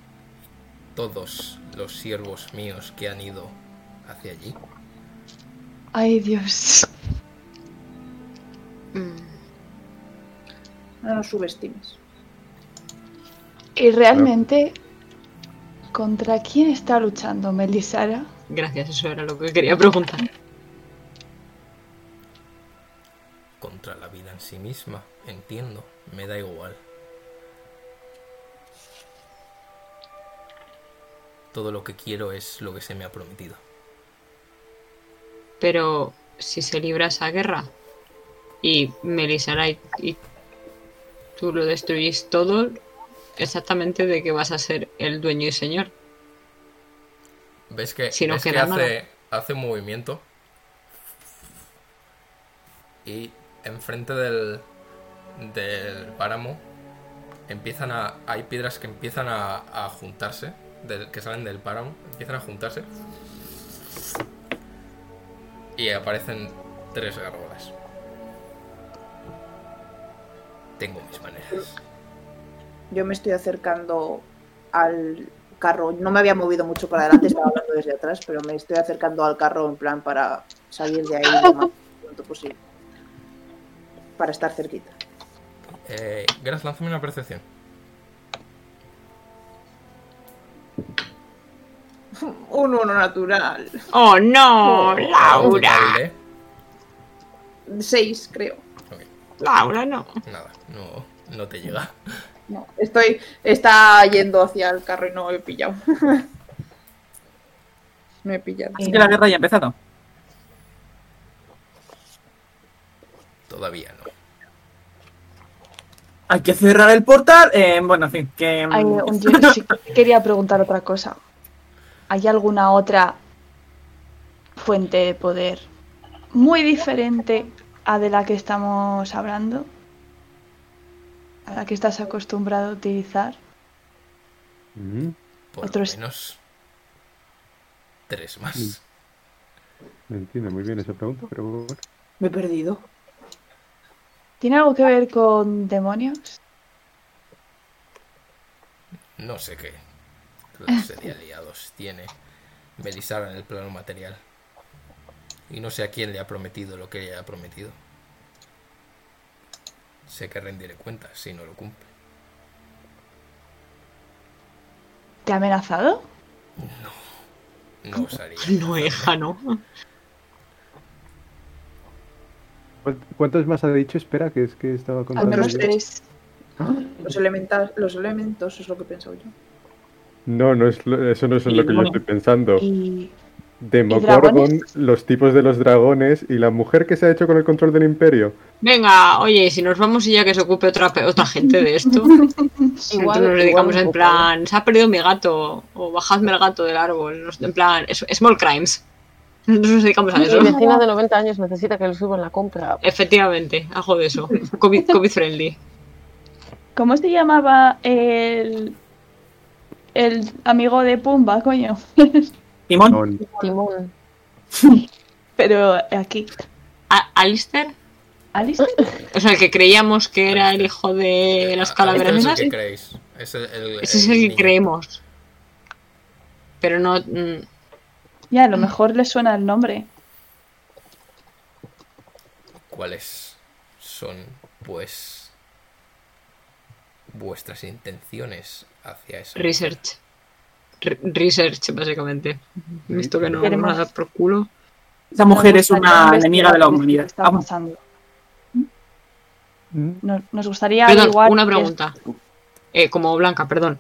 Speaker 3: todos los siervos míos que han ido hacia allí?
Speaker 5: Ay, Dios.
Speaker 4: Mm,
Speaker 1: No nos subestimes.
Speaker 5: ¿Y realmente contra quién está luchando Melisara?
Speaker 4: Gracias, eso era lo que quería preguntar.
Speaker 3: Contra la vida en sí misma, entiendo, me da igual. Todo lo que quiero es lo que se me ha prometido.
Speaker 4: Pero si se libra esa guerra y Melisara y, y Tú lo destruís todo exactamente de que vas a ser el dueño y señor.
Speaker 3: ¿Veis que,
Speaker 4: Si no
Speaker 3: veis que
Speaker 4: queda nada.
Speaker 3: hace, hace un movimiento? Y enfrente del, del páramo empiezan a. hay piedras que empiezan a, a juntarse, del- que salen del páramo, empiezan a juntarse. Y aparecen tres gárgolas. Tengo mis maneras.
Speaker 1: Yo me estoy acercando al carro. No me había movido mucho para adelante, estaba hablando desde atrás, pero me estoy acercando al carro en plan para salir de ahí lo más pronto posible. Para estar cerquita.
Speaker 3: Eh, Gras, lánzame una percepción.
Speaker 1: Un uno natural.
Speaker 4: ¡Oh, no! ¡Laura!
Speaker 3: Total, ¿eh?
Speaker 1: Seis, creo.
Speaker 4: ¡Laura, no!
Speaker 3: Nada, no, no te llega.
Speaker 1: No, estoy. Está yendo hacia el carro y no he pillado. no he pillado.
Speaker 6: Así que la guerra ya ha empezado.
Speaker 3: Todavía no.
Speaker 6: Hay que cerrar el portal. Eh, bueno, en fin, que. mm,
Speaker 5: Ay, un- yo sí que quería preguntar otra cosa. ¿Hay alguna otra fuente de poder muy diferente a de la que estamos hablando? ¿A la que estás acostumbrado a utilizar?
Speaker 2: Mm,
Speaker 3: Por lo
Speaker 5: Otros-
Speaker 3: menos tres más.
Speaker 2: No entiendo muy bien esa pregunta, pero bueno.
Speaker 1: Me he perdido.
Speaker 5: ¿Tiene algo que ver con demonios?
Speaker 3: No sé qué. Los de aliados tiene Melisara en el plano material. Y no sé a quién le ha prometido lo que le ha prometido. Sé que rendiré cuentas si no lo cumple.
Speaker 5: ¿Te ha amenazado?
Speaker 3: No osaría.
Speaker 4: Ah, No, hija, no.
Speaker 2: ¿Cuál- ¿Cuántos más ha dicho? Espera, que es que estaba
Speaker 1: Al
Speaker 2: contando.
Speaker 1: menos
Speaker 2: yo.
Speaker 1: tres. Los, elementas, los elementos es lo que he pensado yo.
Speaker 2: No, no es lo- eso no es
Speaker 6: Y
Speaker 2: lo que yo
Speaker 6: demonios.
Speaker 2: estoy pensando.
Speaker 5: Y
Speaker 2: Demogorgon,
Speaker 5: dragones?
Speaker 2: los tipos de los dragones y la mujer que se ha hecho con el control del imperio.
Speaker 4: Venga, oye, si nos vamos y ya que se ocupe otra, pe- otra gente de esto, entonces nos dedicamos en plan, se ha perdido mi gato, o bajadme el gato del árbol, nos- en plan, es- small crimes. Nosotros nos dedicamos a
Speaker 10: Mi
Speaker 4: eso.
Speaker 10: vecina de 90 años necesita que le suban la compra.
Speaker 4: Efectivamente, algo de eso. COVID, COVID friendly.
Speaker 5: ¿Cómo se llamaba el, el amigo de Pumba, coño?
Speaker 6: Timón,
Speaker 2: No,
Speaker 10: Timón.
Speaker 5: Pero aquí.
Speaker 4: A- ¿Alistair?
Speaker 5: ¿Alice?
Speaker 4: O sea, el que creíamos que era el hijo de las calaveras
Speaker 3: Ese Ah, es el
Speaker 4: esas.
Speaker 3: que creéis. Es el, el-
Speaker 4: ¿eh? Ese es
Speaker 3: el
Speaker 4: el que
Speaker 3: niño.
Speaker 4: creemos. Pero no. mm,
Speaker 5: Ya, a lo mejor le suena el nombre.
Speaker 3: ¿Cuáles son, pues, vuestras intenciones hacia eso?
Speaker 4: Research. Re- research, básicamente. Visto que no
Speaker 5: Queremos-
Speaker 4: vamos a dar por culo.
Speaker 6: esa mujer es una
Speaker 5: Nos gustaría
Speaker 6: enemiga de la
Speaker 5: investigar qué
Speaker 6: humanidad.
Speaker 5: está
Speaker 6: Vamos.
Speaker 5: pasando.
Speaker 2: Mm,
Speaker 5: Nos, nos gustaría
Speaker 4: Perdón,
Speaker 5: averiguar
Speaker 4: una
Speaker 5: qué es-
Speaker 4: pregunta. Eh, como Blanca, perdón.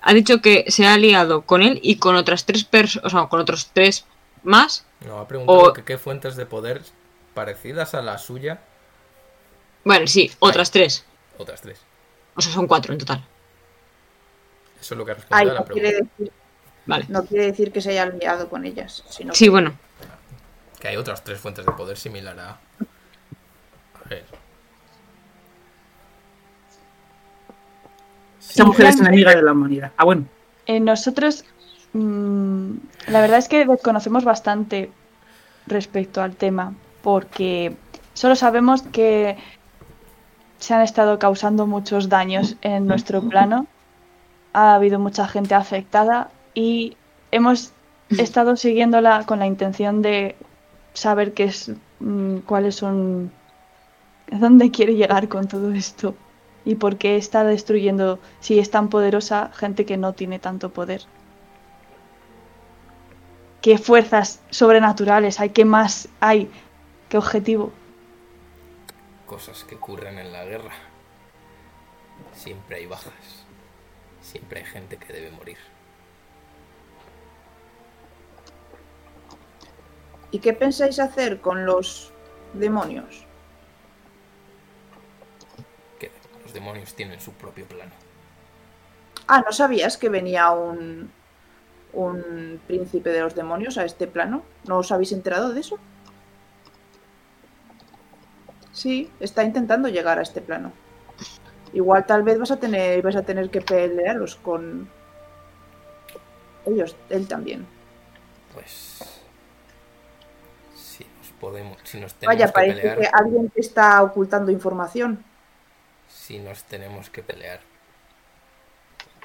Speaker 4: Ha dicho que se ha aliado con él y con otras tres personas. O sea, con otros tres más.
Speaker 3: No, ha preguntado
Speaker 4: O-
Speaker 3: que qué fuentes de poder parecidas a la suya,
Speaker 4: Bueno, sí, otras tres.
Speaker 3: otras tres.
Speaker 4: O sea, son cuatro en total.
Speaker 3: Eso es lo que ha respondido
Speaker 1: Ay,
Speaker 3: a la
Speaker 1: no
Speaker 3: pregunta.
Speaker 1: quiere, decir,
Speaker 4: Vale.
Speaker 1: no quiere decir que se haya aliado con ellas. Sino
Speaker 4: Sí, bueno.
Speaker 3: Que hay otras tres fuentes de poder similar a. A ver.
Speaker 6: Esa mujer es enemiga de la humanidad. Ah, bueno.
Speaker 5: Eh, nosotros, mm, la verdad es que desconocemos bastante respecto al tema, porque solo sabemos que se han estado causando muchos daños en nuestro plano, ha habido mucha gente afectada y hemos estado siguiéndola con la intención de saber qué es, mm, cuáles son, a dónde quiere llegar con todo esto y por qué está destruyendo, si es tan poderosa, gente que no tiene tanto poder. ¿Qué fuerzas sobrenaturales hay? ¿Qué más hay? ¿Qué objetivo?
Speaker 3: Cosas que ocurren en la guerra. Siempre hay bajas. Siempre hay gente que debe morir.
Speaker 1: ¿Y qué pensáis hacer con los demonios?
Speaker 3: Que los los demonios tienen su propio plano.
Speaker 1: Ah, ¿no sabías que venía un, un príncipe de los demonios a este plano? ¿No os habéis enterado de eso? Sí, está intentando llegar a este plano. Igual tal vez vas a tener, vas a tener que pelearos con ellos, él también.
Speaker 3: Pues. Si nos podemos. Si nos tenemos
Speaker 1: Vaya,
Speaker 3: que
Speaker 1: parece
Speaker 3: pelear.
Speaker 1: que alguien te está ocultando información.
Speaker 3: Si nos tenemos que pelear.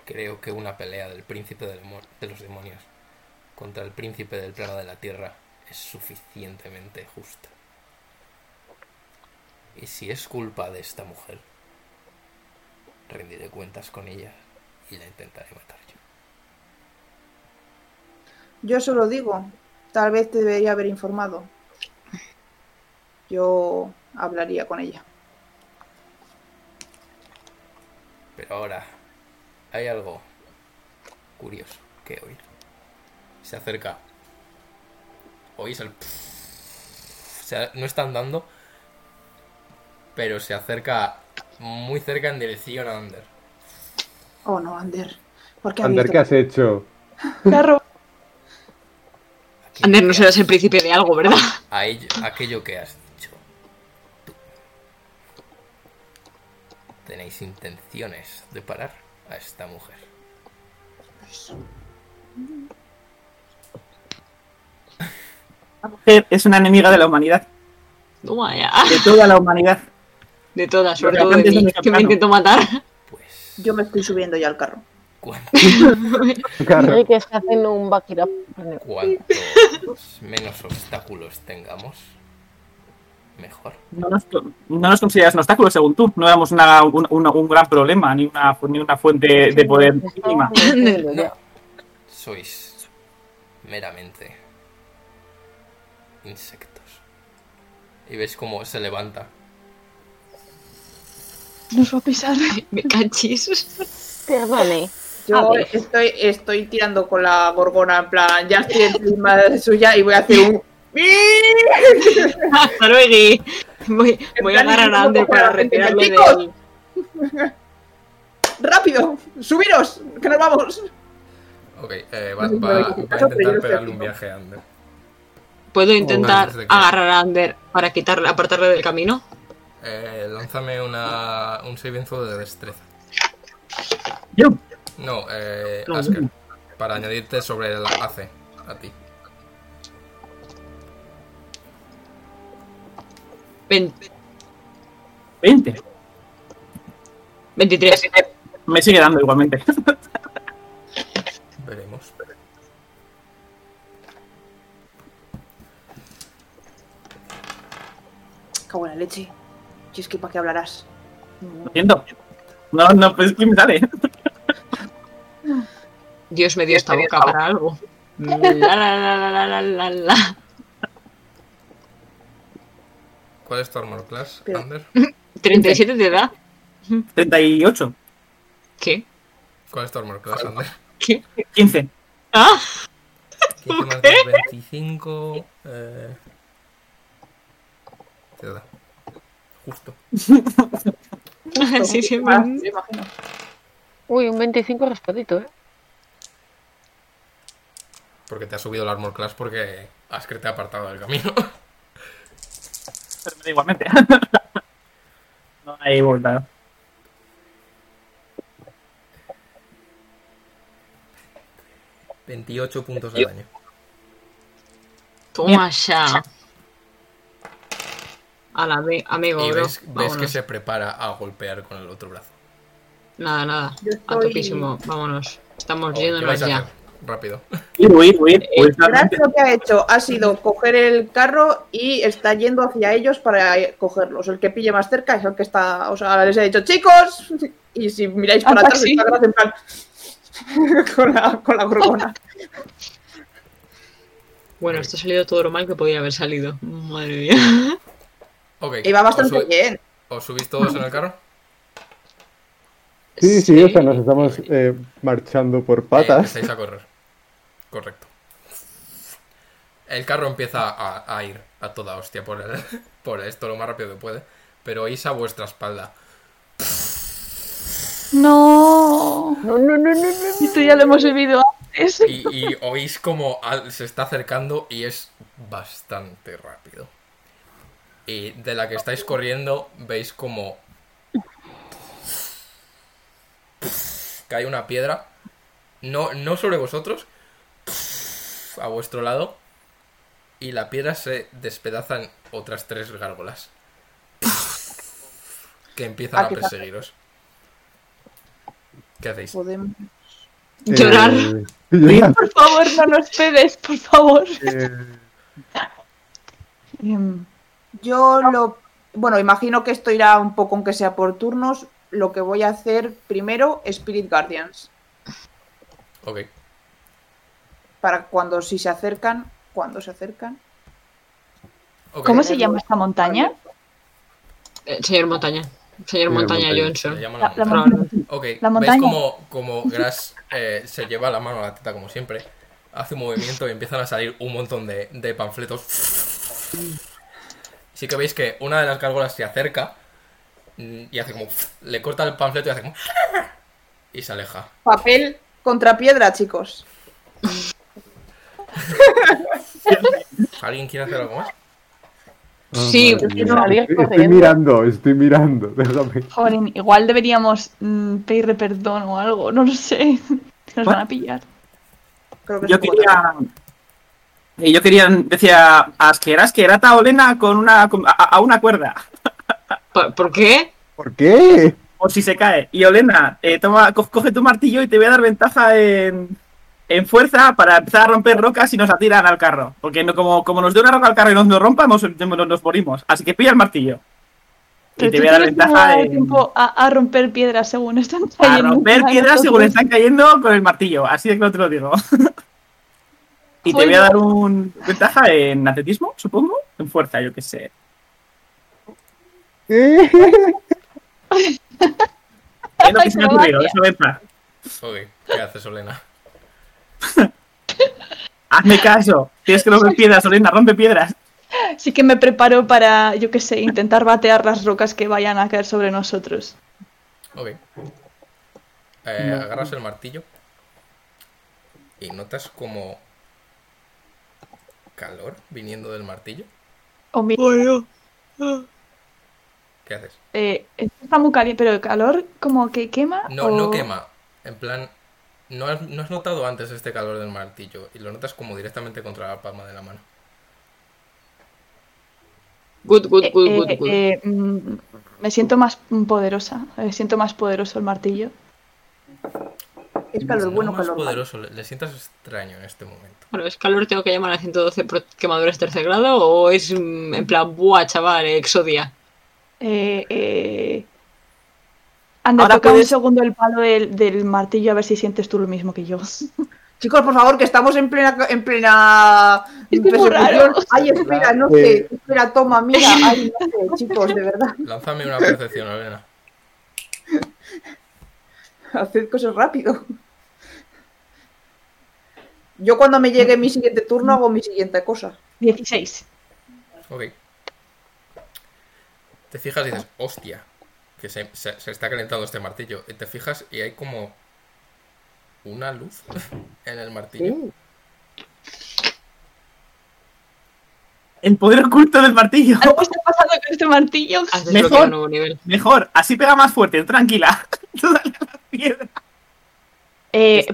Speaker 3: Creo que una pelea del príncipe del mo- de los demonios contra el príncipe del plano de la tierra es suficientemente justa. Y si es culpa de esta mujer, rendiré cuentas con ella y la intentaré matar yo.
Speaker 1: Yo solo digo, tal vez te debería haber informado. Yo hablaría con ella.
Speaker 3: Pero ahora hay algo curioso que oír. Se acerca. Oís el... se a- no está andando, pero se acerca muy cerca en dirección a Ander.
Speaker 1: Oh no, Ander. ¿Por qué ha
Speaker 2: Ander,
Speaker 1: visto?
Speaker 2: ¿qué has hecho?
Speaker 4: Ander, no serás el príncipe de algo, ¿verdad?
Speaker 3: A ello- aquello que has dicho. Tú. Tenéis intenciones de parar a esta mujer.
Speaker 6: Es una enemiga de la humanidad.
Speaker 4: Toma ya.
Speaker 6: De toda la humanidad.
Speaker 4: De todas, sobre
Speaker 6: Pero
Speaker 4: todo de
Speaker 6: antes de
Speaker 4: mí,
Speaker 6: nuestro
Speaker 4: que me
Speaker 6: plano.
Speaker 4: intentó matar.
Speaker 3: Pues
Speaker 1: Yo me estoy subiendo ya al carro.
Speaker 3: cuan-
Speaker 2: Carro.
Speaker 10: que está haciendo un back it up.
Speaker 3: cuantos menos obstáculos tengamos, mejor.
Speaker 6: No nos, no nos consideras un obstáculo, según tú. No éramos una- un, un- un gran problema, ni una, fu- ni una fuente de poder mínima.
Speaker 3: No. Sois meramente insectos. Y ves cómo se levanta.
Speaker 5: Nos va a pisar.
Speaker 4: Me cachis.
Speaker 10: Perdone.
Speaker 1: Yo estoy, estoy tirando con la gorgona, en plan, ya estoy encima de suya y voy a hacer un.
Speaker 4: Hasta luego. Voy, voy a
Speaker 1: Están
Speaker 4: agarrar a
Speaker 1: diciendo
Speaker 4: Ander para
Speaker 1: que la gente
Speaker 4: retirarlo
Speaker 1: que
Speaker 4: del.
Speaker 1: ¡Rápido! ¡Subiros! ¡Que nos vamos!
Speaker 3: Ok, eh, va,
Speaker 1: Ay,
Speaker 3: va-
Speaker 1: pero
Speaker 3: va
Speaker 1: yo-
Speaker 3: a
Speaker 1: yo estoy
Speaker 3: intentar pegarle un
Speaker 1: haciendo.
Speaker 3: viaje a Ander.
Speaker 4: ¿Puedo intentar
Speaker 3: antes de que-
Speaker 4: agarrar a Ander para quitarle, apartarle del camino?
Speaker 3: Eh, lánzame una, un saving throw de destreza.
Speaker 6: Yo.
Speaker 3: No, eh,
Speaker 6: No,
Speaker 3: Asker,
Speaker 6: no.
Speaker 3: para añadirte sobre el AC a ti.
Speaker 4: 20,
Speaker 6: 20.
Speaker 4: 23.
Speaker 6: Me sigue dando igualmente.
Speaker 3: Veremos.
Speaker 1: Cago en la leche. Si es que para qué hablarás.
Speaker 6: Lo
Speaker 1: Mm.
Speaker 6: siento. No, no, pues es que me sale.
Speaker 4: Dios me dio esta boca para algo. La, la, la, la, la, la, la.
Speaker 3: ¿Cuál es tu armor class,
Speaker 1: Pero-
Speaker 3: Ander?
Speaker 4: 37 de edad.
Speaker 6: 38.
Speaker 4: ¿Qué?
Speaker 3: ¿Cuál es tu armor class, Ander?
Speaker 6: 15.
Speaker 4: Ah,
Speaker 3: 15 más 10, 25. Eh... Te da. Justo.
Speaker 4: Así siempre.
Speaker 1: Ah, me imagino.
Speaker 10: Uy, un 25 raspadito, ¿eh?
Speaker 3: Porque te ha subido el armor class porque Asker te ha apartado del camino.
Speaker 6: Pero me da igualmente. No hay vuelta.
Speaker 3: Veintiocho puntos de daño.
Speaker 4: Toma ya. A la ve- amigo,
Speaker 3: Y
Speaker 4: bro.
Speaker 3: ves, ves que
Speaker 4: Vámonos.
Speaker 3: se prepara a golpear con el otro brazo.
Speaker 4: Nada, nada.
Speaker 1: Yo
Speaker 4: A
Speaker 1: estoy-
Speaker 4: topísimo. Vámonos. Estamos
Speaker 1: Pues
Speaker 3: Oh, ¿qué
Speaker 4: yéndonos
Speaker 3: vais a
Speaker 4: ya.
Speaker 3: hacer? Rápido.
Speaker 6: Ir, huir, huir. huir,
Speaker 1: Grant lo que ha hecho ha sido coger el carro y está yendo hacia ellos para eh, cogerlos. El que pille más cerca es el que está. O sea, les ha dicho, chicos. Y si miráis para atrás, está Grant en plan. con, la, con la gorgona.
Speaker 4: Bueno, esto ha salido todo lo mal que podía haber salido. Madre mía.
Speaker 3: Ok.
Speaker 1: Y va
Speaker 3: os
Speaker 1: bastante
Speaker 3: subi-
Speaker 1: bien.
Speaker 3: ¿Os subís todos en el carro?
Speaker 9: Sí, sí, o sea, nos estamos eh, marchando por
Speaker 3: Eh,
Speaker 9: patas.
Speaker 3: Empezáis a correr. Correcto. El carro empieza a, a ir a toda hostia por, el- por esto lo más rápido que puede. Pero oís a vuestra espalda.
Speaker 5: No.
Speaker 10: No, no, no, no, no.
Speaker 5: Esto ya lo hemos vivido antes.
Speaker 3: Y, y oís como al- se está acercando y es bastante rápido. Y de la que estáis corriendo veis como cae una piedra. No, no sobre vosotros, a vuestro lado. Y la piedra se despedaza en otras tres gárgolas. Que empiezan a
Speaker 1: Ah, qué padre.
Speaker 3: perseguiros. ¿Qué hacéis?
Speaker 1: Podemos.
Speaker 7: Llorar.
Speaker 2: Eh, llorar.
Speaker 5: Por favor, no nos pedes, por favor.
Speaker 2: Eh,
Speaker 5: Em,
Speaker 1: Yo lo. Bueno, imagino que esto irá un poco, aunque sea por turnos. Lo que voy a hacer primero, Spirit Guardians.
Speaker 3: Ok.
Speaker 1: Para cuando si se acercan, cuando se acercan.
Speaker 3: ok.
Speaker 5: ¿Cómo se llama esta montaña?
Speaker 7: Eh, señor Montaña. Señor
Speaker 2: Señor
Speaker 7: Montaña
Speaker 2: Montaña.
Speaker 3: Le
Speaker 7: Johnson.
Speaker 3: llaman
Speaker 5: La, la
Speaker 3: montaña.
Speaker 5: montaña.
Speaker 3: Ok,
Speaker 5: La
Speaker 3: veis
Speaker 5: montaña.
Speaker 3: como, como Grass eh, se lleva la mano a la teta como siempre, hace un movimiento y empiezan a salir un montón de, de panfletos. Sí que veis que una de las gárgolas se acerca mm, y hace como... Le corta el panfleto y hace como... Y se aleja.
Speaker 1: Papel contra piedra, chicos.
Speaker 3: ¿Alguien quiere hacer algo más?
Speaker 7: Sí,
Speaker 2: madre
Speaker 5: quiero
Speaker 2: mía.
Speaker 5: salir
Speaker 2: Estoy- estoy
Speaker 5: corriendo.
Speaker 2: mirando, estoy mirando, déjame.
Speaker 5: Jolín, igual deberíamos mm, pedirle perdón o algo, no lo sé. Nos van a pillar.
Speaker 1: Creo que
Speaker 6: Yo
Speaker 1: es un poco tarde.
Speaker 6: quería. eh, Yo quería, decía, asqueras que era Olena con una, con- a, a una cuerda,
Speaker 7: ¿Por, por qué?
Speaker 2: ¿Por qué?
Speaker 6: o si se cae. Y Olena, eh, toma, co- coge tu martillo y te voy a dar ventaja en, en fuerza para empezar a romper rocas y nos atiran al carro. Porque no, como, como nos dé una roca al carro y nos, nos rompamos, nos, nos morimos. Así que pilla el martillo. Y
Speaker 5: Pero
Speaker 6: te
Speaker 5: tú
Speaker 6: voy a dar
Speaker 5: tienes como
Speaker 6: ventaja en-
Speaker 5: tiempo a, a romper piedras según están
Speaker 6: a
Speaker 5: cayendo.
Speaker 6: romper
Speaker 5: encima de
Speaker 6: piedras según
Speaker 5: nosotros.
Speaker 6: están cayendo con el martillo. Así de claro te lo digo. y te voy a
Speaker 5: Bueno.
Speaker 6: dar un ventaja en atletismo, supongo. En fuerza, yo que sé.
Speaker 2: ¿Qué?
Speaker 6: Es lo que se me ha ocurrido,
Speaker 5: Acrobacia.
Speaker 6: eso me pasa.
Speaker 3: Ok, ¿qué haces, Olena?
Speaker 6: Hazme caso. Tienes que romper piedras, Olena, rompe piedras.
Speaker 5: Así que me preparo para, yo qué sé, intentar batear las rocas que vayan a caer sobre nosotros.
Speaker 3: Ok. Eh, Agarras el martillo y notas como calor viniendo del martillo.
Speaker 5: O mi-
Speaker 3: ¿Qué haces?
Speaker 5: eh, esto está muy caliente, pero el calor como que quema.
Speaker 3: No,
Speaker 5: o-
Speaker 3: no quema. En plan, no has, no has notado antes este calor del martillo y lo notas como directamente contra la palma de la mano.
Speaker 7: Good, good,
Speaker 5: Eh,
Speaker 7: good,
Speaker 5: eh,
Speaker 7: good, good.
Speaker 5: eh, mm, me siento más poderosa, eh, siento más poderoso el martillo.
Speaker 1: Es calor
Speaker 3: No
Speaker 1: bueno,
Speaker 3: más
Speaker 1: calor malo.
Speaker 3: poderoso, le, le sientas extraño en este momento.
Speaker 7: Bueno, es calor, tengo que llamar a 112 pro- quemaduras tercer grado o es mm, en plan, buah, chaval, exodia.
Speaker 5: Eh, eh, Anda,
Speaker 6: Ahora
Speaker 5: toca
Speaker 6: puedes-
Speaker 5: un segundo el palo del, del martillo a ver si sientes tú lo mismo que yo.
Speaker 1: Chicos, por favor, que estamos en plena. En plena
Speaker 5: Es que es muy
Speaker 1: persecución.
Speaker 5: raro.
Speaker 1: Ay, espera, no sé. Espera, toma, mira. Ay, no sé, chicos, de verdad.
Speaker 3: Lánzame una percepción, Elena.
Speaker 1: Haced cosas rápido. Yo cuando me llegue mi siguiente turno hago mi siguiente cosa.
Speaker 5: 16.
Speaker 3: Ok. Te fijas y dices, hostia, que se, se- se está calentando este martillo. Y te fijas y hay como una luz en el martillo.
Speaker 6: El poder oculto del martillo.
Speaker 5: Algo está pasando con este martillo.
Speaker 7: Has desbloqueado un nuevo nivel.
Speaker 6: Mejor, así pega más fuerte, tranquila. Tú dale a la piedra.
Speaker 5: Eh,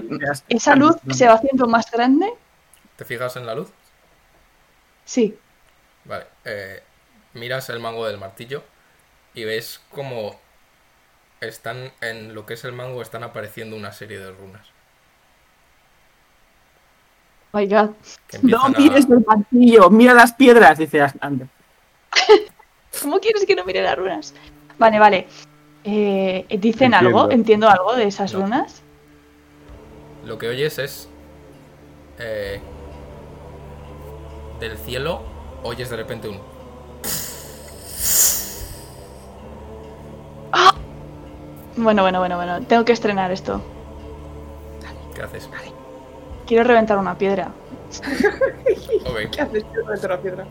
Speaker 5: ¿Esa luz se va haciendo más grande?
Speaker 3: ¿Te fijas en la luz?
Speaker 5: Sí.
Speaker 3: Vale, eh, miras el mango del martillo y ves como están en lo que es el mango están apareciendo una serie de runas
Speaker 5: Oh My God.
Speaker 3: que empiezan
Speaker 6: No
Speaker 3: a-
Speaker 6: mires el martillo, mira las piedras, dice Ander.
Speaker 5: ¿Cómo quieres que no mire las runas? Vale, vale. Eh, ¿Dicen
Speaker 2: Entiendo.
Speaker 5: algo? ¿Entiendo algo de esas
Speaker 3: No.
Speaker 5: runas?
Speaker 3: lo que oyes es eh, del cielo oyes de repente un
Speaker 5: Bueno, bueno, bueno, bueno. Tengo que estrenar esto.
Speaker 3: ¿qué haces?
Speaker 5: Quiero reventar una piedra.
Speaker 3: Ok,
Speaker 1: ¿Qué haces tío, dentro de la piedra?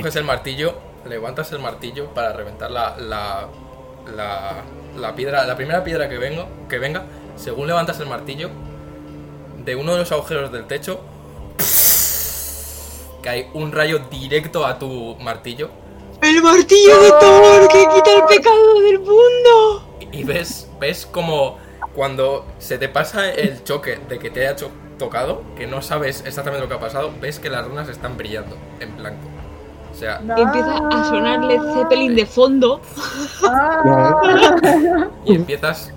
Speaker 3: coges el martillo, levantas el martillo para reventar la, la la, la piedra, la primera piedra que, vengo, que venga, según levantas el martillo, de uno de los agujeros del techo, cae un rayo directo a tu martillo
Speaker 7: ¡El martillo de Thor que quita el pecado del mundo!
Speaker 3: y ves, ves como cuando se te pasa el choque de que te haya cho- tocado, que no sabes exactamente lo que ha pasado, ves que las runas están brillando en blanco. O sea,
Speaker 7: Empieza a sonarle Zeppelin de fondo.
Speaker 1: Ah,
Speaker 3: y empiezas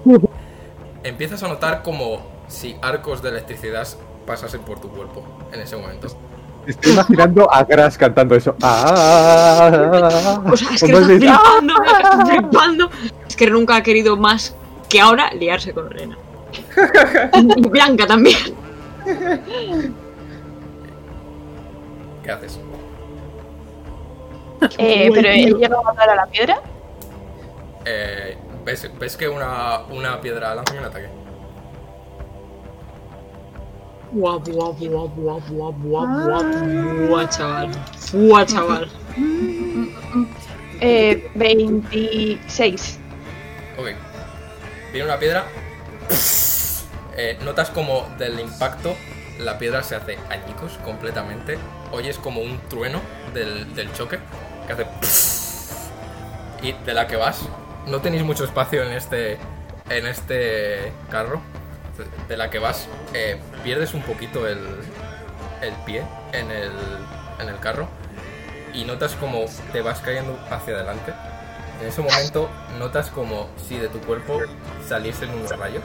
Speaker 3: empiezas a notar como si arcos de electricidad pasasen por tu cuerpo en ese momento.
Speaker 2: Estoy imaginando a Grass cantando eso. ¡Ah!
Speaker 7: O sea, es que
Speaker 2: ¿Cómo
Speaker 7: está
Speaker 2: es eso?
Speaker 7: flipando, está flipando. Es que nunca ha querido más que ahora liarse con Elena. Y Blanca también.
Speaker 3: ¿Qué haces?
Speaker 5: Eh, pero he llegado a matar a la piedra.
Speaker 3: Eh, ves, ves que una, una piedra lanza un ataque.
Speaker 7: Buah, buah, buah, buah, buah, buah, buah, buah, chaval. Buah, chaval.
Speaker 5: Eh, 26.
Speaker 3: Ok. Viene una piedra. Eh, notas como del impacto la piedra se hace añicos completamente. Oyes como un trueno del, del choque que hace. Y de la que vas. No tenéis mucho espacio en este, en este carro. De la que vas, eh, pierdes un poquito el, el pie en el, en el carro y notas como te vas cayendo hacia adelante. En ese momento notas como si de tu cuerpo saliesen unos rayos.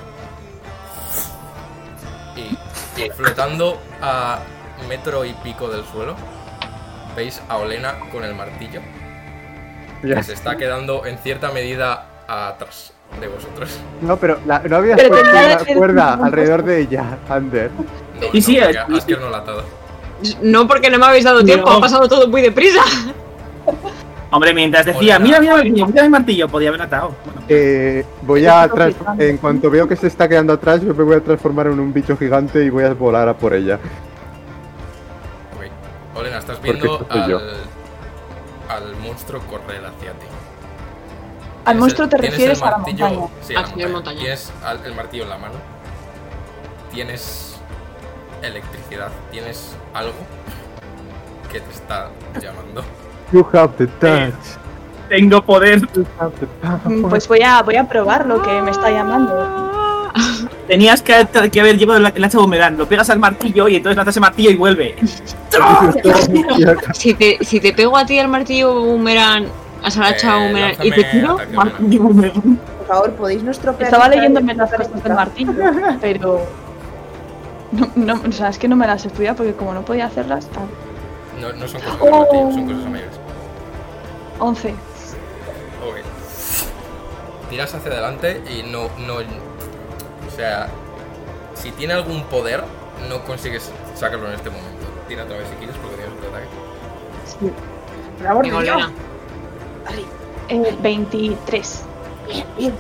Speaker 3: Y flotando a metro y pico del suelo, veis a Olena con el martillo que se está quedando en cierta medida atrás de vosotros.
Speaker 2: No, pero la- no habías
Speaker 5: Pero
Speaker 2: puesto
Speaker 5: tenía
Speaker 2: la
Speaker 5: el-
Speaker 2: cuerda alrededor de ella, Ander.
Speaker 3: No,
Speaker 6: Sí,
Speaker 3: no,
Speaker 6: sí,
Speaker 3: porque
Speaker 6: aquí-
Speaker 3: Asker no la ha atado.
Speaker 7: No porque no me habéis dado tiempo,
Speaker 6: No.
Speaker 7: ha pasado todo muy deprisa.
Speaker 6: Hombre, mientras decía,
Speaker 3: Hola.
Speaker 6: mira, mira, mi martillo, mira mi martillo, podía haber atado. Bueno,
Speaker 2: Eh, voy a trans- en cuanto veo que se está quedando atrás, yo me voy a transformar en un bicho gigante y voy a volar a por ella.
Speaker 3: Ok. Olena, estás
Speaker 2: Porque
Speaker 3: viendo
Speaker 2: esto soy yo.
Speaker 3: al, al monstruo correr hacia ti.
Speaker 5: Al
Speaker 3: Tienes
Speaker 5: monstruo
Speaker 3: el-
Speaker 5: te
Speaker 3: tienes
Speaker 5: refieres
Speaker 3: el
Speaker 5: a la
Speaker 3: martillo-
Speaker 5: montaña.
Speaker 3: Sí, a la
Speaker 7: Ah, señor
Speaker 3: montaña.
Speaker 7: montaña.
Speaker 3: Tienes al- el martillo en la mano. Tienes electricidad. Tienes algo que te está llamando.
Speaker 2: You have the touch.
Speaker 6: tengo poder.
Speaker 2: You have the
Speaker 5: Mm,
Speaker 2: power.
Speaker 5: Pues voy a, voy a probar lo que me está llamando.
Speaker 6: Tenías que, que haber llevado el hacha de humedad. Lo pegas al martillo y entonces lanzas el martillo y vuelve.
Speaker 7: Si te, si te pego a ti el martillo boomerang, a Saracha
Speaker 3: Eh,
Speaker 7: boomerang Ah, y te
Speaker 3: lánzame
Speaker 7: tiro,
Speaker 3: ataque
Speaker 7: martillo
Speaker 3: boomerang.
Speaker 7: boomerang.
Speaker 1: Por favor, podéis no estropear.
Speaker 5: Estaba
Speaker 1: esta-
Speaker 5: leyéndome las cosas del martillo, pero. No, no, o sea, es que no me las estudiaba porque como no podía hacerlas, a
Speaker 3: No, no son cosas
Speaker 7: Ah,
Speaker 3: de
Speaker 7: oh.
Speaker 3: martillo, son cosas mayores.
Speaker 5: 11.
Speaker 3: Ok. Tiras hacia adelante y no, no. O sea, si tiene algún poder, no consigues sacarlo en este momento. Tira otra vez si quieres porque tienes otro ataque.
Speaker 1: Por favor,
Speaker 7: Digo,
Speaker 1: Dios.
Speaker 7: Elena,
Speaker 5: Eh, 23.
Speaker 1: Bien, bien.
Speaker 3: Ok.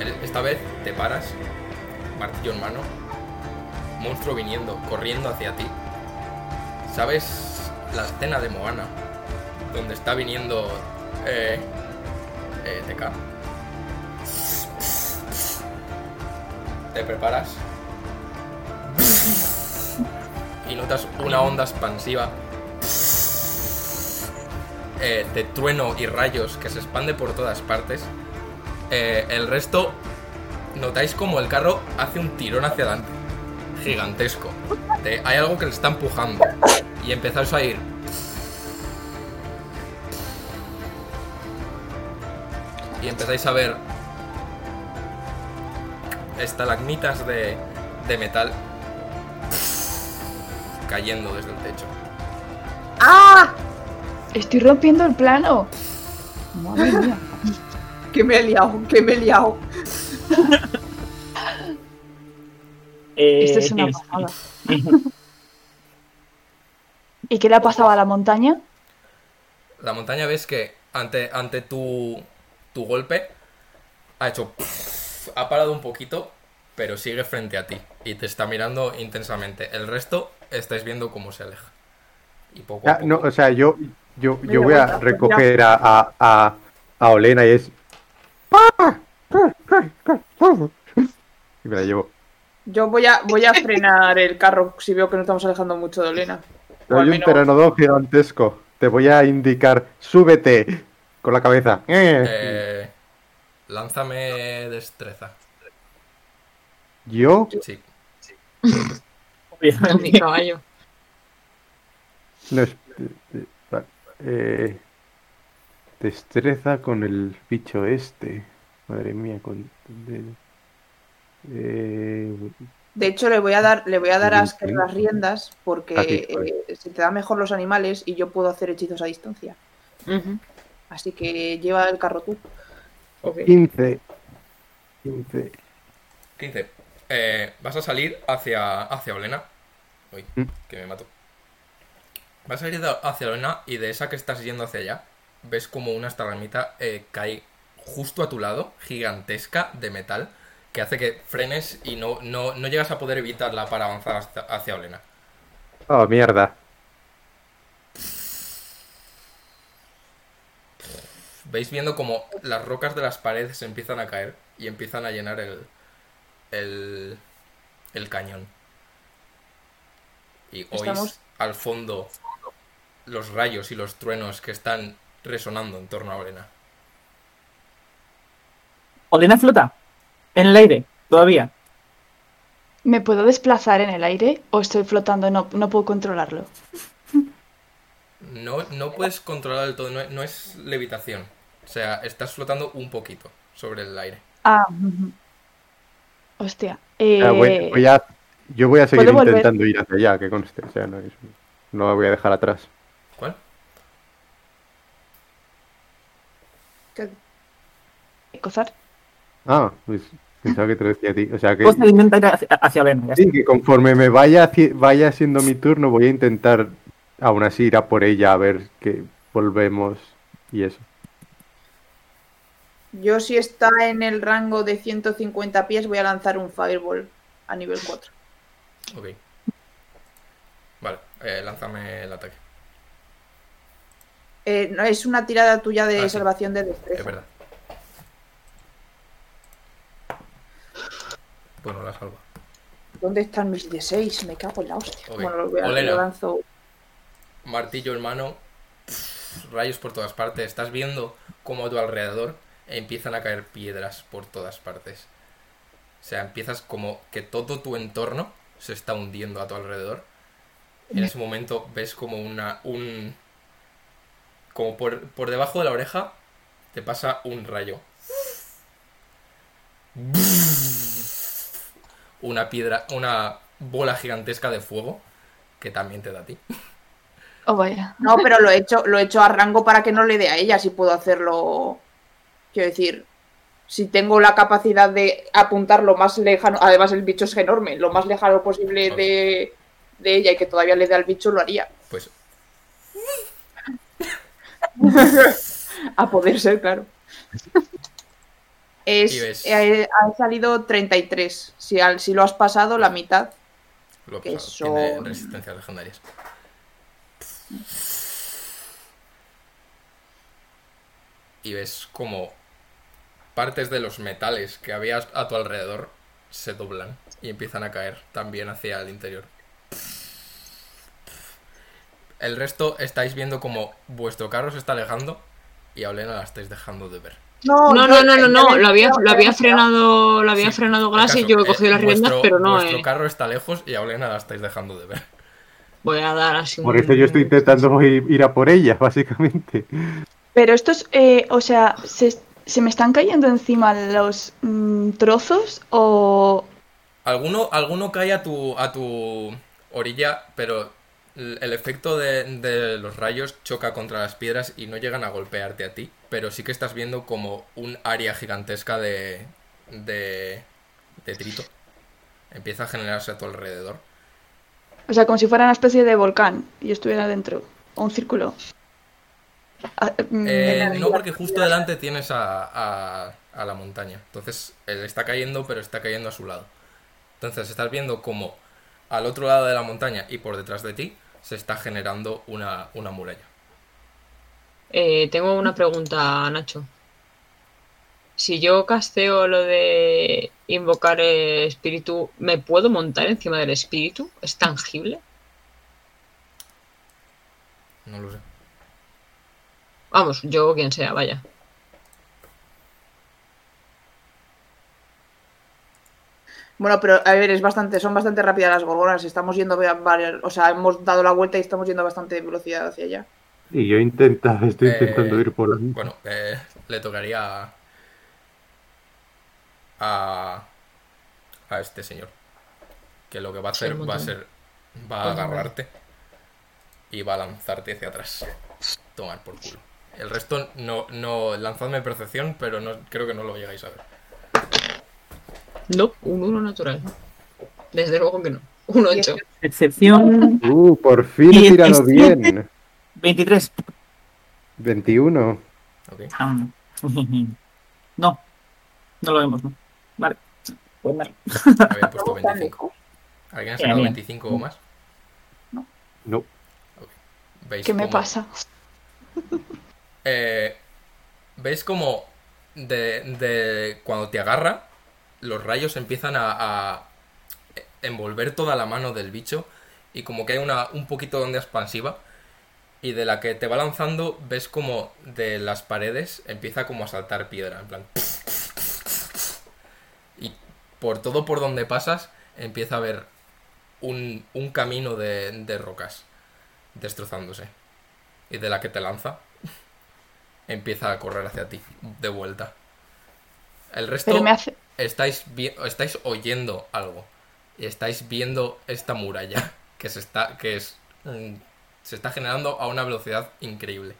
Speaker 3: El- Esta vez te paras, martillo en mano, monstruo viniendo, corriendo hacia ti. ¿Sabes la escena de Moana? Donde está viniendo eh, eh, TK. Te preparas. Y notas una onda expansiva eh, de trueno y rayos que se expande por todas partes. Eh, el resto, notáis como el carro hace un tirón hacia adelante. Gigantesco. Te- hay algo que le está empujando. Y empezáis a ir. Y empezáis a ver estalagmitas de, de metal cayendo desde el techo.
Speaker 1: ¡Ah!
Speaker 5: Estoy rompiendo el plano. Madre mía.
Speaker 1: Que me he liado, que me he liado.
Speaker 6: Eh,
Speaker 5: Esto es una
Speaker 6: eh,
Speaker 5: pasada. ¿Y qué le ha pasado a la montaña?
Speaker 3: La montaña ves que ante, ante tu, tu golpe ha hecho... Ha parado un poquito, pero sigue frente a ti y te está mirando intensamente. El resto estáis viendo cómo se aleja. Y poco a
Speaker 2: Ya,
Speaker 3: poco.
Speaker 2: no, o sea, yo, yo, yo
Speaker 1: Mira,
Speaker 2: voy a
Speaker 1: vuelta,
Speaker 2: recoger a, a, a- a Olena y es. Ah. Y me la llevo.
Speaker 1: Yo voy a, voy a frenar el carro si veo que nos estamos alejando mucho de Olena. O al
Speaker 2: Hay un
Speaker 1: menos-
Speaker 2: pteranodón gigantesco. Te voy a indicar. ¡Súbete! Con la cabeza. Eh.
Speaker 3: Eh, lánzame destreza.
Speaker 2: Yo
Speaker 3: Sí.
Speaker 7: Con mi caballo.
Speaker 2: No es- eh, eh, vale. Eh, destreza con el bicho este. Madre mía, con. de- eh,
Speaker 1: De hecho, le voy a dar, le voy a dar a
Speaker 2: Sí,
Speaker 1: Asker
Speaker 2: sí.
Speaker 1: las riendas porque
Speaker 2: Aquí
Speaker 3: pues.
Speaker 2: estoy.
Speaker 1: eh, se te dan mejor los animales y yo puedo hacer hechizos a distancia.
Speaker 7: Ujú,
Speaker 1: Así que lleva el carro tú.
Speaker 7: ok.
Speaker 2: 15. 15.
Speaker 3: 15. Eh, vas a salir hacia, hacia Olena. Uy,
Speaker 2: Mm.
Speaker 3: que me mato. Vas a salir de- hacia Olena y de esa que estás yendo hacia allá, ves como una estalagmita eh, cae justo a tu lado, gigantesca, de metal, que hace que frenes y no, no, no llegas a poder evitarla para avanzar hasta- hacia Olena.
Speaker 2: Oh, mierda.
Speaker 3: Veis viendo como las rocas de las paredes empiezan a caer y empiezan a llenar el, el, el cañón. Y oís
Speaker 1: Estamos-
Speaker 3: al fondo los rayos y los truenos que están resonando en torno a Olena.
Speaker 6: Olena flota. En el aire. Todavía.
Speaker 5: ¿Me puedo desplazar en el aire o estoy flotando? No, no puedo controlarlo.
Speaker 3: No, no puedes controlar del todo, no, no es levitación. O sea, estás flotando un poquito sobre el aire.
Speaker 5: Ah, ujú. hostia. eh,
Speaker 2: Ah, voy- voy a- yo voy a seguir
Speaker 5: ¿puedo volver?
Speaker 2: intentando ir hacia allá, que conste. O sea, no, es- no la voy a dejar atrás.
Speaker 3: ¿Cuál?
Speaker 1: Que-
Speaker 5: Cozar.
Speaker 2: Ah, pues pensaba que te lo decía a ti. O sea, que,
Speaker 6: Costa intenta ir hacia, hacia Olena. ya está.
Speaker 2: sí, que conforme me vaya, haci- vaya siendo mi turno, voy a intentar aún así ir a por ella a ver que volvemos y eso.
Speaker 1: Yo si está en el rango de 150 pies voy a lanzar un Fireball a nivel 4.
Speaker 3: Ok. Vale, eh, lánzame el ataque.
Speaker 1: Eh, no, es una tirada tuya de
Speaker 3: Ah, sí.
Speaker 1: salvación de
Speaker 3: Es
Speaker 1: destreza.
Speaker 3: verdad. Bueno, Pues la salva.
Speaker 1: ¿Dónde están mis 16? Me cago en la hostia.
Speaker 3: Ok.
Speaker 1: Bueno, lo voy a
Speaker 3: Olena.
Speaker 1: lo lanzo.
Speaker 3: martillo hermano, rayos por todas partes. Estás viendo cómo a tu alrededor empiezan a caer piedras por todas partes. O sea, empiezas como que todo tu entorno se está hundiendo a tu alrededor. En ese momento ves como una. un. como por, por debajo de la oreja te pasa un rayo. Una piedra. una bola gigantesca de fuego que también te da a ti.
Speaker 5: Oh, vaya.
Speaker 1: No, pero lo he hecho, lo he hecho a rango para que no le dé a ella si puedo hacerlo. Quiero decir, si tengo la capacidad de apuntar lo más lejano, además el bicho es enorme, lo más lejano posible
Speaker 3: Ok.
Speaker 1: de, de ella y que todavía le dé al bicho, lo haría.
Speaker 3: Pues
Speaker 1: A poder ser, claro.
Speaker 3: Y
Speaker 1: Es,
Speaker 3: ves.
Speaker 1: eh, han salido 33. Si, al, si lo has pasado, la mitad.
Speaker 3: Lo
Speaker 1: Que
Speaker 3: que tiene
Speaker 1: son-
Speaker 3: resistencias legendarias. Y ves como partes de los metales que había a tu alrededor se doblan y empiezan a caer también hacia el interior. El resto estáis viendo como vuestro carro se está alejando y a Olena la estáis dejando de ver.
Speaker 7: No, no, no, no, no. Lo había, lo
Speaker 1: frenado
Speaker 7: había frenado, lo había
Speaker 3: Sí,
Speaker 7: frenado
Speaker 3: El
Speaker 7: Glass y
Speaker 3: caso,
Speaker 7: yo he
Speaker 3: eh,
Speaker 7: cogido las riendas,
Speaker 3: vuestro-
Speaker 7: pero no,
Speaker 3: Vuestro
Speaker 7: eh.
Speaker 3: carro está lejos y a Olena la estáis dejando de ver.
Speaker 7: Voy a dar así un-
Speaker 2: Por eso yo estoy intentando ir, ir a por ella, básicamente.
Speaker 5: Pero estos, eh, o sea, ¿se, se me están cayendo encima los mm, trozos o...?
Speaker 3: Alguno, alguno cae a tu, a tu orilla, pero el el efecto de, de los rayos choca contra las piedras y no llegan a golpearte a ti. Pero sí que estás viendo como un área gigantesca de, de, de trito. Empieza a generarse a tu alrededor.
Speaker 5: O sea, como si fuera una especie de volcán y yo estuviera dentro. O un círculo. Ah, mm,
Speaker 3: Eh,
Speaker 5: de-
Speaker 3: no, porque justo delante tienes a, a- a la montaña. Entonces, él está cayendo, pero está cayendo a su lado. Entonces, estás viendo como al otro lado de la montaña y por detrás de ti se está generando una, una muralla.
Speaker 7: Eh, tengo una pregunta, Nacho.
Speaker 4: si yo casteo lo de invocar eh, espíritu, ¿me puedo montar encima del espíritu? ¿Es tangible?
Speaker 3: No lo sé.
Speaker 4: Vamos, yo o quien sea, vaya.
Speaker 1: Bueno, pero a ver, es bastante, son bastante rápidas las gorgonas. Estamos yendo a varias, o sea, hemos dado la vuelta y estamos yendo a bastante velocidad hacia allá.
Speaker 2: Y yo intenta, estoy
Speaker 3: Eh,
Speaker 2: intentando ir por ahí.
Speaker 3: Bueno, eh, le tocaría a, a. a este señor. Que lo que va a
Speaker 4: Sí,
Speaker 3: hacer
Speaker 4: un
Speaker 3: va a
Speaker 4: montón. Pues
Speaker 3: ser. va a agarrarte. Y va a lanzarte hacia atrás. Tomar por culo. El resto, no, no. lanzadme percepción, pero no, creo que no lo llegáis a ver.
Speaker 4: No, un uno natural. Desde luego que no. Un 8.
Speaker 6: Excepción
Speaker 2: Uh, por fin he tirado
Speaker 6: este
Speaker 2: bien.
Speaker 6: 23.
Speaker 2: 21.
Speaker 3: Ok.
Speaker 6: Ah, no. no, no lo vemos, ¿no? Vale. Pues vale.
Speaker 3: Había puesto 25. ¿Alguien ha sacado
Speaker 6: Genial.
Speaker 3: 25 o más?
Speaker 2: No.
Speaker 3: ¿Veis
Speaker 5: ¿Qué me
Speaker 3: cómo-
Speaker 5: pasa?
Speaker 3: Eh, ¿Veis como de, de cuando te agarra, los rayos empiezan a, a envolver toda la mano del bicho y como que hay una un poquito de onda expansiva y de la que te va lanzando ves como de las paredes empieza como a saltar piedra, en plan... Y por todo por donde pasas empieza a haber un, un camino de, de rocas destrozándose. Y de la que te lanza empieza a correr hacia ti de vuelta. El resto
Speaker 5: Pero me hace.
Speaker 3: estáis, vi- estáis oyendo algo. Y estáis viendo esta muralla que se está, que es, mm, se está generando a una velocidad increíble.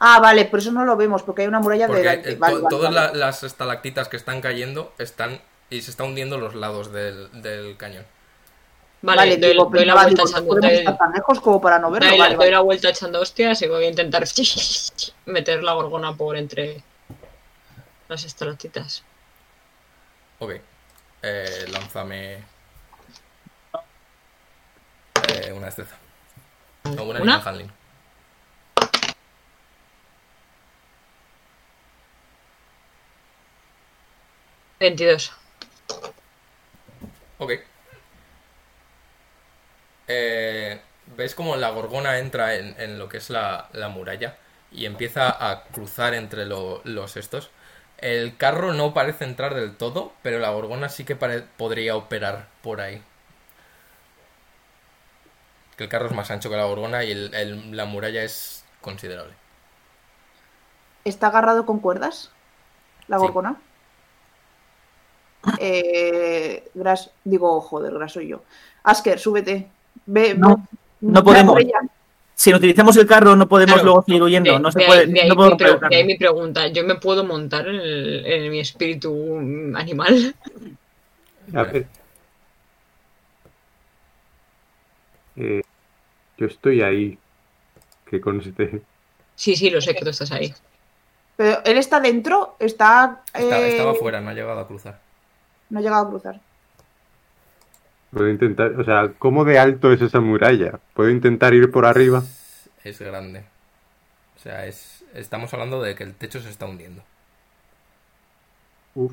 Speaker 1: Ah, vale, por eso no lo vemos, porque hay una muralla de
Speaker 3: Porque eh,
Speaker 1: delante.
Speaker 3: to-
Speaker 1: Vale, vale,
Speaker 3: todas
Speaker 1: vale.
Speaker 3: la- las estalactitas que están cayendo están y se están hundiendo los lados del, del cañón.
Speaker 4: Vale, doy,
Speaker 1: digo,
Speaker 4: doy la
Speaker 1: pensaba,
Speaker 4: vuelta
Speaker 1: digo, no
Speaker 4: echando,
Speaker 1: podemos
Speaker 4: doy-
Speaker 1: estar tan lejos como para no verlo.
Speaker 4: doy la-
Speaker 1: vale,
Speaker 4: doy
Speaker 1: vale.
Speaker 4: la vuelta echando hostias y voy a intentar meter la gorgona por entre las estalactitas.
Speaker 3: Ok. Eh, lánzame. eh, una destreza. No, una,
Speaker 4: ¿Una?
Speaker 3: animal handling.
Speaker 4: ¿22?
Speaker 3: Ok. Eh, ¿Ves cómo la gorgona entra en, en lo que es la, la muralla y empieza a cruzar entre lo- los estos? El carro no parece entrar del todo, pero la gorgona sí que pare- podría operar por ahí. Que el carro es más ancho que la gorgona y el- el- la muralla es considerable.
Speaker 1: ¿Está agarrado con cuerdas? La
Speaker 3: Sí.
Speaker 1: gorgona. Eh, Gras, digo, joder, Gras soy yo. Asker, súbete. Ve,
Speaker 6: No,
Speaker 1: ve-
Speaker 6: no
Speaker 1: ve a
Speaker 6: podemos.
Speaker 1: por ella.
Speaker 6: Si no utilizamos el carro, no podemos
Speaker 4: Claro.
Speaker 6: luego seguir huyendo.
Speaker 4: De-
Speaker 6: No se
Speaker 4: Eh, de
Speaker 6: puede.
Speaker 4: ahí- de ahí
Speaker 6: no
Speaker 4: mi
Speaker 6: podemos
Speaker 4: pre-
Speaker 6: preguntar.
Speaker 4: de ahí mi pregunta. ¿Yo me puedo montar en, el- en mi espíritu mm, animal?
Speaker 2: A
Speaker 3: Espera.
Speaker 2: ver. Eh, yo estoy ahí. Que este, conste.
Speaker 4: Sí, sí, lo sé que tú estás ahí.
Speaker 1: Pero él está dentro, está.
Speaker 3: Está-
Speaker 1: eh,
Speaker 3: estaba fuera, no ha llegado a cruzar.
Speaker 1: No ha llegado a cruzar.
Speaker 2: Puedo intentar. O sea, ¿cómo de alto es esa muralla? ¿Puedo intentar ir por arriba?
Speaker 3: Es grande. O sea, es, estamos hablando de que el techo se está hundiendo.
Speaker 2: Uf.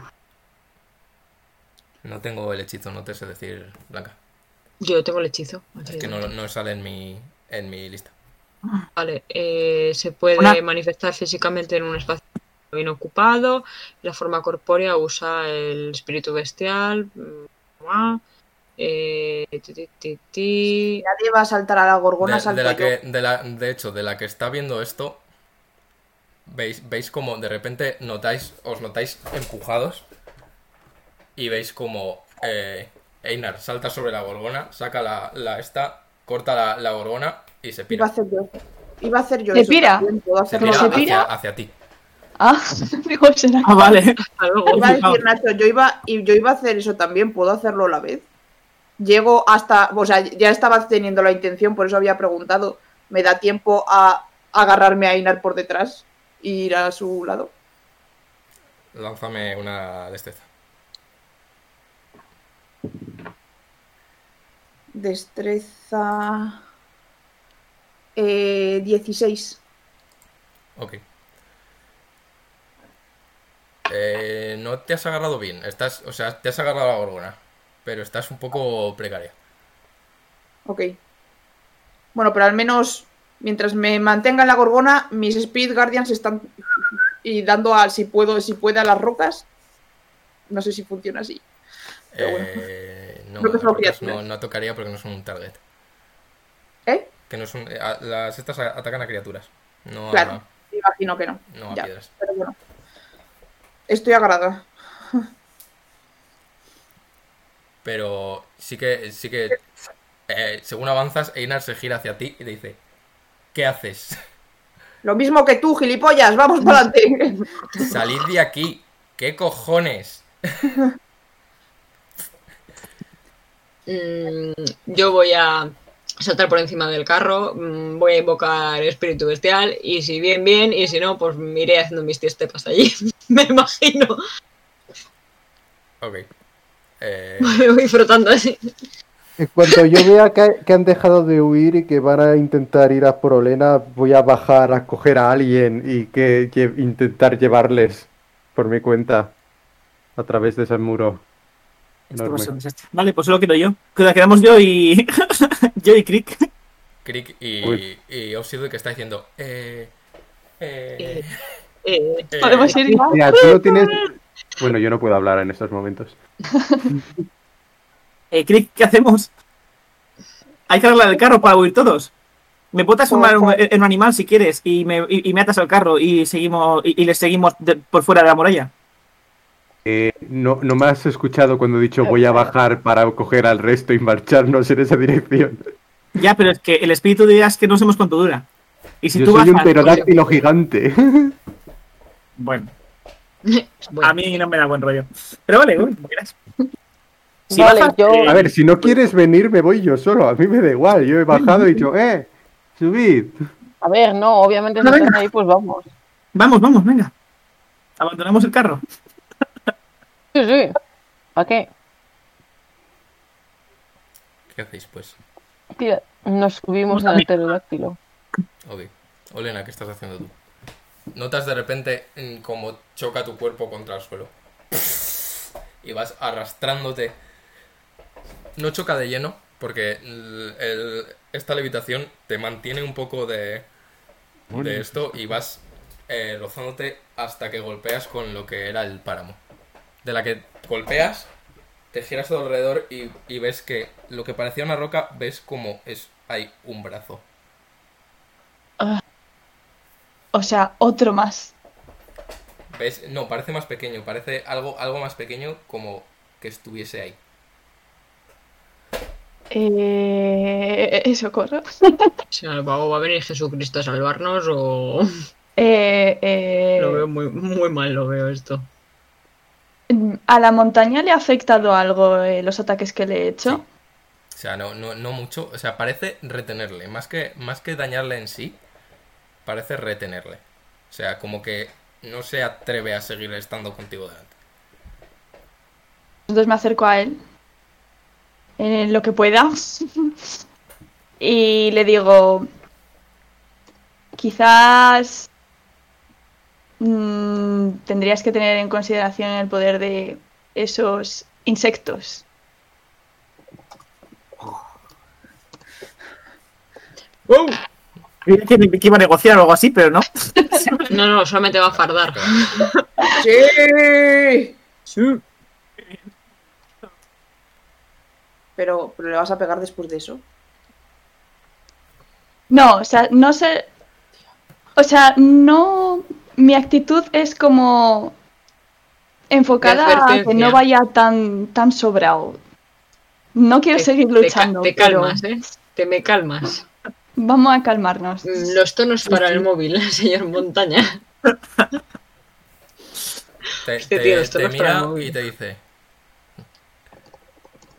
Speaker 3: No tengo el hechizo, no te sé decir, Blanca.
Speaker 4: Yo tengo el hechizo.
Speaker 3: Es que no, no sale en mi, en mi lista.
Speaker 4: Vale, eh, se puede
Speaker 6: Una-
Speaker 4: manifestar físicamente en un espacio bien ocupado. La forma corpórea usa el espíritu bestial. mm, ah, eh, ti, ti, ti, ti.
Speaker 1: Nadie va a saltar a la gorgona,
Speaker 3: De,
Speaker 1: salta
Speaker 3: de la
Speaker 1: yo.
Speaker 3: que, de, la- de hecho, de la que está viendo esto, veis, veis como de repente notáis, os notáis empujados y veis como eh, Einar salta sobre la gorgona, saca la, la esta, corta la, la gorgona y se
Speaker 1: Iba a
Speaker 3: pira.
Speaker 1: hacer yo. Iba a hacer yo.
Speaker 5: ¿Se
Speaker 1: eso
Speaker 5: pira?
Speaker 1: también, puedo
Speaker 3: Se
Speaker 1: hacerlo.
Speaker 3: pira
Speaker 5: se
Speaker 3: hacia-
Speaker 5: pira.
Speaker 3: hacia ti.
Speaker 5: Ah, digo, será.
Speaker 6: Ah, vale.
Speaker 4: Hasta luego.
Speaker 1: Iba a decir, Nacho, yo iba, y yo iba a hacer eso también, puedo hacerlo a la vez. Llego hasta, o sea, ya estaba teniendo la intención, por eso había preguntado. ¿Me da tiempo a agarrarme a Inar por detrás e ir a su lado?
Speaker 3: Lánzame una destreza.
Speaker 1: Destreza. eh, 16.
Speaker 3: Ok. Eh, no te has agarrado bien. Estás, o sea, te has agarrado a la gorgona. Pero estás un poco precaria.
Speaker 1: Ok. Bueno, pero al menos mientras me mantenga en la gorgona, mis Speed Guardians están y dando a si puedo, si puede a las rocas. No sé si funciona así. Pero bueno.
Speaker 3: Eh, no,
Speaker 1: Creo que es lo que
Speaker 3: las
Speaker 1: ya
Speaker 3: no,
Speaker 1: tienes.
Speaker 3: no tocaría porque no son un target.
Speaker 1: ¿Eh?
Speaker 3: Que no son, eh, a- las estas a- atacan a criaturas. No a-
Speaker 1: Claro, imagino que no.
Speaker 3: no a
Speaker 1: Ya,
Speaker 3: piedras.
Speaker 1: pero bueno. Estoy agarrada.
Speaker 3: Pero sí que, sí que eh, según avanzas, Einar se gira hacia ti y te dice, ¿qué haces?
Speaker 1: Lo mismo que tú, gilipollas, vamos para adelante.
Speaker 3: Salid de aquí. ¿Qué cojones?
Speaker 7: Mm, yo voy a saltar por encima del carro, mm, voy a invocar espíritu bestial y si bien, bien, y si no, pues me iré haciendo mis tiestepas allí, me imagino.
Speaker 3: Ok. Eh,
Speaker 7: Me voy frotando así.
Speaker 9: En cuanto yo vea que, que han dejado de huir y que van a intentar ir a por Olena, voy a bajar a coger a alguien y que, que intentar llevarles por mi cuenta a través de ese muro.
Speaker 6: Esto va a
Speaker 9: Enorme.
Speaker 6: ser un desastre. Vale, pues solo quedo yo. Queda- Quedamos yo y. yo y Crick.
Speaker 3: Crick y,
Speaker 9: Uy.
Speaker 3: y Obsidian que está diciendo, eh, eh,
Speaker 7: Eh, eh,
Speaker 3: eh,
Speaker 10: Podemos ir igual.
Speaker 2: Mira, tú no tienes... Bueno, yo no puedo hablar en estos momentos.
Speaker 6: Eh, Crick, ¿qué hacemos? Hay que arreglar el carro para huir todos. Me puedo transformar en un, en un animal si quieres y me, y, y me atas al carro y seguimos y, y les seguimos de- por fuera de la muralla.
Speaker 2: Eh, no, no me has escuchado cuando he dicho voy a bajar para coger al resto y marcharnos en esa dirección.
Speaker 6: Ya, pero es que el espíritu de ideas que no sabemos cuánto dura. Y si
Speaker 2: yo
Speaker 6: tú
Speaker 2: soy un
Speaker 6: bajas-
Speaker 2: pterodáctilo gigante.
Speaker 6: Bueno,
Speaker 7: bueno,
Speaker 6: a mí no me da buen rollo. Pero vale, uy, como quieras. Si
Speaker 5: Vale,
Speaker 6: bajas,
Speaker 5: yo-
Speaker 6: eh,
Speaker 2: A ver, si no quieres venir, me voy yo solo. A mí me da igual. Yo he bajado y dicho, eh, subid.
Speaker 10: A ver, no, obviamente no
Speaker 6: Venga.
Speaker 10: estás ahí, pues vamos.
Speaker 6: Vamos, vamos, venga. Abandonamos el carro.
Speaker 10: Sí, sí. ¿Para qué?
Speaker 3: ¿Qué hacéis pues?
Speaker 10: Tira, nos subimos al pterodáctilo.
Speaker 3: Ok. Olena, ¿qué estás haciendo tú? Notas de repente mm, como choca tu cuerpo contra el suelo. Y vas arrastrándote. No choca de lleno, porque el- el- esta levitación te mantiene un poco de, de esto y vas eh, rozándote hasta que golpeas con lo que era el páramo. De la que golpeas, te giras todo alrededor y, y ves que lo que parecía una roca, ves como es, hay un brazo.
Speaker 5: O sea, otro más.
Speaker 3: ¿Ves? No, parece más pequeño, parece algo, algo más pequeño como que estuviese ahí.
Speaker 5: Eh, socorro.
Speaker 7: si no, luego va a venir Jesucristo a salvarnos o...
Speaker 5: Eh, eh,
Speaker 7: Lo veo muy, muy mal, lo veo esto.
Speaker 5: mm, ¿A la montaña le ha afectado algo eh, los ataques que le he hecho?
Speaker 3: O sea, no, no, no mucho. O sea, parece retenerle. Más que, más que dañarle en sí, parece retenerle. O sea, como que no se atreve a seguir estando contigo delante.
Speaker 5: Entonces me acerco a él. En lo que pueda. y le digo. Quizás. mm, tendrías que tener en consideración el poder de esos insectos.
Speaker 6: Creía Que, que iba a negociar o algo así, pero no.
Speaker 7: No, no, solamente va a fardar.
Speaker 1: ¡Sí! Pero, pero le vas a pegar después de eso.
Speaker 5: No, o sea, no sé. O sea, no. Mi actitud es como.
Speaker 7: De
Speaker 5: enfocada a que
Speaker 7: advertencia.
Speaker 5: no vaya tan, tan sobrado. No quiero
Speaker 7: Te-
Speaker 5: seguir
Speaker 7: te ca-
Speaker 5: luchando.
Speaker 7: Te,
Speaker 5: pero
Speaker 7: calmas, ¿eh? Te me calmas.
Speaker 5: Vamos a calmarnos.
Speaker 7: Mm, Los tonos para el móvil, señor Montaña.
Speaker 3: Te,
Speaker 7: Este
Speaker 3: te-
Speaker 7: tío, esto
Speaker 3: te
Speaker 7: no es para
Speaker 3: mira
Speaker 7: móvil.
Speaker 3: y te dice...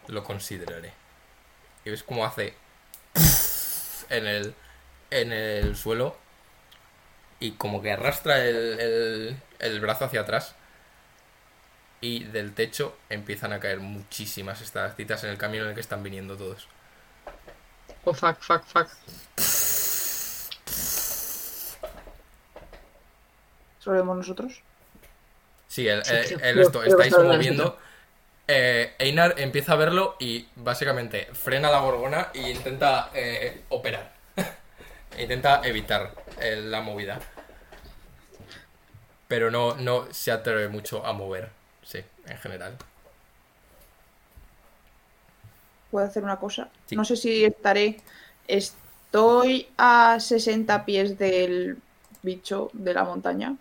Speaker 3: Lo consideraré. Y ves cómo hace... En el, en el suelo. Y como que arrastra el, el- el brazo hacia atrás. Y del techo empiezan a caer muchísimas estadactitas en el camino en el que están viniendo todos.
Speaker 7: Oh, fuck, fuck, fuck.
Speaker 1: ¿Eso lo vemos nosotros?
Speaker 3: Sí, el,
Speaker 7: Sí,
Speaker 3: el-
Speaker 7: creo-
Speaker 3: el
Speaker 7: creo-
Speaker 3: esto,
Speaker 7: creo que
Speaker 3: estáis
Speaker 7: estaba
Speaker 3: moviendo. Eh, Einar empieza a verlo y básicamente frena la gorgona y intenta eh, operar. intenta evitar eh, la movida. Pero no, no se atreve mucho a mover. Sí, en general.
Speaker 1: ¿Puedo hacer una cosa?
Speaker 3: Sí.
Speaker 1: No sé si estaré. Estoy a 60 pies del bicho de la montaña.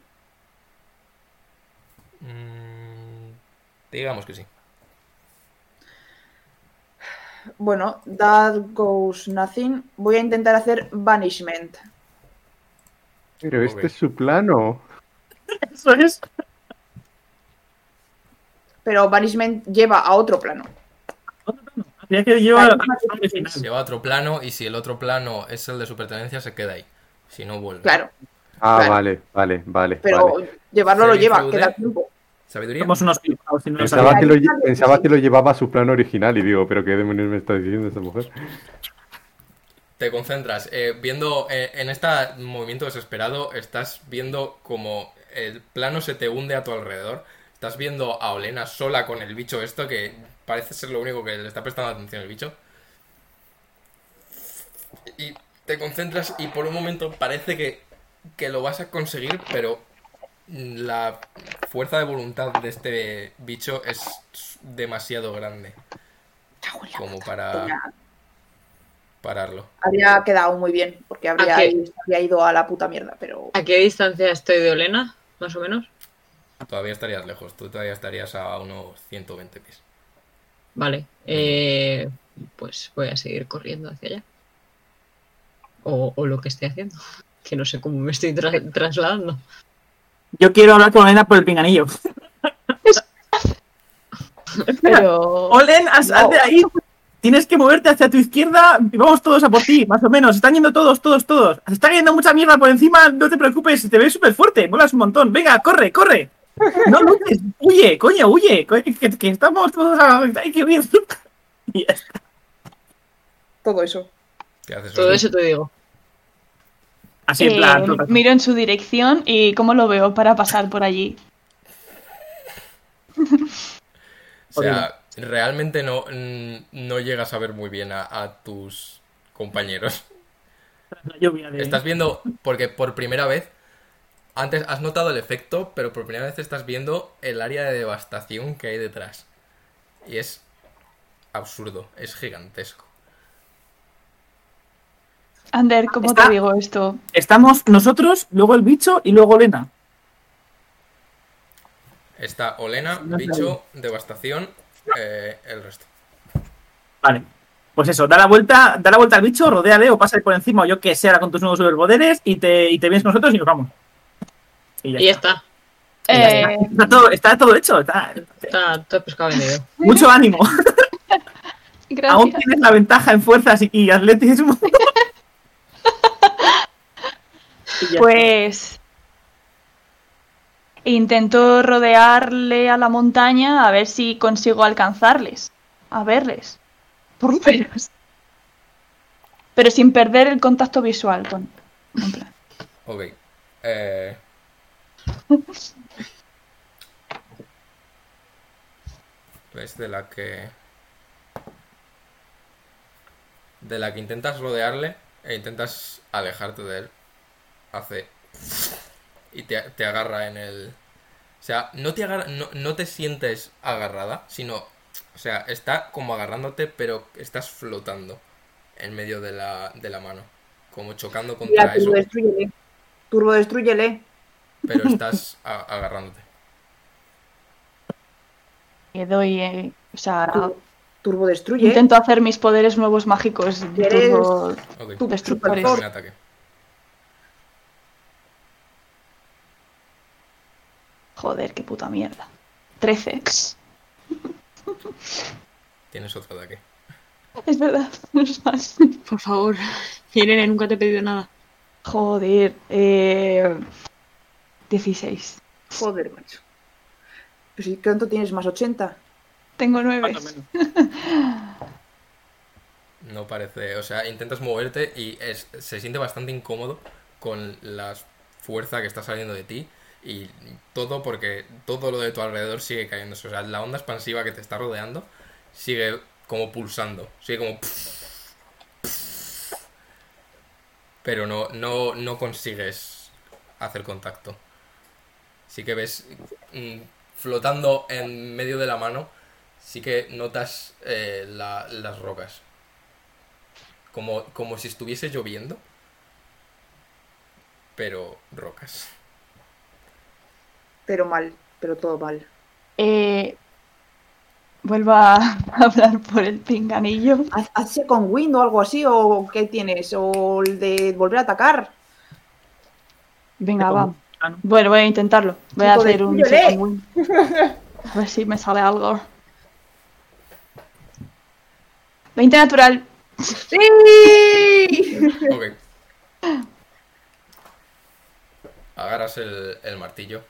Speaker 3: Mm, digamos que sí.
Speaker 1: Bueno, that goes nothing. Voy a intentar hacer banishment.
Speaker 2: Pero este
Speaker 3: Ok.
Speaker 2: es su plano.
Speaker 6: Eso es.
Speaker 1: Pero banishment lleva a otro plano.
Speaker 6: Había que llevar.
Speaker 1: Claro,
Speaker 6: original.
Speaker 3: Lleva a otro plano y si el otro plano es el de su pertenencia, se queda ahí. Si no, vuelve.
Speaker 1: Claro,
Speaker 2: Ah,
Speaker 1: Claro.
Speaker 2: vale, vale, vale.
Speaker 1: pero
Speaker 2: vale.
Speaker 1: llevarlo lo
Speaker 3: Saving
Speaker 1: lleva,
Speaker 3: throw
Speaker 1: queda
Speaker 3: deck.
Speaker 1: tiempo.
Speaker 3: ¿Sabiduría?
Speaker 6: Somos unos pipaos y no lo
Speaker 2: Pensaba
Speaker 6: sabemos.
Speaker 2: que, lo, lle- pensaba que lo llevaba a su plano original y digo, pero qué demonios me está diciendo esta mujer.
Speaker 3: Te concentras. eh, viendo eh, en este movimiento desesperado, estás viendo como el plano se te hunde a tu alrededor. Estás viendo a Olena sola con el bicho esto, que parece ser lo único que le está prestando atención el bicho. Y te concentras y por un momento parece que, que lo vas a conseguir, pero la fuerza de voluntad de este bicho es demasiado grande
Speaker 1: Cago en la
Speaker 3: como
Speaker 1: puta.
Speaker 3: para pararlo.
Speaker 1: Habría quedado muy bien, porque habría,
Speaker 4: qué?
Speaker 1: ido- habría ido a la puta mierda, pero
Speaker 4: ¿A qué distancia estoy de Olena? Más o menos.
Speaker 3: Todavía estarías lejos, tú todavía estarías a unos 120 pies.
Speaker 4: Vale. eh, pues voy a seguir corriendo hacia allá. O, o lo que esté haciendo. Que no sé cómo me estoy tra- trasladando.
Speaker 6: Yo quiero hablar con Olena por el pinganillo.
Speaker 5: Pero.
Speaker 6: Olen, haz, haz de ahí. Tienes que moverte hacia tu izquierda y vamos todos a por ti, más o menos. Están yendo todos, todos, todos. Se está yendo mucha mierda por encima, no te preocupes, te ves súper fuerte, molas un montón. Venga, corre, corre. No luches, huye, coño, huye. co- Que, que estamos todos a... Hay que huir. Y ya está.
Speaker 1: todo eso.
Speaker 3: ¿Qué haces?
Speaker 4: Todo
Speaker 3: Oli?
Speaker 4: eso te digo.
Speaker 6: Así en plan...
Speaker 5: Eh,
Speaker 6: no pasa nada.
Speaker 5: miro en su dirección y cómo lo veo para pasar por allí.
Speaker 3: O sea, realmente no, mm, no llegas a ver muy bien a, a tus compañeros.
Speaker 6: La lluvia de-
Speaker 3: Estás viendo, porque por primera vez, antes has notado el efecto, pero por primera vez estás viendo el área de devastación que hay detrás. Y es absurdo, es gigantesco.
Speaker 5: Ander, ¿cómo
Speaker 6: Está-
Speaker 5: te digo esto?
Speaker 6: Estamos nosotros, luego el bicho y luego Olena.
Speaker 3: Está Olena,
Speaker 6: No sé.
Speaker 3: bicho, devastación, eh, el resto.
Speaker 6: Vale. Pues eso, da la vuelta, da la vuelta al bicho, rodéale o pásale por encima o yo que sea con tus nuevos superpoderes y te, y te vienes con nosotros y nos vamos. Y ya
Speaker 4: Y ya
Speaker 6: está.
Speaker 4: está.
Speaker 5: Eh,
Speaker 6: Está todo, está todo hecho. está-
Speaker 4: Está todo pescado vendido.
Speaker 6: mucho ánimo. Aún
Speaker 5: gracias.
Speaker 6: tienes la ventaja en fuerzas y, y atletismo. Y ya
Speaker 5: Pues. Intento rodearle a la montaña a ver si consigo alcanzarles. A verles. Por lo menos. Pero sin perder el contacto visual con. en plan.
Speaker 3: Ok. Eh... Es Pues de la que... De la que intentas rodearle e intentas alejarte de él. Hace... Y te, te agarra en el... O sea, no te, agarra, no, no te sientes agarrada, sino... O sea, está como agarrándote, pero estás flotando en medio de la, de la mano. Como chocando
Speaker 1: Mira,
Speaker 3: contra eso
Speaker 1: turbo destruyele. Turbo destruyele.
Speaker 3: pero estás a- agarrándote.
Speaker 5: Le doy. eh, o sea.
Speaker 1: Turbo destruye.
Speaker 6: ¿eh?
Speaker 5: Intento hacer mis poderes nuevos mágicos. de
Speaker 1: ¿Quieres?
Speaker 5: turbo-
Speaker 3: Ok,
Speaker 1: Tu
Speaker 5: Destructores.
Speaker 3: hazme un
Speaker 1: destructor.
Speaker 3: ataque.
Speaker 5: Joder, qué puta mierda. 13.
Speaker 3: Tienes otro ataque.
Speaker 5: Es verdad, no es más.
Speaker 7: Por favor, Irene, nunca te he pedido nada.
Speaker 5: Joder, eh, 16.
Speaker 1: Joder, macho. Pero si cuánto tienes más 80.
Speaker 5: Tengo 9.
Speaker 3: No parece, o sea, intentas moverte y es- se siente bastante incómodo con la fuerza que está saliendo de ti y todo porque todo lo de tu alrededor sigue cayéndose. O sea, la onda expansiva que te está rodeando sigue como pulsando, sigue como... Pero no, no, no consigues hacer contacto. Sí que ves mm, flotando en medio de la mano, sí que notas eh, la- las rocas. Como, como si estuviese lloviendo, pero rocas.
Speaker 1: Pero mal, pero todo mal.
Speaker 5: Eh, vuelvo a hablar por el pinganillo.
Speaker 1: Haz- Hazse con Wind o algo así, o qué tienes, o el de volver a atacar.
Speaker 5: Venga, va.
Speaker 6: Ah, no.
Speaker 5: Bueno, voy a intentarlo. Voy a
Speaker 1: Chico de
Speaker 5: hacer un
Speaker 1: tuyo,
Speaker 5: second
Speaker 1: lee.
Speaker 5: win. A ver si me sale algo. 20 natural.
Speaker 3: Ok. Agarras el, el martillo.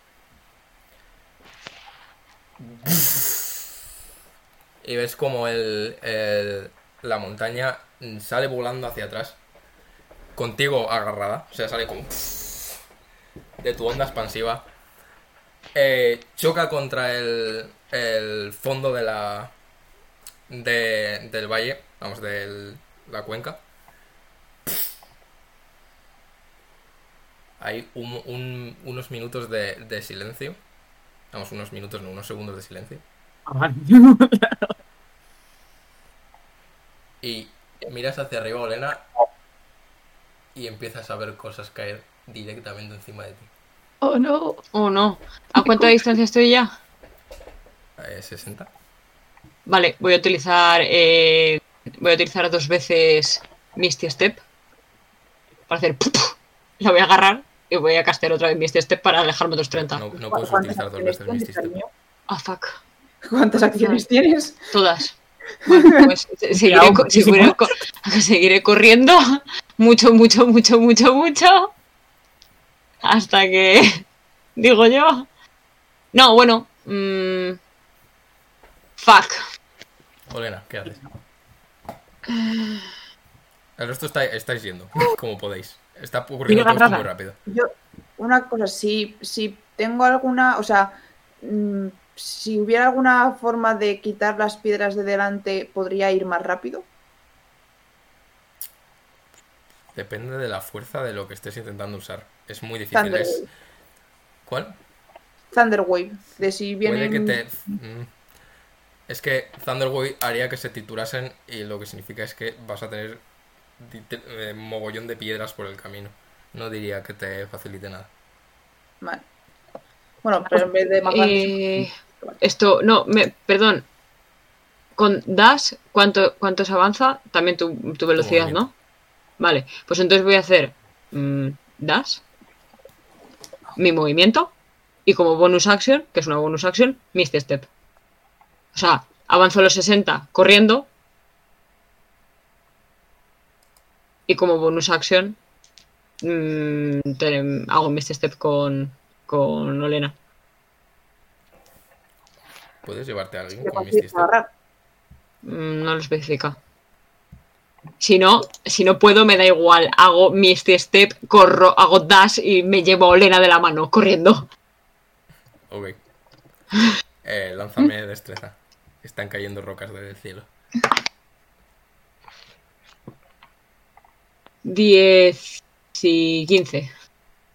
Speaker 3: Y ves como el, el- la montaña sale volando hacia atrás. Contigo agarrada. O sea, sale como... De tu onda expansiva. Eh, choca contra el, el fondo de la... de- del valle. Vamos, de la cuenca. Hay un- un- unos minutos de, de silencio. Vamos, unos minutos, no, unos segundos de silencio.
Speaker 6: Ah, vale.
Speaker 3: Y miras hacia arriba, Olena, y empiezas a ver cosas caer directamente encima de ti.
Speaker 5: Oh no.
Speaker 4: Oh, no. ¿A cuánta distancia estoy ya?
Speaker 3: Eh, 60.
Speaker 4: Vale, voy a utilizar. eh, voy a utilizar dos veces Misty Step. Para hacer. La voy a agarrar y voy a castear otra vez Misty Step para alejarme otros 30.
Speaker 3: No, no puedes
Speaker 1: ¿Cuántas
Speaker 3: utilizar dos
Speaker 1: acciones
Speaker 3: veces
Speaker 1: tienes,
Speaker 3: Misty Step.
Speaker 1: cariño?
Speaker 4: Ah, fuck.
Speaker 1: ¿Cuántas acciones tienes?
Speaker 4: Todas. Bueno, pues se- seguiré,
Speaker 6: hago
Speaker 4: co-
Speaker 6: muchísimo.
Speaker 4: seguiré co- seguiré corriendo. Mucho, mucho, mucho, mucho, mucho. Hasta que. Digo yo. No, bueno. mm, fuck.
Speaker 3: Olena, ¿qué haces?
Speaker 1: Ah.
Speaker 3: El resto está, estáis yendo, como podéis. Está ocurriendo todo esto muy rápido.
Speaker 1: Yo, una cosa, si, si tengo alguna, o sea, mm, si hubiera alguna forma de quitar las piedras de delante, ¿podría ir más rápido?
Speaker 3: Depende de la fuerza de lo que estés intentando usar. Es muy difícil.
Speaker 1: Thunder
Speaker 3: Es...
Speaker 1: Wave.
Speaker 3: ¿Cuál?
Speaker 1: Thunderwave, de si
Speaker 3: Puede
Speaker 1: vienen...
Speaker 3: que te. Mm. Es que Thunderwave haría que se titurasen y lo que significa es que vas a tener di- te- eh, mogollón de piedras por el camino. No diría que te facilite nada.
Speaker 1: Vale. Bueno, pero en vez de más grandes-
Speaker 4: Eh, esto, no, me, perdón. Con Dash, ¿cuánto, cuánto se avanza? También tu, tu velocidad, ¿no? Vale, pues entonces voy a hacer mm, Dash, mi movimiento, y como bonus action, que es una bonus action, Misty Step. O sea, avanzo los 60 corriendo. Y como bonus action, mm, te- hago Misty Step con, con Olena.
Speaker 3: ¿Puedes llevarte a alguien
Speaker 1: que
Speaker 3: con
Speaker 1: consigues
Speaker 3: Misty Step?
Speaker 1: agarrar.
Speaker 4: Mm, No lo especifica. Si no, si no puedo, me da igual. Hago mi este step, corro, hago dash y me llevo a Olena de la mano corriendo.
Speaker 3: Ok. Eh, lánzame destreza. Están cayendo rocas desde el cielo.
Speaker 4: 10 y 15.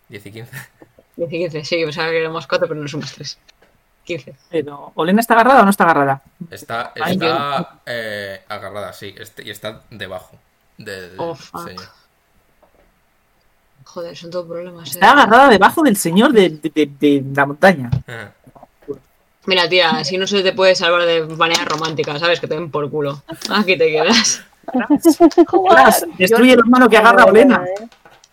Speaker 3: 10 y 15.
Speaker 4: 10 y 15, sí, pensaba que era más 4, pero no son más 3. 15.
Speaker 6: Pero, ¿Olena está agarrada o no está agarrada?
Speaker 3: Está,
Speaker 6: Ay,
Speaker 3: está eh, agarrada, sí. este- y está debajo del
Speaker 4: Oh, fuck.
Speaker 3: señor.
Speaker 4: Joder, son todos problemas. eh.
Speaker 6: Está agarrada debajo del señor de, de- de- de la montaña.
Speaker 3: Ajá.
Speaker 4: Mira, tía, si no se te puede salvar de manera romántica, ¿sabes? Que te den por culo. Aquí te quedas.
Speaker 6: Glass, destruye la mano que agarra a Olena.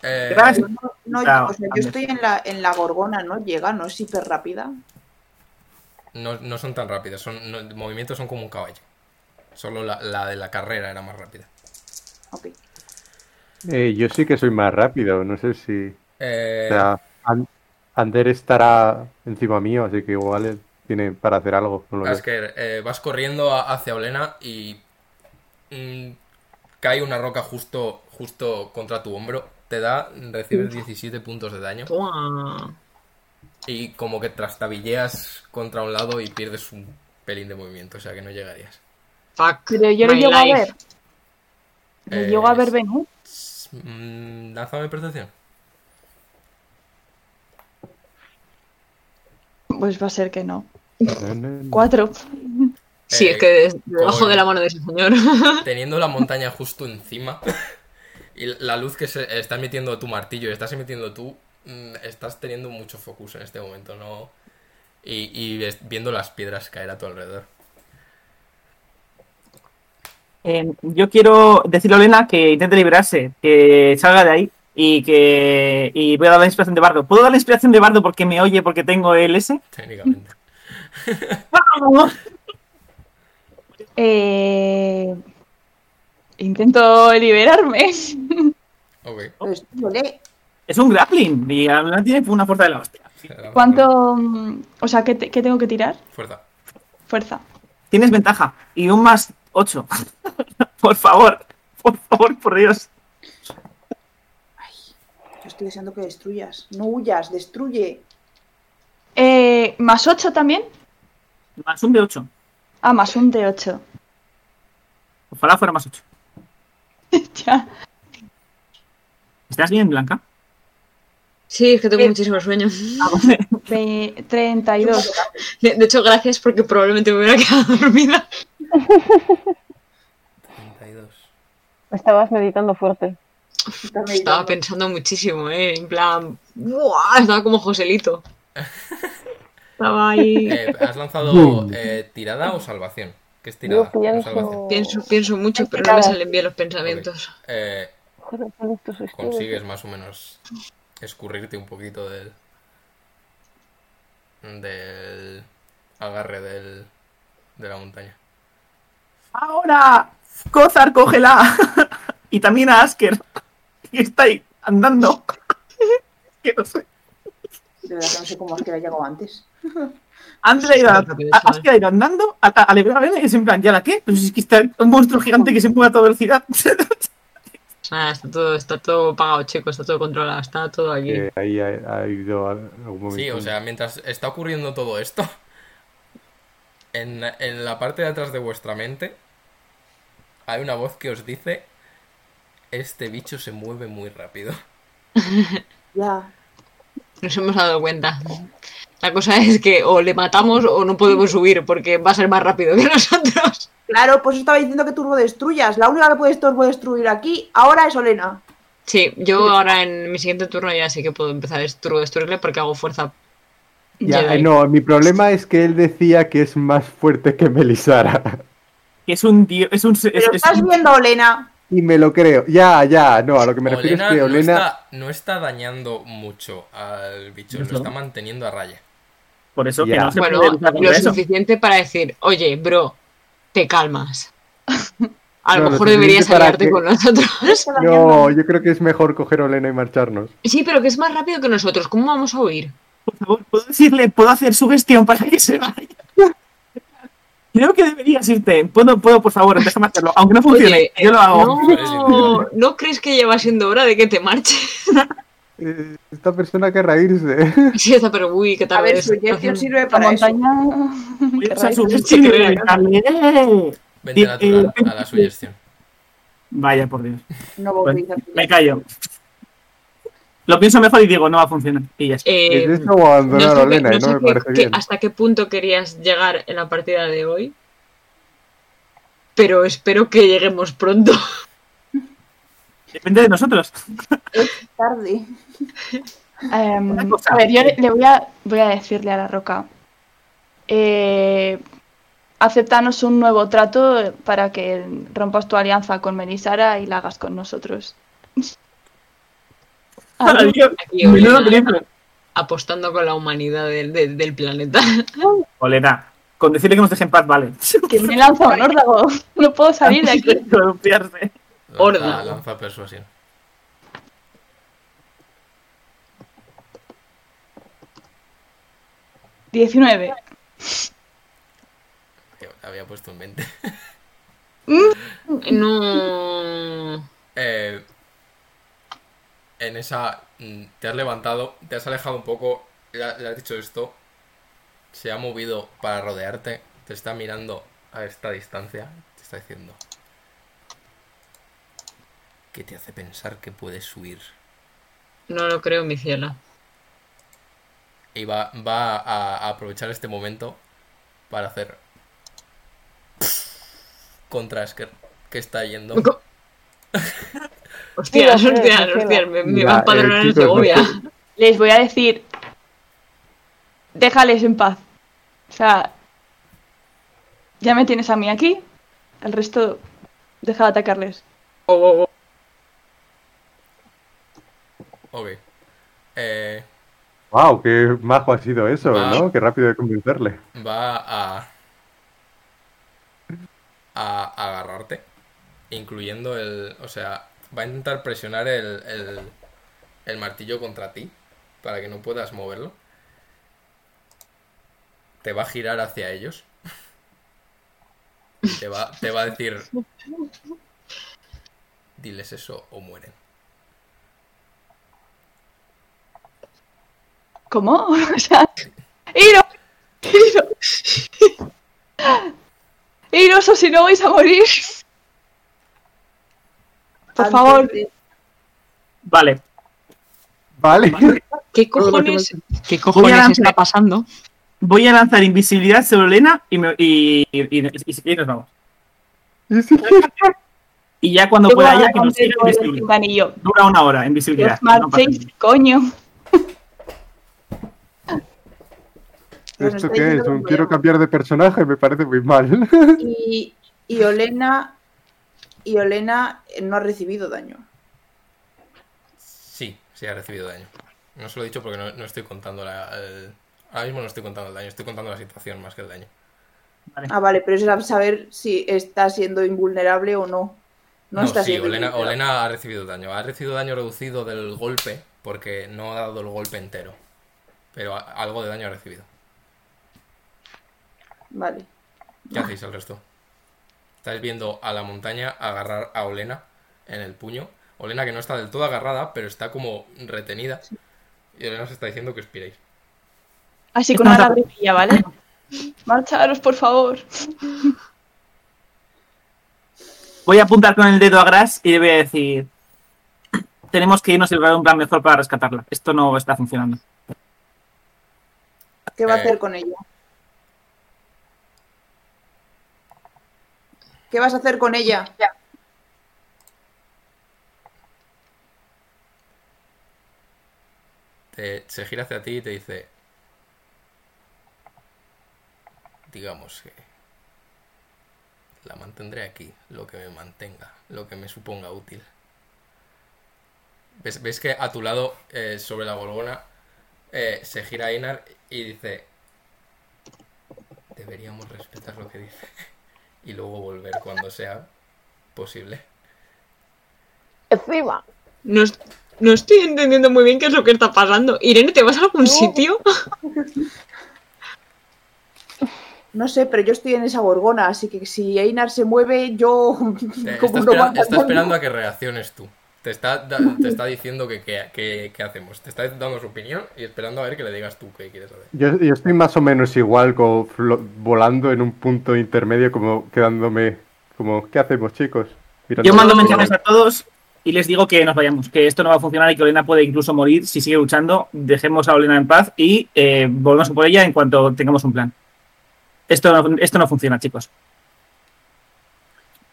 Speaker 3: Eh,
Speaker 6: Glass,
Speaker 1: No,
Speaker 6: Claro,
Speaker 1: o sea, yo
Speaker 6: también.
Speaker 1: estoy en la, en la gorgona, ¿no? Llega, ¿no? Es hiper rápida.
Speaker 3: No, no son tan rápidas, son, no- movimientos son como un caballo. Solo la, la de la carrera era más rápida.
Speaker 6: Oh.
Speaker 1: Ok.
Speaker 2: Eh, yo sí que soy más rápido, no sé si...
Speaker 3: Eh,
Speaker 2: O sea, An- Ander estará encima mío, así que igual él tiene para hacer algo. no lo sé.
Speaker 3: Asker, eh, vas corriendo a- hacia Olena y mm, cae una roca justo, justo contra tu hombro. Te da, recibes 17 puntos de daño.
Speaker 4: Toma.
Speaker 3: Y como que trastabilleas contra un lado y pierdes un pelín de movimiento, o sea que no llegarías.
Speaker 4: Fuck.
Speaker 5: Pero yo lo
Speaker 4: my
Speaker 5: llego a
Speaker 4: life.
Speaker 5: ver. Lo llego a
Speaker 3: Eh,
Speaker 5: ver venir.
Speaker 3: Mm, Lánzame percepción.
Speaker 5: Pues va a ser que no. Cuatro.
Speaker 4: Sí,
Speaker 3: Eh,
Speaker 4: es que des- debajo
Speaker 3: con-
Speaker 4: de la mano de ese señor.
Speaker 3: Teniendo la montaña justo encima y la luz que se está emitiendo tu martillo y estás emitiendo tú, mm, estás teniendo mucho focus en este momento, ¿no? Y, y ves- viendo las piedras caer a tu alrededor.
Speaker 6: Eh, yo quiero decirle a Olena que intente liberarse, que salga de ahí y que y voy a darle inspiración de bardo. ¿Puedo darle inspiración de bardo porque me oye porque tengo el S?
Speaker 3: Técnicamente.
Speaker 5: Eh, Intento liberarme.
Speaker 3: Ok.
Speaker 1: Pues, ole,
Speaker 6: Es un grappling y Olena tiene una fuerza de la hostia.
Speaker 5: ¿Cuánto? mm, O sea, ¿qué, te- qué tengo que tirar?
Speaker 3: Fuerza.
Speaker 5: Fuerza.
Speaker 6: Tienes ventaja y un más 8. por favor, por favor, por Dios.
Speaker 1: yo estoy deseando que destruyas. No huyas, destruye.
Speaker 5: Eh, ¿Más 8 también?
Speaker 6: Más un de 8.
Speaker 5: Ah, más un de 8.
Speaker 6: Ojalá fuera más 8.
Speaker 5: ya.
Speaker 6: ¿Estás bien, Blanca?
Speaker 4: Sí, es que tengo
Speaker 1: Eh.
Speaker 4: muchísimo sueño.
Speaker 5: Ve- 32.
Speaker 4: De, de hecho, gracias porque probablemente me hubiera quedado dormida.
Speaker 3: 32.
Speaker 10: Estabas meditando fuerte.
Speaker 4: Estaba pensando muchísimo, ¿eh? En plan. ¡buah! Estaba como Joselito. Estaba ahí.
Speaker 3: Eh, ¿Has lanzado eh, tirada o salvación? ¿Qué es tirada?
Speaker 10: Yo
Speaker 3: No,
Speaker 10: pienso.
Speaker 3: salvación.
Speaker 4: Pienso, pienso mucho, pero no me salen bien los pensamientos.
Speaker 3: Eh,
Speaker 10: Joder, qué listos sois todos.
Speaker 3: consigues más o menos escurrirte un poquito del del agarre del de la montaña.
Speaker 6: ¡Ahora! ¡Cozar, cógela! y también a Asker, que está ahí andando. que no sé.
Speaker 1: De verdad que no sé cómo has que llegado antes.
Speaker 6: Antes ha ido, a- a- Asker ha ido andando a, a liberar a Elena y es en plan, ¿ya la qué? Pues es que está un monstruo gigante que se mueve a toda velocidad.
Speaker 4: Ah, está todo, está todo pagado, chicos, está todo controlado, está todo aquí.
Speaker 2: Que ahí ha, ha ido a- algún momento.
Speaker 3: Sí, o sea, mientras está ocurriendo todo esto, en, en la parte de atrás de vuestra mente hay una voz que os dice, este bicho se mueve muy rápido.
Speaker 1: Ya.
Speaker 4: Nos hemos dado cuenta. La cosa es que o le matamos o no podemos subir porque va a ser más rápido que nosotros.
Speaker 1: Claro, pues estaba diciendo que tú lo destruyas. La única que puedes turbo destruir aquí ahora es Olena.
Speaker 4: Sí, yo ahora en mi siguiente turno ya sé que puedo empezar a destru- destruirle porque hago fuerza.
Speaker 2: Ya,
Speaker 4: Jedi.
Speaker 2: eh, no, mi problema es que él decía que es más fuerte que Melisara.
Speaker 6: Que es un tío, es un... es-
Speaker 1: Pero
Speaker 6: es
Speaker 1: estás
Speaker 6: un-
Speaker 1: viendo a Olena.
Speaker 2: Y me lo creo. Ya, ya, no, a lo que me refiero
Speaker 3: Olena
Speaker 2: es que
Speaker 3: no
Speaker 2: Olena.
Speaker 3: está, no está dañando mucho al bicho, lo
Speaker 6: Eso.
Speaker 3: está manteniendo a raya.
Speaker 6: Por eso que
Speaker 2: Ya.
Speaker 6: no se
Speaker 4: Bueno,
Speaker 6: puede luchar contra
Speaker 4: lo
Speaker 6: eso.
Speaker 4: suficiente para decir, oye, bro, te calmas. A
Speaker 2: No,
Speaker 4: lo
Speaker 2: lo
Speaker 4: mejor deberías
Speaker 2: suficiente para
Speaker 4: aliarte
Speaker 2: que-
Speaker 4: con nosotros.
Speaker 2: No, yo creo que es mejor coger a Olena y marcharnos.
Speaker 4: Sí, pero que es más rápido que nosotros. ¿Cómo vamos a huir?
Speaker 6: Por favor, ¿puedo decirle, puedo hacer su gestión para que se vaya? Creo que deberías irte. Puedo, puedo, por favor, déjame hacerlo. Aunque no funcione,
Speaker 4: Oye, eh,
Speaker 6: yo lo hago.
Speaker 4: No, ¿no crees que lleva siendo hora de que te marches?
Speaker 2: Eh, Esta persona querrá irse.
Speaker 4: Sí, está, pero uy, qué
Speaker 1: A
Speaker 4: tal
Speaker 1: ver,
Speaker 4: vez.
Speaker 1: su inyección sirve
Speaker 5: La
Speaker 1: para eso.
Speaker 5: montaña.
Speaker 6: Voy a
Speaker 5: Qué
Speaker 6: usar
Speaker 5: raro.
Speaker 6: su gestión y voy a gritarle, "Eh".
Speaker 3: Vente
Speaker 6: Sí,
Speaker 3: natural
Speaker 6: eh,
Speaker 3: a la sugestión.
Speaker 6: Vaya, por Dios.
Speaker 1: No voy a
Speaker 6: Bueno,
Speaker 1: utilizar.
Speaker 6: Me callo. Lo pienso mejor y digo, no va a funcionar. Y ya está.
Speaker 4: Eh,
Speaker 2: Es eso o
Speaker 4: no
Speaker 2: abandonar
Speaker 4: sé
Speaker 2: a
Speaker 4: qué-
Speaker 2: Olena,
Speaker 4: no
Speaker 2: y no
Speaker 4: sé
Speaker 2: me
Speaker 4: qué-
Speaker 2: parece
Speaker 4: qué-
Speaker 2: bien.
Speaker 4: hasta qué punto querías llegar en la partida de hoy. Pero espero que lleguemos pronto.
Speaker 6: Depende de nosotros.
Speaker 1: Tarde.
Speaker 5: Em,
Speaker 6: Una cosa.
Speaker 5: a ver, yo le, le voy, a, voy a decirle a la roca. Eh, acéptanos un nuevo trato para que rompas tu alianza con Melisara y la hagas con nosotros. Adiós.
Speaker 6: Adiós.
Speaker 4: Aquí, Olena.
Speaker 6: Menudo peligro.
Speaker 4: Apostando con la humanidad del- del- del planeta.
Speaker 6: Olena, con decirle que nos dejen paz, vale.
Speaker 5: que me lanza un órdago. No puedo salir de aquí.
Speaker 6: Columpiarse.
Speaker 4: Horda.
Speaker 3: Lanza, lanza persuasión.
Speaker 5: Diecinueve.
Speaker 3: Que había puesto un 20.
Speaker 4: No.
Speaker 3: Eh, en esa. mm, Te has levantado, te has alejado un poco ya, ya has dicho esto, se ha movido para rodearte, te está mirando a esta distancia, te está diciendo. ¿Qué te hace pensar que puedes huir?
Speaker 7: No lo creo, mi ciela.
Speaker 3: Y va, va a, a aprovechar este momento para hacer contra Asker, que está yendo.
Speaker 7: Co- Hostias, hostias, hostias, me, me
Speaker 9: Nah, eh,
Speaker 7: va a empadronar en
Speaker 9: chicos, no
Speaker 7: Segovia.
Speaker 5: Les voy a decir. Déjales en paz. O sea. Ya me tienes a mí aquí. El resto. Deja de atacarles.
Speaker 3: Ok. Eh,
Speaker 2: ¡Wow! ¡Qué majo ha sido eso,
Speaker 3: Ah.
Speaker 2: ¿no? ¡Qué rápido de convencerle!
Speaker 3: va a, a agarrarte, incluyendo el, o sea, va a intentar presionar el, el, el martillo contra ti para que no puedas moverlo. Te va a girar hacia ellos. Te va, te va a decir, diles eso o mueren.
Speaker 5: ¿Cómo? O sea. ¡Iros! ¡Iros! ¡Iros o si no vais a morir! Por
Speaker 1: Antes
Speaker 5: favor.
Speaker 1: de-
Speaker 6: Vale.
Speaker 9: Vale.
Speaker 7: ¿Qué cojones, ¿qué cojones
Speaker 6: lanzar-
Speaker 7: está pasando?
Speaker 6: Voy a lanzar invisibilidad sobre Elena y, me- y, y, y- y- y nos vamos.
Speaker 9: Y sí,
Speaker 6: Y ya cuando
Speaker 5: Tengo
Speaker 6: pueda,
Speaker 5: la
Speaker 6: ya que nos
Speaker 5: orden
Speaker 6: siga
Speaker 5: del
Speaker 6: invisible.
Speaker 5: anillo.
Speaker 6: Dura una hora
Speaker 5: Que
Speaker 6: invisibilidad.
Speaker 5: os
Speaker 6: no pasa
Speaker 5: marchéis,
Speaker 6: nada.
Speaker 5: coño.
Speaker 1: Bueno,
Speaker 9: ¿Esto
Speaker 1: estoy
Speaker 9: qué
Speaker 1: diciendo
Speaker 9: es?
Speaker 1: que
Speaker 9: Un
Speaker 1: voy
Speaker 9: quiero
Speaker 1: a-
Speaker 9: cambiar de personaje, me parece muy mal.
Speaker 1: Y, y Olena. Y Olena no ha recibido daño.
Speaker 3: Sí, sí ha recibido daño. No se lo he dicho porque no, no estoy contando la... el- ahora mismo no estoy contando el daño, estoy contando la situación más que el daño.
Speaker 1: Ah, vale, pero eso es saber si está siendo invulnerable o no. No,
Speaker 3: No,
Speaker 1: está
Speaker 3: sí,
Speaker 1: siendo
Speaker 3: Olena,
Speaker 1: invulnerable.
Speaker 3: Olena ha recibido daño. Ha recibido daño reducido del golpe porque no ha dado el golpe entero. Pero a- algo de daño ha recibido.
Speaker 1: Vale. Ah.
Speaker 3: ¿Qué hacéis el resto? Estáis viendo a la montaña agarrar a Olena en el puño. Olena que no está del todo agarrada, pero está como retenida. Y Olena os está diciendo que expiréis.
Speaker 5: Así con una lagrimilla, ¿vale? Marcharos, por favor.
Speaker 6: Voy a apuntar con el dedo a Gras y le voy a decir: Tenemos que irnos y lograr un plan mejor para rescatarla. Esto no está funcionando.
Speaker 1: ¿Qué va a
Speaker 3: Eh.
Speaker 1: hacer con ella? ¿Qué vas a hacer con ella?
Speaker 3: Te- se gira hacia ti y te dice... Digamos que... La mantendré aquí, lo que me mantenga, lo que me suponga útil. ¿Ves, ves que a tu lado, eh, sobre la gorgona, eh, se gira Einar y dice... Deberíamos respetar lo que dice. Y luego volver cuando sea posible.
Speaker 12: Encima.
Speaker 7: No, es- no estoy entendiendo muy bien qué es lo que está pasando. Irene, ¿te vas a algún sitio?
Speaker 1: No sé, pero yo estoy en esa gorgona, así que si Einar se mueve, yo.
Speaker 3: Te-
Speaker 1: como
Speaker 3: Eh, está,
Speaker 1: no va
Speaker 3: espera- está
Speaker 1: andando.
Speaker 3: esperando a que reacciones tú. Te está, da- te está diciendo que, que- que- que hacemos. Te está dando su opinión y esperando a ver que le digas tú qué quieres hacer.
Speaker 9: Yo, yo estoy más o menos igual, como flo- volando en un punto intermedio, como quedándome, como, ¿qué hacemos, chicos? Mirando-
Speaker 6: Yo mando mensajes a todos y les digo que nos vayamos, que esto no va a funcionar y que Olena puede incluso morir si sigue luchando. Dejemos a Olena en paz y eh, volvemos por ella en cuanto tengamos un plan. Esto no, esto no funciona, chicos.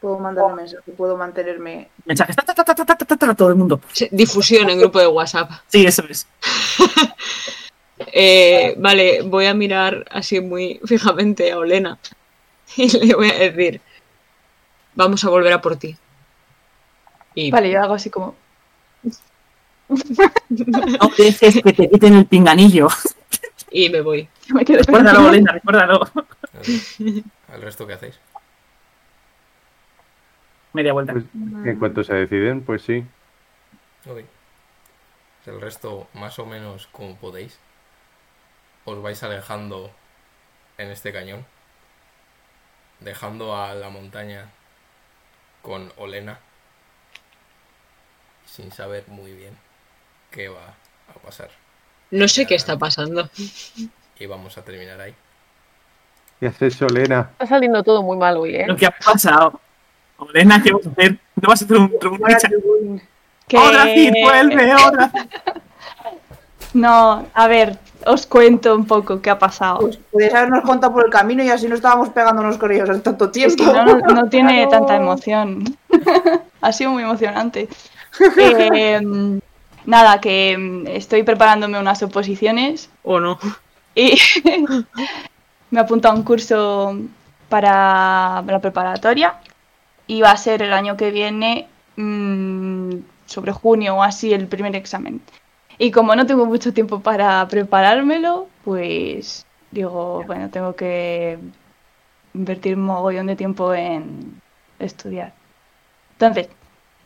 Speaker 1: Puedo mandar un mensaje, puedo mantenerme.
Speaker 6: Mensajes, ta, ta, ta, ta, ta, ta, ta, ta, todo el mundo.
Speaker 7: Se- Difusión en grupo de WhatsApp.
Speaker 6: Sí, eso es.
Speaker 7: Eh, vale, voy a mirar así muy fijamente a Olena y le voy a decir, vamos a volver a por ti. Y
Speaker 5: Vale, yo hago así como.
Speaker 6: No dejes que te quiten el pinganillo.
Speaker 7: y me voy.
Speaker 5: Me quedo
Speaker 6: Recuérdalo, Olena, recuérdalo.
Speaker 3: ¿Al resto qué hacéis?
Speaker 6: Media vuelta.
Speaker 2: Pues, en cuanto se deciden, pues sí.
Speaker 3: Ok. El resto, más o menos como podéis, os vais alejando en este cañón, dejando a la montaña con Olena, sin saber muy bien qué va a pasar.
Speaker 4: No sé qué está pasando.
Speaker 3: Y vamos a terminar ahí.
Speaker 2: ¿Qué haces, Solena?
Speaker 10: Está saliendo todo muy mal hoy, ¿eh?
Speaker 6: Lo que ha pasado. Olena, ¿qué vas a hacer? No vas a hacer un tribunal.
Speaker 5: Que-
Speaker 6: Ahora sí, vuelve, ahora.
Speaker 5: No, a ver, os cuento un poco qué ha pasado.
Speaker 1: Pues podéis habernos contado por el camino y así no estábamos pegándonos con ellos en tanto
Speaker 5: Es
Speaker 1: tiempo.
Speaker 5: que no, no tiene tanta emoción. ha sido muy emocionante. Eh, nada, que mm, estoy preparándome unas oposiciones
Speaker 4: ¿O no?
Speaker 5: y me he apuntado a un curso para la preparatoria y va a ser el año que viene, mm, sobre junio o así, el primer examen. Y como no tengo mucho tiempo para preparármelo, pues digo, bueno, tengo que invertir un mogollón de tiempo en estudiar. Entonces,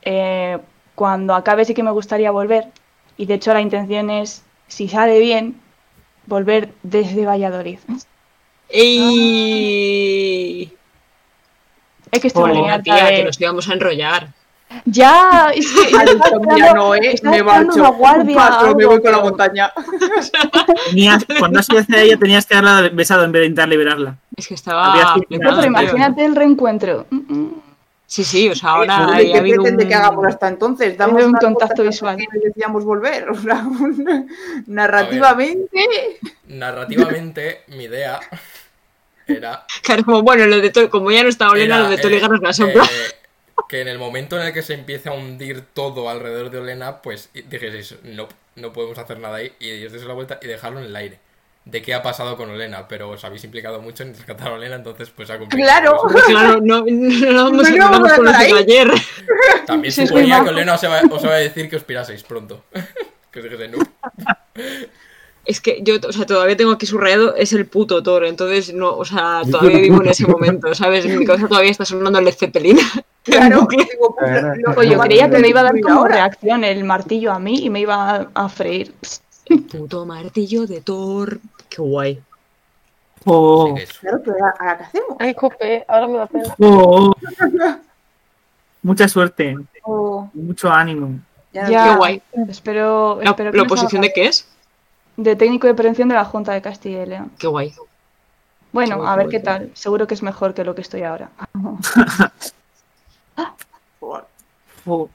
Speaker 5: eh, cuando acabe sí que me gustaría volver, y de hecho la intención es, si sale bien, volver desde Valladolid.
Speaker 4: ¡Ey!
Speaker 5: Es que estoy muy
Speaker 1: Ah.
Speaker 4: Hola,
Speaker 5: harta
Speaker 4: tía,
Speaker 5: de-
Speaker 4: que nos íbamos a enrollar.
Speaker 5: Ya, es que
Speaker 1: Ha dicho, mira, no, eh,
Speaker 5: está
Speaker 1: me
Speaker 5: dando
Speaker 1: marcho.
Speaker 5: una guardia
Speaker 1: Paso, me
Speaker 5: algo,
Speaker 1: voy con la
Speaker 5: pero-
Speaker 1: montaña.
Speaker 6: Tenías, cuando has ido hacia ella, tenías que haberla besado en vez de intentar liberarla.
Speaker 7: Es que
Speaker 6: Habría
Speaker 7: estaba.
Speaker 6: sido-
Speaker 5: No, pero
Speaker 7: flipando, tío.
Speaker 5: imagínate el reencuentro. Mm, mm.
Speaker 7: Sí, sí, o sea,
Speaker 1: Eh,
Speaker 7: ahora
Speaker 1: ¿y
Speaker 7: ha
Speaker 1: ¿Qué
Speaker 7: habido
Speaker 1: pretende
Speaker 7: un...
Speaker 1: que hagamos hasta entonces?
Speaker 5: Ha habido un
Speaker 1: una
Speaker 5: contacto
Speaker 1: cosa que
Speaker 5: visual.
Speaker 1: nos decíamos volver. O sea, un- narrativamente.
Speaker 3: Narrativamente, mi idea era.
Speaker 7: Claro, como bueno, lo de to- como ya no está Olena,
Speaker 3: era,
Speaker 7: lo de
Speaker 3: eh,
Speaker 7: Toligaros la sombra.
Speaker 3: eh, que en el momento en el que se empiece a hundir todo alrededor de Olena, pues y- dijeseis, no, no podemos hacer nada ahí. Y ellos deis la vuelta y dejarlo en el aire. De qué ha pasado con Olena, pero os habéis implicado mucho en rescatar a Olena, entonces pues ha cumplido.
Speaker 1: Claro.
Speaker 3: Pues,
Speaker 7: Claro, no, no lo vamos a
Speaker 1: No lo vamos a
Speaker 7: con
Speaker 1: dejar ahí.
Speaker 7: ayer.
Speaker 3: También
Speaker 5: Sí, es muy
Speaker 3: suponía que
Speaker 5: majo.
Speaker 3: Olena os iba, os iba a decir que os piraseis pronto. que os dijese, no.
Speaker 7: Es que yo, o sea, todavía tengo aquí subrayado, es el puto toro, entonces no, o sea, todavía vivo en ese momento, ¿sabes? En mi cabeza todavía está sonando el Zeppelin.
Speaker 1: Claro. digo, puta,
Speaker 2: Claro.
Speaker 1: lo-
Speaker 5: Pues yo
Speaker 1: lo-
Speaker 5: creía que me iba a dar
Speaker 1: y
Speaker 5: como
Speaker 1: ahora.
Speaker 5: reacción el martillo a mí y me iba a, a freír.
Speaker 7: Puto martillo de Thor. Qué guay.
Speaker 3: Así
Speaker 6: Oh,
Speaker 3: que eso.
Speaker 1: Claro, pero ahora ahora qué hacemos.
Speaker 10: Ay, jope, ahora me da pena.
Speaker 6: oh. Mucha suerte,
Speaker 1: O-
Speaker 6: mucho ánimo.
Speaker 1: Oh, ya-
Speaker 5: Ya.
Speaker 7: Qué guay.
Speaker 5: Espero,
Speaker 7: ¿La,
Speaker 5: espero que
Speaker 7: la
Speaker 5: no
Speaker 7: oposición de
Speaker 5: salga
Speaker 7: qué es?
Speaker 5: de técnico de prevención de la Junta de Castilla y León.
Speaker 7: Qué guay. Qué
Speaker 5: Bueno,
Speaker 7: guay,
Speaker 5: a
Speaker 7: qué
Speaker 5: ver
Speaker 7: guay,
Speaker 5: qué
Speaker 7: qué
Speaker 5: tal. Seguro que es mejor que lo que estoy ahora.
Speaker 6: Oh.